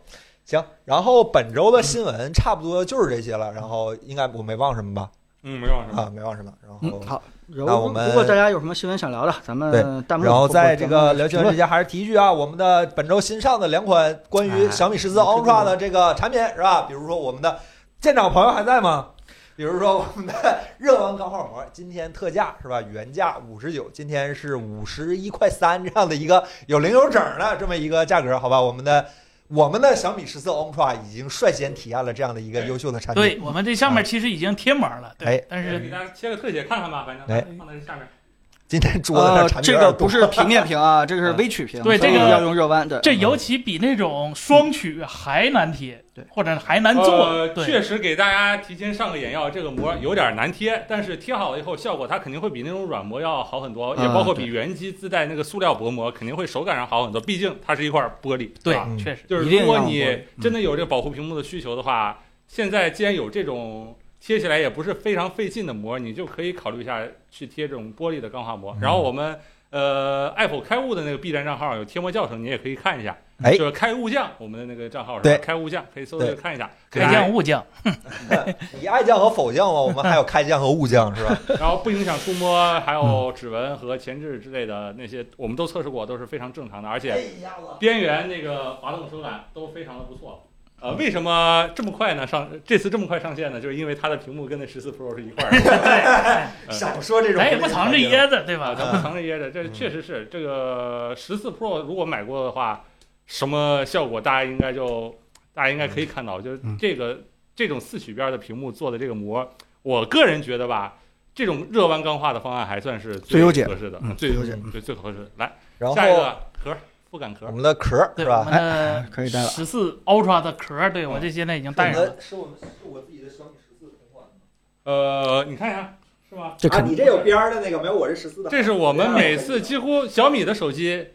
Speaker 1: 行，然后本周的新闻差不多就是这些了，然后应该我没忘什么吧？
Speaker 5: 嗯，没有什么。
Speaker 1: 啊，没忘什么。然
Speaker 2: 嗯，
Speaker 1: 后，
Speaker 2: 好。如
Speaker 1: 那我们
Speaker 2: 如果大家有什么新闻想聊的，咱们弹幕
Speaker 1: 然后
Speaker 2: 或者
Speaker 1: 在这
Speaker 2: 咱
Speaker 1: 个
Speaker 2: 们
Speaker 1: 聊新闻之前，还是提一句啊，我们的本周新上的两款关于小米十四
Speaker 2: 哎
Speaker 1: Ultra 的这个产品是吧？比如说我们的舰长朋友还在吗？比如说我们的热门钢化膜今天特价是吧？原价五十九，今天是五十一块三这样的一个有零有整的这么一个价格，好吧？我们的我们的小米十四 Ultra 已经率先体验了这样的一个优秀的产品。
Speaker 3: 对我们这上面其实已经贴膜了，
Speaker 1: 啊哎
Speaker 3: 对，但
Speaker 5: 对给
Speaker 3: 是
Speaker 5: 大家切个特写看看吧，反正
Speaker 1: 哎
Speaker 5: 放在下面。
Speaker 1: 今天桌子
Speaker 2: 呃
Speaker 1: 上产，品
Speaker 2: 这
Speaker 1: 有
Speaker 2: 个
Speaker 1: 点多、
Speaker 2: 不是平面屏啊， 这个
Speaker 1: 哎
Speaker 2: 是微曲屏，
Speaker 3: 对
Speaker 2: 所以
Speaker 3: 这个
Speaker 2: 要用热弯，对，
Speaker 3: 这尤其比那种双曲还难贴，
Speaker 2: 对
Speaker 3: 或者还难做，
Speaker 5: 呃，
Speaker 3: 对，
Speaker 5: 确实给大家提前上个眼药，这个膜有点难贴，但是贴好了以后效果它肯定会比那种软膜要好很多，
Speaker 2: 嗯
Speaker 1: 啊
Speaker 5: 也包括比原机自带那个塑料薄膜肯定会手感上好很多，毕竟它是一块玻璃，
Speaker 3: 对
Speaker 5: 吧？，
Speaker 1: 嗯
Speaker 3: 确实，
Speaker 5: 就是
Speaker 2: 一定
Speaker 5: 如果
Speaker 2: 要玻璃
Speaker 5: 你
Speaker 2: 嗯
Speaker 5: 真的有这个保护屏幕的需求的话，现在既然有这种贴起来也不是非常费劲的膜，你就可以考虑一下去贴这种玻璃的钢化膜
Speaker 1: 嗯。
Speaker 5: 然后我们呃爱否开悟的那个 B 站账号有贴膜教程，你也可以看一下。
Speaker 1: 哎
Speaker 5: 就是开悟匠，我们的那个账号是吧？
Speaker 1: 对
Speaker 5: 开悟匠可以搜去
Speaker 1: 对
Speaker 5: 看一下。
Speaker 1: 哎
Speaker 3: 开降物降，
Speaker 1: 你爱酱和否酱吗？我们还有开酱和物酱是吧？
Speaker 5: 然后不影响触摸，还有指纹和前置之类的那些，我们都测试过，都是非常正常的，而
Speaker 1: 哎
Speaker 5: 且边缘那个滑动手感都非常的不错。
Speaker 2: 嗯
Speaker 5: 呃，为什么这么快呢？上这次这么快上线呢？就是因为它的屏幕跟那十四 Pro 是一块儿的嗯
Speaker 1: 少说这种，
Speaker 3: 咱也不藏着掖着，对
Speaker 5: 啊，
Speaker 3: 吧？
Speaker 5: 它不藏着掖着，这确实呃是这个十四 Pro 如果买过的话，什么效果大家应该就大家应该
Speaker 2: 嗯
Speaker 5: 可以看到，就是这个这种四曲边的屏幕做的这个膜，我个人觉得吧。这种热弯钢化的方案还算是
Speaker 2: 最优解
Speaker 5: 合适的，
Speaker 2: 嗯
Speaker 5: 最
Speaker 2: 最优解
Speaker 5: 对最合适的。来，
Speaker 1: 然
Speaker 5: 下一
Speaker 1: 后
Speaker 5: 个壳儿覆感壳
Speaker 1: 我
Speaker 5: 儿，
Speaker 1: 们的壳儿
Speaker 3: 对，
Speaker 1: 是
Speaker 3: 我
Speaker 1: 吧？哎
Speaker 3: 们的
Speaker 2: 可以带了。
Speaker 3: 十四 Ultra 的壳，对
Speaker 1: 嗯
Speaker 3: 我这现在已经带上了，
Speaker 1: 是我们是我自己的小米十四同款
Speaker 5: 呃，你看一下，是吗？
Speaker 2: 这
Speaker 1: 啊，
Speaker 2: 肯
Speaker 1: 你这有边儿的那个没有我这十四的好。
Speaker 5: 这是我们每次几乎小米的手机，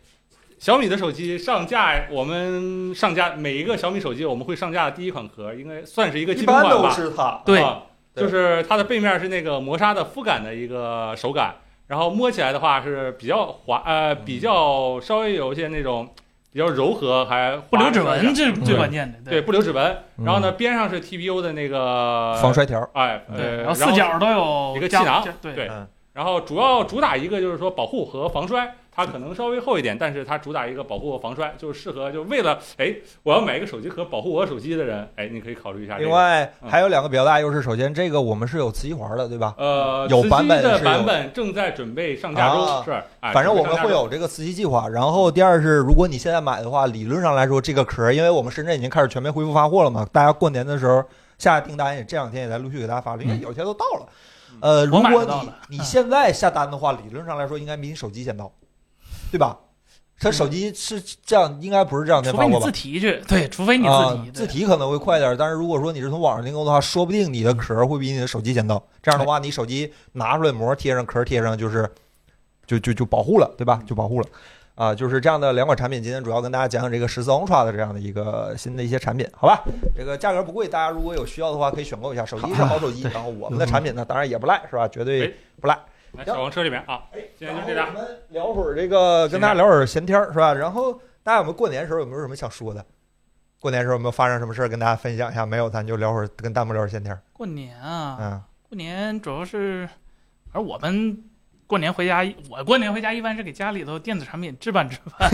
Speaker 5: 小米的手机上架，我们上架每一个小米手机我们会上架的第一款壳，应该算是一个
Speaker 1: 一
Speaker 5: 基本
Speaker 1: 般
Speaker 5: 款
Speaker 1: 都
Speaker 5: 吧。
Speaker 1: 是它。
Speaker 3: 对
Speaker 5: 啊
Speaker 1: 对
Speaker 5: 就是它的背面是那个磨砂的肤感的一个手感，然后摸起来的话是比较滑，呃，比较稍微有一些那种比较柔和，还
Speaker 3: 不留指
Speaker 5: 滑的
Speaker 3: 纹，这是最
Speaker 1: 对
Speaker 3: 关键的，
Speaker 5: 对，不留指纹。
Speaker 1: 嗯
Speaker 5: 然后呢，边上是 TPU 的那个
Speaker 1: 防，摔条，
Speaker 5: 哎，
Speaker 3: 对，
Speaker 5: 呃，
Speaker 3: 然后四角都有
Speaker 5: 一个气
Speaker 3: 加
Speaker 5: 囊
Speaker 3: 加对
Speaker 5: 对
Speaker 1: 嗯
Speaker 5: 然后主要主打一个就是说保护和防摔，它可能稍微厚一点，但是它主打一个保护和防摔，就是适合就是为了哎我要买一个手机壳保护我手机的人，哎你可以考虑一下、这个。
Speaker 1: 另外
Speaker 5: 嗯
Speaker 1: 还有两个比较大优势，首先这个我们是有磁吸环的，对吧？
Speaker 5: 呃，
Speaker 1: 有
Speaker 5: 磁吸
Speaker 1: 版本
Speaker 5: 的
Speaker 1: 是
Speaker 5: 版
Speaker 1: 有
Speaker 5: 本正在准备上架中，
Speaker 1: 啊
Speaker 5: 是，哎
Speaker 1: 反正我们会。
Speaker 5: 准备上架中
Speaker 1: 有这个磁吸计划。然后第二是，如果你现在买的话，理论上来说，这个壳儿，因为我们深圳已经开始全面恢复发货了嘛，大家过年的时候下订单也这两天也在陆续给大家发了，因为有些都到了。呃，如
Speaker 3: 嗯我买
Speaker 1: 果
Speaker 3: 得到了
Speaker 1: 你你现在下单的话，理论上来说应该比你手机先到，对吧？它手机是这样，应该不是这两天
Speaker 3: 除
Speaker 1: 发
Speaker 3: 非你
Speaker 1: 货吧
Speaker 3: 自？提去，对，除非你
Speaker 1: 啊
Speaker 3: 自提，，
Speaker 1: 自
Speaker 3: 对
Speaker 1: 提可能会快点儿，但是如果说你是从网上订购的话，说不定你的壳儿会比你的手机先到。这样的话，你手机拿出来膜贴上，壳儿贴上，就是就就就保护了，对吧？就保护了。啊，就是这样的两款产品，今天主要跟大家讲讲这个十四 Ultra 的这样的一个新的一些产品，好吧？这个价格不贵，大家如果有需要的话可以选购一下。手机是好手机，然后我们的产品呢，当然也不赖，是吧？绝对不赖。
Speaker 4: 来小黄车里面啊，
Speaker 2: 哎
Speaker 4: 今天就这
Speaker 1: 然后我
Speaker 4: 俩。
Speaker 1: 们聊会儿这个，跟大家聊会儿闲天儿是吧？然后大家有没有过年时候有没有什么想说的？过年时候有没有发生什么事儿跟大家分享一下？没有，咱就聊会儿跟弹幕聊会儿闲天儿。
Speaker 3: 过年啊，
Speaker 1: 嗯，
Speaker 3: 过年主要是，而我们过年回家，我过年回家一般是给家里头电子产品置办置办。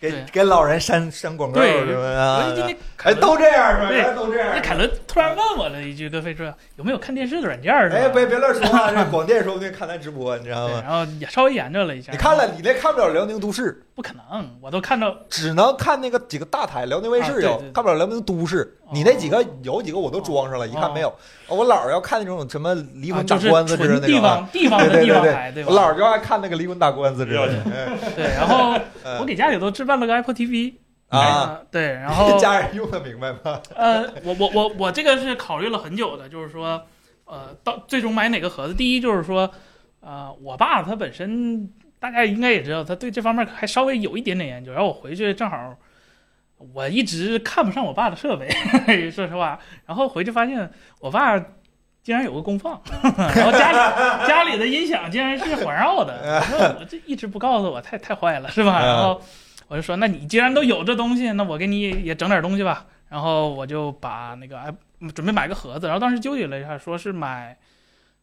Speaker 1: 给
Speaker 3: 对
Speaker 1: 给老人删删广告
Speaker 3: 对
Speaker 1: 什么
Speaker 3: 我今
Speaker 1: 的，
Speaker 3: 天凯
Speaker 1: 哎，
Speaker 3: 伦，
Speaker 1: 都这样是吧？
Speaker 3: 对
Speaker 1: 原来都这样
Speaker 3: 那。凯伦突然问我了一句：“跟飞说有没有看电视的软件儿是吧？”啊
Speaker 1: 哎，别别乱说话，这广电说不定看咱直播，你知道
Speaker 3: 对，啊
Speaker 1: 吗？
Speaker 3: 然后也稍微研究了一下。
Speaker 1: 你看了，你那看不了辽宁都市，
Speaker 3: 不可能，我都看到
Speaker 1: 只能看那个几个大台，辽宁卫
Speaker 3: 啊
Speaker 1: 视
Speaker 3: 对
Speaker 1: 有
Speaker 3: 对，
Speaker 1: 看不了辽宁都市。
Speaker 3: 哦
Speaker 1: 你那几个有几个我都装上了，一看没有。哦我姥儿要看那种什么离
Speaker 3: 啊
Speaker 1: 婚
Speaker 3: 就
Speaker 1: 打
Speaker 3: 是
Speaker 1: 官司之类
Speaker 3: 纯
Speaker 1: 的
Speaker 3: 地
Speaker 1: 那种。
Speaker 3: 方地方
Speaker 1: 对
Speaker 3: 的
Speaker 1: 对
Speaker 3: 地
Speaker 1: 对
Speaker 3: 方
Speaker 1: 对
Speaker 3: 台，对吧？
Speaker 1: 我姥儿就爱看那个离婚打官司之类
Speaker 4: 了
Speaker 1: 的。哎
Speaker 3: 对，然后
Speaker 1: 嗯
Speaker 3: 我给家里头置办了个 Apple TV
Speaker 1: 嗯啊，，
Speaker 3: 对，然 后
Speaker 1: 家人用的明白吗？
Speaker 3: 呃，我我我我这个是考虑了很久的，就是说，呃，到最终买哪个盒子，第一就是说，呃，我爸他本身大家应该也知道，他对这方面还稍微有一点点研究。然后我回去正好，我一直看不上我爸的设备， 说实话，然后回去发现我爸竟然有个功放， 然后家里 家里的音响竟然是环绕的，我说我这一直不告诉我，太太坏了是吧？
Speaker 1: 嗯
Speaker 3: 然后我就说，那你既然都有这东西，那我给你也整点东西吧。然后我就把那个哎准备买个盒子，然后当时纠结了一下，说是买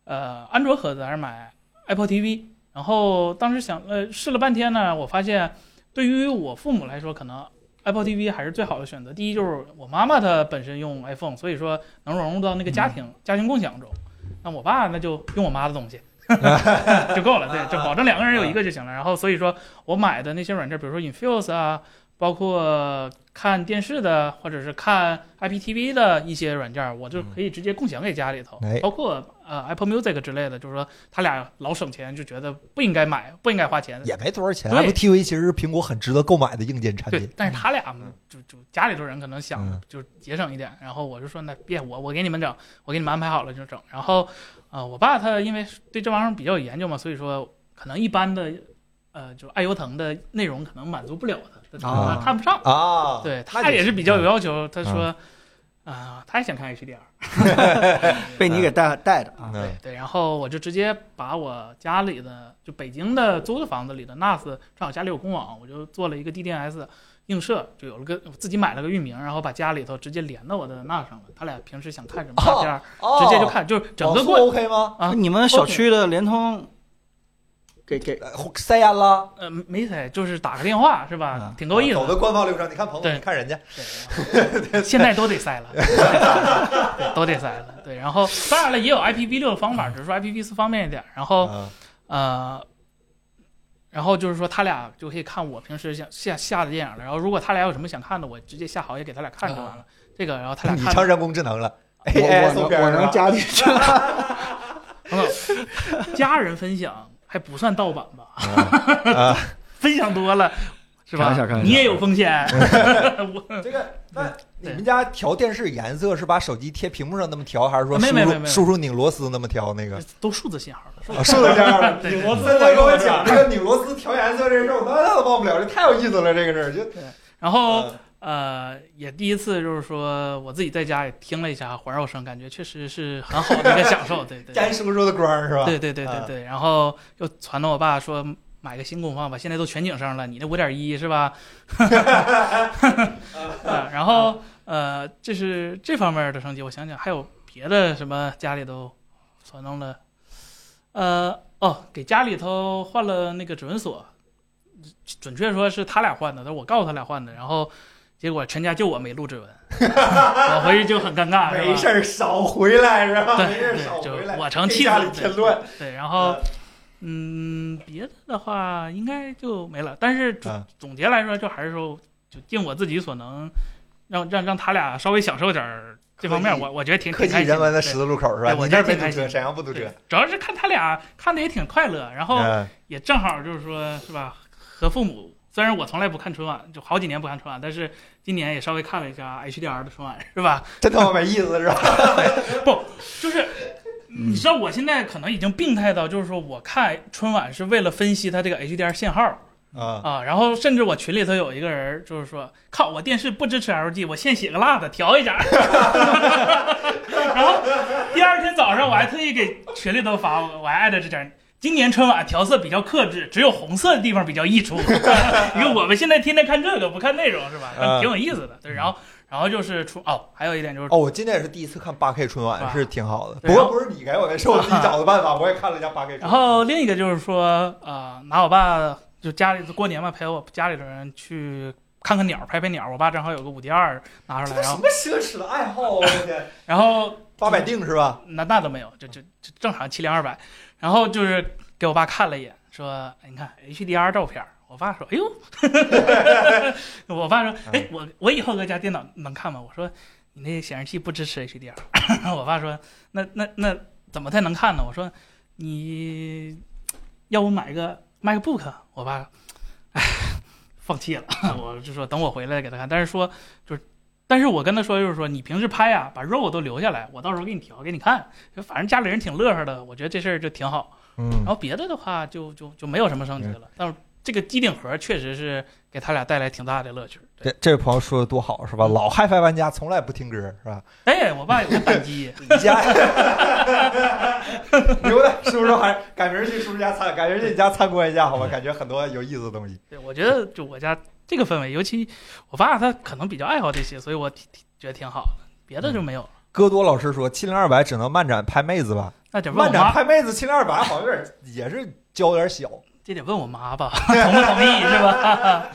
Speaker 3: 呃安卓盒子还是买 Apple TV。然后当时想呃试了半天呢，我发现对于我父母来说，可能 Apple TV 还是最好的选择。第一就是我妈妈她本身用 iPhone，所以说能融入到那个家庭、家庭共享中。那我爸那就用我妈的东西就够了，对，就保证两个人有一个就行了。然后所以说我买的那些软件，比如说 Infuse 啊，包括看电视的或者是看 IPTV 的一些软件，我就可以直接共享给家里头，
Speaker 1: 哎
Speaker 3: 包括呃 Apple Music 之类的，就是说他俩老省钱，就觉得不应该买，不应该花钱。
Speaker 1: 也没多少钱。
Speaker 3: 对
Speaker 1: Apple TV 其实是苹果很值得购买的硬件产
Speaker 3: 对
Speaker 1: 品，，
Speaker 3: 但是他俩
Speaker 1: 嗯
Speaker 3: 就就家里头人可能想
Speaker 1: 嗯
Speaker 3: 就是节省一点，然后我就说那别我我给你们整，我给你们安排好了就整。然后呃，我爸他因为对这玩意儿比较有研究嘛，所以说可能一般的呃就爱优腾的内容可能满足不了他，他
Speaker 1: 啊
Speaker 3: 他看不上。
Speaker 1: 啊。
Speaker 3: 对
Speaker 1: 那
Speaker 3: 他
Speaker 1: 就
Speaker 3: 也是比较有
Speaker 1: 嗯
Speaker 3: 要求，他说啊，他也想看 HDR。
Speaker 2: 被你给带带着啊。
Speaker 1: 嗯
Speaker 3: 对，然后我就直接把我家里的，就北京的租的房子里的 NAS，正好家里有公网，我就做了一个 DDNS 映射，就有了个我自己买了个域名，然后把家里头直接连到我的 NAS 上了。他俩平时想看什么照片，
Speaker 1: 哦
Speaker 3: 直接就看，就是整个
Speaker 1: 网速
Speaker 3: 过，
Speaker 1: OK 吗？
Speaker 3: 啊
Speaker 2: 你们小区的联通给给
Speaker 1: 呃塞烟了，哦
Speaker 3: 呃，没塞，就是打个电话是吧
Speaker 2: 啊？
Speaker 3: 挺够意思
Speaker 1: 走
Speaker 3: 的
Speaker 1: 的。官方流程，你看朋友，
Speaker 3: 对
Speaker 1: 你看人家，
Speaker 3: 对现在都得塞了，对都得塞了。对，然后当然了，也有 IPv 六的方法，只是说 IPv 四方便一点。然后
Speaker 1: 嗯
Speaker 3: 呃，然后就是说他俩就可以看我平时想下下的电影了。然后如果他俩有什么想看的，我直接下好也给他俩看就
Speaker 2: 啊
Speaker 3: 完了。这个，然后他俩
Speaker 1: 你
Speaker 3: 看
Speaker 1: 成人工智能了。哎
Speaker 2: 我我能我 能加进去。
Speaker 3: 家人分享还不算盗版吧？
Speaker 1: 啊，
Speaker 3: 分享多了是
Speaker 2: 开
Speaker 3: 吧
Speaker 2: 玩笑开？玩笑
Speaker 3: 你也有风 险。我
Speaker 1: 嗯 这个那你们家调电视颜色是把手机贴屏幕上那么调，还是说
Speaker 3: 啊没
Speaker 1: 叔
Speaker 3: 没没
Speaker 1: 叔
Speaker 3: 没
Speaker 1: 叔叔拧螺丝那么调那个？
Speaker 3: 都数字信号了，
Speaker 1: 啊，是这样的。
Speaker 3: 对
Speaker 4: 拧螺丝
Speaker 1: 现在跟我
Speaker 4: 是吧
Speaker 1: 讲这个拧螺丝调颜色这事儿，我那都忘不了，这太有意思了，这个事儿就。
Speaker 3: 然后
Speaker 1: 嗯
Speaker 3: 呃，也第一次就是说我自己在家也听了一下环绕声，感觉确实是很好的一个享受。对对，
Speaker 1: 沾叔叔的光儿是吧？嗯
Speaker 3: 对对对对对，然后又传到我爸说买个新功放吧，现在都全景声了，你那五点一是吧？ 啊，然后
Speaker 1: 嗯
Speaker 3: 呃，这是这方面的升级，我想想还有别的什么家里都传弄了，呃哦，给家里头换了那个指纹锁，准确说是他俩换的，但是我告诉他俩换的，然后结果全家就我没录指 纹，我回去就很尴尬，是吧
Speaker 1: 没事儿少回来是吧？
Speaker 3: 对
Speaker 1: 没事儿
Speaker 3: 对
Speaker 1: 少
Speaker 3: 就
Speaker 1: 回来，
Speaker 3: 我成
Speaker 1: 给
Speaker 3: 气
Speaker 1: 家
Speaker 3: 死
Speaker 1: 里
Speaker 3: 了
Speaker 1: 添乱。呃
Speaker 3: 对，哦然后嗯，别的的话应该就没了。但是总、
Speaker 1: 嗯
Speaker 3: 总结来说，就还是说，就尽我自己所能，让让让他俩稍微享受点儿这方面
Speaker 1: 科
Speaker 3: 儿，
Speaker 1: 技
Speaker 3: 我我觉得挺
Speaker 1: 科技
Speaker 3: 挺开心
Speaker 1: 人文的
Speaker 3: 对
Speaker 1: 十字路口是吧？
Speaker 3: 对我
Speaker 1: 你这儿
Speaker 3: 觉
Speaker 1: 没
Speaker 3: 得挺
Speaker 1: 堵
Speaker 3: 开心
Speaker 1: 车，
Speaker 3: 的
Speaker 1: 沈阳不堵车
Speaker 3: 对。，哦主要是看他俩看的也挺快乐，然后
Speaker 1: 嗯
Speaker 3: 也正好就是说，是吧？和父母，虽然我从来不看春晚，就好几年不看春晚，但是今年也稍微看了一下 HDR 的春晚，是吧？
Speaker 1: 真他妈没意思是吧？
Speaker 3: 就是你知道我现在可能已经病态到，就是说我看春晚是为了分析它这个 HDR 信号，
Speaker 1: 啊，
Speaker 3: 啊，然后甚至我群里头有一个人儿就是说，靠，我电视不支持 LG，我现写个辣的 调一下。然后第二天早上我还特意给群里头发，我还艾特这家人，今年春晚调色比较克制，只有红色的地方比 较溢出。因为我们现在天天看这个，不看内容是吧？
Speaker 1: 嗯
Speaker 3: 挺有意思的。对，然后然后就是出哦，还有一点就是
Speaker 1: 哦，我今天也是第一次看八 K 春晚，
Speaker 3: 哇
Speaker 1: 是挺好的。不
Speaker 3: 对然
Speaker 1: 过
Speaker 3: 后
Speaker 1: 不是你给我的，是我自己找的办法。我也看了一下八 K 春晚。
Speaker 3: 然后另一个就是说，呃，拿我爸就家里过年嘛，陪我家里的人去看看鸟，拍拍鸟。我爸正好有个五 D 二拿出
Speaker 1: 这都
Speaker 3: 来，然
Speaker 1: 什
Speaker 3: 后
Speaker 1: 么奢侈的爱好啊！我的天，
Speaker 3: 然后
Speaker 1: 八百定是吧？
Speaker 3: 那那都没有，就就就正常七零二百。然后就是给我爸看了一眼，说哎你看 HDR 照片儿。我爸说：“哎呦， 我爸说，哎，我我以后搁家电脑能看吗？”我说：“你那显示器不支持 HDR。” 我爸说：“那那那怎么才能看呢？”我说：“你要不买个 MacBook？” 我爸，哎，放弃了。 我就说等我回来给他看，但是说就是，但是我跟他说就是说，你平时拍啊，把肉都留下来，我到时候给你调给你看。就反正家里人挺乐呵的，我觉得这事儿就挺好。
Speaker 1: 嗯
Speaker 3: 然，后别的的话就就就没有什么升级了，但是这个机顶盒确实是给他俩带来挺大的乐趣。对，
Speaker 1: 这这位朋友说的多好是吧？老 HiFi 玩家从来不听歌是吧？
Speaker 3: 哎，我爸有个单机，
Speaker 1: 你 家牛的，是不是？还改明儿去叔叔家参，改明儿去你家参观一下好吧？感觉很多有意思的东西。
Speaker 3: 对我觉得就我家这个氛围，尤其我爸他可能比较爱好这些，所以我挺挺觉得挺好的。别的就没有了，
Speaker 1: 戈多老师说，七零二百只能漫展拍妹子吧？
Speaker 3: 那得问
Speaker 1: 漫
Speaker 3: 我
Speaker 1: 展
Speaker 3: 妈，
Speaker 1: 拍妹子，七零二百好像有点也是胶有点小。
Speaker 3: 这得问我妈吧， 同不同意是吧？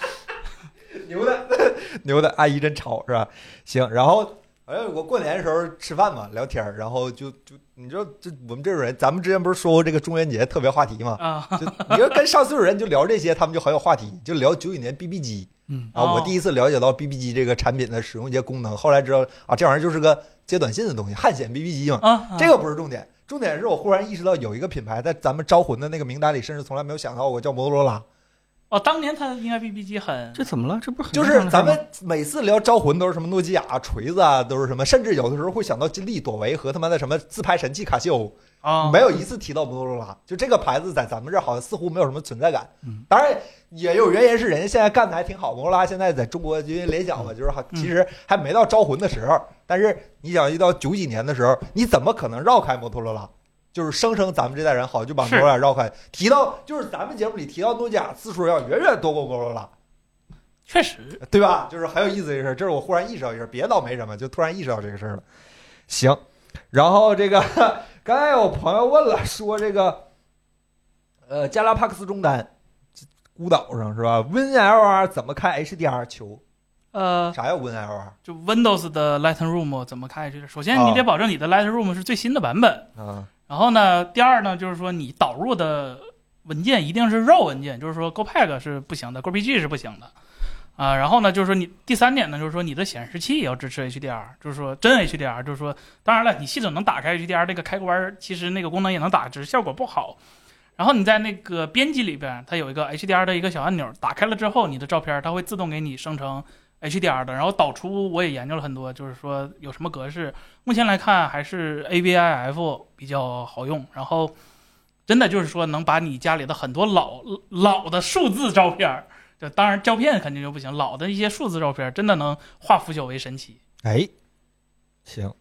Speaker 1: 牛的， 牛的，阿姨真潮是吧？行，然后好像我过年的时候吃饭嘛，聊天儿，然后就就你知道，这我们这种人，咱们之前不是说过这个中元节特别话题嘛？
Speaker 3: 啊，
Speaker 1: 就你要跟上岁数人就聊这些，他们就很有话题，就聊九几年 BB 机
Speaker 2: 嗯，
Speaker 1: 啊。我
Speaker 3: 哦
Speaker 1: 第一次了解到 BB 机这个产品的使用一些功能，后来知道啊，这玩意儿就是个接短信的东西，汉显 BB 机嘛。
Speaker 3: 啊，
Speaker 1: 这个不是重点，重点是我忽然意识到有一个品牌在咱们招魂的那个名单里，甚至从来没有想到过，叫摩托罗拉。
Speaker 3: 哦，当年他应该 BB 机很
Speaker 2: 这怎么了？这不是很
Speaker 1: 就
Speaker 2: 正常
Speaker 1: 是咱
Speaker 2: 的事吗
Speaker 1: 们每次聊招魂都是什么诺基亚啊、锤子啊，都是什么，甚至有的时候会想到金立、朵唯和他妈的什么自拍神器卡西欧，
Speaker 3: 啊，
Speaker 1: 没有一次提到摩托罗拉。就这个牌子在咱们这儿好像似乎没有什么存在感
Speaker 2: 嗯。
Speaker 1: 当然也有原因是人家现在干的还挺好，摩托罗拉现在在中国因为联想嘛，就是还其实还没到招魂的时候。但是你想一到九几年的时候，你怎么可能绕开摩托罗拉？就是生生咱们这代人好像就把摩托罗拉绕开，提到就是咱们节目里提到诺基亚次数要远远多过摩托罗拉。
Speaker 3: 确实，
Speaker 1: 对吧？就是很有意思的一事儿，这是我忽然意识到一事儿，别倒没什么，就突然意识到这个事儿了。行，然后这个刚才有朋友问了，说这个呃加拉帕克斯中单孤岛上是吧？WinLR 怎么开 HDR 球？
Speaker 3: 呃，
Speaker 1: 啥叫 WinLR
Speaker 3: 就 Windows 的 Lightroom 怎么开始？首先，你得保证你的 Lightroom 是最新的版本。
Speaker 1: 啊？
Speaker 3: 然后呢，第二呢，就是说你导入的文件一定是 RAW 文件，就是说 GoPack 是不行的，GoPG 是不行的。啊、然后呢，就是说你第三点呢，就是说你的显示器也要支持 HDR，就是说真 HDR，就是说，当然了，你系统能打开 HDR 这个开关儿，其实那个功能也能打，只是效果不好。然后你在那个编辑里边，它有一个 HDR 的一个小按钮，打开了之后，你的照片它会自动给你生成 HDR 的。然后导出我也研究了很多，就是说有什么格式，目前来看还是 AVIF 比较好用，然后真的就是说能把你家里的很多老老的数字照片儿，就当然胶片肯定就不行，老的一些数字照片儿真的能化腐朽为神奇。
Speaker 1: 哎，行，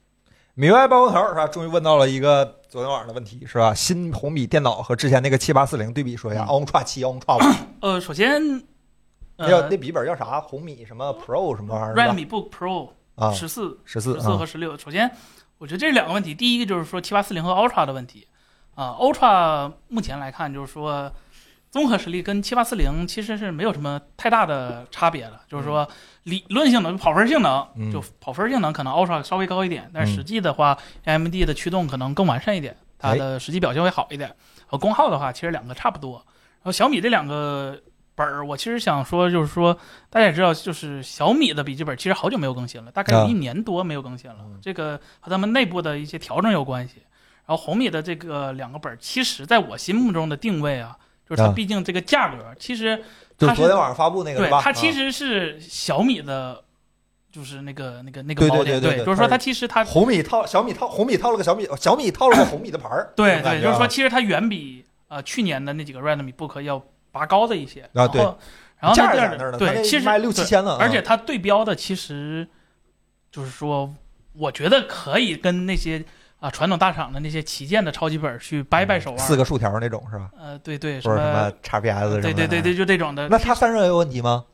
Speaker 1: 米 UI 包工头是吧？终于问到了一个昨天晚上的问题是吧？新红米电脑和之前那个七八四零对比说一下
Speaker 2: 嗯
Speaker 1: ，Ultra 七、Ultra 五，
Speaker 3: 呃，首先，
Speaker 1: 那叫
Speaker 3: 呃
Speaker 1: 那笔记本叫啥？红米什么 Pro 什么玩意儿是吧？
Speaker 3: ，Redmi Book Pro
Speaker 1: 啊，
Speaker 3: 十四、
Speaker 1: 十四嗯
Speaker 3: 十四和十六，首先我觉得这是两个问题，第一个就是说七八四零和 Ultra 的问题啊、u l t r a 目前来看就是说。综合实力跟七八四零其实是没有什么太大的差别的，就是说理论性能、跑分性能，
Speaker 1: 嗯
Speaker 3: 就跑分性能可能 Ultra 稍微高一点，但
Speaker 1: 嗯
Speaker 3: 是实际的话，AMD 的驱动可能更完善一点，它的实际表现会好一点。和功耗的话，其实两个差不多。然后小米这两个本儿，我其实想说，就是说大家也知道，就是小米的笔记本其实好久没有更新了，大概有
Speaker 1: 啊
Speaker 3: 一年多没有更新了。
Speaker 1: 嗯
Speaker 3: 这个和他们内部的一些调整有关系。然后红米的这个两个本儿，其实在我心目中的定位啊，就是它
Speaker 1: 啊
Speaker 3: 毕竟这个价格，其实
Speaker 1: 就
Speaker 3: 它是
Speaker 1: 昨天晚上发布那个
Speaker 3: 对
Speaker 1: 是吧？
Speaker 3: 它其
Speaker 1: 啊
Speaker 3: 实是小米的，就是那个那个那个
Speaker 1: 对对
Speaker 3: 锚
Speaker 1: 对
Speaker 3: 点，
Speaker 1: 对对
Speaker 3: 就是
Speaker 1: 它
Speaker 3: 说它其实它，
Speaker 1: 红米套小米套红米套了个小米小米套了个红米的牌儿
Speaker 3: 对
Speaker 1: 这种
Speaker 3: 对，
Speaker 1: 感觉
Speaker 3: 就是说
Speaker 1: 啊
Speaker 3: 其实它远比呃去年的那几个 Redmi Book 要拔高的一些。
Speaker 1: 啊
Speaker 3: 然
Speaker 1: 对
Speaker 3: 后然后
Speaker 1: 价
Speaker 3: 呢
Speaker 1: 儿
Speaker 3: 第
Speaker 1: 在
Speaker 3: 二
Speaker 1: 那儿呢，
Speaker 3: 点，
Speaker 1: 它那
Speaker 3: 对，其实
Speaker 1: 卖六
Speaker 3: 对
Speaker 1: 七千 了，
Speaker 3: 而且
Speaker 1: 啊
Speaker 3: 它对标的其实就是说，我觉得可以跟那些啊传统大厂的那些旗舰的超级本去掰掰手腕。
Speaker 1: 嗯四个竖条那种是吧？
Speaker 3: 呃，对对，呃
Speaker 1: 不是什么 XPS 什么的。
Speaker 3: 对对对对，就这种的。
Speaker 1: 那它散热有问题吗？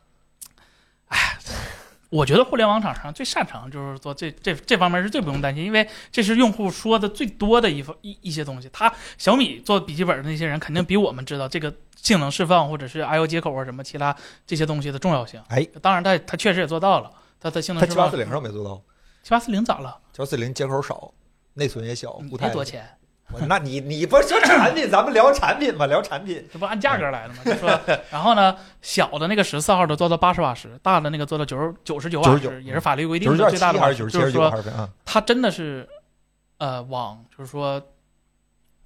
Speaker 3: 我觉得互联网厂商最擅长就是做这这这方面是最不用担心，因为这是用户说的最多的一方一一些东西。他小米做笔记本的那些人，肯定比我们知道这个性能释放或者是 I/O 接口啊什么其他这些东西的重要性。
Speaker 1: 哎，
Speaker 3: 当然他他确实也做到了，他的性能
Speaker 1: 它
Speaker 3: 释
Speaker 1: 七
Speaker 3: 放
Speaker 1: 八四零上没做到，
Speaker 3: 七八四零咋了？嗯
Speaker 1: 七八四零接口少，内存也小，固
Speaker 3: 没
Speaker 1: 态的。
Speaker 3: 多钱，
Speaker 1: 我那你你不是说产品，咱们聊产品吧，聊产品。
Speaker 3: 这不按价格来的吗？就说，然后呢，小的那个十四号的做到八十瓦时，大的那个做到九十九十九瓦时，
Speaker 1: 99
Speaker 3: 也是法律规定
Speaker 1: 九十
Speaker 3: 的
Speaker 1: 九
Speaker 3: 最大的
Speaker 1: 还
Speaker 3: 瓦
Speaker 1: 是
Speaker 3: 数
Speaker 1: 九十七
Speaker 3: 就
Speaker 1: 还
Speaker 3: 是
Speaker 1: 是九
Speaker 3: 说
Speaker 1: 十啊？
Speaker 3: 它真的是，呃，往就是说，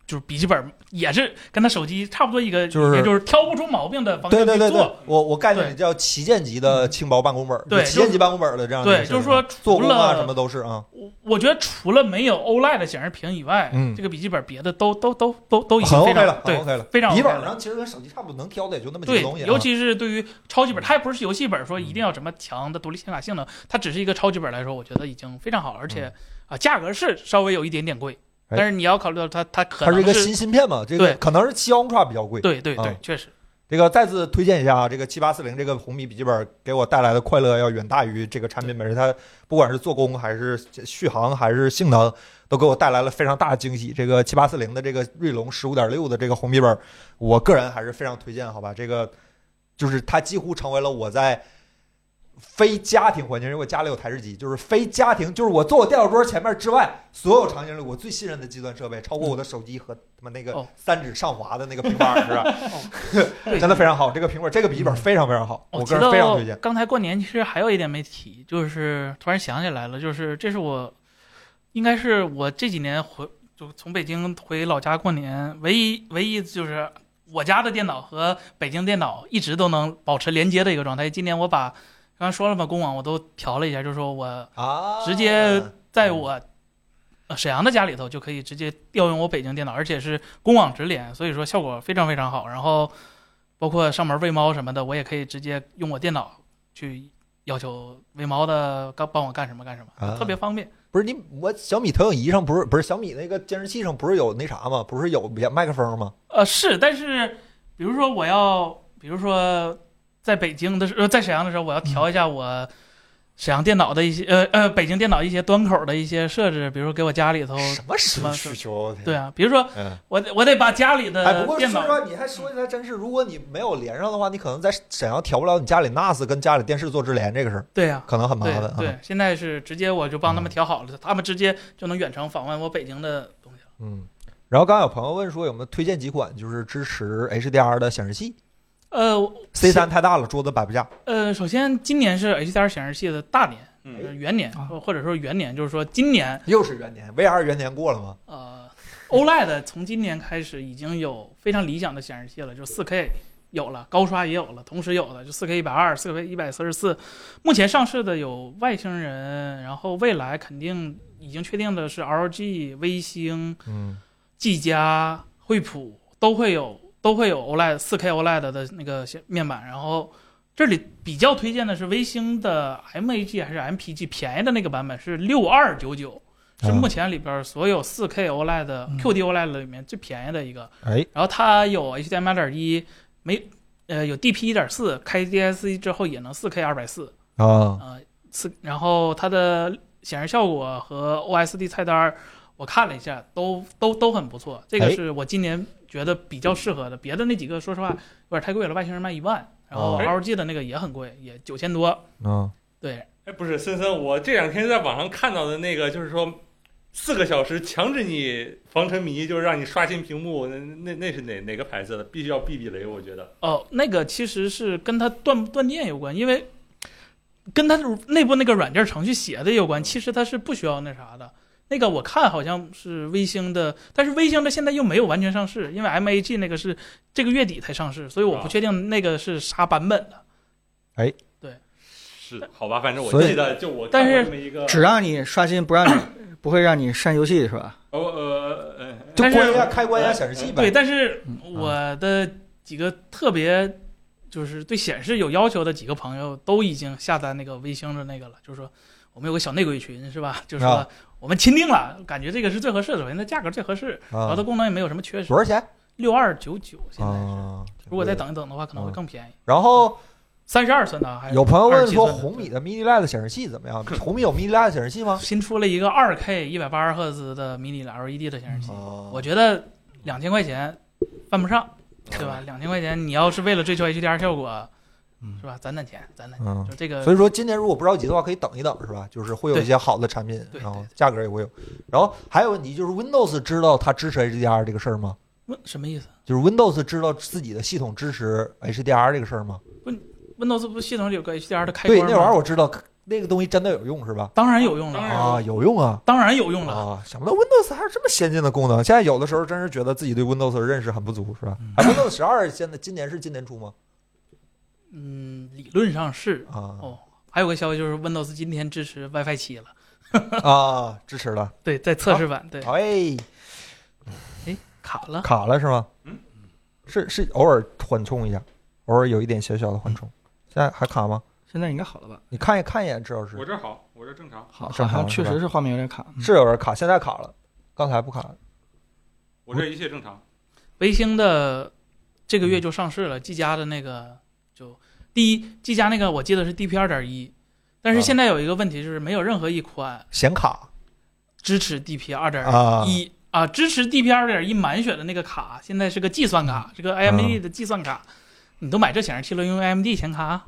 Speaker 3: 就是笔记本也是跟它手机差不多一个，
Speaker 1: 就是
Speaker 3: 也就是挑不出毛病的方向
Speaker 1: 对
Speaker 3: 去
Speaker 1: 对
Speaker 3: 做。
Speaker 1: 对对，我我概念
Speaker 3: 对嗯
Speaker 1: 里叫旗舰级的轻薄办公本儿，
Speaker 3: 对
Speaker 1: 就旗舰级办公本儿的这样的
Speaker 3: 对
Speaker 1: 一个设计
Speaker 3: 就是说
Speaker 1: 做工啊
Speaker 3: 除了
Speaker 1: 什么都是啊，
Speaker 3: 我我觉得除了没有 OLED 的显示屏以外，
Speaker 1: 嗯
Speaker 3: 这个笔记本别的都都都都都已
Speaker 1: 很
Speaker 3: 经非
Speaker 1: OK
Speaker 3: 常
Speaker 1: 了，很
Speaker 3: 对
Speaker 1: OK 了。
Speaker 3: 非常
Speaker 1: 笔记
Speaker 3: OK
Speaker 1: 本
Speaker 3: 了。
Speaker 1: 上其实跟手机差不多，能挑的也就那么几个
Speaker 3: 对
Speaker 1: 东西，啊。嗯
Speaker 3: 尤其是对于超级本，它也不是游戏本，说一定要什么强的独立显卡性能，它只是一个超级本来说，我觉得已经非常好，而且啊，价格是稍微有一点点贵，
Speaker 1: 嗯哎
Speaker 3: 但是你要考虑到它它可
Speaker 1: 它
Speaker 3: 能
Speaker 1: 是一个新芯片嘛，这个
Speaker 3: 对
Speaker 1: 可能是七 Ultra 比较贵。
Speaker 3: 对对对
Speaker 1: 啊，
Speaker 3: 确实
Speaker 1: 这个再次推荐一下啊，这个七八四零这个红米笔记本给我带来的快乐要远大于这个产品本身，它不管是做工还是续航还是性能，都给我带来了非常大的惊喜。这个七八四零的这个锐龙十五点六的这个红笔本，我个人还是非常推荐，好吧？这个就是它几乎成为了我在非家庭环境，因为我家里有台式机，就是非家庭，就是我坐我电脑桌前面之外所有场景里我最信任的计算设备，超过我的手机和他妈那个
Speaker 3: 哦
Speaker 1: 三指上滑的那个平板儿，是吧？
Speaker 3: 对
Speaker 1: 真的非常好，这个苹果这个笔记本非常非常好，
Speaker 3: 我
Speaker 1: 我
Speaker 3: 提
Speaker 1: 个人
Speaker 3: 到
Speaker 1: 非常推荐。
Speaker 3: 刚才过年其实还有一点没提，就是突然想起来了，就是这是我，应该是我这几年回就从北京回老家过年，唯一唯一就是我家的电脑和北京电脑一直都能保持连接的一个状态。今年我把刚才说了嘛，公网我都调了一下，就是说我
Speaker 1: 啊
Speaker 3: 直接在我呃沈阳的家里头就可以直接调用我北京电脑，而且是公网直连，所以说效果非常非常好。然后包括上门喂猫什么的，我也可以直接用我电脑去要求喂猫的帮帮我干什么干什么，
Speaker 1: 啊
Speaker 3: 特别方便。
Speaker 1: 不是你我小米投影仪上不是不是小米那个监视器上不是有那啥吗？不是有麦克风吗？
Speaker 3: 呃，是，但是比如说我要，比如说在北京的时候，呃在沈阳的时候，我要调一下我。沈阳电脑的一些呃呃，北京电脑一些端口的一些设置，比如说给我家里头，
Speaker 1: 什么时
Speaker 3: 哦什么
Speaker 1: 需求？我天
Speaker 3: 对，啊，比如说
Speaker 1: 嗯，
Speaker 3: 我得我得把家里
Speaker 1: 哎，不
Speaker 3: 的
Speaker 1: 过说
Speaker 3: 电
Speaker 1: 实
Speaker 3: 脑
Speaker 1: 话，你还说起来真是，如果你没有连上的话，你可能在沈阳调不了你家里 NAS 跟家里电视做直连这个事儿，
Speaker 3: 对呀、
Speaker 1: 可能很麻烦嗯
Speaker 3: 对
Speaker 1: 啊。
Speaker 3: 对，现在是直接我就帮他们调好了，他们直接就能远程访问我北京的东西了。
Speaker 1: 嗯，然后刚刚有朋友问说有没有推荐几款就是支持 HDR 的显示器
Speaker 3: 呃我
Speaker 1: ？C 3太大了，桌子摆不下。
Speaker 3: 呃，首先今年是 HDR 显示器的大年，呃
Speaker 4: 嗯，
Speaker 3: 元年，
Speaker 2: 啊
Speaker 3: 或者说元年，就是说今年
Speaker 1: 又是元年，VR 元年过了吗？
Speaker 3: 呃 OLED 从今年开始已经有非常理想的显示器了，就 4K 有了，高刷也有了，同时有的就 4K 一百二、4K 一百四十四。目前上市的有外星人，然后未来肯定已经确定的是 LG、微星。
Speaker 1: 嗯，
Speaker 3: 技嘉、惠普都会有都会有 E OLED 4K OLED 的那个显面板。然后这里比较推荐的是微星的 MAG 还是 MPG 便宜的那个版本是六二九九，是目前里边所有 4K OLED E 的、
Speaker 2: 嗯
Speaker 3: QD OLED 里面最便宜的一个。
Speaker 1: 哎，
Speaker 3: 然后它有 HDMI 点一，没呃有 DP 一点四，开 DSC 之后也能 4K 二百四，
Speaker 1: 啊，
Speaker 3: 呃，四，然后它的显示效果和 OSD 菜单儿我看了一下，都都都很不错。这个
Speaker 1: 哎
Speaker 3: 是我今年觉得比较适合的，别的那几个说实话有点太贵了，外星人卖一万，然后
Speaker 1: 哦
Speaker 3: LG 的那个也很贵，也九千多。
Speaker 1: 嗯，
Speaker 3: 对，
Speaker 4: 哎，不是森森，我这两天在网上看到的那个，就是说四个小时强制你防沉迷，就是让你刷新屏幕，那那那是哪哪个牌子的？必须要避避雷，我觉得。
Speaker 3: 哦，那个其实是跟它断不断电有关，因为跟它内部那个软件程序写的有关。其实它是不需要那啥的。那个我看好像是微星的，但是微星的现在又没有完全上市，因为 MAG 那个是这个月底才上市，所以我不
Speaker 4: 啊
Speaker 3: 确定那个是啥版本的。
Speaker 4: 是，好吧，反正我
Speaker 1: 所以
Speaker 4: 记得就我
Speaker 3: 但
Speaker 4: 看过
Speaker 3: 是
Speaker 4: 这么一个，
Speaker 2: 只让你刷新，不让你不会让你删游戏是吧？
Speaker 4: 呃呃呃，
Speaker 1: 就
Speaker 3: 但是
Speaker 1: 关一下开关一下显示器呗。
Speaker 3: 对，但是
Speaker 2: 嗯
Speaker 1: 啊
Speaker 3: 我的几个特别就是对显示有要求的几个朋友都已经下单那个微星的那个了，就是说我们有个小内鬼群是吧？就是
Speaker 1: 啊
Speaker 3: 说我我们钦定了，感觉这个是最合适的，首先它价格最合适，然后它
Speaker 1: 啊，
Speaker 3: 功能也没有什么缺失
Speaker 1: 多，少钱？
Speaker 3: 六二九九现在是，
Speaker 1: 啊，
Speaker 3: 如果再。等一等的话，可能会更便宜，
Speaker 1: 然后
Speaker 3: 三十二寸的还是
Speaker 1: 有朋友问说，
Speaker 3: 27寸的
Speaker 1: 红米的 mini LED 显示器怎么样？
Speaker 3: 嗯
Speaker 1: 红米有 mini LED 显示器吗？
Speaker 3: 新出了一个二 K 一百八十赫兹的 mini LED 的显示器，
Speaker 1: 啊，
Speaker 3: 我觉得两千块钱犯不 上，对吧？两千块钱你要是为了追求 HDR 效果，
Speaker 2: 嗯
Speaker 3: 是吧？攒攒钱，攒攒钱，
Speaker 1: 嗯
Speaker 3: 就，这个
Speaker 1: 所以说今年如果不着急的话，可以等一等，是吧？就是会有一些好的产品，
Speaker 3: 呃对
Speaker 1: 然后
Speaker 3: 对对
Speaker 1: 价格也会有。然后还有问题就是 Windows 知道它支持 HDR 这个事儿吗？
Speaker 3: 问什么意思
Speaker 1: 就是 Windows 知道自己的系统支持 HDR 这个事儿吗？
Speaker 3: ？Windows 不系统里有个 HDR 的开关
Speaker 1: 对，
Speaker 3: 吗？
Speaker 1: 那玩意儿我知道，那个东西真的有用是吧？
Speaker 3: 当然有用了，
Speaker 4: 当然
Speaker 1: 啊，有用啊！
Speaker 3: 当然有嗯用了。
Speaker 1: 啊，想不到 Windows 还有这么先进的功能。现在有的时候真是觉得自己对 Windows 的认识很不足，是吧？哎，Windows 十二现在今年是今年出吗？
Speaker 3: 嗯，理论上是。
Speaker 1: 啊
Speaker 3: 哦还有个消息就是 Windows 今天支持 WiFi 七了，
Speaker 1: 啊，支持了。
Speaker 3: 对，在测试版，对，
Speaker 1: 哎，
Speaker 3: 卡了。
Speaker 1: 卡了是吗？
Speaker 4: 嗯，
Speaker 1: 是是偶尔缓冲一下，偶尔有一点小小的缓冲。现在还卡吗？
Speaker 2: 现在应该好了吧？
Speaker 1: 你看一看一眼，知道是
Speaker 4: 我这好，我这正常，
Speaker 2: 好，
Speaker 1: 正
Speaker 2: 好
Speaker 1: 常
Speaker 2: 像确
Speaker 1: 是吧
Speaker 2: 实是画面有点卡。嗯
Speaker 1: 是有点卡，现在卡了，刚才不卡。
Speaker 4: 我这一切正常。
Speaker 3: 微星的这个月就上市了，技嘉的那个就第一，技嘉那个我记得是 DP 二点一，但是
Speaker 1: 啊
Speaker 3: 现在有一个问题就是没有任何一款
Speaker 1: 显卡
Speaker 3: 支持 DP 二点
Speaker 1: 啊
Speaker 3: 一啊，支持 DP 二点一满血的那个卡，现在是个计算卡，是
Speaker 1: 嗯
Speaker 3: 个 AMD 的计算卡，你都买这显示器了，用 AMD 显卡，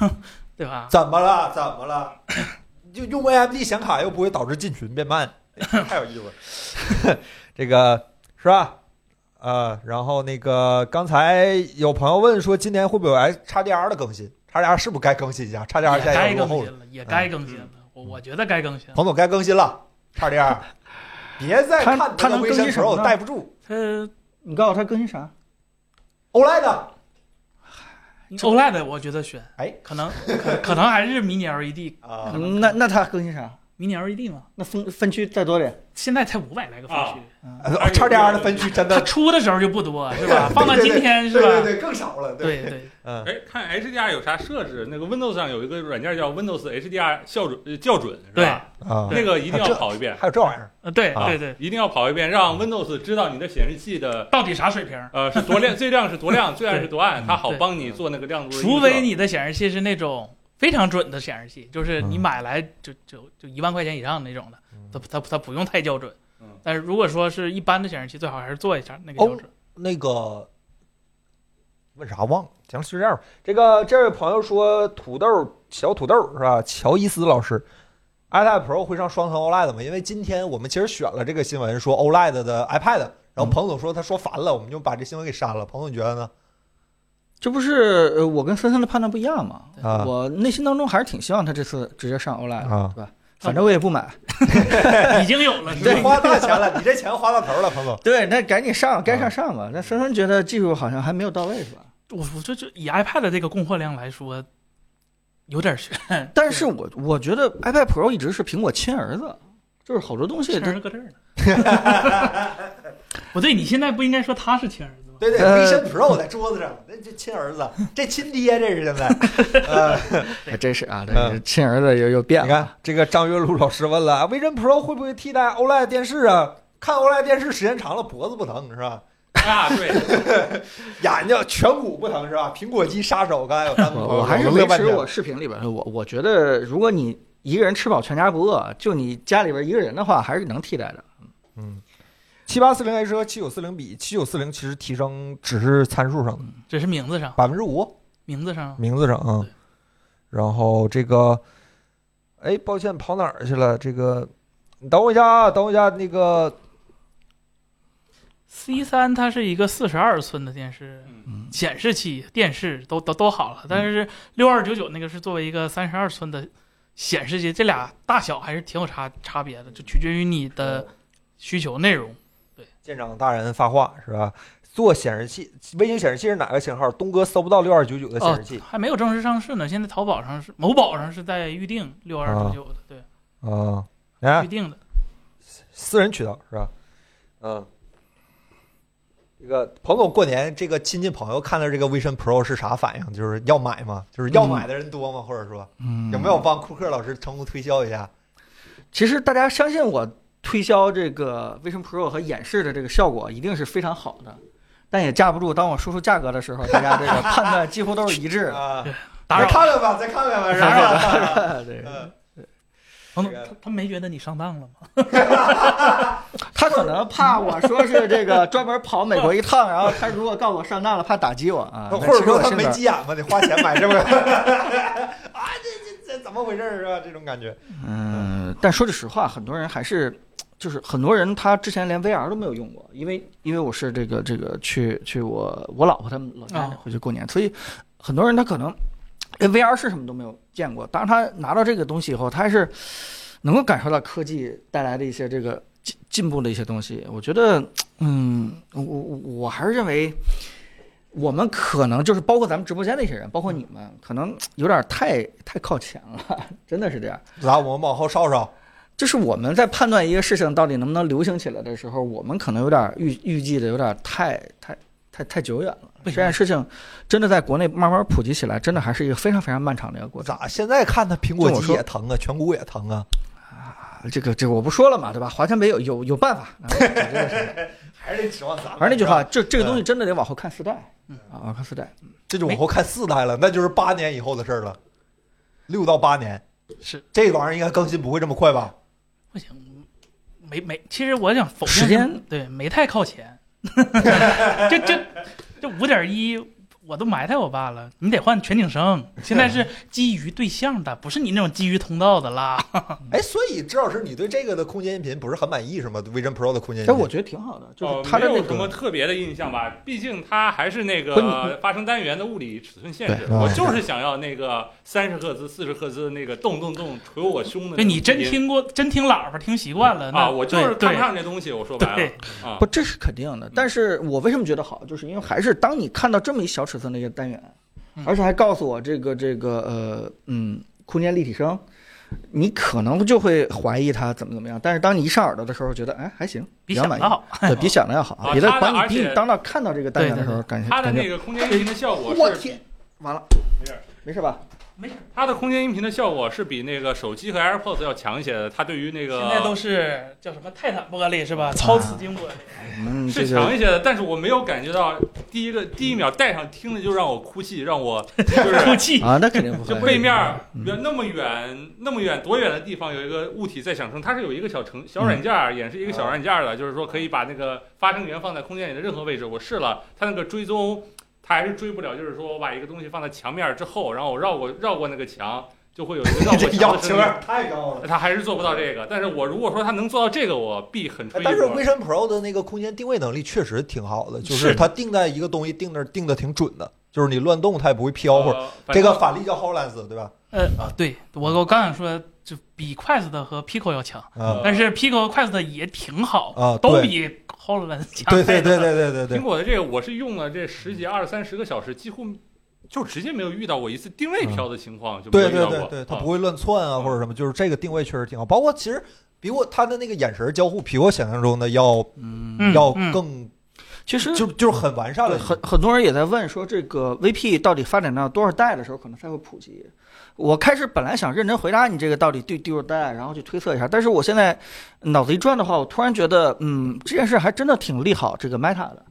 Speaker 3: 对吧？
Speaker 1: 怎么了？怎么了？ 就用 AMD 显卡又不会导致进群变 慢，太有意思了。 这个是吧？呃，然后那个刚才有朋友问说，今年会不会有 XDR 的更新？XDR 是不是该更新一下？XDR
Speaker 3: 也
Speaker 1: 现在
Speaker 3: 该
Speaker 1: 有落
Speaker 3: 更
Speaker 1: 后了。嗯
Speaker 3: 新了，也该更新了，我我觉得该更新了。
Speaker 1: 彭总该更新了，XDR，别再
Speaker 2: 他
Speaker 1: 看
Speaker 2: 他能
Speaker 1: 微
Speaker 2: 更
Speaker 1: 神
Speaker 2: 新什么
Speaker 1: Pro
Speaker 2: 呢
Speaker 1: 带不住
Speaker 3: 它
Speaker 2: 你告诉我它更新啥？
Speaker 1: OLED。
Speaker 3: OLED E 我觉得选，
Speaker 1: 哎，
Speaker 3: 可能可可能还是 Mini LED，
Speaker 1: 啊
Speaker 3: 可能
Speaker 2: 嗯那那它更新啥？
Speaker 3: Mini LED E 嘛，
Speaker 2: 那分分区再多点。
Speaker 3: 现在才五百来个分区，
Speaker 1: 呃，XDR 的分区真
Speaker 3: 它
Speaker 1: 的
Speaker 3: 出的时候就不多，是吧？放到今天是吧？
Speaker 1: 对，更少了，
Speaker 3: 对对，
Speaker 1: 嗯，
Speaker 4: 哎，看 HDR 有啥设置？那个 Windows 上有一个软件叫 Windows HDR 校准呃校准是吧？
Speaker 1: 啊，
Speaker 4: 那个一定
Speaker 1: 啊
Speaker 4: 要
Speaker 1: 这嗯
Speaker 4: 跑一遍，
Speaker 1: 还有这玩意儿，
Speaker 3: 呃对
Speaker 1: 啊
Speaker 3: 对对，
Speaker 4: 一定要跑一遍，让 Windows 知道你的显示器的
Speaker 3: 到底啥水平？
Speaker 4: 呃是多亮，最亮是多亮，最暗是多暗，它好
Speaker 3: 对
Speaker 4: 帮你做那个亮度的预测。
Speaker 3: 除非你的显示器是那种非常准的显示器，就是你
Speaker 1: 嗯
Speaker 3: 买来就就就一万块钱以上的那种的，它它它不用太校准
Speaker 4: 嗯。
Speaker 3: 但是如果说是一般的显示器，最好还是做一下那个
Speaker 1: 哦
Speaker 3: 校准。
Speaker 1: 那个问啥忘了，行，就这样吧。这个这位朋友说，土豆小土豆是吧？乔伊斯老师。iPad Pro 会上双层 OLED 吗？因为今天我们其实选了这个新闻，说 OLED 的 iPad，然后
Speaker 2: 嗯
Speaker 1: 彭总说他说烦了，我们就把这新闻给删了。彭总你觉得呢？
Speaker 2: 这不是呃我跟森森的判断不一样吗？
Speaker 3: 对
Speaker 1: 啊
Speaker 2: 我内心当中还是挺希望它这次直接上 OLED 的，
Speaker 1: 啊，
Speaker 2: 反正我也不买。
Speaker 3: 已经有 了，
Speaker 1: 你
Speaker 3: 是
Speaker 1: 这
Speaker 3: 吧？
Speaker 1: 花大钱 了，你这钱花到头了，彭总。
Speaker 2: 对，那赶紧上，该上上吧。那森森觉得技术好像还没有到位是吧？
Speaker 3: 我我这这以 iPad 的这个供货量来说，有 点悬。
Speaker 2: 但是我我觉得 iPad Pro 一直是苹果亲儿子，就是好多东西
Speaker 3: 亲
Speaker 2: 它
Speaker 3: 儿子搁这儿呢。不对，你现在不应该说他是亲儿子吗？
Speaker 1: 对对
Speaker 2: 呃
Speaker 1: ，Vision Pro 在桌子上，那这亲儿子，这亲爹这是现 在。呃，
Speaker 2: 还真是啊，这
Speaker 1: 嗯
Speaker 2: 这亲儿子又又变
Speaker 1: 你
Speaker 2: 了。
Speaker 1: 看这个张月露老师问了，Vision 啊 Pro 会不会替代 OLED 电视啊？看 OLED 电视时间长了脖子不疼是吧？
Speaker 2: 嗯
Speaker 4: 啊，对，
Speaker 1: 眼睛颧骨不疼是吧？苹果肌杀手，刚才有弹幕
Speaker 2: 我
Speaker 1: 朋友
Speaker 2: 我还是
Speaker 1: 乐
Speaker 2: 维
Speaker 1: 半
Speaker 2: 持
Speaker 1: 天
Speaker 2: 我视频里边的我，我觉得如果你一个人吃饱全家不饿，就你家里边一个人的话，还是能替代的。
Speaker 1: 嗯，七八四零 H 和七九四零比，七九四零其实提升只是参数
Speaker 2: 嗯
Speaker 1: 上的
Speaker 3: 只是名字上，
Speaker 1: 百分之五。
Speaker 3: 名字上
Speaker 1: 名字上啊
Speaker 3: 对。
Speaker 1: 然后这个，哎，抱歉，跑哪儿去了？这个，你等我一下啊，等我一下。那个
Speaker 3: C 三它是一个四十二寸的电视，
Speaker 4: 嗯
Speaker 3: 显示器、电视都都都好了，但是六二九九那个是作为一个三十二寸的显示器，这俩大小还是挺有差差别的，就取决于你的需求内容。
Speaker 1: 舰长大人发话是吧？做显示器，微型显示器是哪个型号？东哥搜不到六二九九的显示器
Speaker 3: 还没有正式上市呢，现在淘宝上是某宝上是在预定六二九九的，对，
Speaker 1: 啊。你看
Speaker 3: 预定的。
Speaker 1: 私人渠道是吧？嗯。这个彭总过年这个亲戚朋友看到这个 Vision Pro 是啥反应？就是要买吗？就是要买的人多吗？或者说
Speaker 2: 嗯
Speaker 1: 有没有帮库克老师成功推销一下？
Speaker 2: 其实大家相信我，推销这个 Vision Pro 和演示的这个效果一定是非常好的，但也架不住当我说出价格的时候，大家这个判断几乎都是一致的。
Speaker 1: 啊，
Speaker 3: 打
Speaker 1: 再
Speaker 3: 扰。
Speaker 1: 看看吧，再看看 吧，然后，
Speaker 2: 对，
Speaker 1: 嗯啊
Speaker 3: 彭
Speaker 1: 这
Speaker 3: 总，
Speaker 1: 个
Speaker 3: 他他没觉得你上当了吗？
Speaker 2: 他可能怕我说是这个专门跑美国一趟，然后他如果告诉我上当了，怕打击我啊。
Speaker 1: 或者说他没
Speaker 2: 击，
Speaker 1: 急眼嘛，得花钱买这 么个，啊，这这这怎么回事儿是吧？这种感觉，
Speaker 2: 嗯，但说句实话，很多人还是。就是很多人他之前连 VR 都没有用过，因为因为我是这个这个去去我我老婆他们老家里
Speaker 3: 啊
Speaker 2: 回去过年，所以很多人他可能连 VR 是什么都没有见过。当他拿到这个东西以后，他还是能够感受到科技带来的一些这个进进步的一些东西。我觉得，嗯，我我我还是认为，我们可能就是包括咱们直播间那些人，包括你们，可能有点太太靠前了， 真的是这样。
Speaker 1: 来，我们往后稍稍，
Speaker 2: 就是我们在判断一个事情到底能不能流行起来的时候，我们可能有点预预计的有点太太太太久远了。这件事情真的在国内慢慢普及起来，真的还是一个非常非常漫长的一个过
Speaker 1: 我
Speaker 2: 程。
Speaker 1: 咋现在看他苹果
Speaker 2: 就我
Speaker 1: 肌
Speaker 2: 说
Speaker 1: 也疼啊，颧骨也疼啊，
Speaker 2: 这个这个我不说了嘛，对吧？华强北有有有办法，啊这个是
Speaker 1: 还是得指望咱们
Speaker 2: 反正那句
Speaker 1: 是吧
Speaker 2: 话，就这个东西真的得往后看四代，
Speaker 3: 嗯
Speaker 2: 啊，往后看四代。
Speaker 1: 这就往后看四代了，那就是八年以后的事儿了，六到八年。
Speaker 3: 是
Speaker 1: 这玩意儿应该更新不会这么快吧？
Speaker 3: 不行，没没，其实我想否定
Speaker 2: 时间
Speaker 3: 对没太 靠前，这这这五点一我都埋汰我爸了，你得换全景声，现在是基于对象的，不是你那种基于通道的啦。
Speaker 1: 哎，所以支老师，你对这个的空间音频不是很满意是吗？Vision Pro 的空间音
Speaker 2: 但
Speaker 1: 频，
Speaker 2: 我觉得挺好的，就
Speaker 4: 哦
Speaker 2: 是它的
Speaker 4: 没
Speaker 2: 那
Speaker 4: 有什么
Speaker 2: 个，
Speaker 4: 特别的印象吧，毕竟它还是那
Speaker 2: 不是你
Speaker 4: 个发生单元的物理尺寸限制。
Speaker 1: 对
Speaker 4: 我
Speaker 3: 啊
Speaker 1: 嗯
Speaker 4: 就是想要那个三十赫兹、四十赫兹那个动动动捶我胸
Speaker 3: 对
Speaker 4: 的那种声音。
Speaker 3: 哎你真听过真听喇叭听习惯了
Speaker 4: 啊？
Speaker 3: 那
Speaker 4: 我就是
Speaker 3: 对
Speaker 4: 看不上这东西，我说白
Speaker 3: 对
Speaker 4: 了啊嗯
Speaker 2: 不，，这是肯定的。但是我为什么觉得好，就是因为还是当你看到这么一小尺寸的一个单元
Speaker 3: 嗯，
Speaker 2: 而且还告诉我这个这个呃嗯空间立体声，你可能就会怀疑它怎么怎么样。但是当你一上耳朵的时候，觉得哎还行，
Speaker 3: 比
Speaker 2: 较
Speaker 3: 想
Speaker 2: 满意
Speaker 3: 的，好。
Speaker 2: 对比想的要好。
Speaker 4: 啊
Speaker 2: 别的
Speaker 4: 它的
Speaker 2: 把你
Speaker 4: 而
Speaker 2: 比
Speaker 4: 且
Speaker 2: 你当到看到这个单元的时候，感觉
Speaker 4: 它的
Speaker 2: 感
Speaker 4: 那
Speaker 2: 觉
Speaker 4: 个空间音频的效果
Speaker 2: 我
Speaker 4: 是
Speaker 2: 天，完了
Speaker 4: 没事儿，
Speaker 2: 没事吧？
Speaker 4: 它的空间音频的效果是比那个手机和 AirPods 要强一些的。它对于那个啊
Speaker 3: 现在都是叫什么泰坦玻璃是吧？超瓷晶玻璃，
Speaker 2: 我们这
Speaker 4: 是
Speaker 2: 个
Speaker 4: 强一些的，但是我没有感觉到第一个第一秒戴上听着就让我哭泣，让我就是
Speaker 3: 哭泣。
Speaker 2: 啊，那肯定不会。嗯
Speaker 4: 就背面儿
Speaker 1: 嗯
Speaker 4: 远那么远那么远多远的地方有一个物体在响声，它是有一个小程小
Speaker 1: 嗯
Speaker 4: 软件儿，演示一个
Speaker 1: 啊
Speaker 4: 小软件儿的，就是说可以把那个发声源放在空间里的任何位置。我试了，它那个追踪，它还是追不了。就是说我把一个东西放在墙面儿之后，然后我绕过绕过那个墙，就会有一个 绕
Speaker 1: 这
Speaker 4: 过墙
Speaker 1: 要
Speaker 4: 的
Speaker 1: 求啊有
Speaker 4: 声音。
Speaker 1: 点太高了。
Speaker 4: 它还是做不到这个，但是我如果说它能做到这个，我必很
Speaker 1: 哎
Speaker 4: 吹一
Speaker 1: 但是
Speaker 4: 波。
Speaker 1: Vision Pro 的那个空间定位能力确实挺好的，就是
Speaker 3: 是
Speaker 1: 它定在一个东西定那儿定的挺准的，就是你乱动它也不会飘或者。
Speaker 4: 呃
Speaker 1: 这个反例叫 Hololens 对吧？
Speaker 3: 呃啊，对我我刚想说，就比 Quest 和 Pico 要强，
Speaker 1: 啊
Speaker 3: 但是 Pico 和 Quest 也挺好，
Speaker 1: 啊，
Speaker 3: 都
Speaker 1: 对
Speaker 3: 比 Hololens 强。
Speaker 1: 对对对对对对
Speaker 4: 苹
Speaker 1: 对，嗯
Speaker 4: 果的这个，我是用了这十几、二三十个小时，几乎就直接没有遇到过一次定位飘的情况，就没有
Speaker 1: 嗯对
Speaker 4: 遇到
Speaker 1: 对
Speaker 4: 过。
Speaker 1: 对对，它
Speaker 4: 啊
Speaker 1: 不会乱窜啊或者什么，就是这个定位确实挺好。包括其实比我它的那个眼神交互比我想象中的要
Speaker 3: 嗯
Speaker 1: 要
Speaker 3: 嗯
Speaker 1: 更
Speaker 2: 其实
Speaker 1: 就就是很完善了
Speaker 2: 对，很很多人也在问说，这个 VP 到底发展到多少代的时候可能才会普及？我开始本来想认真回答你这个到底第第多少代，然后去推测一下，但是我现在脑子一转的话，我突然觉得，嗯，这件事还真的挺利好这个 Meta 的，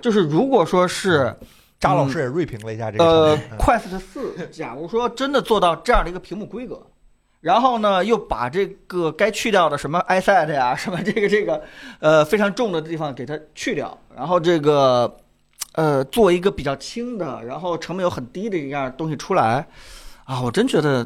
Speaker 2: 就是如果说是
Speaker 1: 扎老师也锐评了一下这个
Speaker 2: 呃
Speaker 1: 产 品。嗯
Speaker 2: Quest 四，假如说真的做到这样的一个屏幕规格，然后呢又把这个该去掉的什么 iSet 呀，什么这个这个呃非常重的地方给它去掉，然后这个呃做一个比较轻的，然后成本又很低的一样东西出来，啊，我真觉得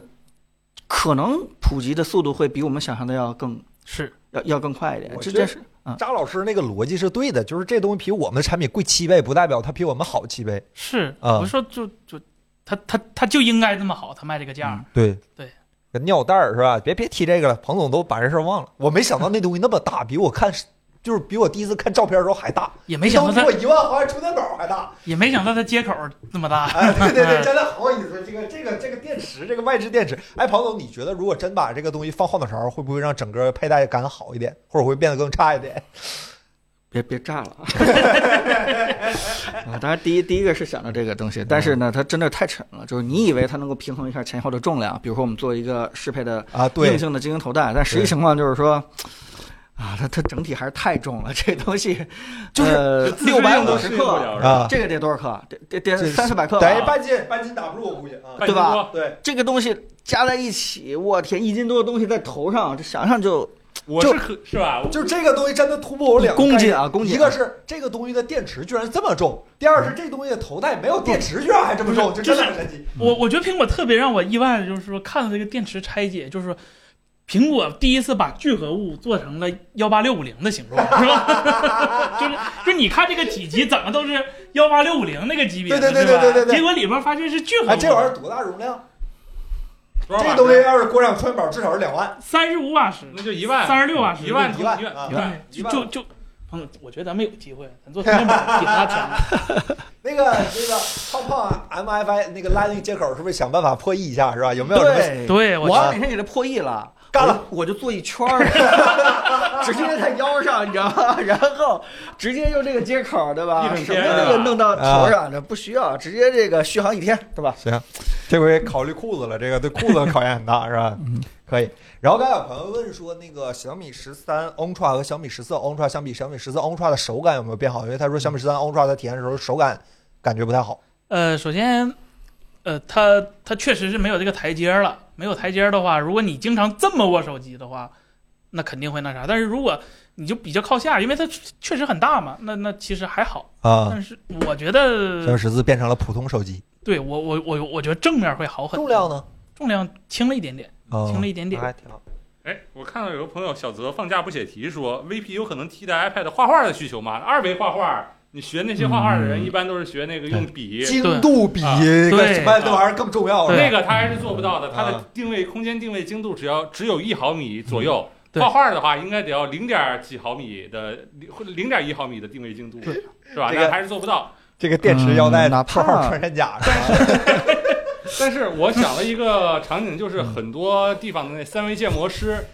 Speaker 2: 可能普及的速度会比我们想象的要更
Speaker 3: 是
Speaker 2: 要要更快一点，
Speaker 1: 我
Speaker 2: 这
Speaker 1: 觉得
Speaker 2: 件事。
Speaker 1: 嗯扎老师那个逻辑是对的，就是这东西比我们的产品贵七倍，不代表它比我们好七倍。
Speaker 3: 是，
Speaker 1: 啊
Speaker 3: 我说就就他他他就应该这么好，他卖这个
Speaker 1: 嗯
Speaker 3: 价儿。
Speaker 1: 对
Speaker 3: 对，
Speaker 1: 跟尿袋儿是吧？别别提这个了，彭总都把这事儿忘了。我没想到那东西那么大，比我看就是比我第一次看照片的时候还大，
Speaker 3: 也没想到
Speaker 1: 那
Speaker 3: 他
Speaker 1: 东西比我一万毫安充电宝还大。
Speaker 3: 也没想到他接口这么大。
Speaker 1: 哎，对对对，真的好有意思。这个这个这个电池，这个外置电池。哎，彭总，你觉得如果真把这个东西放后脑勺，会不会让整个佩戴感好一点，或者会变得更差一点？
Speaker 2: 别别炸 了啊！啊当然，第一第一个是想到这个东西，但是
Speaker 1: 嗯
Speaker 2: 呢，它真的太沉了。就是你以为它能够平衡一下前后的重量，比如说我们做一个适配的
Speaker 1: 啊，
Speaker 2: 硬
Speaker 1: 对，
Speaker 2: 性的精英头戴，但实际情况就是说，啊，它它整体还是太重了，这东西
Speaker 1: 就是
Speaker 2: 呃
Speaker 4: 自制
Speaker 2: 六百
Speaker 4: 硬
Speaker 2: 五
Speaker 4: 都
Speaker 2: 十
Speaker 4: 适应不
Speaker 2: 克，
Speaker 4: 了，
Speaker 1: 啊，
Speaker 2: 这个得多少克？得得得
Speaker 1: 这
Speaker 2: 三四百克吧。
Speaker 1: 等于半斤，半斤打不住，我估计啊，
Speaker 4: 半
Speaker 2: 对
Speaker 4: 斤
Speaker 2: 吧
Speaker 4: 多
Speaker 1: 对，
Speaker 2: 这个东西加在一起，我天，一斤多的东西在头上，这想想就
Speaker 4: 我
Speaker 2: 就是
Speaker 4: 可是吧？我
Speaker 1: 就是这个东西真的突破我两个
Speaker 2: 公
Speaker 1: 概
Speaker 2: 斤
Speaker 1: 念
Speaker 2: 啊，公斤啊。
Speaker 1: 一个是这个东西的电池居然这么重，第二是这东西的头戴没有电池居然还这么重，就
Speaker 3: 不是
Speaker 1: 真的很神奇。
Speaker 3: 我我觉得苹果特别让我意外的就是说，看了这个电池拆解，就是说，苹果第一次把聚合物做成了幺八六五零的形状，是吧？ 就是就是你看这个体积怎么都是幺八六五零那个级别的，
Speaker 1: 对对对
Speaker 3: 是吧
Speaker 1: 对对对对
Speaker 3: 结果里面发现是聚合物，
Speaker 1: 哎，这玩意儿多大容量？
Speaker 4: 多少
Speaker 1: 这
Speaker 4: 瓦
Speaker 1: 东西要是过上川宝，至少是两万。
Speaker 3: 三十五瓦时，
Speaker 4: 那就一
Speaker 1: 哎
Speaker 4: 万，
Speaker 3: 三十六瓦时，
Speaker 4: 一万
Speaker 1: 一万
Speaker 4: 一万
Speaker 1: 啊
Speaker 4: 一万。
Speaker 1: 一
Speaker 3: 对，
Speaker 1: 万
Speaker 3: 就就。朋友，我觉得咱们有机会， 咱做通面板儿顶他强。
Speaker 1: 那个那个胖啊胖 MFI 那个 Lightning 接口是不是想办法破译一下是吧？有没有什么
Speaker 2: 对，
Speaker 3: 对，
Speaker 2: 我
Speaker 3: 我
Speaker 2: 要哪天给它破译了，
Speaker 1: 干了
Speaker 2: 我，我就做一圈儿， 直接在腰上，你知道吗？然后直接用这个接口，对吧？
Speaker 4: 一整
Speaker 2: 什
Speaker 4: 天
Speaker 2: 么
Speaker 4: 啊
Speaker 2: 那个弄到头上，这不需要，直接这个续航一天，对吧？
Speaker 1: 这回考虑裤子了，这个对裤子的考验很大，是吧？可以。然后刚才有朋友问说，那个小米十三 Ultra 和小米十四 Ultra 相比，小米十四 Ultra 的手感有没有变好？因为他说小米十三 Ultra 在体验的时候手感感觉不太好。
Speaker 3: 呃，首先，呃，它它确实是没有这个台阶儿了。没有台阶儿的话，如果你经常这么握手机的话，那肯定会那啥。但是如果你就比较靠下，因为它确实很大嘛，那那其实还好。
Speaker 1: 啊，
Speaker 3: 但是我觉
Speaker 1: 嗯小米
Speaker 3: 得，
Speaker 1: 十四变成了普通手机，
Speaker 3: 对我我我我觉得正面会好很
Speaker 1: 重
Speaker 3: 多。
Speaker 1: 量呢？
Speaker 3: 重量轻了一点点，
Speaker 1: 啊
Speaker 3: 轻了一点点。
Speaker 1: 还挺好。
Speaker 4: 哎，我看到有个朋友小泽放假不写题说，VP 有可能替代 iPad 画画的需求吗？二维画画，你学那些画画的人，
Speaker 2: 嗯
Speaker 4: 一般都是学那个用笔，
Speaker 1: 精度比
Speaker 4: 啊
Speaker 1: 跟
Speaker 3: 对
Speaker 1: 什么那玩意儿更重要
Speaker 3: 对
Speaker 1: 了。
Speaker 4: 那个他还是做不到的。它的
Speaker 1: 啊
Speaker 4: 定位、空间定位精度只要只有一毫米左右。
Speaker 3: 对
Speaker 4: 画画的话，应该得要零点几毫米的，或者零点一毫米的定位精度，是吧？
Speaker 1: 这个
Speaker 4: 但还是做不到。
Speaker 1: 这个电池腰带
Speaker 2: 嗯哪怕
Speaker 1: 正好啊穿山甲是吧？
Speaker 4: 但是我想了一个场景，就是很多地方的那三维建模师，
Speaker 3: 嗯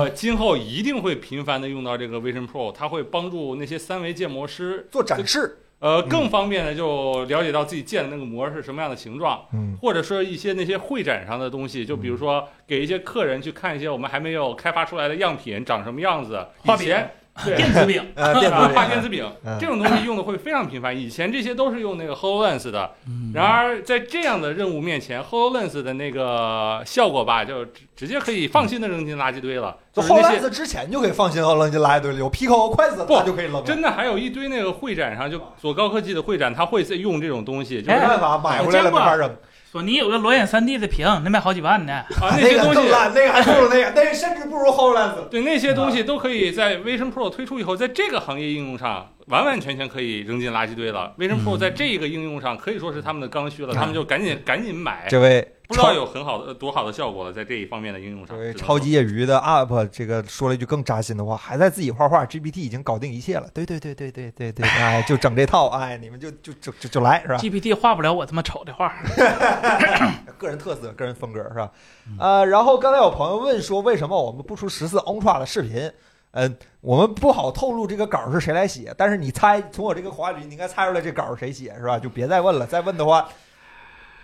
Speaker 4: 呃，今后一定会频繁的用到这个 Vision Pro，它会帮助那些三维建模师，
Speaker 1: 做展示，
Speaker 4: 呃，
Speaker 3: 嗯
Speaker 4: 更方便的就了解到自己建的那个模是什么样的形状，
Speaker 1: 嗯，
Speaker 4: 或者说一些那些会展上的东西，就
Speaker 3: 嗯
Speaker 4: 比如说给一些客人去看一些我们还没有开发出来的样品长什么样子，
Speaker 3: 画
Speaker 4: 以
Speaker 3: 饼
Speaker 4: 前对
Speaker 3: 电子饼，
Speaker 1: 呃，电
Speaker 4: 啊
Speaker 1: 子
Speaker 4: 画电子饼
Speaker 1: 嗯
Speaker 4: 这种东西用的会非常频繁，以前这些都是用那个 HoloLens 的，然而在这样的任务面前，HoloLens 的那个效果吧，就直直接可以放心的扔进垃圾堆了。
Speaker 1: 就
Speaker 4: 就是
Speaker 1: 嗯
Speaker 4: 那
Speaker 1: HoloLens
Speaker 4: 些
Speaker 1: 之前就可以放心扔进垃圾堆里，有 Pico 和筷子
Speaker 4: 不
Speaker 1: 那就可以扔了。
Speaker 4: 真的还有一堆那个会展上，就做高科技的会展，他会在用这种东西，就
Speaker 1: 没
Speaker 4: 是
Speaker 3: 哎
Speaker 1: 办法，买回来了没法扔。
Speaker 3: 索尼有个裸眼3 D 的屏，那卖好几万呢。
Speaker 4: 啊那些
Speaker 1: 个
Speaker 4: 东
Speaker 1: 更
Speaker 4: 西。
Speaker 1: 烂， 那个还不如那个，那个甚至不如 HoloLens。
Speaker 4: 对那些东西都可以在 Vision Pro 推出以后，在这个行业应用上完完全全可以扔进垃圾堆了。Vision Pro 在这个应用上可以说是他们的刚需
Speaker 1: 嗯
Speaker 4: 了，他们就赶紧赶紧买，
Speaker 1: 哎这位
Speaker 4: 不知道有很好的多好的效果了，在这一方面的应用
Speaker 1: 这
Speaker 4: 上。
Speaker 1: 位
Speaker 4: 只能
Speaker 1: 超
Speaker 4: 说
Speaker 1: 级业余的 UP 这个说了一句更扎心的话，还在自己画画，GPT 已经搞定一切了。对对对对对对对，哎，就整这套，哎，你们就就就就就来是吧？
Speaker 3: GPT 画不了我他妈丑的画儿，
Speaker 1: 个人特色、个人风格是吧？呃，然后刚才有朋友问说，为什么我们不出十四 Ultra 的视频？呃，我们不好透露这个稿是谁来写，但是你猜，从我这个话里，你应该猜出来这稿是谁写是吧？就别再问了，再问的话，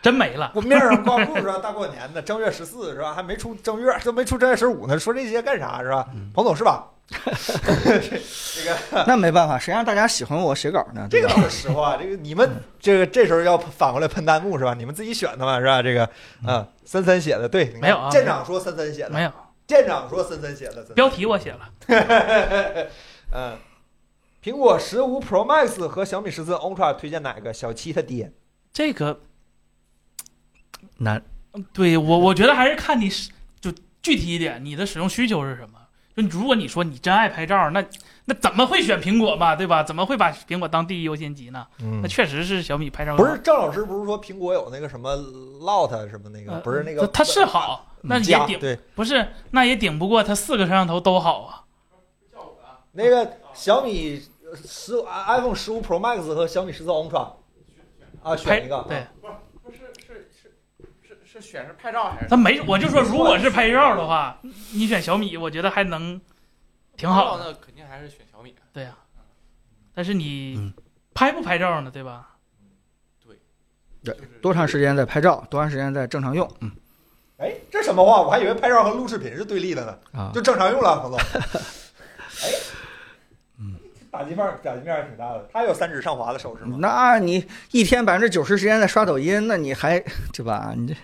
Speaker 3: 真没了。
Speaker 1: 我面上挂裤是吧？大过年的，正月十四是吧？还没出正月，都没出正月十五呢，说这些干啥是吧？彭总是吧？这个
Speaker 2: 那没办法，谁让大家喜欢我写稿呢？
Speaker 1: 这
Speaker 2: 对
Speaker 1: 个
Speaker 2: 吧？
Speaker 1: 倒是实话，这个你们这个这时候要反过来喷弹幕是吧？你们自己选的嘛是吧？这个啊，森森写的对，你看
Speaker 3: 没有啊
Speaker 1: 舰长说森森写的，
Speaker 3: 没有，
Speaker 1: 舰长说森森写的，森森
Speaker 3: 标题我写了。
Speaker 1: 嗯，苹果十五 Pro Max 和小米十四 Ultra 推荐哪个？小七他爹，
Speaker 3: 这个
Speaker 2: 难。
Speaker 3: 对我，我觉得还是看你使就具体一点，你的使用需求是什么。就如果你说你真爱拍照，那那怎么会选苹果嘛，对吧？怎么会把苹果当第一优先级呢？
Speaker 1: 嗯
Speaker 3: 那，确实是小米拍照
Speaker 1: 不是郑老师不是说苹果有那个什么 Lot 什么那个，
Speaker 3: 呃
Speaker 1: 不是那
Speaker 3: 它
Speaker 1: 个，嗯
Speaker 3: 它是好，那也
Speaker 1: 加
Speaker 3: 顶
Speaker 1: 对
Speaker 3: 不是那也顶不过它四个摄像头都好啊。
Speaker 1: 那个小米十 iPhone 十五 Pro Max 和小米十四 Ultra 啊，
Speaker 3: 拍
Speaker 1: 选一个，
Speaker 3: 对，
Speaker 5: 是是是是是选是拍照还
Speaker 3: 它没我就说，如果是拍照的话，你选小米，我觉得还能挺好的。
Speaker 5: 那肯定还是选小米。啊
Speaker 3: 对呀、但是你
Speaker 2: 嗯
Speaker 3: 拍不拍照呢，对吧？
Speaker 5: 就是
Speaker 2: 多长时间在拍照，多长时间在正常用，嗯
Speaker 1: 哎，这什么话？我还以为拍照和录视频是对立的呢，
Speaker 2: 啊，
Speaker 1: 就正常用了，彭 总。哎，
Speaker 2: 嗯
Speaker 1: 打击面儿打击面儿还挺大的，他有三指上滑的手势吗？
Speaker 2: 那你一天百分之九十时间在刷抖音，那你还对吧？你这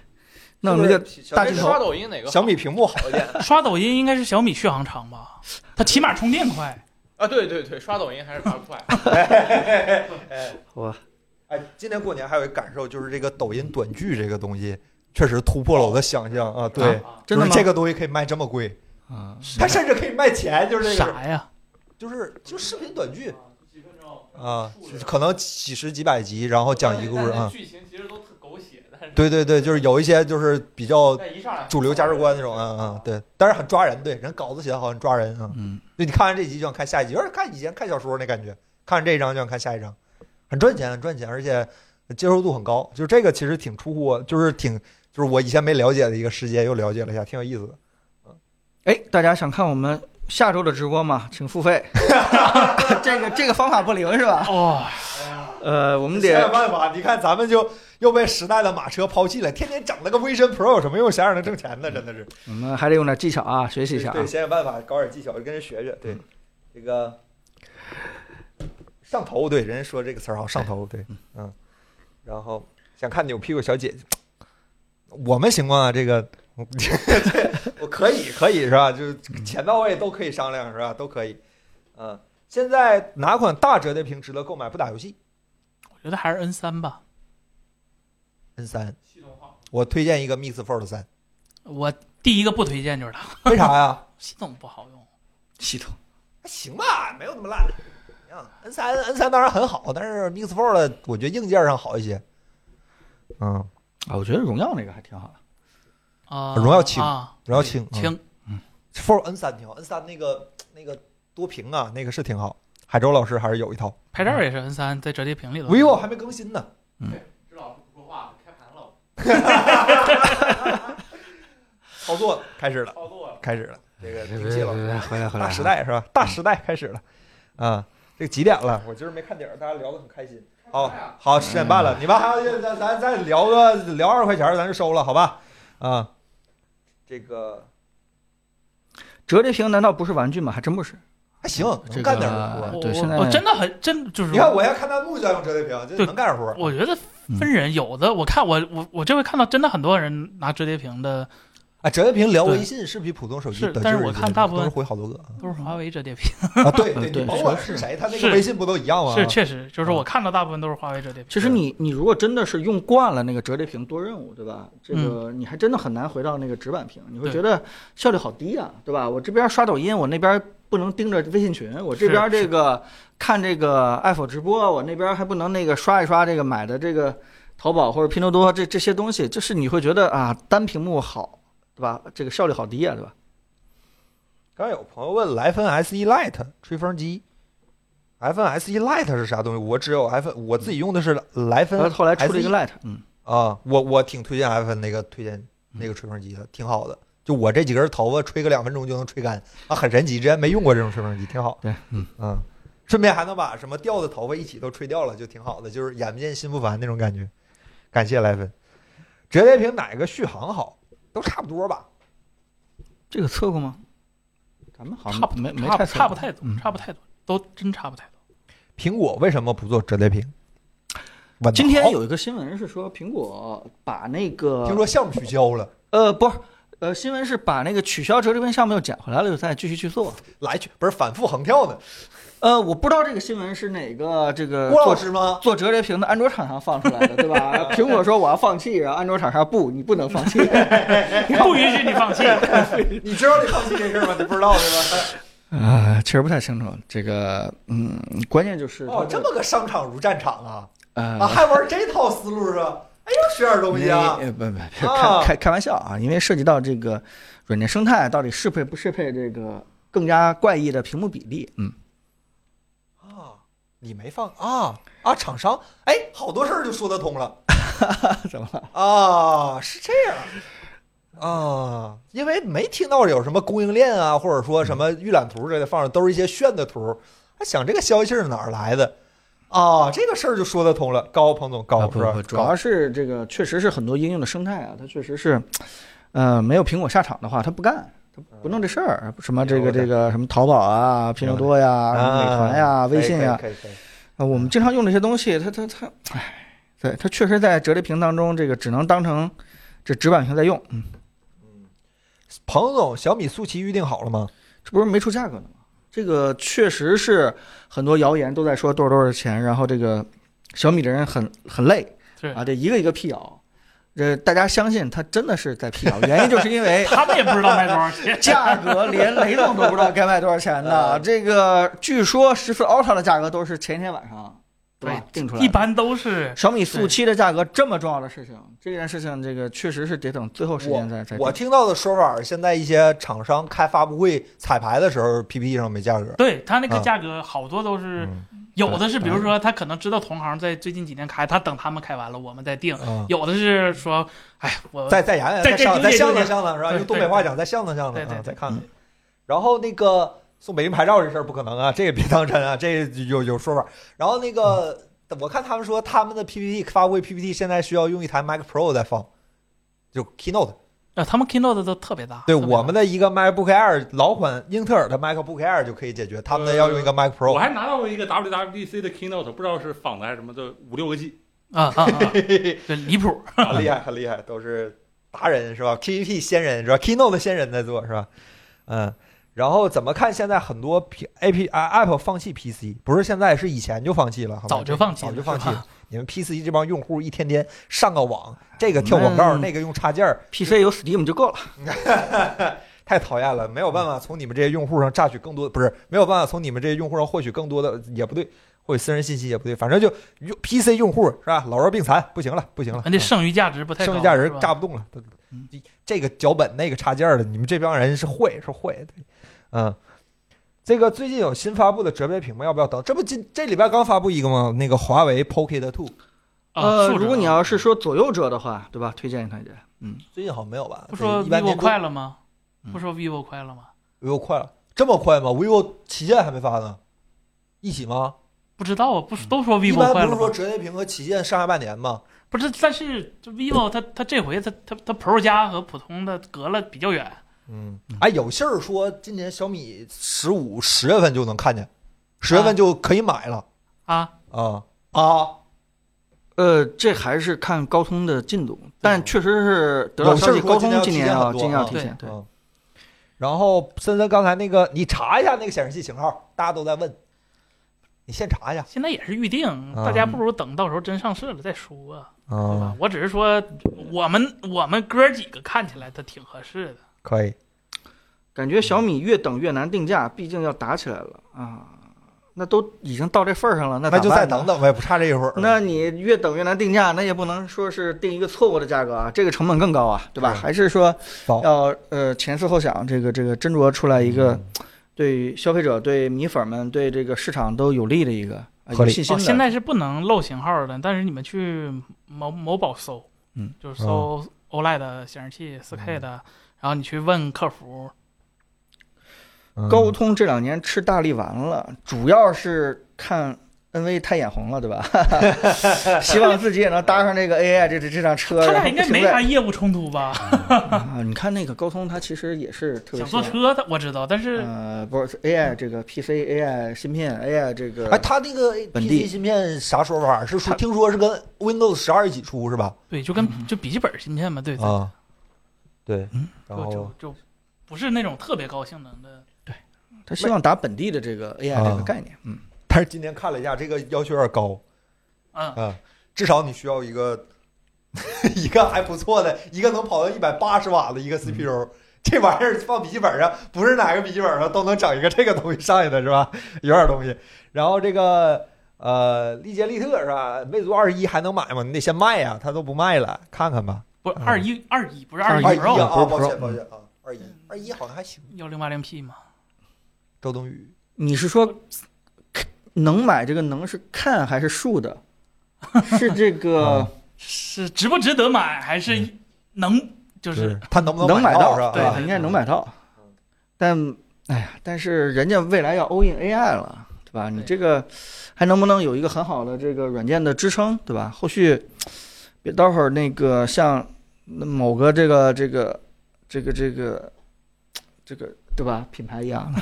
Speaker 2: 弄一个
Speaker 1: 是不是
Speaker 2: 大
Speaker 5: 哎
Speaker 2: 镜头
Speaker 5: 刷抖音哪个好
Speaker 1: 小米屏幕好一点，
Speaker 3: 刷抖音应该是小米续航长吧？它起码充电快。
Speaker 5: 啊？对对对，刷抖音还是刷快。
Speaker 2: 我
Speaker 1: 哎，今年过年还有一个感受，就是这个抖音短剧这个东西，确实突破了我的想象啊！对，
Speaker 5: 啊
Speaker 2: 真的
Speaker 1: 就
Speaker 2: 吗
Speaker 1: 是这？个东西可以卖这么贵，
Speaker 2: 啊，
Speaker 1: 它甚至可以卖钱，就是这个，
Speaker 3: 啥 呀？
Speaker 1: 就是就视频短剧
Speaker 5: 几分钟
Speaker 1: 啊，就是可能几十几百集，然后讲一个故事
Speaker 5: 但
Speaker 1: 啊
Speaker 5: 是。剧情其实都特狗血，但是
Speaker 1: 对对对，就是有一些就是比较
Speaker 5: 但一上来
Speaker 1: 主流价值观那种，嗯嗯，对，但是很抓人，对，人稿子写的好，很抓人啊。
Speaker 2: 嗯，
Speaker 1: 就你看完这集就想看下一集，有点看以前看小说那感觉，看完这一章就想看下一章，很赚钱，很赚钱，而且接受度很高。就这个其实挺出乎我，就是挺就是我以前没了解的一个世界，又了解了一下，挺有意思的。
Speaker 2: 哎，大家想看我们下周的直播吗？请付 费。这个这个方法不灵是吧？
Speaker 3: 哦，
Speaker 5: 哎
Speaker 2: 呃，我们
Speaker 1: 想想
Speaker 2: 得
Speaker 1: 办法，你看咱们就又被时代的马车抛弃了，天天整那个微身 Pro 有什么用？想想能挣钱呢，真的是。
Speaker 2: 我们还得用点技巧啊，学习一下啊嗯
Speaker 1: 对，。想想办法，搞点技巧，跟人学学。对，这个上头，对，人家说这个词儿好，上头，对，嗯。然后想看扭屁股小姐姐，我们情况啊，这 个我可以，可以是吧？就是钱到位都可以商量是吧？都可以，嗯。现在哪款大折叠屏值得购买？不打游戏
Speaker 3: 我觉得还是 N 三吧。
Speaker 1: ，N 三，
Speaker 5: 系统化，
Speaker 1: 我推荐一个 Mix Fold 三，
Speaker 3: 我第一个不推荐就是它，
Speaker 1: 为啥呀？
Speaker 3: 系统不好用。
Speaker 2: 系统
Speaker 1: 还行吧，没有那么烂。N 三 N 三当然很好，但是 Mix Fold 我觉得硬件上好一些。嗯，
Speaker 2: 啊，我觉得荣耀那个还挺好的。
Speaker 3: 啊，
Speaker 1: 荣耀轻
Speaker 3: 啊，
Speaker 1: 荣耀轻嗯
Speaker 3: 对轻，
Speaker 1: Fold N 三挺好，N 三那个那个多屏啊，那个是挺好。海州老师还是有一套
Speaker 3: 拍照也是 N 三，在折叠
Speaker 2: 嗯
Speaker 3: 屏里头。哦
Speaker 1: ，vivo 还没更新呢。
Speaker 5: 知道不说话开盘了，
Speaker 1: 操作开始了，
Speaker 5: 操作了。
Speaker 1: 开始了，这个
Speaker 2: 别
Speaker 1: 停机
Speaker 2: 别
Speaker 1: 了。
Speaker 2: 别，嗯回来回来！
Speaker 1: 大时代是吧？大时代开始了，啊，这个几点了？我今儿没看点儿，大家聊得很开心。好，好，十点半了，你们还要咱咱再聊个聊二十块钱儿，咱就收了，好吧？啊，这个
Speaker 2: 折叠屏难道不是玩具吗？还真不是。
Speaker 1: 还行，
Speaker 2: 这
Speaker 1: 能干点儿活
Speaker 2: 个
Speaker 1: 儿。
Speaker 3: 我
Speaker 2: 对，
Speaker 3: 我
Speaker 2: 现在
Speaker 3: 我哦真的很真就是，
Speaker 1: 你看，我要嗯看弹幕就要用折叠屏，这
Speaker 3: 对
Speaker 1: 能干点活儿。
Speaker 3: 我觉得分人，有的我看我我我这回看到真的很多人拿折叠屏的
Speaker 1: 啊，折叠屏聊
Speaker 3: 对
Speaker 1: 微信是比普通手机
Speaker 3: 是
Speaker 1: 的，
Speaker 3: 但是我看大部分
Speaker 1: 都是回好多个
Speaker 3: 都是华为折叠屏，
Speaker 1: 啊。对
Speaker 2: 嗯
Speaker 1: 对，
Speaker 2: 对
Speaker 1: 你甭管
Speaker 2: 确实
Speaker 1: 是谁，他那个
Speaker 3: 是
Speaker 1: 微信不都一样吗？
Speaker 3: 是确实就是我看到大部分都是华为折叠屏。
Speaker 2: 其实你你如果真的是用惯了那个折叠屏多任务，对吧？这个你还真的很难回到那个直板屏，你会
Speaker 3: 嗯对
Speaker 2: 觉得效率好低啊，对吧？我这边刷抖音，我那边不能盯着微信群，我这
Speaker 3: 是
Speaker 2: 边这个看这个爱否直播，我那边还不能那个刷一刷这个买的这个淘宝或者拼多多这这些东西，就是你会觉得啊，单屏幕好，对吧？这个效率好低啊，对吧？
Speaker 1: 刚有朋友问莱芬 S E Lite 吹风机，iPhone S E Lite 是啥东西？我只有 iPhone，我自己用的是莱芬
Speaker 2: 然后
Speaker 3: 呃
Speaker 1: SE。
Speaker 2: 后来出了一个 Lite，嗯，
Speaker 1: 啊，我我挺推荐 iPhone 那个推荐那个吹风机的，挺好的。就我这几根头发吹个两分钟就能吹干啊，很神奇，之前没用过这种吹风机，挺好。
Speaker 2: 对，嗯
Speaker 1: 嗯，顺便还能把什么掉的头发一起都吹掉了，就挺好的，就是眼不见心不烦那种感觉。感谢莱芬，折叠屏哪个续航好？都差不多吧。
Speaker 2: 这个测过吗？咱们
Speaker 1: 啊
Speaker 2: 好像
Speaker 3: 差不
Speaker 2: 没没
Speaker 3: 差不
Speaker 2: 太测过
Speaker 3: 差不太多
Speaker 2: 嗯，
Speaker 3: 差不太多，都真差不太多。
Speaker 1: 苹果为什么不做折叠屏？稳得
Speaker 2: 今天
Speaker 1: 好
Speaker 2: 有一个新闻是说，苹果把那个
Speaker 1: 听说项目取消了，
Speaker 2: 呃不是呃新闻是把那个取消折叠屏项目又捡回来了，又再继续去做。
Speaker 1: 来去不是反复横跳呢？
Speaker 2: 呃，我不知道这个新闻是哪个这个
Speaker 1: 郭老
Speaker 2: 呃做
Speaker 1: 师吗？
Speaker 2: 做折叠屏的安卓厂商放出来的，对吧？ 苹果说我要放弃，然后安卓厂商不，你不能放弃。
Speaker 3: 不允许你放弃。
Speaker 1: 你知道你放弃这事儿吗？你不知道对吧？
Speaker 2: 啊，确实不太清楚这个，嗯，关键就是
Speaker 1: 哦，这么个商场如战场啊！啊，
Speaker 2: 呃。
Speaker 1: 还玩这套思路是吧？哎呦，学点东西啊！
Speaker 2: 不不不，
Speaker 1: 啊
Speaker 2: 开开开玩笑啊！因为涉及到这个软件生态到底适配不适配这个更加怪异的屏幕比例，嗯，
Speaker 1: 啊，你没放啊啊！厂商，哎，好多事儿就说得通了
Speaker 2: 怎么了？
Speaker 1: 啊，是这样啊，因为没听到有什么供应链啊，或者说什么预览图之类的放上，都是一些炫的图。还想这个消息是哪儿来的？啊，这个事儿就说得通了。高，彭总
Speaker 2: 啊
Speaker 1: 高
Speaker 2: 不
Speaker 1: 哦是吧
Speaker 2: 不，？主
Speaker 1: 高
Speaker 2: 要是这个确实是很多应用的生态啊，它确实是，呃，没有苹果下场的话，它不干，它不弄这事儿。什么这个
Speaker 1: 明白
Speaker 2: 这个什么淘宝啊、拼多多呀、什么美团呀、微信呀、
Speaker 1: 啊可以可以可以
Speaker 2: 啊，我们经常用这些东西，它它它，唉，对，它确实在折叠屏当中，这个只能当成这纸板屏在用。嗯，
Speaker 1: 彭总，小米速七预定好了吗？
Speaker 2: 这不是没出价格呢吗？这个确实是很多谣言都在说多少多少钱，然后这个小米的人很很累
Speaker 3: 对
Speaker 2: 啊，这一个一个辟谣，这大家相信他真的是在辟谣，原因就是因为。
Speaker 3: 他们也不知道卖多少钱
Speaker 2: 价格连雷总都不知道该卖多少钱呢。
Speaker 3: 嗯
Speaker 2: 这个据说十四 Ultra 的价格都是前一天晚上对吧定出来的，
Speaker 3: 一般都是
Speaker 2: 小米速七的价格这么重要的事情，这件事情这个确实是得等最后时间再再定。
Speaker 1: 我听到的说法儿，现在一些厂商开发布会彩排的时候，PPT 上没价格。
Speaker 3: 对他那个
Speaker 1: 啊
Speaker 3: 价格好多都是
Speaker 1: 嗯
Speaker 3: 有的是，比如说他可能知道同行在最近几天开，他等他们开完了我们再定；
Speaker 1: 嗯，
Speaker 3: 有的是说，哎，我
Speaker 1: 再再演演，
Speaker 3: 再
Speaker 1: 再上再
Speaker 3: 再纠结
Speaker 1: 相
Speaker 3: 纠
Speaker 1: 当
Speaker 3: 结
Speaker 1: 相当是吧？
Speaker 3: 对
Speaker 1: 用东北
Speaker 3: 对
Speaker 1: 话
Speaker 3: 对
Speaker 1: 讲，再相当相当
Speaker 3: 对对
Speaker 1: 啊，再
Speaker 3: 对
Speaker 1: 看看。然后那个送北京牌照这事儿不可能啊，这个别当真啊，这有有说法。然后那个我看他们说他们的 PPT 发布会 PPT 现在需要用一台 Mac Pro 在放，就 Keynote。
Speaker 3: 呃，他们 Kindle 的都特别大。
Speaker 1: 对
Speaker 3: 特别大
Speaker 1: 我们的一个 MacBook Air 老款英特尔的 MacBook Air 就可以解决，他们的要用一个
Speaker 3: 呃
Speaker 1: Mac
Speaker 4: 我
Speaker 1: Pro。
Speaker 4: 还拿到过一个 WWDC 的 keynote，不知道是仿的还是什么的，五六个 G。
Speaker 3: 啊啊 啊，这离谱。
Speaker 1: 很厉害，很厉害，都是达人是吧？PPT 先人是吧？Keynote 的先人在做是吧？嗯，然后怎么看现在很多 P A P 啊 Apple 放弃 PC，不是现在是以前就放弃了，好吗
Speaker 3: 早就放弃了
Speaker 1: 早就放弃
Speaker 3: 是
Speaker 1: 了。你们 PC 这帮用户一天天上个网，这个跳广告，
Speaker 2: 嗯
Speaker 1: 那个用插件儿，
Speaker 2: PC 有 Steam 就够了。
Speaker 1: 太讨厌了，没有办法从你们这些用户上榨取更多，不是没有办法从你们这些用户上获取更多的，也不对，获取私人信息也不对，反正就用 PC 用户是吧？老弱病残，不行了，不行了，
Speaker 3: 啊那
Speaker 1: 嗯
Speaker 3: 剩余价值不太高，
Speaker 1: 剩余价值
Speaker 3: 是吧
Speaker 1: 炸不动了。都
Speaker 3: 嗯
Speaker 1: 这个脚本那个插件儿的，你们这帮人是会是会的，嗯。这个最近有新发布的折叠屏吗？要不要等？这不今这礼拜刚发布一个吗？那个华为 Pocket Two，
Speaker 3: 啊
Speaker 2: 呃，
Speaker 3: 竖着
Speaker 2: 如果你
Speaker 3: 啊
Speaker 2: 要是说左右折的话，对吧？推荐一推荐。嗯，
Speaker 1: 最近好像没有吧？
Speaker 3: 不说
Speaker 1: 对一般
Speaker 3: vivo
Speaker 1: 年
Speaker 3: 快了吗？
Speaker 2: 嗯
Speaker 3: 不说 vivo 快了吗？
Speaker 1: ，vivo 快了，这么快吗？vivo 旗舰还没发呢，一起吗？
Speaker 3: 不知道啊，不是都说
Speaker 1: 嗯一
Speaker 3: vivo
Speaker 1: 般
Speaker 3: 快
Speaker 1: 不
Speaker 3: 了
Speaker 1: 是说
Speaker 3: 吗？
Speaker 1: 折叠屏和旗舰上下半年吗？
Speaker 3: 不是，但是这 vivo 它它这回它它它 Pro 加和普通的隔了比较远，
Speaker 1: 嗯，哎，有信儿说今年小米十五十月份就能看见，十月份就可以买了
Speaker 3: 啊
Speaker 1: 啊啊！
Speaker 2: 呃，这还是看高通的进度，但确实是得
Speaker 1: 嗯
Speaker 2: 到
Speaker 1: 有事
Speaker 2: 消
Speaker 1: 儿
Speaker 2: 息，
Speaker 1: 说
Speaker 2: 高通
Speaker 1: 今
Speaker 2: 今
Speaker 1: 年
Speaker 2: 年
Speaker 1: 要
Speaker 2: 要
Speaker 1: 提前很多
Speaker 2: 今年要
Speaker 1: 啊
Speaker 2: 提前。对，
Speaker 1: 嗯。然后森森刚才那个，你查一下那个显示器型号，大家都在问，你先查一下
Speaker 3: 现在也是预定，
Speaker 1: 啊
Speaker 3: 大家不如等到时候真上市了再说啊，对吧
Speaker 1: 啊，？
Speaker 3: 我只是说我们我们哥几个看起来它挺合适的，
Speaker 1: 可以。
Speaker 2: 感觉小米越等越难定价，毕竟要打起来了啊。那都已经到这份儿上了，那
Speaker 1: 那就
Speaker 2: 咋
Speaker 1: 再
Speaker 2: 办呢
Speaker 1: 等等呗，不差这一会儿。
Speaker 2: 那你越等越难定价，那也不能说是定一个错误的价格啊，这个成本更高啊，对吧？
Speaker 1: 对
Speaker 2: 还是说
Speaker 1: 早
Speaker 2: 要呃前思后想，这个这个斟酌出来一
Speaker 1: 嗯
Speaker 2: 个对消费者、对米粉们、对这个市场都有利的一个、呃、
Speaker 1: 合
Speaker 2: 有
Speaker 1: 理
Speaker 2: 信心
Speaker 3: 哦，
Speaker 2: 的。
Speaker 3: 现在是不能露型号的，但是你们去某某宝搜，
Speaker 2: 嗯，
Speaker 3: 就是
Speaker 1: 啊
Speaker 3: 搜 OLED 的显示器、4 K 的，然后你去问客服，
Speaker 1: 嗯
Speaker 2: 高通这两年吃大力丸了，主要是看 NV 太眼红了，对吧？ 希望自己也能搭上这个 AI 这这这辆车。然
Speaker 3: 他俩
Speaker 2: 后
Speaker 3: 应该
Speaker 2: 不停
Speaker 3: 没
Speaker 2: 地
Speaker 3: 啥业务冲突吧？
Speaker 2: 啊。你看那个高通，它其实也是特别
Speaker 3: 想做
Speaker 1: 啊
Speaker 2: 希望
Speaker 3: 车的我知道，但是
Speaker 1: 嗯
Speaker 2: 呃，不是 AI 这个 PC AI 芯片 AI 这个，
Speaker 1: 哎，他那个
Speaker 2: 本地
Speaker 1: PC 芯片啥说法？是说
Speaker 3: 它
Speaker 1: 听说是跟 Windows 十二一起出是吧？
Speaker 3: 对，就跟就笔记本芯片嘛，对，对
Speaker 1: 啊，对，
Speaker 2: 嗯
Speaker 1: 然
Speaker 3: 就
Speaker 1: 后
Speaker 3: 就就不是那种特别高性能的，
Speaker 2: 他希望打本地的这
Speaker 1: 啊
Speaker 2: 个 AI 这个概念，嗯，
Speaker 1: 但是今天看了一下，这个要求有点高。
Speaker 3: 嗯，
Speaker 1: 嗯，至少你需要一个 一个还不错的，一个能跑到一百八十瓦的一
Speaker 3: 嗯
Speaker 1: 个 CPU。这玩意儿放笔记本上，不是哪个笔记本上都能整一个这个东西上去的，是吧？ 有点东西。然后这个呃，利杰利特是吧？魅族二十一还能买吗？你得先卖呀、它都不卖了，看看吧。
Speaker 3: 不是
Speaker 1: 嗯
Speaker 3: 二一二一不是
Speaker 2: 二
Speaker 3: 二
Speaker 2: 一
Speaker 3: 一
Speaker 1: 二一
Speaker 3: Pro 嗯
Speaker 1: 啊，
Speaker 2: 不
Speaker 1: 抱
Speaker 2: 是
Speaker 1: 歉
Speaker 2: Pro，
Speaker 1: 抱歉啊，二一二一好像还行。
Speaker 3: 幺零八零 P 嘛，
Speaker 1: 周冬雨
Speaker 2: 你是说能买这个能是看还是竖的？是这
Speaker 1: 啊
Speaker 2: 个
Speaker 3: 是值不值得买还是能就是
Speaker 1: 他能不
Speaker 2: 能
Speaker 1: 买
Speaker 2: 到
Speaker 1: 是吧？
Speaker 3: 对
Speaker 1: 啊
Speaker 2: 嗯应该能买到，但哎呀，但是人家未来要 all in AI 了，对吧？你
Speaker 3: 对
Speaker 2: 这个还能不能有一个很好的这个软件的支撑，对吧？后续别待会儿那个像某个这个这个这个这个这个对吧？品牌一 样，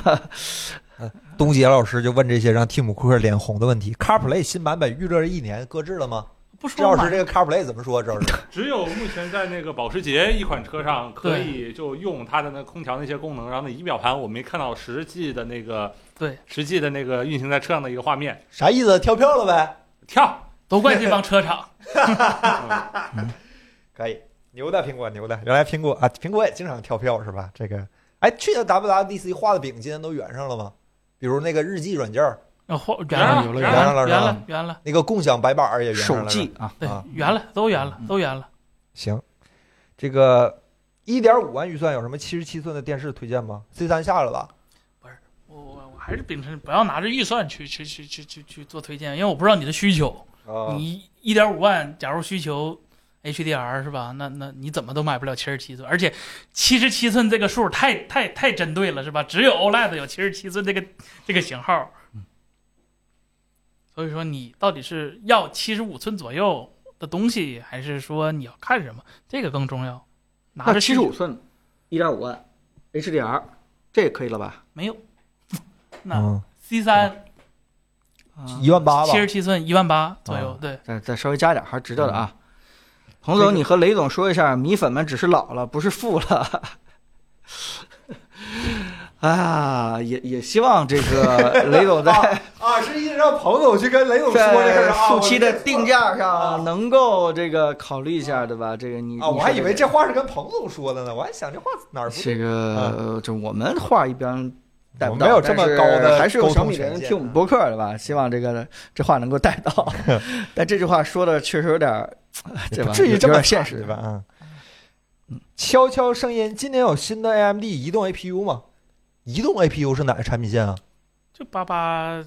Speaker 1: 东杰老师就问这些让蒂姆·库克脸红的问题。CarPlay 新版本预热一年，搁置了吗？
Speaker 3: 不
Speaker 1: 这
Speaker 3: 说
Speaker 1: 要
Speaker 3: 嘛
Speaker 1: 是，这个 CarPlay 怎么说？这要是
Speaker 4: 只有目前在那个保时捷一款车上可以就用它的那空调那些功能，然后那仪表盘我没看到实际的那个
Speaker 3: 对
Speaker 4: 实际的那个运行在车上的一个画面
Speaker 1: 啥意思？跳票了呗？
Speaker 4: 跳。
Speaker 3: 都怪这帮车厂。
Speaker 4: 嗯
Speaker 1: 可以，牛的苹果，牛的。原来苹果啊，苹果也经常跳票是吧？这个，哎，去年 WWDC 画的饼今年都圆上了吗？比如那个日记软件儿，
Speaker 3: 然后圆
Speaker 4: 圆了
Speaker 3: 哦
Speaker 2: 啊
Speaker 3: 了，
Speaker 2: 有了
Speaker 3: 圆
Speaker 1: 圆了
Speaker 3: 了，
Speaker 1: 是吧
Speaker 3: 圆了，圆了，
Speaker 1: 那个共享白板儿也圆上
Speaker 2: 手
Speaker 1: 了。是吧
Speaker 2: 记啊，
Speaker 3: 对
Speaker 1: 啊，
Speaker 3: 圆了，都圆了，都圆了。
Speaker 1: 行，这个一点五万预算有什么七十七寸的电视推荐吗？C 3下了吧？
Speaker 3: 我我我还是秉承不要拿着预算去去去去去去做推荐，因为我不知道你的需求。
Speaker 1: 啊
Speaker 3: 你一点五万，假如需求 HDR 是吧？那那你怎么都买不了七十七寸，而且七十七寸这个数太太太针对了是吧？只有 OLED 有七十七寸这个这个型号，
Speaker 1: 嗯
Speaker 3: 所以说你到底是要七十五寸左右的东西，还是说你要看什么？这个更重要。拿
Speaker 2: 那
Speaker 3: 着
Speaker 2: 七十五寸，一点五万，HDR，这也可以了吧？
Speaker 3: 没有？那
Speaker 1: 嗯，
Speaker 3: C 三
Speaker 1: 一万八吧
Speaker 3: 七。十七寸一万八左右
Speaker 1: 啊，
Speaker 3: 对，
Speaker 2: 再再稍微加点儿，还是值得的啊。
Speaker 1: 嗯
Speaker 2: 彭总，你和雷总说一下，米粉们只是老了，不是富了。 啊，也也希望这个雷总在
Speaker 1: 啊，是一直让彭总去跟雷总说这事
Speaker 2: 在
Speaker 1: 儿啊。
Speaker 2: 后期的定价
Speaker 1: 啊
Speaker 2: 上能够这个考虑一下，对吧？这个你
Speaker 1: 啊，我还以为这
Speaker 2: 话
Speaker 1: 话是跟彭总说的呢，我还想这话哪儿不对啊
Speaker 2: 这个这我们话一般带不
Speaker 1: 我
Speaker 2: 到，
Speaker 1: 没有这么
Speaker 2: 但是
Speaker 1: 高的
Speaker 2: 还是有
Speaker 1: 沟通
Speaker 2: 小米的
Speaker 1: 权
Speaker 2: 人
Speaker 1: 限
Speaker 2: 听我们
Speaker 1: 啊
Speaker 2: 播客，对吧？希望这个这话能够带到， 但这句话说的确实有点儿，
Speaker 1: 也不
Speaker 2: 对吧？嗯
Speaker 1: 至于这
Speaker 2: 有
Speaker 1: 么
Speaker 2: 点现实
Speaker 1: 惨吧？啊。悄悄声音，今年有新的 AMD 移动 APU 吗？移动 APU 是哪个产品线啊？
Speaker 3: 就八八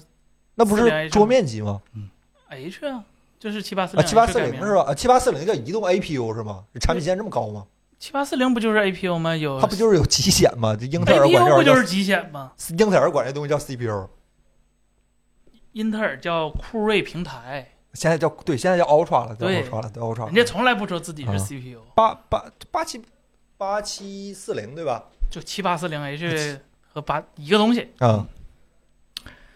Speaker 1: 那不是
Speaker 3: 400
Speaker 1: 桌面级吗？
Speaker 3: H 啊，就是七八四
Speaker 1: 啊，
Speaker 3: 零
Speaker 1: 七八四零
Speaker 3: 吧？
Speaker 1: 是吧？啊，七八四零叫移动 APU 是吗？产品线这么高吗？
Speaker 3: 七八四零不就是 APU 吗？有
Speaker 1: 它不就是有极限吗？这英特尔管这
Speaker 3: APU
Speaker 1: 玩
Speaker 3: 不
Speaker 1: 意儿叫
Speaker 3: 就是极限吗？
Speaker 1: 英特尔管这东西叫 CPU，
Speaker 3: 英特尔叫酷睿平台，
Speaker 1: 现在叫对，现在叫 Ultra 了，叫
Speaker 3: 对
Speaker 1: Ultra 了，叫
Speaker 2: 啊
Speaker 1: Ultra 了。
Speaker 3: 人家从来不说自己
Speaker 1: 啊
Speaker 3: 是 CPU，、
Speaker 1: 八八八七八七四零对吧？
Speaker 3: 就七八四零 H 和八一个东西。
Speaker 1: 嗯，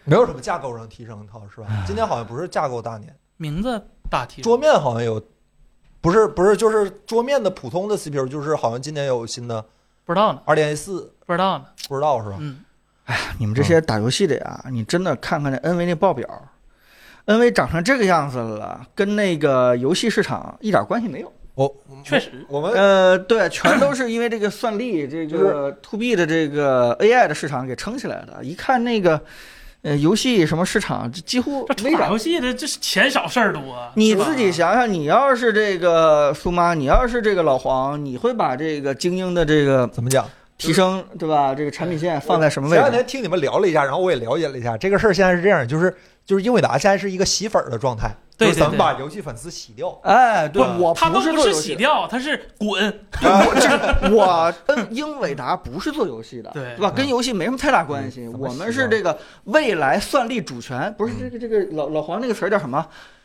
Speaker 1: 没有什么架构上提升，它是吧？今年好像不是架构大年，
Speaker 3: 名字大体
Speaker 1: 桌面好像有，不是不是，就是桌面的普通的 CPU，就是好像今年有新的
Speaker 3: 不知道呢，
Speaker 1: 二点四，
Speaker 3: 不知道呢。
Speaker 1: 不知道是吧？
Speaker 3: 嗯，
Speaker 2: 你们这些打游戏的呀，你真的看看那 NV 那报表，NV 长成这个样子了，跟那个游戏市场一点关系没有。
Speaker 1: 我
Speaker 3: 确实，
Speaker 1: 我们
Speaker 2: 呃，对，全都是因为这个算力，这
Speaker 1: 哎就
Speaker 2: 个 to B 的这个 AI 的市场给撑起来的。一看那个，呃，游戏什么市场这几乎
Speaker 3: 这
Speaker 2: 没
Speaker 3: 打
Speaker 2: 涨。
Speaker 3: 游戏的这是钱少事儿多啊。
Speaker 2: 你
Speaker 3: 是吧
Speaker 2: 自己想想，你要是这个苏妈，你要是这个老黄，你会把这个精英的这个
Speaker 1: 怎么讲？
Speaker 2: 提升，对吧？这个产品线放在什么位
Speaker 1: 前两
Speaker 2: 置？
Speaker 1: 天听你们聊了一下，然后我也了解了一下这个事儿。现在是这样，就是就是英伟达现在是一个洗粉儿的状态，
Speaker 3: 对
Speaker 1: 就是咱们
Speaker 3: 对对
Speaker 1: 把游戏粉丝洗掉。
Speaker 2: 哎，对，
Speaker 1: 不
Speaker 2: 我
Speaker 3: 他都
Speaker 2: 是
Speaker 3: 不
Speaker 2: 做
Speaker 3: 是
Speaker 2: 游
Speaker 3: 洗
Speaker 2: 戏的。
Speaker 3: 掉，他是滚。
Speaker 1: 啊
Speaker 2: 我这我跟英伟达不是做游戏的，
Speaker 3: 对
Speaker 2: 对吧？跟游戏没什么太大关系。
Speaker 1: 啊嗯
Speaker 2: 我们是这个未来算力主权，不是这个这个老老黄那个词儿叫什么？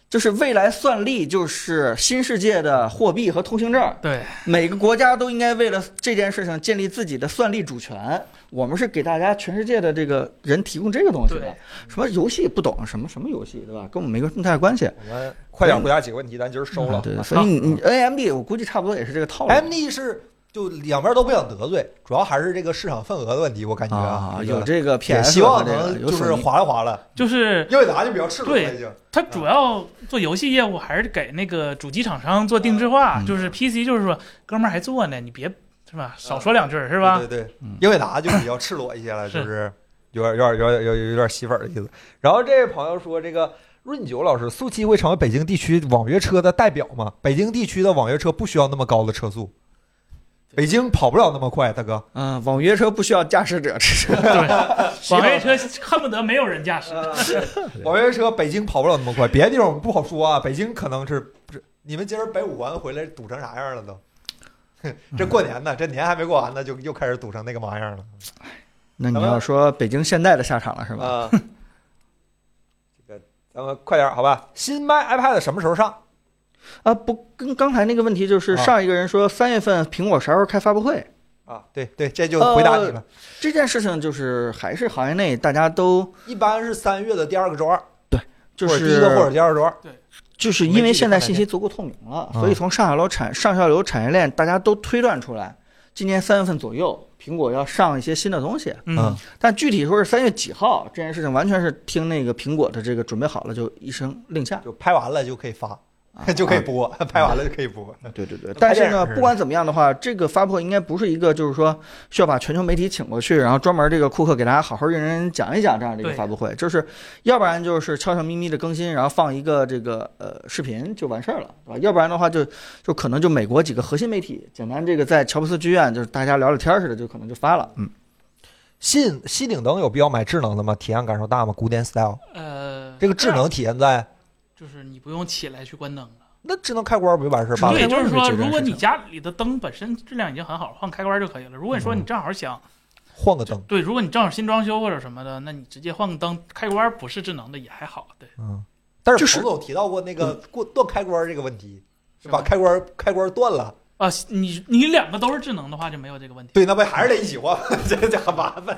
Speaker 2: 就是未来算力，就是新世界的货币和通行证。
Speaker 3: 对，
Speaker 2: 每个国家都应该为了这件事情建立自己的算力主权。我们是给大家全世界的这个人提供这个东西的
Speaker 3: 对。
Speaker 2: 什么游戏不懂，什么什么游戏，对吧？跟我们没什么太大关系。
Speaker 1: 我们快点回答几个问题，咱今儿收了。
Speaker 2: 对，所以你你 AMD 我估计差不多也是这个套路。
Speaker 1: M D 是就两边都不想得罪，主要还是这个市场份额的问题，我感觉
Speaker 2: 啊，
Speaker 1: 这个
Speaker 2: 有这个
Speaker 1: 也
Speaker 2: PS，
Speaker 1: 希望
Speaker 2: 和这个
Speaker 1: 能
Speaker 2: 有
Speaker 1: 就是
Speaker 2: 索尼
Speaker 1: 划拉划拉。
Speaker 3: 就是
Speaker 1: 英伟达就比较赤裸了，
Speaker 3: 对
Speaker 1: 已经。
Speaker 3: 他主要做游戏业务还是给那个主机厂商做定制化，
Speaker 2: 嗯
Speaker 3: 就是 PC，就是说哥们儿还做呢，你别是吧，少说两句儿是吧？
Speaker 1: 对对对
Speaker 2: 嗯，
Speaker 1: 英伟达就比较赤裸一些 了，
Speaker 3: 是
Speaker 1: 就是有点有点有点有有有点洗粉的意思。然后这位朋友说，这个润九老师，速七会成为北京地区网约车的代表吗？北京地区的网约车不需要那么高的车速，北京跑不了那么快，大哥。
Speaker 2: 啊，网约车不需要驾驶者支 持。
Speaker 3: 对，网约车恨不得没有人驾驶。
Speaker 1: 网约车北京跑不了那么快，别的地方我们不好说啊。北京可能是不是你们今儿北五环回来堵成啥样了都？ 这过年呢，这年还没过完呢，就又开始堵成那个嘛样了。
Speaker 2: 那你要说北京现代的下场了是吧？
Speaker 1: 啊，咱们快点儿好吧？新 Mac iPad 什么时候上？
Speaker 2: 啊，不跟刚才那个问题就是
Speaker 1: 啊
Speaker 2: 上一个人说三月份苹果啥时候开发布会，
Speaker 1: 啊，对对，这就回答你了。
Speaker 2: 这件事情就是还是行业内大家都
Speaker 1: 一般是三月的第二个周二，
Speaker 2: 就
Speaker 1: 或者第一个或者
Speaker 2: 是
Speaker 1: 第二周二。
Speaker 2: 就是因为现在信息足够透明了，
Speaker 1: 嗯
Speaker 2: 所以从上下游产上下游产业链大家都推断出来，今年三月份左右苹果要上一些新的东西，
Speaker 1: 嗯，
Speaker 2: 但具体说是三月几号这件事情完全是听那个苹果的这个准备好了就一声令下，
Speaker 1: 就拍完了就可以发，
Speaker 2: 啊
Speaker 1: 就可以播，拍完了就可以播。
Speaker 2: 对对对，但是
Speaker 1: 电影
Speaker 2: 呢，
Speaker 1: 似的
Speaker 2: 不管怎么样的话，这个发布会应该不是一个就是说需要把全球媒体请过去，然后专门这个库克给大家好好认真讲一讲这样的一个
Speaker 3: 对
Speaker 2: 发布会，就是要不然就是悄悄咪咪的更新，然后放一个这个呃视频就完事儿了，对吧？要不然的话就就可能就美国几个核心媒体简单这个在乔布斯剧院就是大家聊聊天儿似的，就可能就发了。嗯，
Speaker 1: 新新顶灯有必要买智能的吗？体验感受大吗？古典 style
Speaker 3: 呃，
Speaker 1: 嗯这个智能体验在
Speaker 3: 就是你不用起来去关灯了。
Speaker 1: 那智能开关不就完事儿办
Speaker 2: 把
Speaker 1: 了
Speaker 3: 对，
Speaker 2: 开
Speaker 1: 吗？
Speaker 2: 关
Speaker 3: 就是
Speaker 2: 是解
Speaker 3: 说，
Speaker 2: 决
Speaker 3: 如果
Speaker 2: 事
Speaker 3: 你
Speaker 2: 情
Speaker 3: 家里的灯本身质量已经很好了，换开关就可以了。如果你说你正好想，
Speaker 1: 嗯换个灯，
Speaker 3: 对，如果你正好新装修或者什么的，那你直接换个灯，开关不是智能的也还好。对，
Speaker 1: 嗯。但
Speaker 2: 就是是
Speaker 1: 彭总提到过那个过断开关这个问题，
Speaker 3: 是
Speaker 1: 把
Speaker 3: 吧
Speaker 1: 开关开关断了，
Speaker 3: 啊，你你两个都是智能的话就没有这个问题。
Speaker 1: 对，那不还是得一起换吗， 这这很麻烦。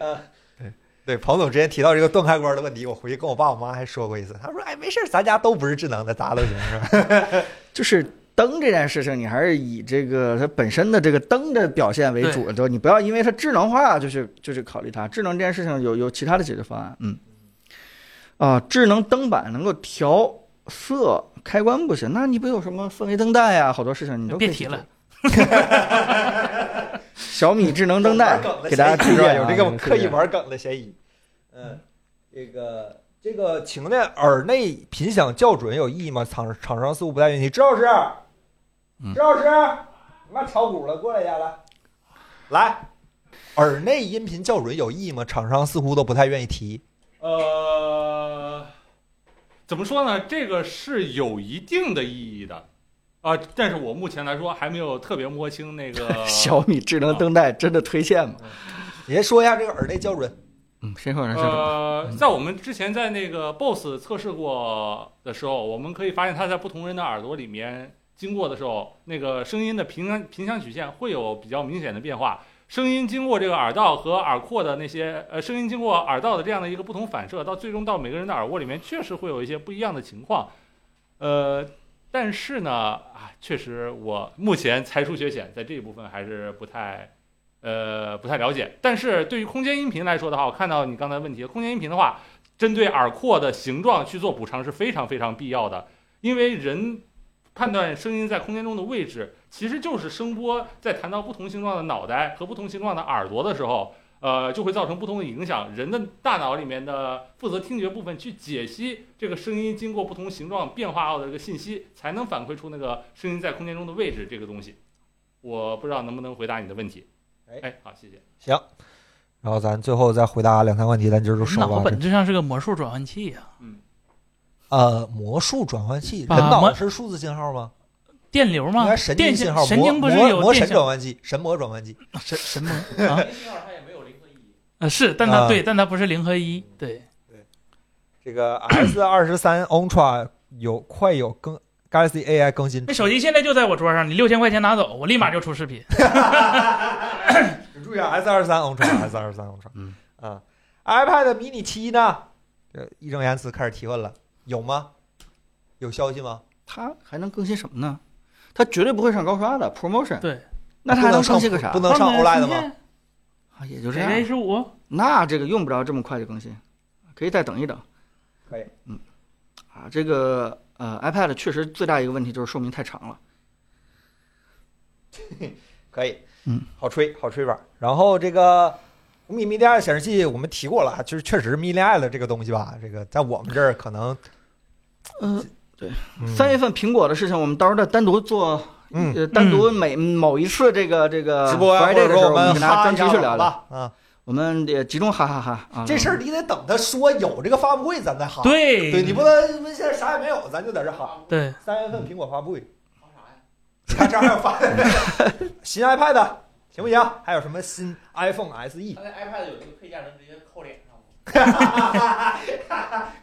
Speaker 1: 呃，对对，彭总之前提到这个断开关的问题，我回去跟我爸我妈还说过一次，他说：“哎，没事儿，咱家都不是智能的，咋都行，是吧？
Speaker 2: 就是灯这件事情，你还是以这个它本身的这个灯的表现为主，就你不要因为它智能化就去就去考虑它。智能这件事情有有其他的解决方案，嗯，啊，智能灯板能够调色，开关不行，那你不有什么氛围灯带呀、好多事情你都可以
Speaker 3: 别
Speaker 2: 解
Speaker 3: 提
Speaker 2: 决
Speaker 3: 了。
Speaker 2: 小米智能灯带
Speaker 1: 玩梗的嫌疑
Speaker 2: 给大家推
Speaker 1: 是吧
Speaker 2: 荐啊、
Speaker 1: 有这个刻意
Speaker 2: 推荐
Speaker 1: 玩梗的嫌疑。嗯，这个这个，请问耳内频响校准有意义吗？厂厂商似乎不太愿意。知老师，
Speaker 2: 嗯
Speaker 1: 知老师，你妈炒股了，过来一下来，来。耳内音频校准有意义吗？厂商似乎都不太愿意提。
Speaker 4: 呃，怎么说呢？这个是有一定的意义的啊、但是我目前来说还没有特别摸清 那个
Speaker 2: 小米智能灯带真的推荐吗？
Speaker 1: 你先说一下这个耳内校准，
Speaker 2: 嗯，先说人先说。
Speaker 4: 呃，在我们之前在那个 BOSS 测试过的时候，我们可以发现它在不同人的耳朵里面经过的时候，那个声音的频响频响曲线会有比较明显的变化。声音经过这个耳道和耳廓的那些呃，声音经过耳道的这样的一个不同反射，到最终到每个人的耳蜗里面，确实会有一些不一样的情况。呃，但是呢，啊，确实我目前才疏学浅，在这一部分还是不太呃，不太了解。但是对于空间音频来说的话，我看到你刚才问题，空间音频的话，针对耳廓的形状去做补偿是非常非常必要的，因为人判断声音在空间中的位置，其实就是声波在谈到不同形状的脑袋和不同形状的耳朵的时候。呃，就会造成不同的影响。人的大脑里面的负责听觉部分去解析这个声音经过不同形状变化后的这个信息，才能反馈出那个声音在空间中的位置这个东西。我不知道能不能回答你的问题。
Speaker 1: 哎
Speaker 4: 哎，好，谢谢。
Speaker 1: 然后咱最后再回答两三个问题，咱今儿就收
Speaker 3: 脑
Speaker 1: 了。
Speaker 3: 本质上是个魔术转换器啊呀、
Speaker 1: 呃，魔术转换器，人
Speaker 3: 把
Speaker 1: 脑
Speaker 3: 魔
Speaker 1: 是数字信号吗？
Speaker 3: 电流
Speaker 1: 应
Speaker 3: 吗
Speaker 1: 该？神经
Speaker 3: 电
Speaker 1: 信
Speaker 3: 信
Speaker 1: 号，
Speaker 3: 神
Speaker 1: 魔
Speaker 3: 经不是
Speaker 1: 魔
Speaker 3: 有
Speaker 1: 魔
Speaker 3: 电
Speaker 1: 神转
Speaker 3: 信
Speaker 1: 换器，神魔转换器。
Speaker 3: 神神魔啊？
Speaker 5: 信号它也没有零和一。
Speaker 3: 呃，是，但
Speaker 1: 啊
Speaker 3: 它对，但它不是零和一，对，
Speaker 1: 这个 S 二十三 Ultra 有快有更 Galaxy AI 更新
Speaker 3: 那，手机现在就在我桌上，你六千块钱拿走，我立马就出视频。
Speaker 1: 请注意啊，S 二十三 Ultra，S 二十三 Ultra，
Speaker 2: 嗯
Speaker 1: 啊，iPad mini 七呢？这义正言辞开始提问了，有吗？有消息吗？
Speaker 2: 它还能更新什么呢？它绝对不会上高刷的 promotion。
Speaker 3: 对，
Speaker 2: 那它还能更新个啥？
Speaker 1: 不能上
Speaker 3: 换个
Speaker 1: OLED
Speaker 3: 芯
Speaker 1: 吗
Speaker 3: 片？
Speaker 2: 啊，也就这样。
Speaker 3: 给 A 十五，
Speaker 2: 那这个用不着这么快就更新，可以再等一等。
Speaker 1: 可以，
Speaker 2: 嗯，啊，这个呃，iPad 确实最大一个问题就是寿命太长了。
Speaker 1: 可以，
Speaker 2: 嗯，
Speaker 1: 好吹，好吹吧。然后这个红米 Media 显示器我们提过了啊，就是确实 Media 的这个东西吧，这个在我们这儿可能
Speaker 2: 嗯、
Speaker 1: 嗯
Speaker 2: 三月份苹果的事情，我们到时候再单独做，
Speaker 1: 嗯
Speaker 2: 呃，单独每某一次这个这个
Speaker 1: 直播啊呀，或
Speaker 2: Friday
Speaker 1: 者
Speaker 2: 的时
Speaker 1: 说
Speaker 2: 候，
Speaker 1: 我
Speaker 2: 们
Speaker 1: 们
Speaker 2: 给大家
Speaker 1: 哈
Speaker 2: 专
Speaker 1: 一
Speaker 2: 题
Speaker 1: 下
Speaker 2: 去聊
Speaker 1: 好
Speaker 2: 聊。
Speaker 1: 吧，啊，
Speaker 2: 我们也集中哈哈哈啊！
Speaker 1: 这事儿你得等他说有这个发布会，咱再哈。
Speaker 3: 对
Speaker 1: 啊对，你不能现在啥也没有，咱就在这哈。
Speaker 3: 对，
Speaker 1: 三月份苹果发布会， 发啥呀？这还有发 新 iPad 行不行？还有什么新 iPhone E？ SE？
Speaker 5: 它在 iPad 有那个配件能直接扣脸上吗？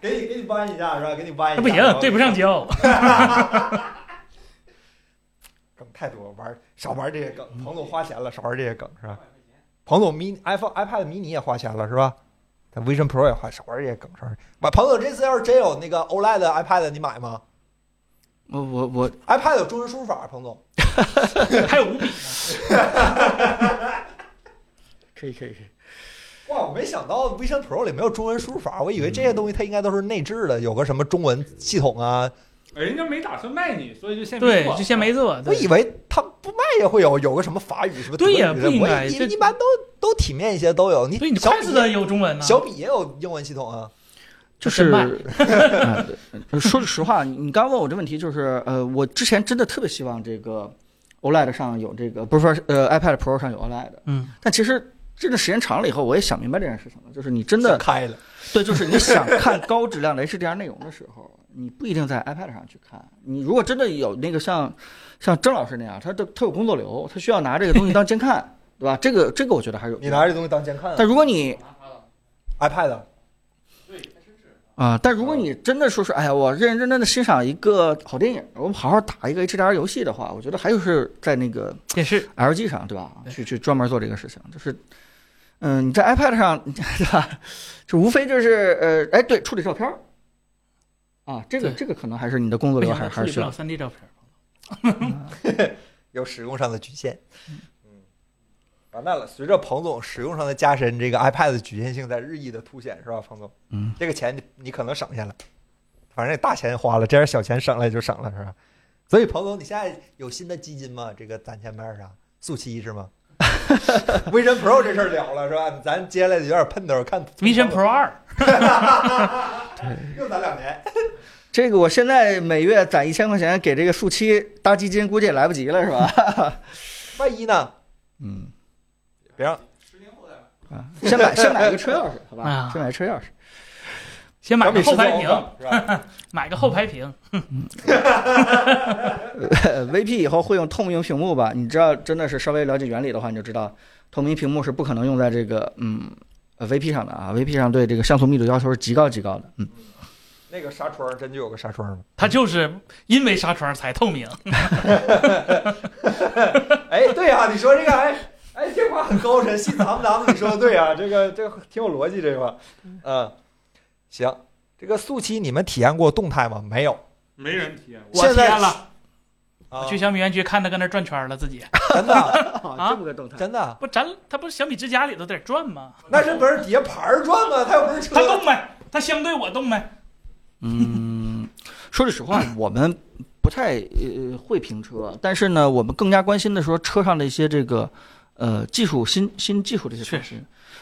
Speaker 1: 给你给你帮弯一下是吧？给你弯一下。
Speaker 3: 那不行
Speaker 1: 然后，
Speaker 3: 对不上焦。
Speaker 1: 梗太多，玩儿少玩儿这些梗。
Speaker 2: 嗯
Speaker 1: 彭总花钱了，少玩儿这些梗是吧？彭总 mini iPhone iPad mini 也花钱了是吧？他 Vision Pro 也花，少玩儿这些梗少玩儿。买彭总这次要是真有那个 OLED 的 iPad，你买吗
Speaker 2: 我我我
Speaker 1: ？iPad 有中文输入法，彭总。
Speaker 3: 还有五笔呢，
Speaker 2: 可以可以可以，
Speaker 1: 哇，我没想到 Vision Pro 里没有中文输入法，我以为这
Speaker 2: 嗯
Speaker 1: 些东西它应该都是内置的，有个什么中文系统啊。
Speaker 4: 哎人家没打算卖你，所以就先
Speaker 3: 对，
Speaker 4: 做
Speaker 3: 就先没做。
Speaker 1: 我
Speaker 3: 对
Speaker 1: 以为它不卖也会有有个什么法语什么德
Speaker 3: 对
Speaker 1: 语
Speaker 3: 呀
Speaker 1: 的，
Speaker 3: 不应
Speaker 1: 我以
Speaker 3: 该
Speaker 1: 一
Speaker 3: 这
Speaker 1: 一般都都体面一些都有。你
Speaker 3: 对，你
Speaker 1: 小
Speaker 3: 快
Speaker 1: 笔
Speaker 3: 速的有中文呢。
Speaker 1: 小笔也有英文系统啊。
Speaker 2: 就是
Speaker 3: 真卖
Speaker 2: 啊对说实话，你刚问我这问题，就是呃，我之前真的特别希望这个 OLED 上有这个，不是说呃 iPad Pro 上有 OLED，
Speaker 3: 嗯，
Speaker 2: 但其实真的时间长了以后，我也想明白这件事情了，就是你真的
Speaker 1: 想开了，
Speaker 2: 对，就是你想看高质量的 HDR 内容的时候，你不一定在 iPad 上去看。你如果真的有那个像像郑老师那样，他的他有工作流，他需要拿这个东西当监看，对吧？这个这个我觉得还是有。
Speaker 1: 你拿这东西当监看啊
Speaker 2: 但如果你
Speaker 1: iPad
Speaker 2: 啊、但
Speaker 3: 哦
Speaker 2: 如果你真的说是，哎呀，我认认真真的欣赏一个好电影，我们好好打一个 HDR 游戏的话，我觉得还有是在那个
Speaker 3: 也是
Speaker 2: LG 上，对吧？
Speaker 3: 对
Speaker 2: 去去专门做这个事情，就是，嗯，你在 iPad 上， 对吧？就无非就是，呃，哎，对，处理照片儿，啊，这个
Speaker 3: 对
Speaker 2: 这个可能还是你的工作
Speaker 3: 不
Speaker 2: 流
Speaker 3: 行
Speaker 2: 还，
Speaker 3: 处
Speaker 2: 还
Speaker 3: 理
Speaker 2: 是需
Speaker 3: 不
Speaker 2: 要
Speaker 3: 了三 D 照片。
Speaker 1: 有使用上的局限。嗯，完蛋了！随着彭总使用上的加深，这个 iPad 的局限性在日益的凸显，是吧，彭总？
Speaker 2: 嗯，
Speaker 1: 这个钱你你可能省下了，反正也大钱花了，这点小钱省来就省了，是吧？所以彭总，你现在有新的基金吗？这个攒钱买点啥？速七是 吗？Vision Pro 这事儿了了是吧？咱接下来有点喷头，看
Speaker 3: Vision Pro 二，
Speaker 1: 又攒两年，
Speaker 2: 这个我现在每月攒一千块钱给这个树七搭基金，估计也来不及了，是 吧？
Speaker 1: 万一呢？
Speaker 2: 嗯，
Speaker 1: 别让
Speaker 8: 十年后再买。
Speaker 2: 啊，先买先买一个车钥匙，好吧？
Speaker 3: 啊
Speaker 2: 先买个车钥匙。
Speaker 3: 先买
Speaker 1: 小米
Speaker 3: 个
Speaker 1: 十
Speaker 3: 后
Speaker 1: 四
Speaker 3: 排
Speaker 1: Ultra
Speaker 3: 屏，
Speaker 1: 是 吧？
Speaker 3: 买个后排屏。
Speaker 2: VP 呃以后会用透明屏幕吧？你知道，真的是稍微了解原理的话，你就知道透明屏幕是不可能用在这个嗯呃 VP 上的啊。VP 上对这个像素密度要求是极高极高的。嗯，
Speaker 1: 那个纱窗真就有个纱窗吗？
Speaker 3: 它就是因为纱窗才透明，
Speaker 1: 哎，对啊，你说这个，哎，哎，这话很高深，心藏不藏？你说的对啊，这个这个挺有逻辑，这个，嗯，行，这个速七你们体验过动态吗？没有，
Speaker 4: 没人体验过。
Speaker 3: 我
Speaker 1: 现
Speaker 3: 体
Speaker 1: 在
Speaker 3: 验了。
Speaker 1: 啊
Speaker 3: 我去小米园区看它搁那转圈了，自己
Speaker 1: 真的
Speaker 2: 啊这么个动态。
Speaker 1: 真的，
Speaker 3: 不咱它不是小米之家里头在这转吗？
Speaker 1: 那是不是底下盘儿转吗？它又不是
Speaker 3: 它
Speaker 1: 车，
Speaker 3: 动没？它相对我动没？
Speaker 2: 嗯，说句实 话，我们不太呃会评车，但是呢，我们更加关心的说车上的一些这个呃技术新新技术这些
Speaker 3: 确
Speaker 2: 东西，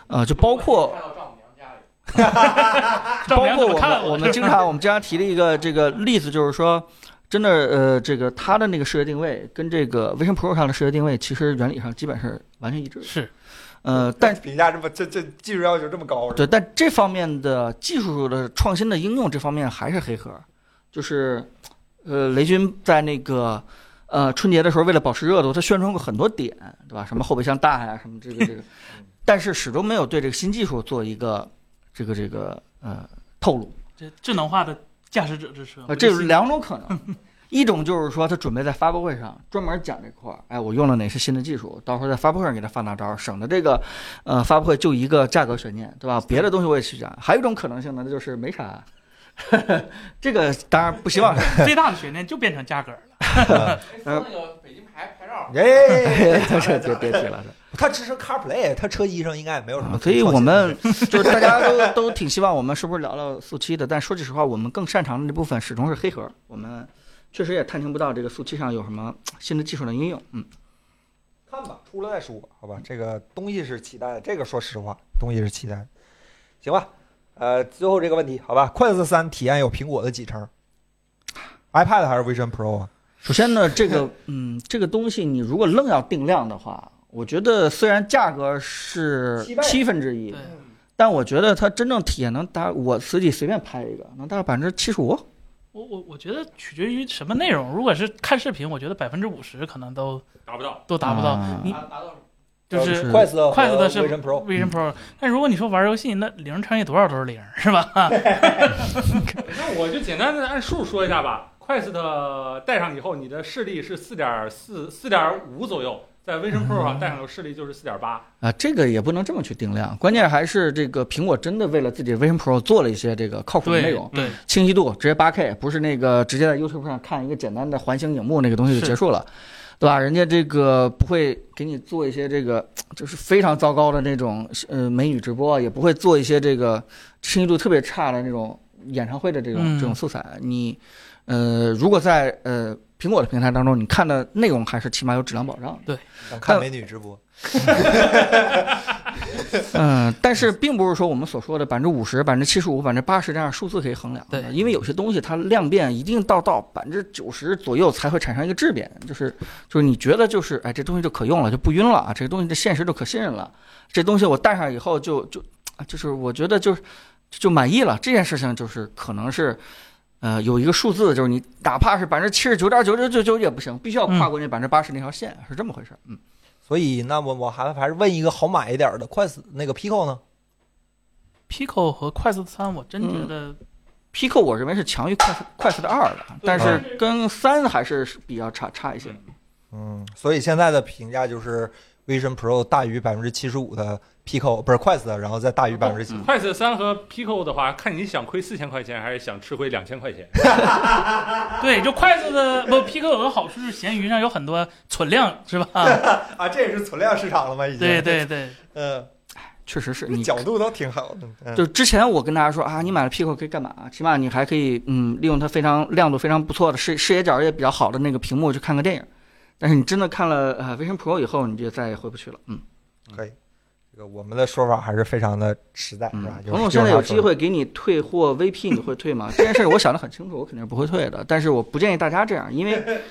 Speaker 2: 呃，就包括
Speaker 5: 看到丈母娘家里，
Speaker 3: 丈
Speaker 2: 包
Speaker 3: 母娘
Speaker 2: 括
Speaker 3: 怎
Speaker 2: 我
Speaker 3: 么看啊
Speaker 2: 们我们经常我们经常提的一个这个例子，就是说，真的呃，这个它的那个视觉定位跟这个 Vision Pro 上的视觉定位，其实原理上基本是完全一致的。
Speaker 3: 是
Speaker 2: 呃，但
Speaker 1: 评价这么这这技术要求这么高，
Speaker 2: 对，但这方面的技术的创新的应用这方面还是黑盒，就是呃，雷军在那个。呃，春节的时候，为了保持热度，他宣传过很多点，对吧？什么后备箱大呀，什么这个 这个，但是始终没有对这个新技术做一个这个这个呃透露。
Speaker 3: 这智能化的驾驶者之车
Speaker 2: 啊，这有两种可能，一种就是说他准备在发布会上专门讲这块儿，哎，我用了哪些新的技术，到时候在发布会上给他放大招，省得这个，呃，发布会就一个价格悬念，对吧？别的东西我也去讲。还有一种可能性呢，那就是没啥， 这个当然不希望。
Speaker 3: 最大的悬念就变成价格了。
Speaker 1: 呃
Speaker 5: 哎，说那个北京牌牌照，
Speaker 1: 哎，
Speaker 2: 这别别提了，
Speaker 1: 它支持 CarPlay，它车机上应该 也没有什么
Speaker 2: 啊
Speaker 1: 可
Speaker 2: 所以
Speaker 1: 创
Speaker 2: 我
Speaker 1: 新的
Speaker 2: 们就是大家都都挺希望我们是不是聊聊速七的，但说句实话，我们更擅长的那部分始终是黑盒，我们确实也探听不到这个速七上有什么新的技术的应用，嗯。
Speaker 1: 看吧，出了再说，好吧。这个东西是期待的，这个说实话，东西是期待的，行吧。呃，最后这个问题，好吧，筷子三体验有苹果的几成？iPad 还是 Vision Pro 啊？
Speaker 2: 首先呢，这个嗯，这个东西你如果愣要定量的话，我觉得虽然价格是
Speaker 1: 七倍
Speaker 2: 七分之一
Speaker 3: 对，，
Speaker 2: 但我觉得它真正体验能达，我自己随便拍一个能达到百分之七十五。
Speaker 3: 我我我觉得取决于什么内容。如果是看视频，我觉得百分之五十可能都
Speaker 4: 达不到，
Speaker 3: 都达不到。
Speaker 2: 啊
Speaker 3: 你
Speaker 5: 达达到
Speaker 3: 就是
Speaker 2: 是
Speaker 1: 快速的
Speaker 3: 快速的是
Speaker 1: 呃 Vision Pro，
Speaker 3: Vision Pro，但如果你说玩游戏，那零乘以多少都是零，是吧？
Speaker 4: 那我就简单的按数说一下吧。Quest 戴上以后，你的视力是四点四、四点五左右，在 Vision Pro 上戴上以后视力就是四点八。
Speaker 2: 啊，这个也不能这么去定量，关键还是这个苹果真的为了自己的 Vision Pro 做了一些这个靠谱的内
Speaker 3: 对
Speaker 2: 容，
Speaker 3: 对，
Speaker 2: 清晰度直接八 K，不是那个直接在 YouTube 上看一个简单的环形影幕那个东西就是结束了，对吧？人家这个不会给你做一些这个就是非常糟糕的那种呃美女直播，也不会做一些这个清晰度特别差的那种演唱会的这种、
Speaker 3: 嗯
Speaker 2: 这种素材。你呃，如果在呃苹果的平台当中，你看的内容还是起码有质量保障的。
Speaker 1: 想看美女直播，
Speaker 2: 嗯，但是并不是说我们所说的百分之五十、百分之七十五、百分之八十这样数字可以衡量的，
Speaker 3: 对
Speaker 2: 因为有些东西它量变一定到到百分之九十左右才会产生一个质变，就是就是你觉得就是哎这东西就可用了，就不晕了啊，这个东西这现实就可信任了，这东西我戴上以后就就啊就是我觉得就是就满意了，这件事情就是可能是。呃，有一个数字，就是你哪怕是百分之七十九点九九九九也不行，必须要跨过那百分之八十那条线，是这么回事儿。嗯，
Speaker 1: 所以那么我还还是问一个好买一点的，快速那个 Pico 呢？
Speaker 3: Pico 和快速三，我真觉得
Speaker 2: Pico 我认为是强于快速快速的二的，但是跟三还是比较差差一些。
Speaker 1: 嗯，所以现在的评价就是 Vision Pro 大于百分之七十五的 Pico 不是 Quest，然后再大于百分之七。
Speaker 4: Quest 三和 Pico 的话，看你想亏四千块钱还是想吃回两千块钱。
Speaker 3: 对，就快速的不 Pico 有个好处就是闲鱼上有很多存量，是吧？
Speaker 1: 啊，这也是存量市场了吗？已经
Speaker 3: 嗯对，对对，
Speaker 1: 嗯，
Speaker 2: 确实是
Speaker 1: 这
Speaker 2: 你，
Speaker 1: 角度都挺好的。嗯
Speaker 2: 就之前我跟大家说啊，你买了 Pico 可以干嘛？起码你还可以嗯，利用它非常亮度非常不错的视视野角也比较好的那个屏幕去看个电影。但是你真的看了呃 Vision Pro 以后，你就再也回不去了。嗯
Speaker 1: 这个我们的说法还是非常的实在，是
Speaker 2: 嗯
Speaker 1: 吧？，
Speaker 2: 彭总现在有机
Speaker 1: 就是
Speaker 2: 会给你退货 VP，你会退吗？这件事儿我想得很清楚，我肯定是不会退的。但是我不建议大家这样，因为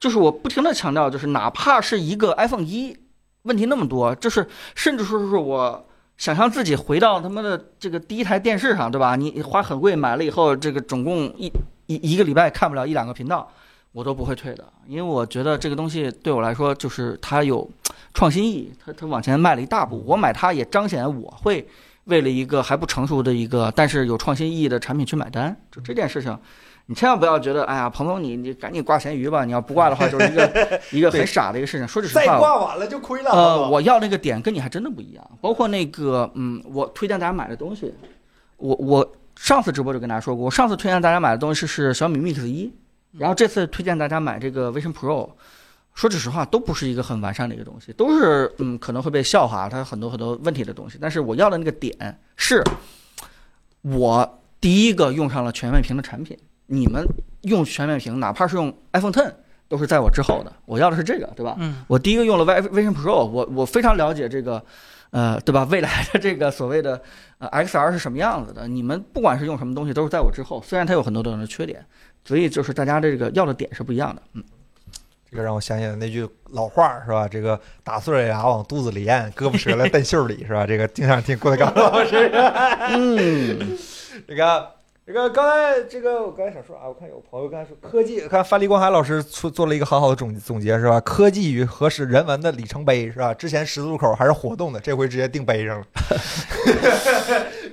Speaker 2: 就是我不停的强调，就是哪怕是一个 iPhone 一，问题那么多，就是甚至说是我想象自己回到他妈的这个第一台电视上，对吧？你花很贵买了以后，这个总共一一一个礼拜看不了一两个频道，我都不会退的，因为我觉得这个东西对我来说就是它有创新意义，它它往前迈了一大步。我买它也彰显我会为了一个还不成熟的一个但是有创新意义的产品去买单，就这件事情。你千万不要觉得，哎呀，鹏鹏，你你赶紧挂闲鱼吧！你要不挂的话，就是一个 一个很傻的一个事情。说句实
Speaker 1: 再
Speaker 2: 话，
Speaker 1: 挂晚了就亏了。好不
Speaker 2: 呃，
Speaker 1: 好
Speaker 2: 我要那个点跟你还真的不一样，包括那个，嗯，我推荐大家买的东西，我我上次直播就跟大家说过，我上次推荐大家买的东西是小米 Mix 一，
Speaker 1: 嗯
Speaker 2: 然后这次推荐大家买这个 Vision Pro。说句实话，都不是一个很完善的一个东西，都是嗯可能会被笑话，它很多很多问题的东西。但是我要的那个点是，我第一个用上了全面屏的产品，你们用全面屏，哪怕是用 iPhone Ten，都是在我之后的。我要的是这个，对吧？
Speaker 3: 嗯，
Speaker 2: 我第一个用了 Vi- Vision Pro，我我非常了解这个，呃，对吧？未 来的这个所谓的呃 XR 是什么样子的？你们不管是用什么东西，都是在我之后。虽然它有很多的缺点，所以就是大家这个要的点是不一样的。嗯，
Speaker 1: 这个让我想起来那句老话儿是吧？这个打碎了牙往肚子里咽，胳膊折 了蹬袖里是吧？这个经常听郭德纲老师。
Speaker 2: 嗯，
Speaker 1: 这个这个刚才这个我刚才想说啊，我看有朋友刚才说科技，看范立光海老师做做了一个很好的总总结是吧？科技与和是人文的里程碑是吧？之前十字路口还是活动的，这回直接定碑上了。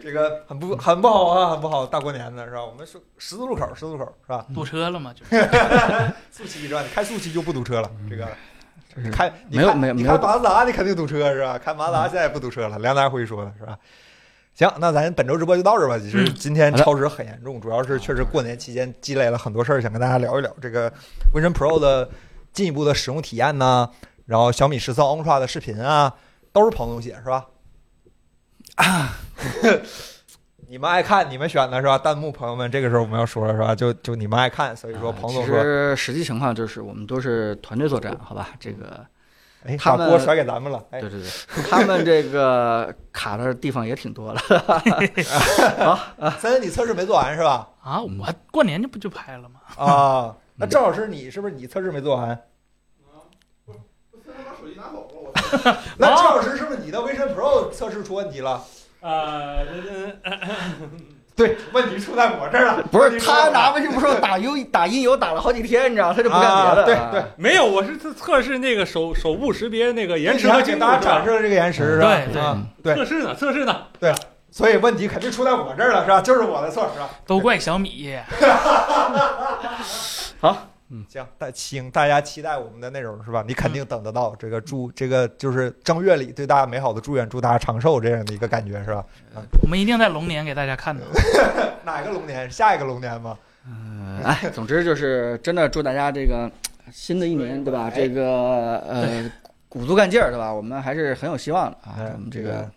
Speaker 1: 这个很不很不好啊，很不好，大过年的是吧？我们说十字路口，十字路口是吧？
Speaker 3: 堵车了嘛，就是
Speaker 1: 速七是吧？你开速七就不堵车了，这个。
Speaker 2: 是
Speaker 1: 开你
Speaker 2: 嗯没有
Speaker 1: 看
Speaker 2: 没有
Speaker 1: 你
Speaker 2: 没有
Speaker 1: 看马自达，你肯定堵车是吧？看马自达现在也不堵车了，梁达辉说的是吧？行，那咱本周直播就到这儿吧。其实
Speaker 3: 嗯
Speaker 1: 今天
Speaker 2: 好的
Speaker 1: 超时很严重，主要是确实过年期间积累了很多事儿，想跟大家聊一聊这个 Vision Pro 的进一步的使用体验呐，然后小米十三 Ultra 的视频啊，都是彭总写是 吧？啊，你们爱看你们选的是吧？弹幕朋友们，这个时候我们要说了是吧？就就你们爱看，所以说彭总
Speaker 2: 呃啊其
Speaker 1: 说，
Speaker 2: 实实际情况就是我们都是团队作战，好吧？这个
Speaker 1: 哎，
Speaker 2: 他
Speaker 1: 把
Speaker 2: 们
Speaker 1: 锅甩给咱们了，哎
Speaker 2: 对，对对，他们这个卡的地方也挺多的。
Speaker 1: 森森你测试没做完是 吧？
Speaker 3: 啊，我过年这不就拍了吗？
Speaker 1: 啊，那赵老师，你是不是你测试没做
Speaker 2: 啊
Speaker 1: 完？
Speaker 8: 他把手机拿走了，我
Speaker 1: 那赵老师是不是你的 Vision Pro 测试出问题了？
Speaker 4: 呃，
Speaker 2: 对，
Speaker 1: 问题出在我这儿了，
Speaker 2: 不
Speaker 1: 问
Speaker 2: 是
Speaker 1: 题出在
Speaker 2: 他
Speaker 1: 我这儿
Speaker 2: 拿微信 Pro 打优打音游打了好几天，你知道，他就不干别的。
Speaker 1: 啊对
Speaker 2: 对，
Speaker 4: 没有，我是测测试那个手手部识别那个延迟和
Speaker 1: 给
Speaker 4: 精度
Speaker 1: 大家
Speaker 4: 是吧
Speaker 1: 展示了这个延迟是吧？
Speaker 3: 对对
Speaker 1: 啊对，
Speaker 4: 测试呢，测试呢，
Speaker 1: 所以问题肯定出在我这儿了是吧？就是我的错是吧？
Speaker 3: 都怪小米。
Speaker 1: 行，大请大家期待我们的内容是吧？你肯
Speaker 2: 嗯
Speaker 1: 定等得到这个祝这个就是正月里对大家美好的祝愿，祝大家长寿这样的一个感觉是吧？
Speaker 3: 我们一定在龙年给大家看到。
Speaker 1: 哪个龙年？下一个龙年吗？
Speaker 2: 嗯，哎，总之就是真的祝大家这个新的一年，对吧？
Speaker 1: 哎
Speaker 2: 这个呃，鼓足干劲儿，对吧？我们还是很有希望的啊！
Speaker 1: 哎
Speaker 2: 我们这
Speaker 1: 这
Speaker 2: 个
Speaker 1: 个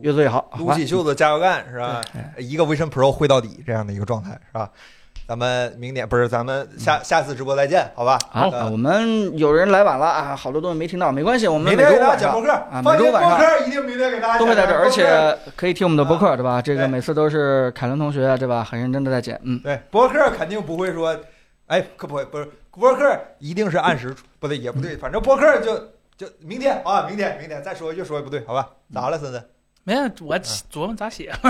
Speaker 2: 越做越好，好
Speaker 1: 撸
Speaker 2: 吧？
Speaker 1: 起袖子加油干是吧？一个 Vision Pro 会到底这样的一个状态是吧？咱们明年不是咱们下下次直播再见，好吧？
Speaker 2: 嗯好，
Speaker 1: 呃
Speaker 2: 啊我们有人来晚了啊，好多东西没听到，没关系，我们
Speaker 1: 明
Speaker 2: 每
Speaker 1: 天
Speaker 2: 周
Speaker 1: 给大家
Speaker 2: 晚
Speaker 1: 讲播
Speaker 2: 上
Speaker 1: 客
Speaker 2: 啊，
Speaker 1: 放
Speaker 2: 每周
Speaker 1: 心
Speaker 2: 晚
Speaker 1: 播
Speaker 2: 上
Speaker 1: 客一定明天给大家
Speaker 2: 都会在这儿，
Speaker 1: 讲
Speaker 2: 而
Speaker 1: 播客
Speaker 2: 且可以听我们的播啊客，对吧？这个
Speaker 1: 对
Speaker 2: 每次都是凯伦同学，对吧？很认真的在剪，嗯，
Speaker 1: 对，博客肯定不会说，哎，可不会，不是博客一定是按时出，不对，也不对，反正博客就就明天啊，明天明天再说越说越不对，好吧？咋了，森森？
Speaker 3: 没有，我琢磨咋写。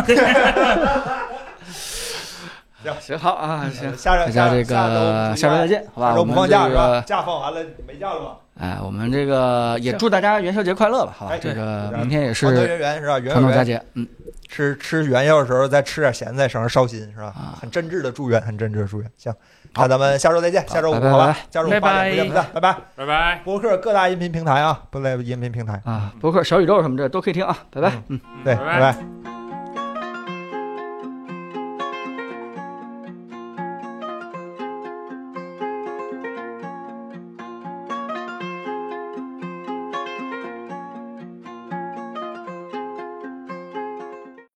Speaker 2: 行，好啊，行，
Speaker 1: 下
Speaker 2: 大
Speaker 1: 周
Speaker 2: 家这
Speaker 1: 下
Speaker 2: 个下周再
Speaker 1: 见，
Speaker 2: 见，好吧？
Speaker 1: 下
Speaker 2: 我
Speaker 1: 周不
Speaker 2: 们
Speaker 1: 放
Speaker 2: 这
Speaker 1: 假是吧？
Speaker 2: 个，
Speaker 1: 假放完了没假了吗？
Speaker 2: 哎，我们这个也祝大家元宵节快乐吧，好吧
Speaker 1: 哎？
Speaker 2: 这个
Speaker 1: 对
Speaker 2: 明天也
Speaker 1: 团团
Speaker 2: 是
Speaker 1: 圆圆是吧？圆
Speaker 2: 传统
Speaker 1: 圆
Speaker 2: 佳
Speaker 1: 圆
Speaker 2: 节，嗯，
Speaker 1: 吃吃元宵的时候再吃点咸菜，省着烧心是吧
Speaker 2: 啊？
Speaker 1: 很真挚的祝愿，很真挚的祝愿。行，那咱们下周再见，下周五
Speaker 2: 拜拜
Speaker 1: 好
Speaker 2: 拜
Speaker 1: 吧？下周
Speaker 3: 拜
Speaker 1: 五八点不见不散，拜拜。
Speaker 4: 拜拜。
Speaker 1: 博客各大音频平台啊，不对，音频平台，
Speaker 2: 啊，包括小宇宙什么的都可以听啊，拜拜。
Speaker 1: 对，
Speaker 4: 嗯拜拜
Speaker 1: 拜。